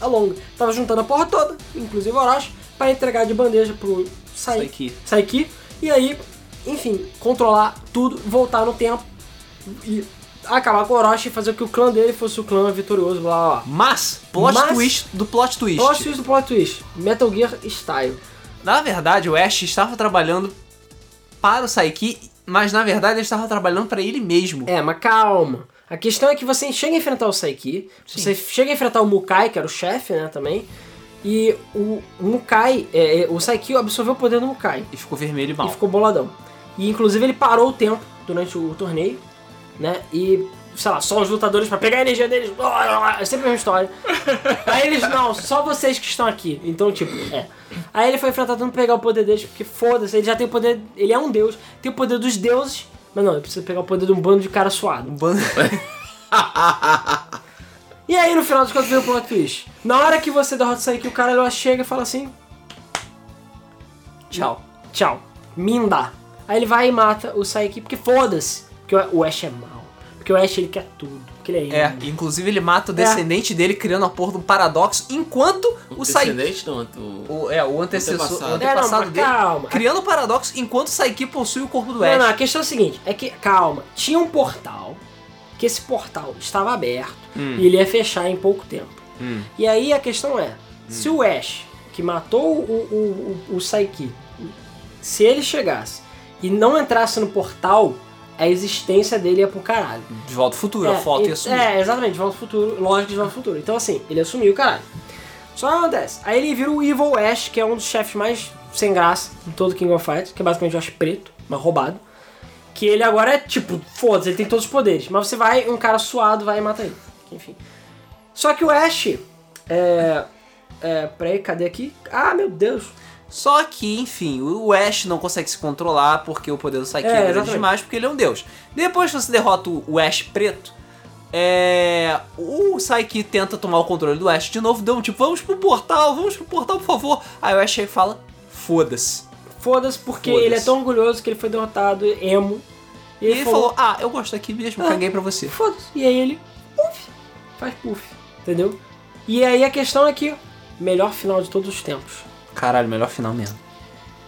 [SPEAKER 2] along. Tava juntando a porra toda, inclusive o Orochi, pra entregar de bandeja pro Saiki.
[SPEAKER 1] Saiki.
[SPEAKER 2] Saiki. E aí, enfim, controlar tudo, voltar no tempo e acabar com o Orochi e fazer com que o clã dele fosse o clã vitorioso, blá blá blá.
[SPEAKER 1] Mas, plot
[SPEAKER 2] Mas-
[SPEAKER 1] twist do plot twist.
[SPEAKER 2] Plot twist do plot twist. Metal Gear Style.
[SPEAKER 1] Na verdade, o Ash estava trabalhando para o Saiki, mas na verdade ele estava trabalhando para ele mesmo.
[SPEAKER 2] É, mas calma. A questão é que você chega a enfrentar o Saiki, você chega a enfrentar o Mukai, que era o chefe, né, também. E o Mukai, é, é, o Saiki absorveu o poder do Mukai
[SPEAKER 1] E ficou vermelho e
[SPEAKER 2] e
[SPEAKER 1] mal. [laughs]
[SPEAKER 2] ficou boladão. E inclusive ele parou o tempo durante o torneio, né? E, sei lá, só os lutadores pra pegar a energia deles. blá, blá, blá, É sempre a mesma história. Aí eles, não, só vocês que estão aqui. Então, tipo, é. Aí ele foi enfrentar tentando pegar o poder deles, porque foda-se, ele já tem o poder. Ele é um deus, tem o poder dos deuses. Mas não, ele precisa pegar o poder de um bando de cara suado.
[SPEAKER 1] Ban-
[SPEAKER 2] E aí no final dos contas veio o plot twist. Na hora que você derrota isso aí, que o cara ele lá chega e fala assim,
[SPEAKER 1] Tchau.
[SPEAKER 2] tchau, minda. Aí ele vai e mata o Saiki, porque foda-se. Porque o Ash é mau. Porque o Ash ele quer tudo. Porque ele é,
[SPEAKER 1] É,
[SPEAKER 2] emo.
[SPEAKER 1] inclusive ele mata o
[SPEAKER 2] É.
[SPEAKER 1] descendente dele criando a porra de um paradoxo, enquanto o Saiki.
[SPEAKER 3] descendente, não, tu...
[SPEAKER 1] O, é, o antecessor,
[SPEAKER 3] Antepassado.
[SPEAKER 1] o antepassado
[SPEAKER 2] É, não, mas
[SPEAKER 1] dele,
[SPEAKER 2] calma.
[SPEAKER 1] criando o paradoxo enquanto o Saiki possui o corpo do Ash.
[SPEAKER 2] Não, não, a questão é a seguinte: é que, calma, tinha um portal. Que esse portal estava aberto. E ele ia fechar em pouco tempo. E aí a questão é: se o Ash, que matou o, o, o, o Saiki, se ele chegasse e não entrasse no portal, a existência dele ia pro caralho.
[SPEAKER 1] De volta ao futuro, a foto
[SPEAKER 2] e-
[SPEAKER 1] ia sumir.
[SPEAKER 2] É, exatamente, de volta ao futuro, lógico de volta ao futuro. Então assim, ele assumiu, caralho. Só que acontece, aí ele vira o Evil Ash, que é um dos chefes mais sem graça de todo King of Fighters, que é basicamente o Ash preto, mas roubado. Que ele agora é tipo, foda-se, ele tem todos os poderes. Mas você vai, um cara suado vai e mata ele. Enfim. Só que o Ash. É. É. Peraí, cadê aqui? Ah, meu Deus.
[SPEAKER 1] Só que, enfim, o Ash não consegue se controlar porque o poder do Saiki
[SPEAKER 2] É,
[SPEAKER 1] é, grande
[SPEAKER 2] exatamente.
[SPEAKER 1] demais, porque ele é um deus. Depois que você derrota o Ash preto, é, o Saiki tenta tomar o controle do Ash de novo, dão tipo, vamos pro portal, vamos pro portal, por favor. Aí o Ash aí fala, foda-se.
[SPEAKER 2] Foda-se, porque
[SPEAKER 1] Foda-se.
[SPEAKER 2] ele é tão orgulhoso que ele foi derrotado, emo.
[SPEAKER 1] E ele falou, ah, eu gosto daqui mesmo,
[SPEAKER 2] Ah.
[SPEAKER 1] caguei pra você.
[SPEAKER 2] Foda-se. E aí ele. "Uf", faz puff, entendeu? E aí a questão é que, melhor final de todos os tempos,
[SPEAKER 4] Caralho, melhor final mesmo.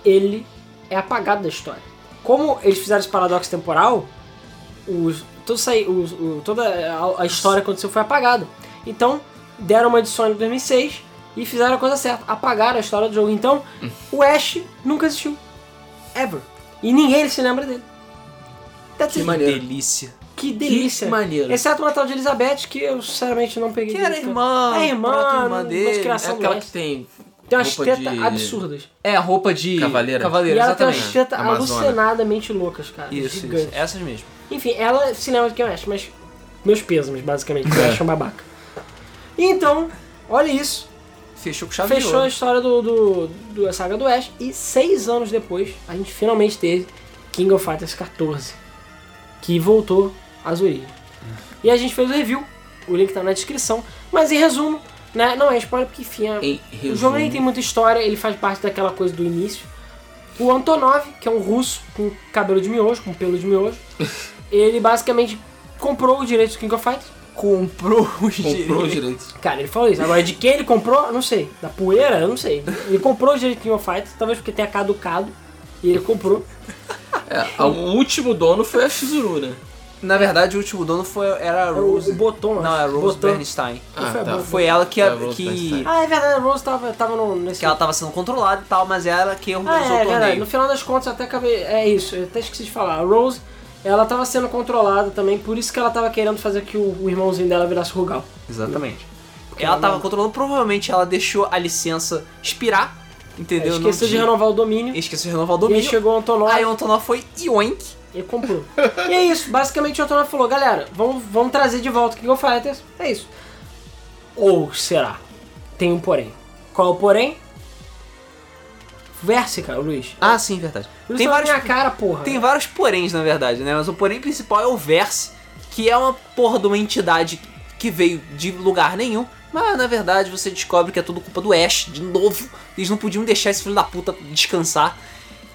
[SPEAKER 2] ele é apagado da história. Como eles fizeram esse paradoxo temporal, os, todo sai- os- o- toda a, a história que aconteceu foi apagada. Então, deram uma edição em 2006 e fizeram a coisa certa. Apagaram a história do jogo. Então, o Ash nunca existiu. Ever. E ninguém se lembra dele. That's
[SPEAKER 3] Que
[SPEAKER 2] it.
[SPEAKER 3] maneiro.
[SPEAKER 1] Delícia.
[SPEAKER 2] Que delícia.
[SPEAKER 3] Que maneiro.
[SPEAKER 2] Exceto uma tal de Elizabeth, que eu sinceramente não peguei.
[SPEAKER 1] Que era
[SPEAKER 2] direito.
[SPEAKER 1] irmã,
[SPEAKER 2] É irmã,
[SPEAKER 1] própria irmã
[SPEAKER 2] uma
[SPEAKER 1] dele.
[SPEAKER 3] É
[SPEAKER 2] descriação do
[SPEAKER 3] aquela
[SPEAKER 2] Ash.
[SPEAKER 3] que tem.
[SPEAKER 2] Tem umas
[SPEAKER 3] roupa
[SPEAKER 2] tetas
[SPEAKER 3] de-
[SPEAKER 2] absurdas.
[SPEAKER 1] É, a roupa de...
[SPEAKER 3] Cavaleira.
[SPEAKER 2] E ela tem umas
[SPEAKER 1] exatamente.
[SPEAKER 2] tetas
[SPEAKER 3] Amazona.
[SPEAKER 2] alucinadamente loucas, cara.
[SPEAKER 1] Isso,
[SPEAKER 2] Gigante.
[SPEAKER 1] isso. Essas mesmo.
[SPEAKER 2] Enfim, ela é se lembra do que eu acho, mas. Meus pêsames, basicamente. Eu
[SPEAKER 1] É.
[SPEAKER 2] acho um babaca. E então, olha isso.
[SPEAKER 1] Fechou com chave de
[SPEAKER 2] Fechou a
[SPEAKER 1] ouro.
[SPEAKER 2] história do, do, do- da saga do Ash. E seis anos depois, a gente finalmente teve King of Fighters 14. Que voltou às origens. E a gente fez o review. O link tá na descrição. Mas em resumo, né? Não é spoiler, porque enfim, é- o
[SPEAKER 3] Em
[SPEAKER 2] jogo
[SPEAKER 3] resumo,
[SPEAKER 2] nem tem muita história, ele faz parte daquela coisa do início. O Antonov, que é um russo com cabelo de miojo, com pelo de
[SPEAKER 3] [laughs]
[SPEAKER 2] miojo, ele basicamente comprou o direito do King of Fighters.
[SPEAKER 1] Comprou os
[SPEAKER 3] comprou
[SPEAKER 1] direitos.
[SPEAKER 3] direito.
[SPEAKER 2] Cara, ele falou isso. Agora, de quem ele comprou, eu não sei. Da poeira, eu não sei. Ele comprou o direito do King of Fighters, talvez porque tenha caducado, e ele comprou.
[SPEAKER 3] É, o último dono foi a Shizuru, né?
[SPEAKER 1] Na verdade, o último dono foi, era a
[SPEAKER 2] Era É O,
[SPEAKER 1] Rose.
[SPEAKER 2] o Bottom,
[SPEAKER 1] Não,
[SPEAKER 2] acho.
[SPEAKER 1] é a Rose
[SPEAKER 2] Bottom.
[SPEAKER 1] Bernstein.
[SPEAKER 3] Ah,
[SPEAKER 2] foi a
[SPEAKER 3] tá.
[SPEAKER 2] boa.
[SPEAKER 1] Foi ela que,
[SPEAKER 3] É a Rose
[SPEAKER 1] que,
[SPEAKER 3] Bernstein.
[SPEAKER 2] Ah, é verdade, a Rose tava, tava no, nesse...
[SPEAKER 1] que ela tava sendo controlada e tal, mas ela que
[SPEAKER 2] Ah,
[SPEAKER 1] organizou
[SPEAKER 2] é,
[SPEAKER 1] o
[SPEAKER 2] verdade. No
[SPEAKER 1] torneio.
[SPEAKER 2] final das contas, eu até acabei. É isso, eu até esqueci de falar. A Rose, ela tava sendo controlada também, por isso que ela tava querendo fazer que o, o irmãozinho dela virasse Rugal.
[SPEAKER 1] Exatamente. Ela tava controlando, provavelmente ela deixou a licença expirar, entendeu? Não
[SPEAKER 2] Esqueceu de
[SPEAKER 1] tinha-
[SPEAKER 2] renovar o domínio.
[SPEAKER 1] Esqueceu de renovar o
[SPEAKER 2] E aí
[SPEAKER 1] domínio.
[SPEAKER 2] chegou o Antonov
[SPEAKER 1] Aí o Antonov foi Yoink.
[SPEAKER 2] e comprou. e é isso, basicamente o Antonov falou: galera, vamos, vamos trazer de volta o King of Fighters. É isso. Ou será? Tem um porém. Qual é o porém? Versica, Luiz.
[SPEAKER 1] Ah, sim, verdade.
[SPEAKER 2] Luiz
[SPEAKER 1] Tem
[SPEAKER 2] tá na
[SPEAKER 1] vários,
[SPEAKER 2] minha cara, porra.
[SPEAKER 1] tem vários poréns, na verdade, né? Mas o porém principal é o Verse, que é uma porra de uma entidade que veio de lugar nenhum. Mas na verdade você descobre que é tudo culpa do Ash, de novo. Eles não podiam deixar esse filho da puta descansar.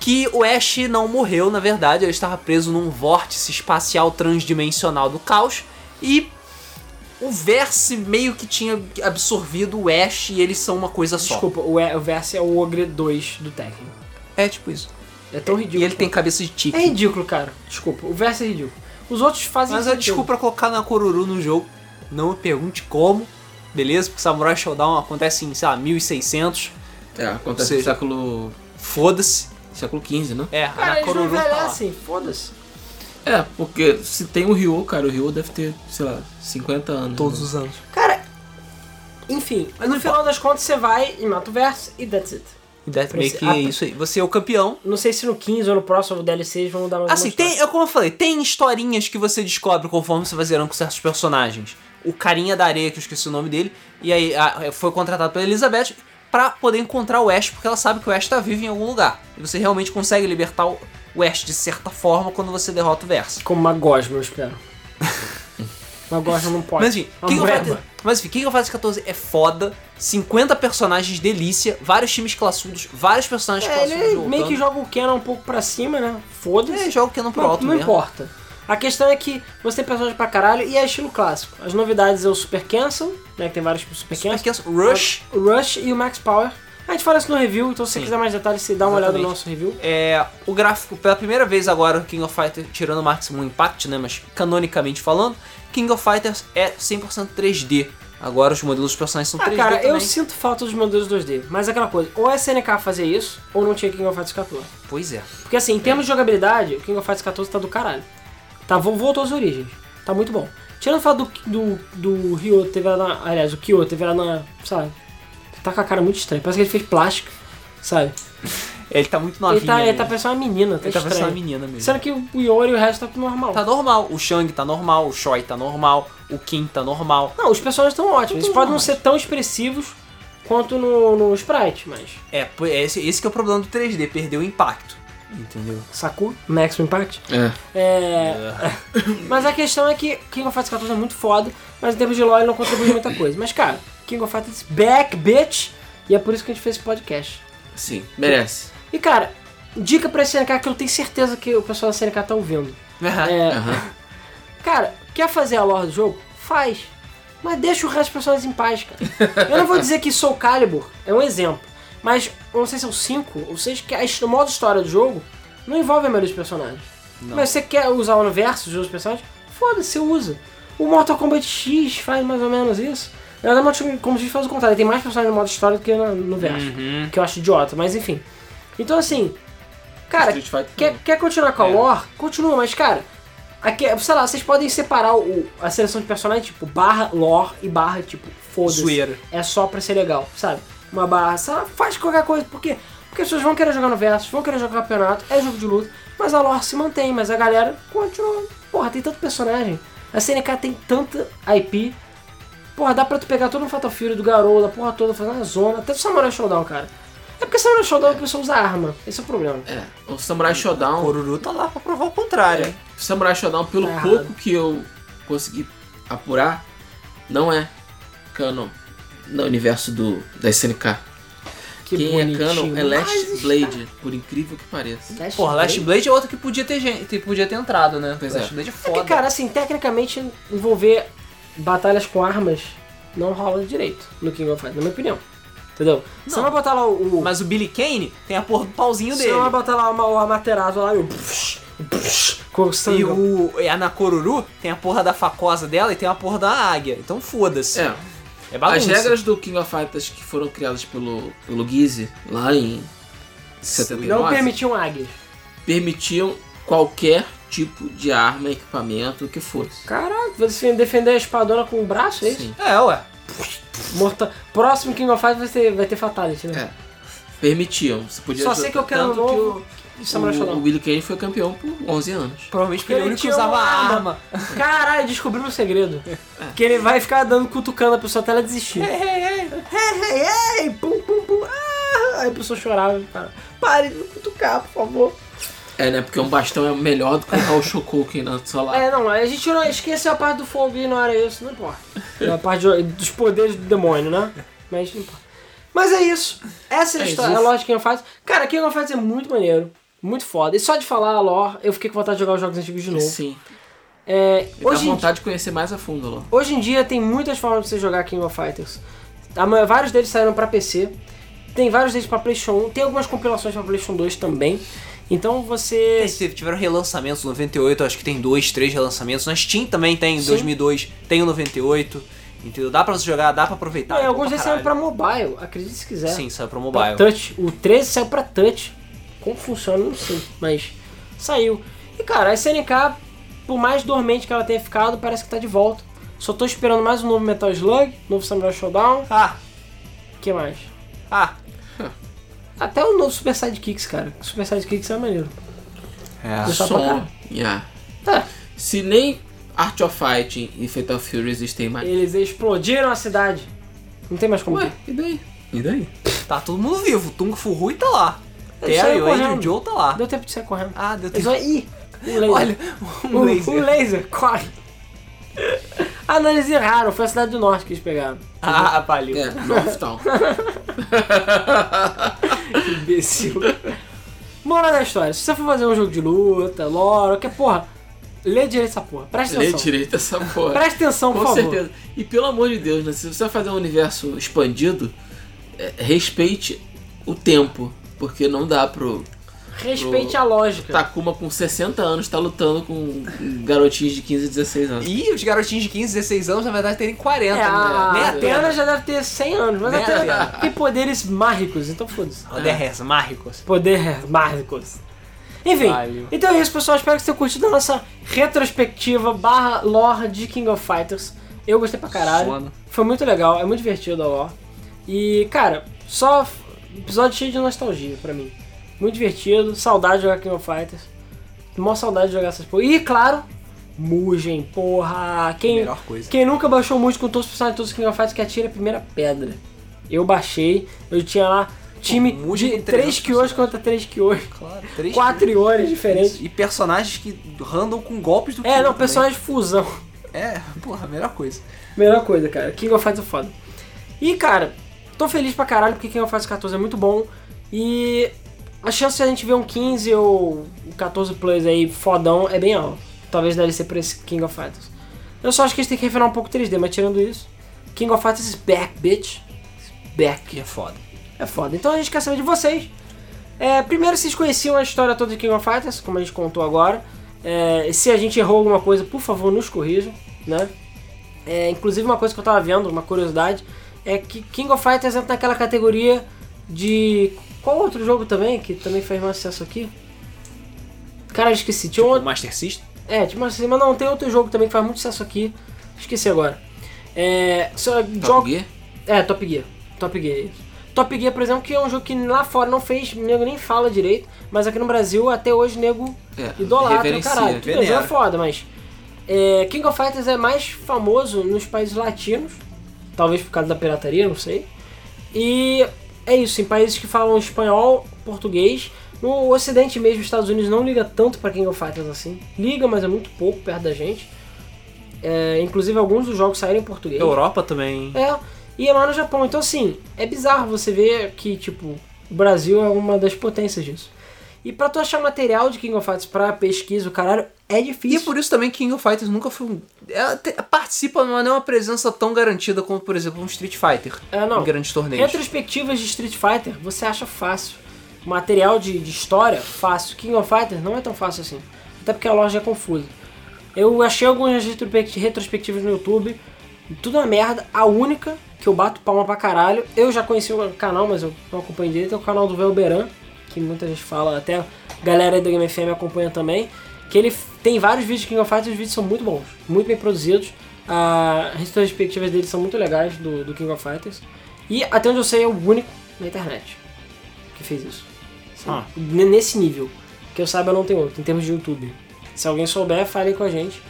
[SPEAKER 1] Que o Ash não morreu, na verdade, ele estava preso num vórtice espacial transdimensional do caos. E o Verse meio que tinha absorvido o Ash e eles são uma coisa só.
[SPEAKER 2] Desculpa, o, e- o Versa é o Ogre 2 do técnico.
[SPEAKER 1] É tipo isso.
[SPEAKER 2] É tão
[SPEAKER 1] E
[SPEAKER 2] ridículo.
[SPEAKER 1] ele tem cabeça de tique.
[SPEAKER 2] É ridículo, cara. Desculpa, o verso é ridículo. Os outros fazem
[SPEAKER 1] Mas a
[SPEAKER 2] sentido.
[SPEAKER 1] desculpa pra colocar na Coruru no jogo. Não me pergunte como, beleza? Porque Samurai Showdown acontece em, sei lá, 1600.
[SPEAKER 3] É, acontece
[SPEAKER 1] Ou
[SPEAKER 3] no
[SPEAKER 1] seja-
[SPEAKER 3] século.
[SPEAKER 1] Foda-se.
[SPEAKER 3] século XV, né?
[SPEAKER 1] É,
[SPEAKER 2] Cara,
[SPEAKER 1] a
[SPEAKER 2] eles não
[SPEAKER 1] Coruru tá lá.
[SPEAKER 2] envelhecem, foda-se.
[SPEAKER 3] É, porque se tem o Ryu, cara, o Ryu deve ter, sei lá, 50 anos. né?
[SPEAKER 1] Todos os anos.
[SPEAKER 2] Cara, enfim, mas no final das contas você vai e mata o verso e that's it.
[SPEAKER 1] E Death meio
[SPEAKER 2] Esse-
[SPEAKER 1] que
[SPEAKER 2] ah,
[SPEAKER 1] é isso aí. Você é o campeão.
[SPEAKER 2] Não sei se no 15 ou no próximo DLC eles vão dar mais
[SPEAKER 1] Assim,
[SPEAKER 2] uma
[SPEAKER 1] tem,
[SPEAKER 2] história.
[SPEAKER 1] é como eu falei, tem historinhas que você descobre conforme você vai zerando com certos personagens. O carinha da areia, que eu esqueci o nome dele, e aí a- é, foi contratado pela Elizabeth pra poder encontrar o Ash, porque ela sabe que o Ash tá vivo em algum lugar. E você realmente consegue libertar o o Ash de certa forma quando você derrota o Versa.
[SPEAKER 2] Como uma gosma,
[SPEAKER 1] [laughs]
[SPEAKER 2] eu espero. uma gosma não pode.
[SPEAKER 1] Mas assim, enfim,
[SPEAKER 2] Uma
[SPEAKER 1] King of
[SPEAKER 2] moeba.
[SPEAKER 1] Fighters, mas enfim, King of Fighters 14 é foda, 50 personagens delícia, vários times classudos, vários personagens
[SPEAKER 2] É,
[SPEAKER 1] classudos
[SPEAKER 2] ele
[SPEAKER 1] voltando.
[SPEAKER 2] meio que joga o Canon um pouco pra cima, né? Foda-se.
[SPEAKER 1] então? É, joga o Canon pro
[SPEAKER 2] Não,
[SPEAKER 1] alto
[SPEAKER 2] não
[SPEAKER 1] mesmo.
[SPEAKER 2] importa. A questão é que você tem personagem pra caralho e é estilo clássico. As novidades é o Super Cancel, né? Que tem vários Super
[SPEAKER 1] Super
[SPEAKER 2] Cancel.
[SPEAKER 1] Cancel, é Rush,
[SPEAKER 2] O Rush e o Max Power. A gente fala isso no review, então se você
[SPEAKER 1] Sim.
[SPEAKER 2] quiser mais detalhes, você dá uma olhada no
[SPEAKER 1] Exatamente.
[SPEAKER 2] nosso review.
[SPEAKER 1] é, o gráfico, pela primeira vez agora, o King of Fighters, tirando o Maximum Impact, né, mas canonicamente falando, King of Fighters é 100% 3D. Agora os modelos dos personagens são
[SPEAKER 2] Ah,
[SPEAKER 1] 3D
[SPEAKER 2] cara,
[SPEAKER 1] também.
[SPEAKER 2] eu sinto falta dos modelos 2D, mas é aquela coisa, ou a SNK fazia isso, ou não tinha King of Fighters 14.
[SPEAKER 1] Pois é.
[SPEAKER 2] Porque assim, em termos de jogabilidade, o King of Fighters 14 tá do caralho. Tá, vo- voltou às origens. Tá muito bom. Tirando o fato do, do, do Ryo teve lá na. Aliás, o Kyo teve lá na. Sabe? Tá com a cara muito estranha. Parece que ele fez plástico, sabe?
[SPEAKER 1] Ele tá muito novinho.
[SPEAKER 2] Ele tá, ele
[SPEAKER 1] ainda.
[SPEAKER 2] tá parecendo uma menina, tá
[SPEAKER 1] Ele tá
[SPEAKER 2] estranho.
[SPEAKER 1] parecendo uma menina mesmo.
[SPEAKER 2] Sendo que o Yori e o resto tá tudo normal.
[SPEAKER 1] Tá normal, o Shang tá normal, o Choi tá normal, o Kim tá normal.
[SPEAKER 2] Não, os personagens estão ótimos. Eles
[SPEAKER 1] Todos
[SPEAKER 2] podem não
[SPEAKER 1] normais.
[SPEAKER 2] ser tão expressivos quanto no, no Sprite, mas.
[SPEAKER 1] É, pô, esse, esse que é o problema do 3D, perdeu o impacto. Entendeu?
[SPEAKER 2] Saku? Max Impact?
[SPEAKER 3] É.
[SPEAKER 2] É. [laughs] mas a questão é que King of Fighters 14 é muito foda, mas em termos de lore ele não contribui muita coisa. Mas, cara, King of Fighters back, bitch! E é por isso que a gente fez esse podcast.
[SPEAKER 3] Sim, merece.
[SPEAKER 2] E, cara, dica pra SNK que eu tenho certeza que o pessoal da SNK tá ouvindo. É,
[SPEAKER 3] Aham.
[SPEAKER 2] Cara, quer fazer a lore do jogo? Faz. Mas deixa o resto das pessoas em paz, cara. Eu não vou dizer que Soul Calibur é um exemplo, mas eu não sei se é o 5 ou 6, que a his- o modo história do jogo não envolve a maioria dos personagens. Mas você quer usar o universo dos outros personagens? Foda-se, você usa. O Mortal Kombat X faz mais ou menos isso. Na verdade, o Mortal Kombat X faz o contrário, tem mais personagens no modo história do que no, no verso. Que eu acho idiota, mas enfim. Então assim, cara,
[SPEAKER 3] Street Fighter é.
[SPEAKER 2] quer, quer continuar com a lore? Continua, mas cara, aqui, é, sei lá, vocês podem separar o, a seleção de personagens, tipo, barra lore e barra, tipo, foda-se.
[SPEAKER 1] Zoeira.
[SPEAKER 2] É só pra ser legal, sabe? Uma barra, sei lá, faz qualquer coisa, por quê? Porque as pessoas vão querer jogar no Versus, vão querer jogar campeonato, é jogo de luta, mas a lore se mantém, mas a galera continua. Porra, tem tanto personagem. A CNK tem tanta IP. Porra, dá pra tu pegar todo um Fatal Fury do Garou, da porra toda, fazer uma zona, até o Samurai Showdown, cara. É porque Samurai Showdown o pessoal usa arma. Esse é o problema.
[SPEAKER 3] É, o Samurai Shodown.
[SPEAKER 1] Coruru tá lá pra provar o contrário. hein?
[SPEAKER 3] Samurai Shodown, pelo
[SPEAKER 2] É. Tá errado.
[SPEAKER 3] pouco que eu consegui apurar, não é canon no universo do, da SNK.
[SPEAKER 2] Que
[SPEAKER 3] Quem
[SPEAKER 2] bonitinho.
[SPEAKER 3] é canon é
[SPEAKER 2] Mas
[SPEAKER 3] Last Blade, por incrível que pareça.
[SPEAKER 2] Last
[SPEAKER 1] Porra, Last
[SPEAKER 2] Blade?
[SPEAKER 1] Blade é outro que podia ter, gente, que podia ter entrado, né?
[SPEAKER 3] Pois é.
[SPEAKER 1] Last Blade é
[SPEAKER 2] É
[SPEAKER 1] foda.
[SPEAKER 2] que, cara, assim, tecnicamente, envolver batalhas com armas não rola direito no King of Fighters, na minha opinião. Entendeu? Você não vai botar lá o... o-
[SPEAKER 1] Mas o Billy Kane tem a porra do pauzinho
[SPEAKER 2] você
[SPEAKER 1] dele.
[SPEAKER 2] não vai botar lá o, o Amaterasu lá e o... psh, psh, Com o sangue.
[SPEAKER 1] E o, e a Nakoruru tem a porra da facosa dela e tem a porra da águia. Então foda-se.
[SPEAKER 3] É,
[SPEAKER 1] É
[SPEAKER 3] as
[SPEAKER 1] bagunça.
[SPEAKER 3] regras do King of Fighters que foram criadas pelo, pelo Gizzy lá em 79
[SPEAKER 2] Não um permitiam águias.
[SPEAKER 3] permitiam qualquer tipo de arma, equipamento, o que fosse.
[SPEAKER 2] Caralho, você defender a espadona com o braço, é isso?
[SPEAKER 3] Sim.
[SPEAKER 1] É, ué.
[SPEAKER 2] Morta... Próximo King of Fighters vai ter, vai ter Fatality, né?
[SPEAKER 3] É. Permitiam. Você podia
[SPEAKER 2] Só sei que eu quero um
[SPEAKER 3] tanto
[SPEAKER 2] novo
[SPEAKER 3] que o,
[SPEAKER 2] Samurai
[SPEAKER 3] o,
[SPEAKER 2] Shodown.
[SPEAKER 3] o Willie Kane foi campeão por 11 anos.
[SPEAKER 1] Provavelmente porque ele é o único que
[SPEAKER 2] tinha
[SPEAKER 1] usava
[SPEAKER 2] uma
[SPEAKER 1] arma.
[SPEAKER 2] Caralho, descobrimos um segredo. Que ele vai ficar dando, cutucando a pessoa até ela desistir.
[SPEAKER 1] Ei, ei, ei.
[SPEAKER 2] Ei, ei, ei, é, pum, pum, pum. Ah! Aí a pessoa chorava e falava, pare de me cutucar, por favor.
[SPEAKER 3] É, né? Porque um bastão é melhor do que um Shokoken na sua lá.
[SPEAKER 2] É, não, a gente não esqueceu a parte do fogo e ignora isso, não importa. É a parte de- dos poderes do demônio, né? Mas não importa. Mas é isso. Essa é a
[SPEAKER 3] É
[SPEAKER 2] história,
[SPEAKER 3] isso.
[SPEAKER 2] a lore de King of Fighters. Cara, King of Fighters é muito maneiro, muito foda. E só de falar a lore, eu fiquei com vontade de jogar os jogos antigos de novo.
[SPEAKER 3] Sim.
[SPEAKER 2] É,
[SPEAKER 3] assim.
[SPEAKER 1] tá
[SPEAKER 3] E dá
[SPEAKER 2] hoje, em
[SPEAKER 3] vontade de conhecer mais a fundo, Ló.
[SPEAKER 2] Hoje em dia tem muitas formas de você jogar King of Fighters. A ma- Vários deles saíram pra PC, tem vários deles pra PlayStation 1, tem algumas compilações pra PlayStation 2 também. Então você.
[SPEAKER 1] Eles tiveram relançamentos, 98, acho que tem dois, três relançamentos. Na Steam também tem, em
[SPEAKER 2] Sim.
[SPEAKER 1] 2002 tem o 98. Entendeu? Dá pra você jogar, dá pra aproveitar.
[SPEAKER 2] Não,
[SPEAKER 1] é
[SPEAKER 2] e
[SPEAKER 1] bom
[SPEAKER 2] alguns deles saíram
[SPEAKER 1] caralho.
[SPEAKER 2] pra mobile, acredite se quiser.
[SPEAKER 1] Sim, saiu pra
[SPEAKER 2] Pra
[SPEAKER 1] mobile.
[SPEAKER 2] touch. O 13 saiu pra touch. Como funciona, eu não sei, mas saiu. E cara, a SNK, por mais dormente que ela tenha ficado, parece que tá de volta. Só tô esperando mais um novo Metal Slug, novo Samurai Showdown,
[SPEAKER 1] Ah,
[SPEAKER 2] que mais?
[SPEAKER 1] ah.
[SPEAKER 2] Até o novo Super Sidekicks, cara. Super Sidekicks é maneiro.
[SPEAKER 1] É.
[SPEAKER 2] Gostar pra
[SPEAKER 3] Som.
[SPEAKER 2] caralho.
[SPEAKER 3] Yeah.
[SPEAKER 2] É.
[SPEAKER 3] Se nem Art of Fighting e Fatal Fury existem mais.
[SPEAKER 2] Eles explodiram a cidade. Não tem mais como.
[SPEAKER 3] Ué,
[SPEAKER 2] ter.
[SPEAKER 3] e daí? E daí?
[SPEAKER 1] Tá todo mundo vivo. Tung Fu Rui tá lá.
[SPEAKER 2] Eles
[SPEAKER 1] Terry,
[SPEAKER 2] saíram
[SPEAKER 1] o Andrew
[SPEAKER 2] correndo.
[SPEAKER 1] Joe tá lá.
[SPEAKER 2] Deu tempo de sair correndo.
[SPEAKER 1] Ah, deu
[SPEAKER 2] Eles
[SPEAKER 1] tempo.
[SPEAKER 2] vão. Ih! Um laser.
[SPEAKER 1] Olha,
[SPEAKER 2] um,
[SPEAKER 1] um laser.
[SPEAKER 2] um laser, corre! Ah, não, eles erraram, foi a cidade do norte que eles pegaram.
[SPEAKER 1] Ah, valeu.
[SPEAKER 3] É,
[SPEAKER 2] [laughs]
[SPEAKER 3] North Town.
[SPEAKER 2] Imbecil. Moral da história, se você for fazer um jogo de luta, lore, que porra, lê direito essa porra. Presta
[SPEAKER 3] Lê
[SPEAKER 2] atenção.
[SPEAKER 3] direito essa porra.
[SPEAKER 2] Presta atenção, por
[SPEAKER 3] Com
[SPEAKER 2] favor.
[SPEAKER 3] certeza. E pelo amor de Deus, né? Se você vai fazer um universo expandido, é, respeite o tempo. Porque não dá pro
[SPEAKER 2] Respeite a lógica.
[SPEAKER 3] Takuma com 60 anos tá lutando com garotinhos de 15, 16 anos.
[SPEAKER 1] E os garotinhos de 15, 16 anos, na verdade, terem
[SPEAKER 2] É,
[SPEAKER 1] 40. né?
[SPEAKER 2] a
[SPEAKER 1] Nem a
[SPEAKER 2] Atena
[SPEAKER 1] Atena
[SPEAKER 2] já deve ter 100 anos, mas a
[SPEAKER 1] Nem a
[SPEAKER 2] Atena
[SPEAKER 1] Atena.
[SPEAKER 2] tem poderes mágicos, então foda-se.
[SPEAKER 1] Poder res, mágicos.
[SPEAKER 2] Poder mágicos. Enfim,
[SPEAKER 1] Valeu.
[SPEAKER 2] então é isso, pessoal. Espero que vocês tenham curtido a nossa retrospectiva barra lore de King of Fighters. Eu gostei pra caralho.
[SPEAKER 1] Sono.
[SPEAKER 2] Foi muito legal, é muito divertido a lore. E, cara, só f- episódio cheio de nostalgia pra mim. Muito divertido, saudade de jogar King of Fighters. Mó saudade de jogar essas porra. E, claro, Mugen, porra. Quem,
[SPEAKER 1] Melhor coisa.
[SPEAKER 2] quem nunca baixou o Mugen com todos os personagens de todos os King of Fighters que atira a primeira pedra. Eu baixei, eu tinha lá time
[SPEAKER 1] Pô, Mugen
[SPEAKER 2] de
[SPEAKER 1] com
[SPEAKER 2] 3
[SPEAKER 1] 300
[SPEAKER 2] Kyos contra 3 Kyos.
[SPEAKER 1] Claro, três.
[SPEAKER 2] 4 Iores diferentes.
[SPEAKER 1] E personagens que randam com golpes do
[SPEAKER 2] É,
[SPEAKER 1] King
[SPEAKER 2] não,
[SPEAKER 1] também.
[SPEAKER 2] personagem fusão. [laughs]
[SPEAKER 1] É, porra, a melhor coisa.
[SPEAKER 2] Melhor coisa, cara. King of Fighters é foda. E, cara, tô feliz pra caralho porque King of Fighters 14 é muito bom. E a chance de a gente ver um 15 ou um 14 Plus aí fodão é bem alta. Talvez DLC pra esse King of Fighters. Eu só acho que eles têm que refinar um pouco o 3D, mas tirando isso, King of Fighters is back, bitch. Back.
[SPEAKER 1] Que é foda.
[SPEAKER 2] É foda. Então a gente quer saber de vocês. É, primeiro, vocês conheciam a história toda de King of Fighters, como a gente contou agora. É, se a gente errou alguma coisa, por favor, nos corrijam, né? É, inclusive, uma coisa que eu tava vendo, uma curiosidade, é que King of Fighters entra naquela categoria de... Qual outro jogo também, que também fez mais sucesso aqui? Cara, eu esqueci. Tinha um
[SPEAKER 1] O
[SPEAKER 2] outro-
[SPEAKER 1] Master System?
[SPEAKER 2] é, tipo assim, mas não, tem outro jogo também que faz muito sucesso aqui. Esqueci agora. É. Só
[SPEAKER 3] Top
[SPEAKER 2] jogo-
[SPEAKER 3] Gear?
[SPEAKER 2] É, Top Gear. Top Gear, isso. Top Gear, por exemplo, que é um jogo que lá fora não fez, nego nem fala direito, mas aqui no Brasil até hoje nego
[SPEAKER 3] É,
[SPEAKER 2] idolatra,
[SPEAKER 3] reverencia,
[SPEAKER 2] caralho. Tudo bem,
[SPEAKER 1] venera.
[SPEAKER 2] é foda, mas. é, King of Fighters é mais famoso nos países latinos, talvez por causa da pirataria, não sei. E é isso, em países que falam espanhol, português. No ocidente mesmo, os Estados Unidos não liga tanto pra King of Fighters assim. Liga, mas é muito pouco perto da gente. É, inclusive alguns dos jogos saíram em português.
[SPEAKER 1] Europa também.
[SPEAKER 2] É, e é lá no Japão. Então, assim, é bizarro você ver que, tipo, o Brasil é uma das potências disso. E pra tu achar material de King of Fighters pra pesquisa, o caralho, é
[SPEAKER 1] E é
[SPEAKER 2] difícil.
[SPEAKER 1] por isso também que King of Fighters nunca foi um. Ela te- participa, mas não é uma presença tão garantida como, por exemplo, um Street Fighter
[SPEAKER 2] É, não.
[SPEAKER 1] em grandes torneios.
[SPEAKER 2] Retrospectivas de Street Fighter você acha fácil. Material de, de história, fácil. King of Fighters não é tão fácil assim. Até porque a loja é confusa. Eu achei algumas retrospect- retrospectivas no YouTube, tudo uma merda. A única que eu bato palma pra caralho, eu já conheci o canal, mas eu não acompanho direito, é o canal do Velberan, que muita gente fala, até a galera aí da Game FM acompanha também. Que ele f- tem vários vídeos de King of Fighters, os vídeos são muito bons, muito bem produzidos. Ah, As retrospectivas dele são muito legais do, do King of Fighters. E até onde eu sei é o único na internet que fez isso. Assim,
[SPEAKER 1] Ah.
[SPEAKER 2] n- Nesse nível. Que eu saiba não tem outro, em termos de YouTube. Se alguém souber, fale aí com a gente.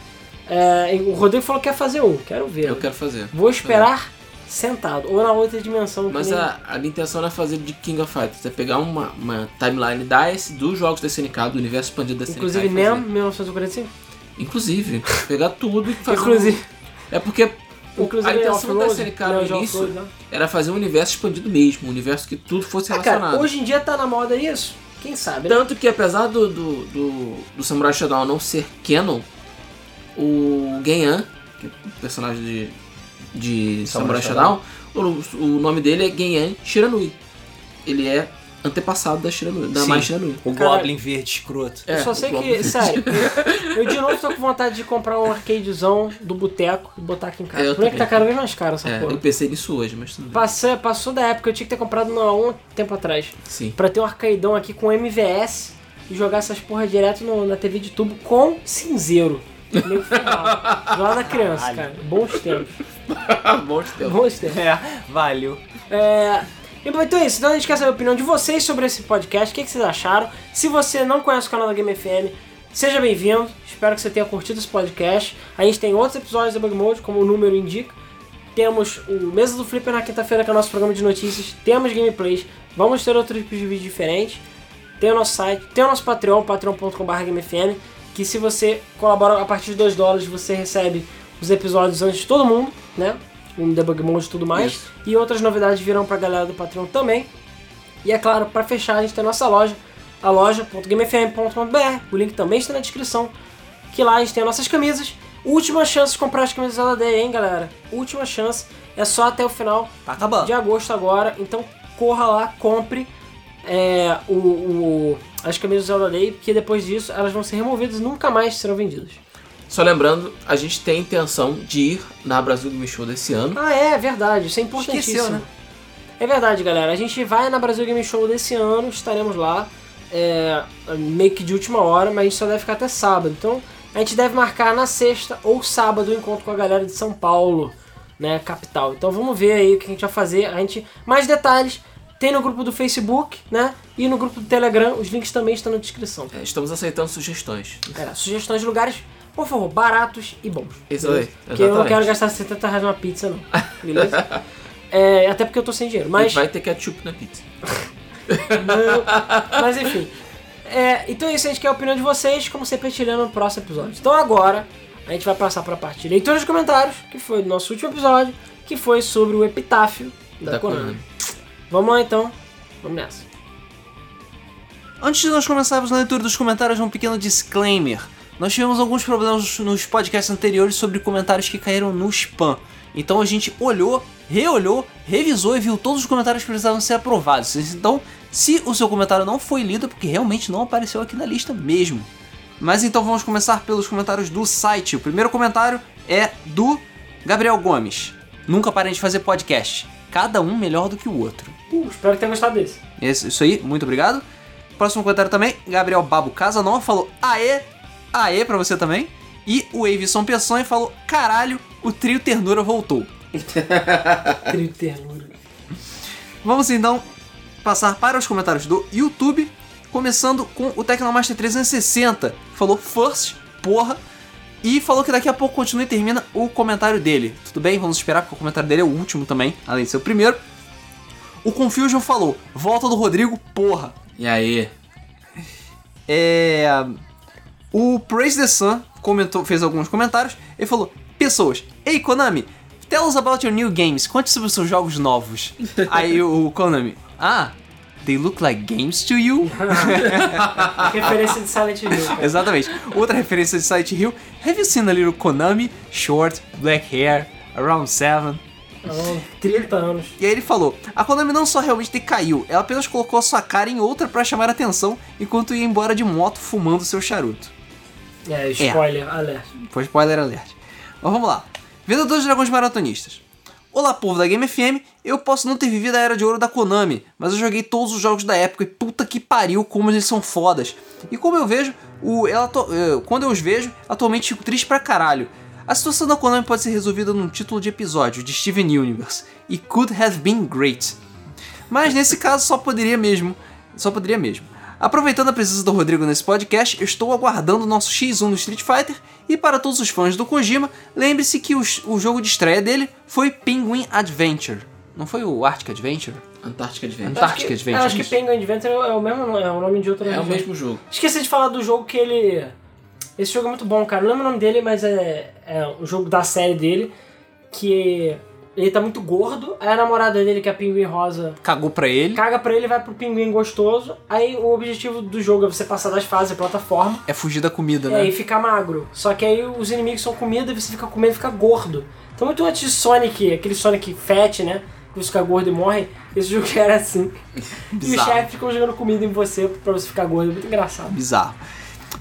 [SPEAKER 2] É, e o Rodrigo falou que quer fazer um, quero ver.
[SPEAKER 3] Eu quero fazer.
[SPEAKER 2] Vou esperar sentado, ou na outra dimensão. que
[SPEAKER 3] Mas
[SPEAKER 2] nem-
[SPEAKER 3] a, a minha intenção não é fazer de King of Fighters, é pegar uma, uma timeline da S, dos jogos da SNK, do universo expandido da SNK.
[SPEAKER 2] Inclusive,
[SPEAKER 3] e fazer.
[SPEAKER 2] NEM 1945.
[SPEAKER 3] Inclusive, pegar tudo e fazer. um-
[SPEAKER 2] Inclusive,
[SPEAKER 3] É porque o-
[SPEAKER 2] inclusive é
[SPEAKER 3] a intenção da
[SPEAKER 2] Off-Road,
[SPEAKER 3] SNK
[SPEAKER 2] Neo
[SPEAKER 3] no
[SPEAKER 2] Geo
[SPEAKER 3] início
[SPEAKER 2] Off-Road, né?
[SPEAKER 3] era fazer um universo expandido mesmo, um universo que tudo fosse
[SPEAKER 2] Ah,
[SPEAKER 3] relacionado.
[SPEAKER 2] cara, hoje em dia tá na moda isso? Quem sabe? né?
[SPEAKER 3] Tanto que apesar do, do, do, do Samurai Shodown não ser canon, o Genyan, que é o personagem de, de Samurai,
[SPEAKER 1] Samurai
[SPEAKER 3] Shodown, o, o nome dele é Genyan Shiranui. Ele é antepassado da Shiranui, da
[SPEAKER 1] Sim.
[SPEAKER 3] Mai Shiranui.
[SPEAKER 1] O
[SPEAKER 2] Caralho.
[SPEAKER 1] Goblin verde escroto.
[SPEAKER 2] Eu
[SPEAKER 3] É,
[SPEAKER 2] só
[SPEAKER 3] o
[SPEAKER 2] sei
[SPEAKER 3] Goblin.
[SPEAKER 2] que, sério, eu, eu de novo tô com vontade de comprar um arcadezão do boteco e botar aqui em casa.
[SPEAKER 3] É, eu
[SPEAKER 2] Por é que
[SPEAKER 3] também.
[SPEAKER 2] tá cada vez mais caro essa
[SPEAKER 3] É,
[SPEAKER 2] porra?
[SPEAKER 3] eu pensei nisso hoje, mas tudo bem.
[SPEAKER 2] Passou, passou da época, eu tinha que ter comprado na um tempo atrás.
[SPEAKER 3] Sim.
[SPEAKER 2] Pra ter um arcaidão aqui com MVS e jogar essas porra direto no- na TV de tubo com cinzeiro. Nego fumava. Lá na criança, cara. Bons tempos.
[SPEAKER 3] Bom de Deus.
[SPEAKER 2] Bons tempos.
[SPEAKER 1] É, valeu.
[SPEAKER 2] É... e, bom, Então é isso, então a gente quer saber a opinião de vocês sobre esse podcast, o que, que vocês acharam. Se você não conhece o canal da Game FM, seja bem-vindo. Espero que você tenha curtido esse podcast. A gente tem outros episódios da Bug Mode, como o número indica. Temos o Mesa do Flipper na quinta-feira, que é o nosso programa de notícias. Temos gameplays, vamos ter outros tipos de vídeo diferentes. Tem o nosso site, tem o nosso Patreon, patreon.com.br GameFM, que se você colabora a partir de 2 dólares, você recebe os episódios antes de todo mundo, né? Um debug mode e tudo mais.
[SPEAKER 3] Isso.
[SPEAKER 2] E outras novidades virão pra galera do Patreon também. E é claro, pra fechar, a gente tem a nossa loja, a loja.gamefm.com.br. O link também está na descrição. Que lá a gente tem as nossas camisas. Última chance de comprar as camisas da Ladeia, hein, galera? Última chance. É só até o final
[SPEAKER 1] Tá acabando.
[SPEAKER 2] de agosto agora. Então corra lá, compre é, o, o- as camisas do Zelda Day, porque depois disso elas vão ser removidas e nunca mais serão vendidas.
[SPEAKER 3] Só lembrando, a gente tem a intenção de ir na Brasil Game Show desse ano.
[SPEAKER 2] Ah, é, verdade, isso é importantíssimo.
[SPEAKER 1] Esqueceu, né?
[SPEAKER 2] É verdade, galera. A gente vai na Brasil Game Show desse ano, estaremos lá. É, meio que de última hora, mas a gente só deve ficar até sábado. Então, a gente deve marcar na sexta ou sábado o encontro com a galera de São Paulo, né, capital. Então, vamos ver aí o que a gente vai fazer. A gente mais detalhes tem no grupo do Facebook, né? E no grupo do Telegram, os links também estão na descrição.
[SPEAKER 3] É, estamos aceitando sugestões.
[SPEAKER 2] É, sugestões de lugares, por favor, baratos e bons.
[SPEAKER 3] Isso aí,
[SPEAKER 2] Beleza? Porque eu não
[SPEAKER 3] exatamente.
[SPEAKER 2] quero gastar 70 reais numa pizza, não. Beleza? É, até porque eu tô sem dinheiro.
[SPEAKER 3] A
[SPEAKER 2] Mas,
[SPEAKER 3] gente vai ter ketchup na pizza.
[SPEAKER 2] não, mas enfim. É, então é isso, a gente quer a opinião de vocês, como sempre, tirando no próximo episódio. Então agora, a gente vai passar pra parte de leitura de comentários, que foi do nosso último episódio, que foi sobre o epitáfio da, Konami. Vamos lá então, vamos nessa.
[SPEAKER 1] Antes de nós começarmos na leitura dos comentários, um pequeno disclaimer. Nós tivemos alguns problemas nos podcasts anteriores sobre comentários que caíram no spam. Então a gente olhou, reolhou, revisou e viu todos os comentários que precisavam ser aprovados. Então, se o seu comentário não foi lido, é porque realmente não apareceu aqui na lista mesmo. Mas então vamos começar pelos comentários do site. O primeiro comentário é do Gabriel Gomes. Nunca parem de fazer podcast. Cada um melhor do que o outro.
[SPEAKER 2] Uh, espero que tenha gostado desse.
[SPEAKER 1] Esse- isso aí, muito obrigado. Próximo comentário também, Gabriel Babo Casanova falou aê, aê pra você também. E o Eivison Peçonha falou caralho, o trio ternura voltou.
[SPEAKER 2] Trio de [laughs] ternura.
[SPEAKER 1] Vamos então passar para os comentários do YouTube, começando com o Tecnomaster 360, que falou first, porra, e falou que daqui a pouco continua e termina o comentário dele. Tudo bem? Vamos esperar, porque o comentário dele é o último também, além de ser o primeiro. O Confusion falou, volta do Rodrigo, porra.
[SPEAKER 3] E aí?
[SPEAKER 1] É. O Praise the Sun comentou, fez alguns comentários e falou: Pessoas, ei Konami, tell us about your new games, conte sobre os seus jogos novos. Aí o Konami, ah, they look like games to you?
[SPEAKER 2] Referência de Silent Hill. cara.
[SPEAKER 1] Exatamente. Outra referência de Silent Hill: Have you seen a little Konami? Short, black hair, around seven.
[SPEAKER 2] Então, 30 anos.
[SPEAKER 1] E aí ele falou: a Konami não só realmente decaiu, ela apenas colocou a sua cara em outra pra chamar a atenção enquanto ia embora de moto fumando seu charuto.
[SPEAKER 2] É, spoiler, alerta.
[SPEAKER 1] Foi spoiler alert. Mas vamos lá. Vendedores de Dragões Maratonistas. Olá, povo da Game FM. Eu posso não ter vivido a era de ouro da Konami, mas eu joguei todos os jogos da época e puta que pariu como eles são fodas. E como eu vejo, o, ela to- eh, quando eu os vejo, atualmente fico triste pra caralho. A situação da Konami pode ser resolvida num título de episódio de Steven Universe e Could Have Been Great. Mas nesse caso só poderia mesmo. Só poderia mesmo. Aproveitando a presença do Rodrigo nesse podcast, eu estou aguardando o nosso X1 no Street Fighter. E para todos os fãs do Kojima, lembre-se que o, o jogo de estreia dele foi Penguin Adventure. Não foi o Arctic Adventure?
[SPEAKER 3] Antártica Adventure.
[SPEAKER 1] Antártica
[SPEAKER 2] acho que, eu
[SPEAKER 1] Adventure.
[SPEAKER 2] acho que Penguin Adventure é o- é o mesmo nome, é o nome de outro
[SPEAKER 3] É o
[SPEAKER 2] nome.
[SPEAKER 3] mesmo jogo.
[SPEAKER 2] Esqueci de falar do jogo que ele. Esse jogo é muito bom, cara. Eu lembro o nome dele, mas é, é um jogo da série dele. Que ele tá muito gordo. Aí a namorada dele, que é a Pinguim Rosa,
[SPEAKER 1] Cagou pra ele.
[SPEAKER 2] caga pra ele vai pro Pinguim Gostoso. Aí o objetivo do jogo é você passar das fases, a plataforma.
[SPEAKER 1] É fugir da comida,
[SPEAKER 2] E aí
[SPEAKER 1] né?
[SPEAKER 2] ficar magro. Só que aí os inimigos são comida e você fica comendo e fica gordo. Então muito antes de Sonic, aquele Sonic fat, né? Que você fica gordo e morre. Esse jogo [laughs] era assim. E os
[SPEAKER 1] Bizarro.
[SPEAKER 2] chefes ficam jogando comida em você pra você ficar gordo. É muito engraçado.
[SPEAKER 1] Bizarro.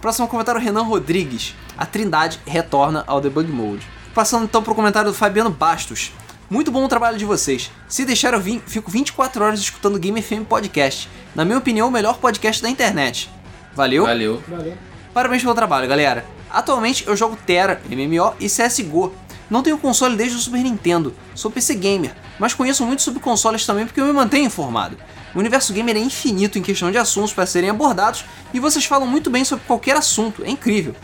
[SPEAKER 1] Próximo comentário, Renan Rodrigues. A Trindade retorna ao Debug Mode. Passando então pro comentário do Fabiano Bastos. Muito bom o trabalho de vocês. Se deixar eu vim, fico 24 horas escutando Game FM Podcast. Na minha opinião, o melhor podcast da internet. Valeu.
[SPEAKER 3] Valeu.
[SPEAKER 2] Valeu.
[SPEAKER 1] Parabéns pelo trabalho, galera. Atualmente eu jogo Terra, MMO e CSGO. Não tenho console desde o Super Nintendo, sou PC gamer, mas conheço muito sobre consoles também porque eu me mantenho informado. O universo gamer é infinito em questão de assuntos para serem abordados e vocês falam muito bem sobre qualquer assunto, é incrível.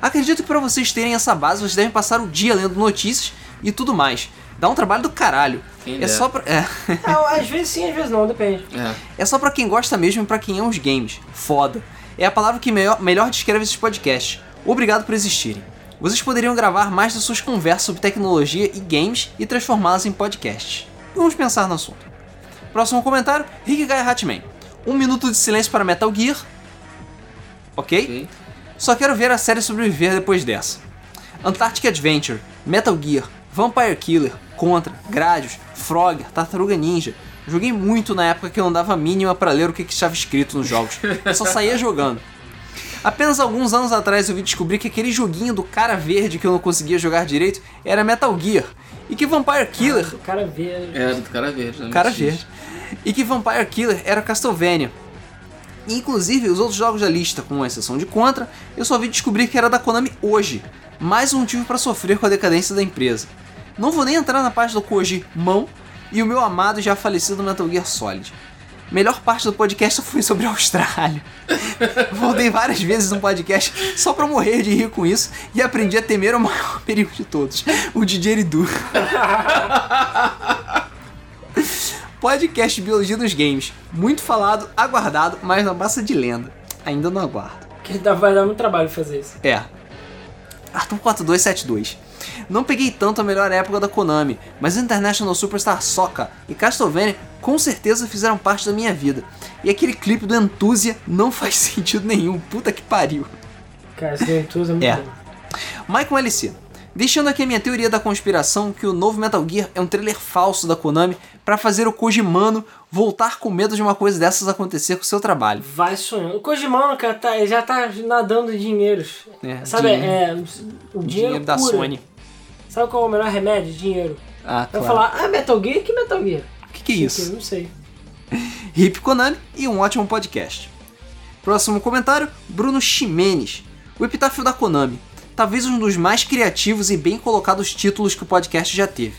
[SPEAKER 1] Acredito que para vocês terem essa base, vocês devem passar o dia lendo notícias e tudo mais. Dá um trabalho do caralho.
[SPEAKER 3] Quem
[SPEAKER 1] é
[SPEAKER 3] dera.
[SPEAKER 1] só pra... é.
[SPEAKER 2] Ah, às vezes sim, às vezes não, depende.
[SPEAKER 3] É.
[SPEAKER 1] É só pra quem gosta mesmo e pra quem ama os games. Foda. É a palavra que melhor, melhor descreve esses podcasts. Obrigado por existirem. Vocês poderiam gravar mais das suas conversas sobre tecnologia e games e transformá-las em podcasts. Vamos pensar no assunto. Próximo comentário, Rick Guy Hatman. Um minuto de silêncio para Metal Gear. Ok?
[SPEAKER 3] Ok.
[SPEAKER 1] Só quero ver a série sobreviver depois dessa. Antarctic Adventure, Metal Gear, Vampire Killer, Contra, Gradius, Frog, Tartaruga Ninja. Joguei muito na época que eu não dava a mínima pra ler o que, que estava escrito nos jogos. Eu só saía jogando. Apenas alguns anos atrás eu vi descobrir que aquele joguinho do cara verde que eu não conseguia jogar direito era Metal Gear. E que Vampire Killer
[SPEAKER 2] O cara vê.
[SPEAKER 1] É.
[SPEAKER 3] Era do cara verde. né?
[SPEAKER 1] Cara
[SPEAKER 3] X.
[SPEAKER 1] verde. E que Vampire Killer era Castlevania. Inclusive, os outros jogos da lista, com exceção de Contra, eu só vi descobrir que era da Konami hoje. Mais um motivo pra sofrer com a decadência da empresa. Não vou nem entrar na parte do Koji Mão e o meu amado e já falecido Metal Gear Solid. Melhor parte do podcast [laughs] foi sobre a Austrália. [laughs] Voltei várias vezes no podcast só pra morrer de rir com isso e aprendi a temer o maior [laughs] perigo de todos, o DJ Eridu. Podcast Biologia dos Games. Muito falado, aguardado, mas na massa de lenda. Ainda não aguardo.
[SPEAKER 2] Que dá, vai dar muito trabalho fazer isso.
[SPEAKER 1] É. Arthur 4272. Não peguei tanto a melhor época da Konami, mas International Superstar Soccer e Castlevania com certeza fizeram parte da minha vida. E aquele clipe do Enthusia não [laughs] faz sentido nenhum, puta que pariu.
[SPEAKER 2] Cara, esse Dentus é muito
[SPEAKER 1] É.
[SPEAKER 2] bom.
[SPEAKER 1] Michael LC. Deixando aqui a minha teoria da conspiração que o novo Metal Gear é um trailer falso da Konami pra fazer o Kojimano voltar com medo de uma coisa dessas acontecer com o seu trabalho.
[SPEAKER 2] Vai sonhando. O Kojimano, cara, tá, ele já tá nadando em dinheiros.
[SPEAKER 1] É,
[SPEAKER 2] Sabe,
[SPEAKER 1] dinheiro.
[SPEAKER 2] é. O dinheiro, é
[SPEAKER 1] Dinheiro da
[SPEAKER 2] cura.
[SPEAKER 1] Sony.
[SPEAKER 2] Sabe qual é o melhor remédio? Dinheiro.
[SPEAKER 1] Ah,
[SPEAKER 2] Vai
[SPEAKER 1] claro.
[SPEAKER 2] falar, ah, Metal Gear? Que Metal Gear? Tipo,
[SPEAKER 1] O que, que é isso?
[SPEAKER 2] Não sei.
[SPEAKER 1] Hip Konami e um ótimo podcast. Próximo comentário, Bruno Ximenes. O epitáfio da Konami. Talvez um dos mais criativos e bem colocados títulos que o podcast já teve.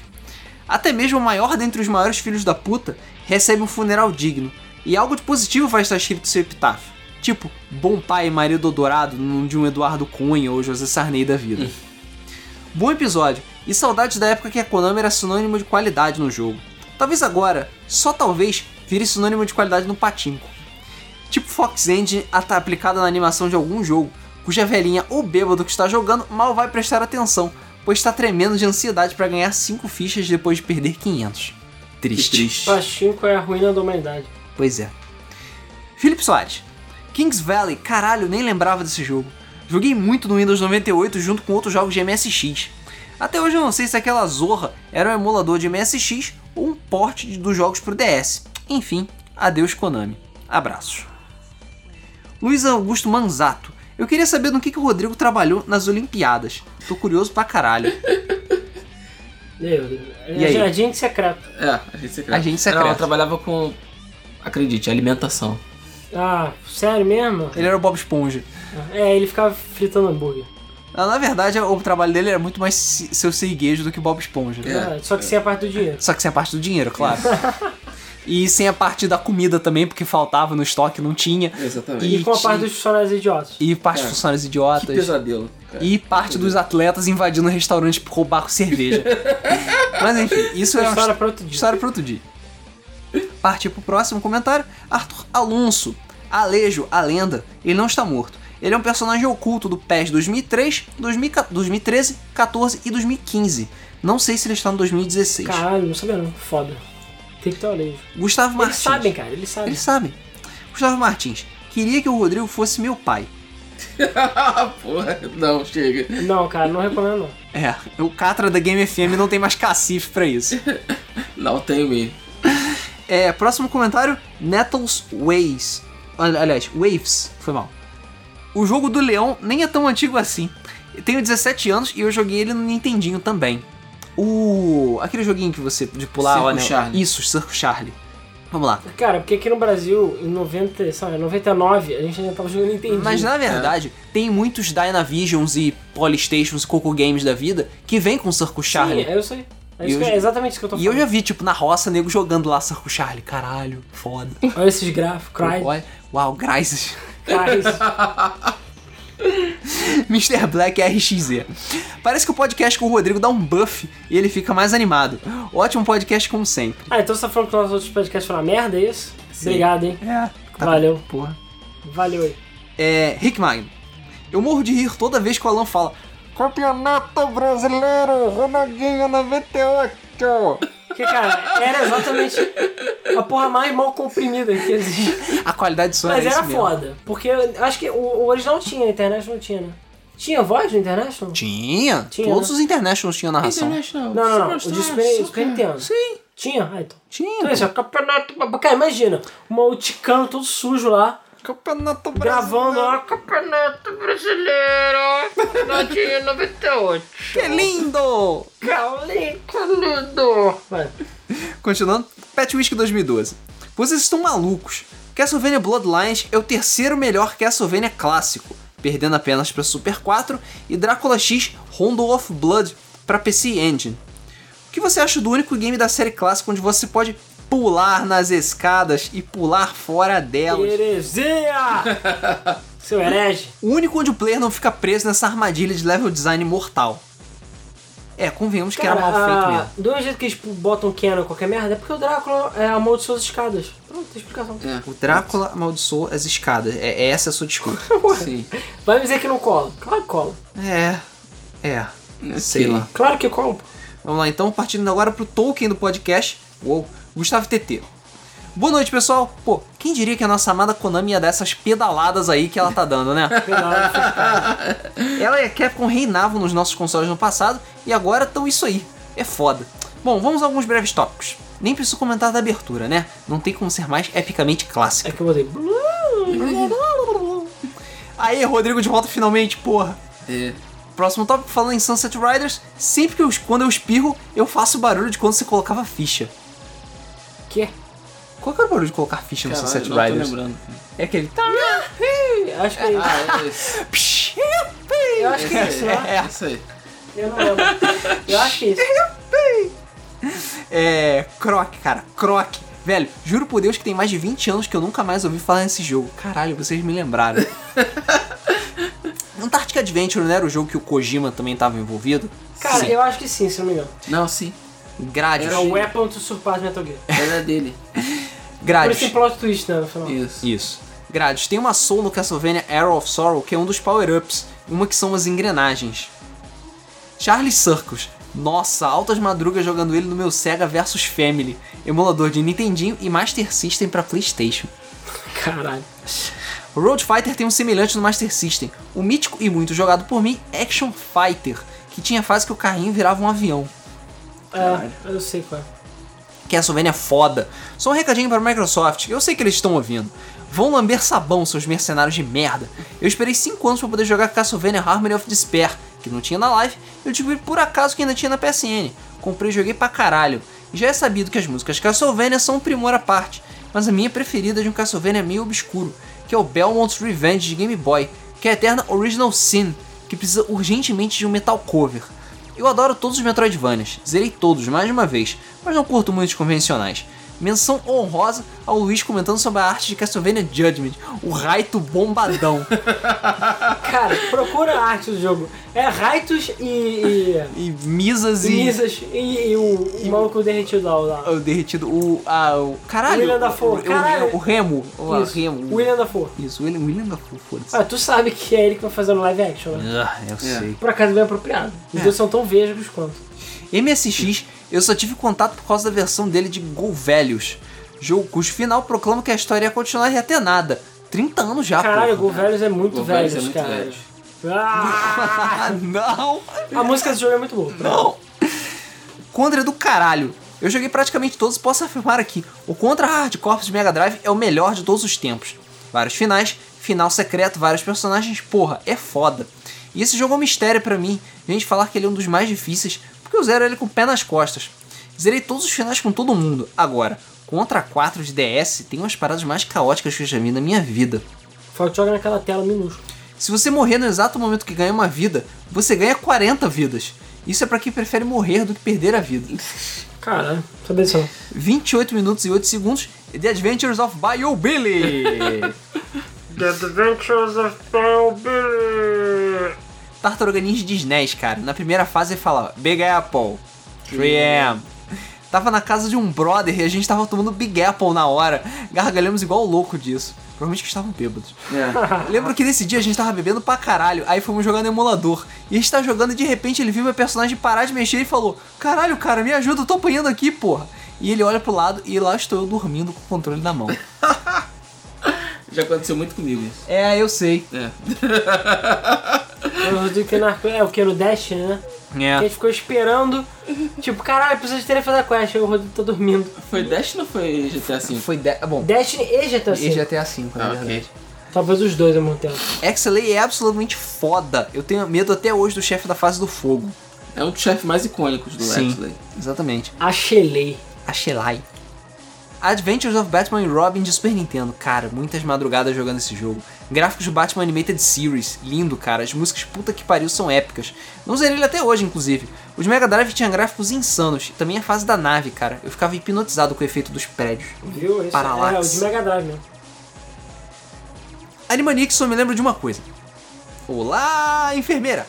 [SPEAKER 1] Até mesmo o maior dentre os maiores filhos da puta recebe um funeral digno. E algo de positivo vai estar escrito no seu epitáfio. Tipo, bom pai e marido dourado num de um Eduardo Cunha ou José Sarney da [laughs] vida. Bom episódio, e saudades da época que a Konami era sinônimo de qualidade no jogo. Talvez agora, só talvez, vire sinônimo de qualidade no patinco. Tipo Fox Engine ata- aplicada na animação de algum jogo, cuja velhinha ou bêbado que está jogando mal vai prestar atenção, pois está tremendo de ansiedade para ganhar 5 fichas depois de perder 500.
[SPEAKER 3] Que triste.
[SPEAKER 2] Pachinko é a ruína da humanidade.
[SPEAKER 1] Pois é. Felipe Soares. Kings Valley, caralho, nem lembrava desse jogo. Joguei muito no Windows 98 junto com outros jogos de MSX. Até hoje eu não sei se aquela zorra era um emulador de MSX ou um port de- dos jogos pro DS. Enfim, adeus Konami. Abraços. Luiz Augusto Manzato. Eu queria saber no que, que o Rodrigo trabalhou nas Olimpíadas. Tô curioso pra caralho.
[SPEAKER 2] Meu Deus.
[SPEAKER 1] E
[SPEAKER 2] É
[SPEAKER 1] aí?
[SPEAKER 2] jardim secreto.
[SPEAKER 3] É, agente secreto.
[SPEAKER 1] Agente secreto.
[SPEAKER 3] Não, eu trabalhava com. Acredite, alimentação.
[SPEAKER 2] Ah, sério mesmo?
[SPEAKER 1] Ele era o Bob Esponja. Ah,
[SPEAKER 2] É, ele ficava fritando hambúrguer.
[SPEAKER 1] Na na verdade, o trabalho dele era muito mais si- seu serguejo do que o Bob Esponja. né?
[SPEAKER 3] É.
[SPEAKER 2] Ah, só que sem a parte do dinheiro.
[SPEAKER 1] Só que sem a parte do dinheiro,
[SPEAKER 2] [laughs]
[SPEAKER 1] claro. e sem a parte da comida também, porque faltava no estoque, não tinha.
[SPEAKER 3] Exatamente.
[SPEAKER 2] E, com a
[SPEAKER 1] ti-
[SPEAKER 2] parte dos É. funcionários idiotas.
[SPEAKER 1] E parte dos funcionários
[SPEAKER 3] Ah,
[SPEAKER 1] idiotas.
[SPEAKER 3] pesadelo. cara.
[SPEAKER 1] E parte dos atletas invadindo restaurantes pra roubar
[SPEAKER 2] [laughs]
[SPEAKER 1] cerveja. Mas enfim, isso é uma
[SPEAKER 2] História pra outro dia.
[SPEAKER 1] História para outro dia. Partir pro próximo comentário. Arthur Alonso. Alejo, a lenda, ele não está morto. Ele é um personagem oculto do PES 2003, 2000, 2013, 14 e 2015. Não sei se ele está no 2016.
[SPEAKER 2] Caralho, não sabia não. Foda. Tem que ter o Alejo.
[SPEAKER 1] Gustavo
[SPEAKER 2] Eles
[SPEAKER 1] Martins.
[SPEAKER 2] sabem, cara, eles sabem.
[SPEAKER 1] Eles sabem. Gustavo Martins. Queria que o Rodrigo fosse meu pai.
[SPEAKER 3] [laughs] Porra, não, chega.
[SPEAKER 2] Não, cara, não recomendo não.
[SPEAKER 1] É, o Catra da Game FM não tem mais cacife pra isso.
[SPEAKER 3] Não tenho mesmo.
[SPEAKER 1] É, próximo comentário, Nettles Waves. Ali- Aliás, Waves, foi mal. O jogo do Leão nem é tão antigo assim. Eu tenho 17 anos e eu joguei ele no Nintendinho também. O. aquele joguinho que você de pular
[SPEAKER 3] Circo
[SPEAKER 1] o anel.
[SPEAKER 3] Charlie.
[SPEAKER 1] Isso, Circo Charlie. Vamos lá.
[SPEAKER 2] Cara, porque aqui no Brasil, em 90, sabe, 99, a gente ainda tava jogando Nintendo.
[SPEAKER 1] Mas
[SPEAKER 3] Uhum.
[SPEAKER 1] na verdade, tem muitos Dynavisions e Polystations e Coco Games da vida que vem com Circo Charlie.
[SPEAKER 2] Sim, é, eu sei. É,
[SPEAKER 1] E
[SPEAKER 2] isso
[SPEAKER 1] eu
[SPEAKER 2] que-
[SPEAKER 1] já-
[SPEAKER 2] é exatamente isso que eu tô
[SPEAKER 1] E eu
[SPEAKER 2] falando.
[SPEAKER 1] já vi, tipo, na roça, nego jogando lá Circo Charlie. Caralho, foda.
[SPEAKER 2] Olha esses gráficos, Cry,
[SPEAKER 1] Olha, uau, [laughs] Grises.
[SPEAKER 2] Cry.
[SPEAKER 1] Mr. Black RXZ. Parece que o podcast com o Rodrigo dá um buff e ele fica mais animado. Ótimo podcast como sempre.
[SPEAKER 2] Ah, então você tá falando que nossos outros podcasts foram uma merda, é isso? Obrigado, hein?
[SPEAKER 1] É, tá
[SPEAKER 2] Valeu.
[SPEAKER 1] porra.
[SPEAKER 2] Valeu aí.
[SPEAKER 1] É, Rick Magno. Eu morro de rir toda vez que o Alan fala Campeonato Brasileiro, Ronaldinho 98.
[SPEAKER 2] Porque, cara, era exatamente a porra mais mal comprimida que existe.
[SPEAKER 1] A qualidade do som
[SPEAKER 2] Mas
[SPEAKER 1] era,
[SPEAKER 2] era
[SPEAKER 1] isso mesmo.
[SPEAKER 2] foda. Porque eu acho que o, o original tinha, a internet não tinha, né? Tinha voz no International?
[SPEAKER 1] Tinha.
[SPEAKER 2] Tinha,
[SPEAKER 1] Todos
[SPEAKER 2] né?
[SPEAKER 1] os Internationals tinham narração.
[SPEAKER 2] Não, não, não. O de Super, Super Nintendo. Sim. Tinha? Ah, então.
[SPEAKER 1] Tinha.
[SPEAKER 2] Então, esse é o campeonato. Cara, imagina. Um mauticano todo sujo lá,
[SPEAKER 1] Campeonato
[SPEAKER 2] gravando lá.
[SPEAKER 8] Campeonato Brasileiro, Ronaldinho 98.
[SPEAKER 1] Que lindo!
[SPEAKER 8] Que lindo.
[SPEAKER 2] Vai.
[SPEAKER 1] Continuando, Pet Whisky 2012. Vocês estão malucos. Castlevania Bloodlines é o terceiro melhor Castlevania clássico, perdendo apenas para Super 4 e Drácula X Rondo of Blood para PC Engine. O que você acha do único game da série clássica onde você pode pular nas escadas e pular fora delas? [laughs]
[SPEAKER 2] Heresia! Seu herege.
[SPEAKER 1] O único onde o player não fica preso nessa armadilha de level design mortal. É, convenhamos que era mal feito mesmo.
[SPEAKER 2] ah, Do mesmo jeito que eles botam Kenan qualquer merda, é porque o Drácula é, amaldiçoou as escadas. Pronto, tem explicação.
[SPEAKER 3] É,
[SPEAKER 1] O Drácula amaldiçoou as escadas. É, essa é a sua desculpa.
[SPEAKER 3] sim.
[SPEAKER 2] Vai me dizer que não cola. Claro que cola.
[SPEAKER 1] É. É.
[SPEAKER 3] Sei lá.
[SPEAKER 2] Claro que cola. pô.
[SPEAKER 1] Vamos lá então, partindo agora pro Tolkien do podcast. Uou, Gustavo TT. Boa noite, pessoal. Pô, quem diria que a nossa amada Konami ia dar essas pedaladas aí que ela tá dando, né? ela e a Capcom reinavam nos nossos consoles no passado e agora estão isso aí. É foda. Bom, vamos a alguns breves tópicos. Nem preciso comentar da abertura, né? Não tem como ser mais epicamente clássica.
[SPEAKER 2] É que eu botei.
[SPEAKER 1] Aí, Rodrigo de volta finalmente, porra.
[SPEAKER 3] É.
[SPEAKER 1] Próximo tópico, falando em Sunset Riders, sempre que eu, quando eu espirro, eu faço o barulho de quando você colocava ficha.
[SPEAKER 2] Quê?
[SPEAKER 1] Qual que era o barulho de colocar ficha no
[SPEAKER 3] Caralho,
[SPEAKER 1] Sunset
[SPEAKER 3] não tô
[SPEAKER 1] Riders?
[SPEAKER 3] [laughs] lembrando.
[SPEAKER 1] É aquele...
[SPEAKER 2] [laughs] Ah! Acho que é isso.
[SPEAKER 3] Ah, é isso.
[SPEAKER 1] Psh,
[SPEAKER 2] Eu acho que é isso, né?
[SPEAKER 3] É, isso aí.
[SPEAKER 2] Eu não lembro. Eu acho que é isso.
[SPEAKER 1] É... Croc, cara. Croc. Velho, juro por Deus que tem mais de 20 anos que eu nunca mais ouvi falar nesse jogo. Caralho, vocês me
[SPEAKER 2] [laughs]
[SPEAKER 1] lembraram. Antarctic Adventure não era o jogo que o Kojima também estava envolvido?
[SPEAKER 2] Cara,
[SPEAKER 3] Sim.
[SPEAKER 2] eu acho que sim, se não me engano.
[SPEAKER 3] Não, sim.
[SPEAKER 1] Gradius.
[SPEAKER 2] É o Weapon to Surpass Metal Gear.
[SPEAKER 3] Era dele.
[SPEAKER 2] Por esse
[SPEAKER 1] Gradius.
[SPEAKER 2] plot twist, né? No final.
[SPEAKER 3] Isso.
[SPEAKER 1] Isso. Grades, tem uma soul no Castlevania Arrow of Sorrow que é um dos power-ups, uma que são as engrenagens. Charlie Circus. Nossa, altas madrugas jogando ele no meu Sega vs Family, emulador de Nintendinho e Master System pra PlayStation.
[SPEAKER 2] Caralho.
[SPEAKER 1] O Road Fighter tem um semelhante no Master System, o mítico e muito jogado por mim Action Fighter, que tinha fase que o carrinho virava um avião.
[SPEAKER 2] É, eu sei qual é.
[SPEAKER 1] Castlevania é foda. Só um recadinho pra Microsoft, eu sei que eles estão ouvindo. Vão lamber sabão, seus mercenários de merda. Eu esperei 5 anos pra poder jogar Castlevania Harmony of Despair, que não tinha na live, e eu descobri por acaso que ainda tinha na PSN. Comprei e joguei pra caralho. E Já é sabido que as músicas Castlevania são um primor à parte, mas a minha preferida é de um Castlevania meio obscuro, que é o Belmont's Revenge de Game Boy, que é a eterna Original Sin, que precisa urgentemente de um metal cover. Eu adoro todos os Metroidvanias, zerei todos mais de uma vez, mas não curto muitos convencionais. Menção honrosa ao Luiz comentando sobre a arte de Castlevania Judgment, o Raito
[SPEAKER 2] [laughs]
[SPEAKER 1] Bombadão.
[SPEAKER 2] Cara, procura a arte do jogo. É Raitos e. e...
[SPEAKER 1] e Misas
[SPEAKER 2] e
[SPEAKER 1] e.
[SPEAKER 2] Misas e, e o, o maluco derretido lá. o lá.
[SPEAKER 1] O derretido, o. Ah, o caralho!
[SPEAKER 2] William Dafoe,
[SPEAKER 1] o,
[SPEAKER 2] caralho.
[SPEAKER 1] O, o Remo. O
[SPEAKER 2] Isso.
[SPEAKER 1] Remo.
[SPEAKER 2] William Dafoe.
[SPEAKER 1] Isso, William, William Dafoe, foda-se.
[SPEAKER 2] Ah, tu sabe que é ele que vai fazer no live action, né?
[SPEAKER 1] Ah,
[SPEAKER 3] É,
[SPEAKER 1] eu sei.
[SPEAKER 2] Por acaso é bem apropriado. Os dois são tão vesgos quanto.
[SPEAKER 1] MSX, eu só tive contato por causa da versão dele de Gol Velhos. Jogo cujo final proclama que a história ia continuar e até nada. 30 anos já,
[SPEAKER 2] Caralho,
[SPEAKER 1] Ah, porra.
[SPEAKER 2] Gol Velhos é muito
[SPEAKER 3] Gol
[SPEAKER 2] velho,
[SPEAKER 3] Velhos é muito
[SPEAKER 2] cara.
[SPEAKER 3] velho.
[SPEAKER 1] [laughs] Ah,
[SPEAKER 2] Ah, [laughs]
[SPEAKER 1] não!
[SPEAKER 2] a música desse jogo é muito boa.
[SPEAKER 1] Não! Contra é do caralho. Eu joguei praticamente todos e posso afirmar aqui. O Contra Hard Corps de Mega Drive é o melhor de todos os tempos. Vários finais, final secreto, vários personagens, porra, é foda. E esse jogo é um mistério pra mim. Gente falar que ele é um dos mais difíceis, porque eu zero ele com o pé nas costas. Zerei todos os finais com todo mundo. Agora, Contra 4 de DS tem umas paradas mais caóticas que eu já vi na minha vida.
[SPEAKER 2] Foi o que joga naquela tela minúscula.
[SPEAKER 1] Se você morrer no exato momento que ganha uma vida, você ganha 40 vidas. Isso é pra quem prefere morrer do que perder a vida.
[SPEAKER 2] Caralho, sabia disso não.
[SPEAKER 1] 28 minutos e 8 segundos The Adventures of Bio Billy.
[SPEAKER 8] The Adventures of Bill Billy.
[SPEAKER 1] Tartaruga Ninja de SNES, cara. Na primeira fase ele falava Big Apple, 3M. Tava na casa de um brother e a gente tava tomando Big Apple na hora. Gargalhamos igual louco disso. Provavelmente que estavam bêbados.
[SPEAKER 3] É.
[SPEAKER 1] Lembro que nesse dia a gente tava bebendo pra caralho, aí fomos jogar no emulador. E a gente tava jogando e de repente ele viu meu personagem parar de mexer e falou: Caralho, cara, me ajuda, eu tô apanhando aqui, porra. E ele olha pro lado e lá estou eu dormindo com o controle na mão.
[SPEAKER 3] Já aconteceu muito comigo isso.
[SPEAKER 1] é, eu sei.
[SPEAKER 3] É.
[SPEAKER 2] Eu não digo que narco- É o que? No Dash, né?
[SPEAKER 1] É.
[SPEAKER 2] A gente ficou esperando. Tipo, caralho, precisa de terem fazer a quest. Aí o Rodrigo tá dormindo.
[SPEAKER 3] Foi Dash ou foi GTA V?
[SPEAKER 1] Foi de... Bom,
[SPEAKER 2] Destiny e GTA
[SPEAKER 1] e
[SPEAKER 2] V.
[SPEAKER 1] GTA V, né, na
[SPEAKER 3] Ah,
[SPEAKER 1] verdade.
[SPEAKER 2] Talvez os dois ao mesmo tempo.
[SPEAKER 1] XLA é absolutamente foda. Eu tenho medo até hoje do chefe da fase do fogo.
[SPEAKER 3] É um dos chefes mais icônicos do
[SPEAKER 1] Sim.
[SPEAKER 3] Lexley.
[SPEAKER 1] Exatamente.
[SPEAKER 2] Achelei.
[SPEAKER 1] A Shelai. Adventures of Batman e Robin de Super Nintendo. Cara, muitas madrugadas jogando esse jogo. Gráficos do Batman Animated Series. Lindo, cara. As músicas puta que pariu são épicas. Não zerei ele até hoje, inclusive. Os Mega Drive tinham gráficos insanos. E Também a fase da nave, cara. Eu ficava hipnotizado com o efeito dos prédios.
[SPEAKER 2] Viu? Esse
[SPEAKER 1] Parallax.
[SPEAKER 2] É, o de Mega Drive mesmo.
[SPEAKER 1] Animaniacs só me lembro de uma coisa. Olá, enfermeira!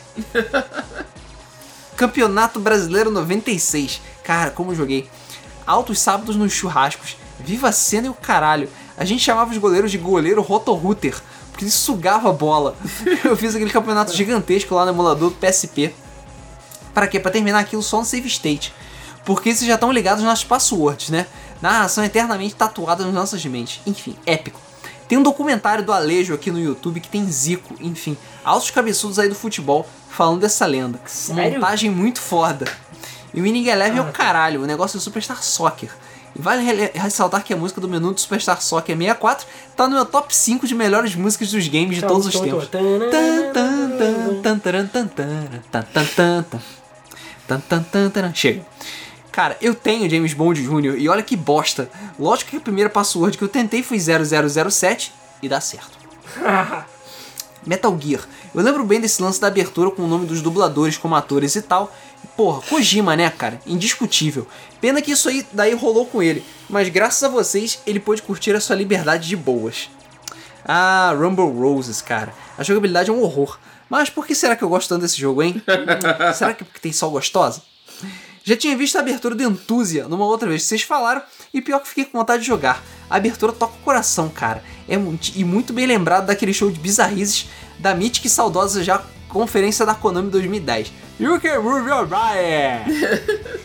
[SPEAKER 1] Campeonato Brasileiro 96. Cara, como eu joguei. Altos sábados nos churrascos. Viva a cena e o caralho. A gente chamava os goleiros de goleiro rotorruter, porque ele sugava a bola. Eu fiz aquele campeonato gigantesco lá no emulador do PSP. Pra quê? Pra terminar aquilo só no save state. Porque vocês já estão ligados nas passwords, né? narração eternamente tatuada nas nossas mentes. Enfim, épico. Tem um documentário do Alejo aqui no YouTube que tem Zico, enfim, altos cabeçudos aí do futebol falando dessa lenda.
[SPEAKER 2] Sério?
[SPEAKER 1] Montagem muito foda. E o Winning Eleven é o caralho, o negócio é o Superstar Soccer. E vale rele- ressaltar que a música do menu do Superstar Soccer 64 tá no meu top 5 de melhores músicas dos games de
[SPEAKER 2] Tá,
[SPEAKER 1] todos os
[SPEAKER 2] então,
[SPEAKER 1] tempos.
[SPEAKER 2] então.
[SPEAKER 1] Tan, tan, tan, tan, taran, tan, taran, tan, tan, tan, tan. Tan, tan, tan, taran. Chega. Cara, eu tenho James Bond Jr. e olha que bosta. Lógico que a primeira password que eu tentei foi 0007 e dá certo. Metal Gear. Eu lembro bem desse lance da abertura com o nome dos dubladores como atores e tal. E, Porra, Kojima, né, cara? Indiscutível. Pena que isso aí daí rolou com ele, mas graças a vocês ele pôde curtir a sua liberdade de boas. Ah, Rumble Roses, cara. A jogabilidade é um horror. Mas por que será que eu gosto tanto desse jogo, hein? será que é porque tem sol gostosa? Já tinha visto a abertura do Enthusia numa outra vez que vocês falaram, e pior que fiquei com vontade de jogar. A abertura toca o coração, cara. É muito, e muito bem lembrado daquele show de bizarrices da mítica e saudosa já conferência da Konami 2010. You can move your body!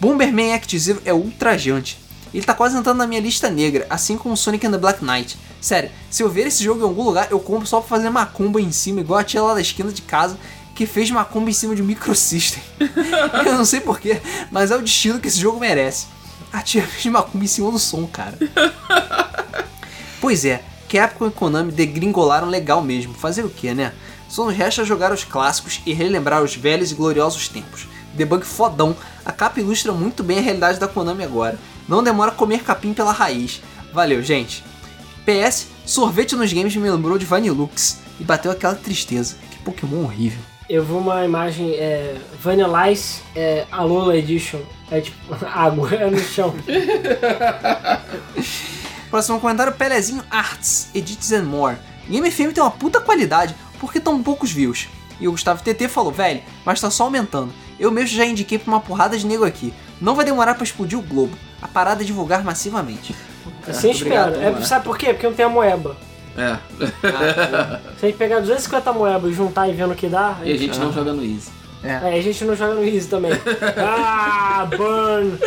[SPEAKER 1] Bomberman Act Zero é ultrajante. Ele tá quase entrando na minha lista negra, assim como Sonic and the Black Knight. Sério, se eu ver esse jogo em algum lugar, eu compro só pra fazer macumba em cima, igual a tia lá da esquina de casa, que fez macumba em cima de um Micro System. [laughs] Eu não sei porquê, mas é o destino que esse jogo merece. A tia fez macumba em cima do som, cara. Pois é, Capcom e Konami degringolaram legal mesmo. Fazer o que, né? Só nos resta jogar os clássicos e relembrar os velhos e gloriosos tempos. Debug fodão, a capa ilustra muito bem a realidade da Konami agora. Não demora comer capim pela raiz. Valeu, gente. PS, sorvete nos games me lembrou de Vanilux e bateu aquela tristeza. Que Pokémon horrível.
[SPEAKER 2] Eu vi uma imagem, é, Vanilla Ice, é, Alola Edition. É tipo, [laughs] água é no
[SPEAKER 3] [laughs]
[SPEAKER 2] chão.
[SPEAKER 1] Próximo comentário, Pelezinho Arts, Edits and More. Game FM tem uma puta qualidade, porque tão poucos views. E o Gustavo TT falou, velho, mas tá só aumentando. Eu mesmo já indiquei pra uma porrada de nego aqui. Não vai demorar pra explodir o globo. A parada é divulgar massivamente.
[SPEAKER 2] Assim eu espero.
[SPEAKER 3] obrigado,
[SPEAKER 2] É,
[SPEAKER 3] vamos lá.
[SPEAKER 2] sabe por quê? Porque não tem a moeba.
[SPEAKER 3] É.
[SPEAKER 2] Se a gente pegar 250 moebas e juntar e vendo o que dá,
[SPEAKER 3] E a gente não joga no Easy.
[SPEAKER 2] aí é, a gente não joga no Easy
[SPEAKER 3] [laughs]
[SPEAKER 2] também. ah, burn!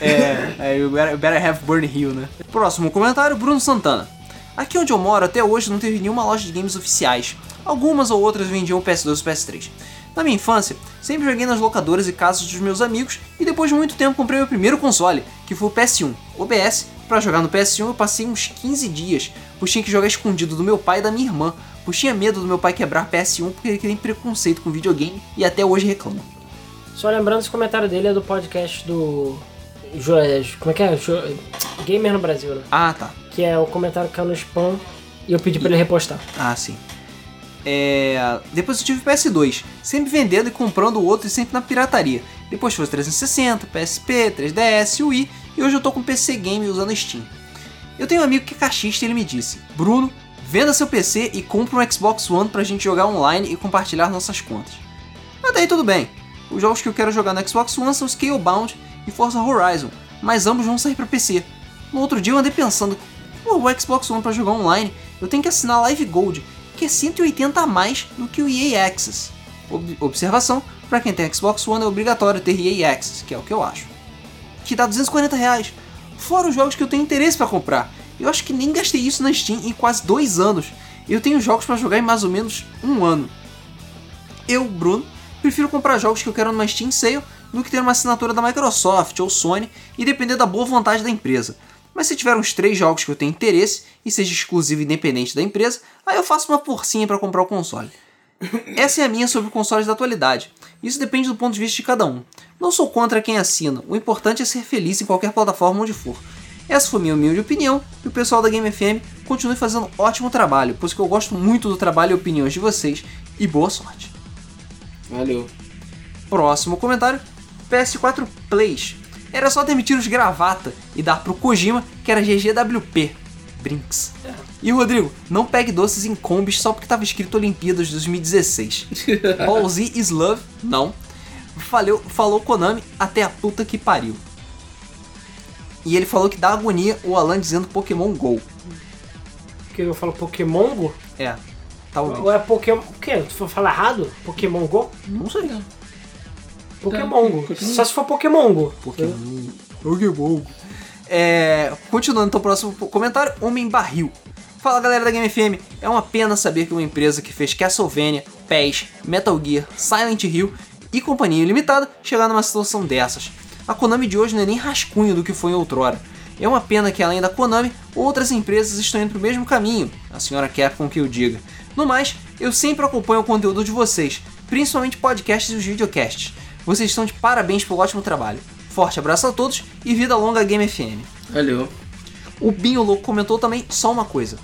[SPEAKER 1] É, é you, better, you better have Burn Hill, né? Próximo comentário, Bruno Santana. Aqui onde eu moro até hoje não teve nenhuma loja de games oficiais. Algumas ou outras vendiam PS2 e PS3. Na minha infância, sempre joguei nas locadoras e casas dos meus amigos e depois de muito tempo comprei meu primeiro console, que foi o PS1, OBS. Pra jogar no PS1 eu passei uns 15 dias, pois tinha que jogar escondido do meu pai e da minha irmã, pois tinha medo do meu pai quebrar PS1 porque ele tem preconceito com videogame e até hoje reclama.
[SPEAKER 2] Só lembrando, esse comentário dele é do podcast do. Jo- é, Como é que é? Jo- Gamer no Brasil, né?
[SPEAKER 1] Ah, tá.
[SPEAKER 2] Que é o comentário que é no spam e eu pedi pra ele repostar.
[SPEAKER 1] Ah, sim. É... Depois eu tive PS2, sempre vendendo e comprando o outro e sempre na pirataria. Depois foi o 360, PSP, 3DS, Wii e hoje eu tô com PC Game usando Steam. Eu tenho um amigo que é caixista e ele me disse: Bruno, venda seu PC e compra um Xbox One pra gente jogar online e compartilhar nossas contas. Até aí tudo bem. Os jogos que eu quero jogar no Xbox One são Scalebound e Forza Horizon, mas ambos vão sair pra PC. No outro dia eu andei pensando, pô, o Xbox One pra jogar online, eu tenho que assinar Live Gold, que é 180 a mais do que o EA Access. Ob- observação, pra quem tem Xbox One é obrigatório ter EA Access, que é o que eu acho. Que dá 240 reais, fora os jogos que eu tenho interesse pra comprar. Eu acho que nem gastei isso na Steam em quase dois anos. Eu tenho jogos pra jogar em mais ou menos um ano. Eu, Bruno, prefiro comprar jogos que eu quero numa Steam Sale do que ter uma assinatura da Microsoft ou Sony e depender da boa vontade da empresa. Mas se tiver uns três jogos que eu tenho interesse e seja exclusivo e independente da empresa, aí eu faço uma forcinha pra comprar o console. Essa é a minha sobre consoles da atualidade. Isso depende do ponto de vista de cada um. Não sou contra quem assina, o importante é ser feliz em qualquer plataforma onde for. Essa foi minha humilde opinião e o pessoal da Game FM continue fazendo ótimo trabalho, pois que eu gosto muito do trabalho e opiniões de vocês e boa sorte.
[SPEAKER 3] Valeu.
[SPEAKER 1] Próximo comentário: PS4 Plays. Era só demitir os gravata e dar pro Kojima, que era GGWP. Brinks. E Rodrigo, não pegue doces em combis só porque tava escrito Olimpíadas [laughs] 2016. Ball Z is love, não. Faleu, falou Konami até a puta que pariu. E ele falou que dá agonia o Alan dizendo Pokémon GO.
[SPEAKER 2] Que eu falo Pokémon Go?
[SPEAKER 1] É, talvez.
[SPEAKER 2] Ou é Pokémon. O quê? Tu foi falar errado? Pokémon Go?
[SPEAKER 1] Não sei.
[SPEAKER 2] Pokémon Go. Só se for Pokémon Go.
[SPEAKER 1] Pokémon. É, continuando então o próximo comentário, Homem Barril. Fala galera da Game FM, é uma pena saber que uma empresa que fez Castlevania, PES, Metal Gear, Silent Hill e Companhia Ilimitada chegar numa situação dessas. A Konami de hoje não é nem rascunho do que foi outrora. É uma pena que além da Konami, outras empresas estão indo pro mesmo caminho, a senhora Capcom que eu diga. No mais, eu sempre acompanho o conteúdo de vocês, principalmente podcasts e os videocasts. Vocês estão de parabéns pelo ótimo trabalho. Forte abraço a todos e vida longa Game FM.
[SPEAKER 3] Valeu.
[SPEAKER 1] O Binho Louco comentou também só uma coisa: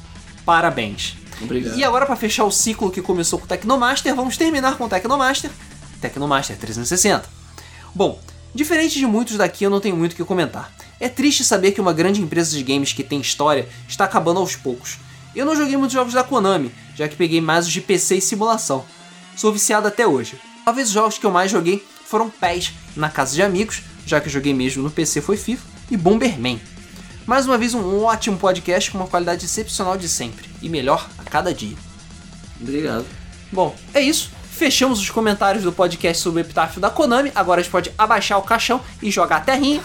[SPEAKER 1] parabéns.
[SPEAKER 3] Obrigado.
[SPEAKER 1] E agora, para fechar o ciclo que começou com o Tecnomaster, vamos terminar com o Tecnomaster. Tecnomaster 360. Bom, diferente de muitos daqui, eu não tenho muito o que comentar. É triste saber que uma grande empresa de games que tem história está acabando aos poucos. Eu não joguei muitos jogos da Konami, já que peguei mais os de PC e simulação. Sou viciado até hoje. Talvez os jogos que eu mais joguei foram PES na casa de amigos, já que eu joguei mesmo no PC foi FIFA, e Bomberman. Mais uma vez, um ótimo podcast com uma qualidade excepcional de sempre e melhor a cada dia.
[SPEAKER 3] Obrigado.
[SPEAKER 1] Bom, é isso. Fechamos os comentários do podcast sobre o epitáfio da Konami. Agora a gente pode abaixar o caixão e jogar a terrinha.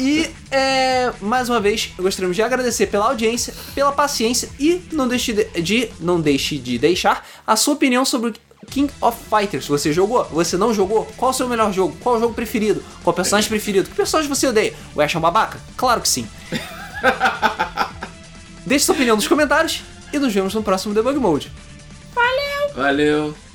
[SPEAKER 1] e, é, mais uma vez, gostaríamos de agradecer pela audiência, pela paciência e não deixe de, de- não deixe de deixar a sua opinião sobre o King of Fighters. Você jogou? Você não jogou? Qual o seu melhor jogo? Qual o jogo preferido? Qual o personagem preferido? Que personagem você odeia? O Ash é um babaca? Claro que sim. Deixe sua opinião nos comentários e nos vemos no próximo Debug Mode.
[SPEAKER 3] Valeu.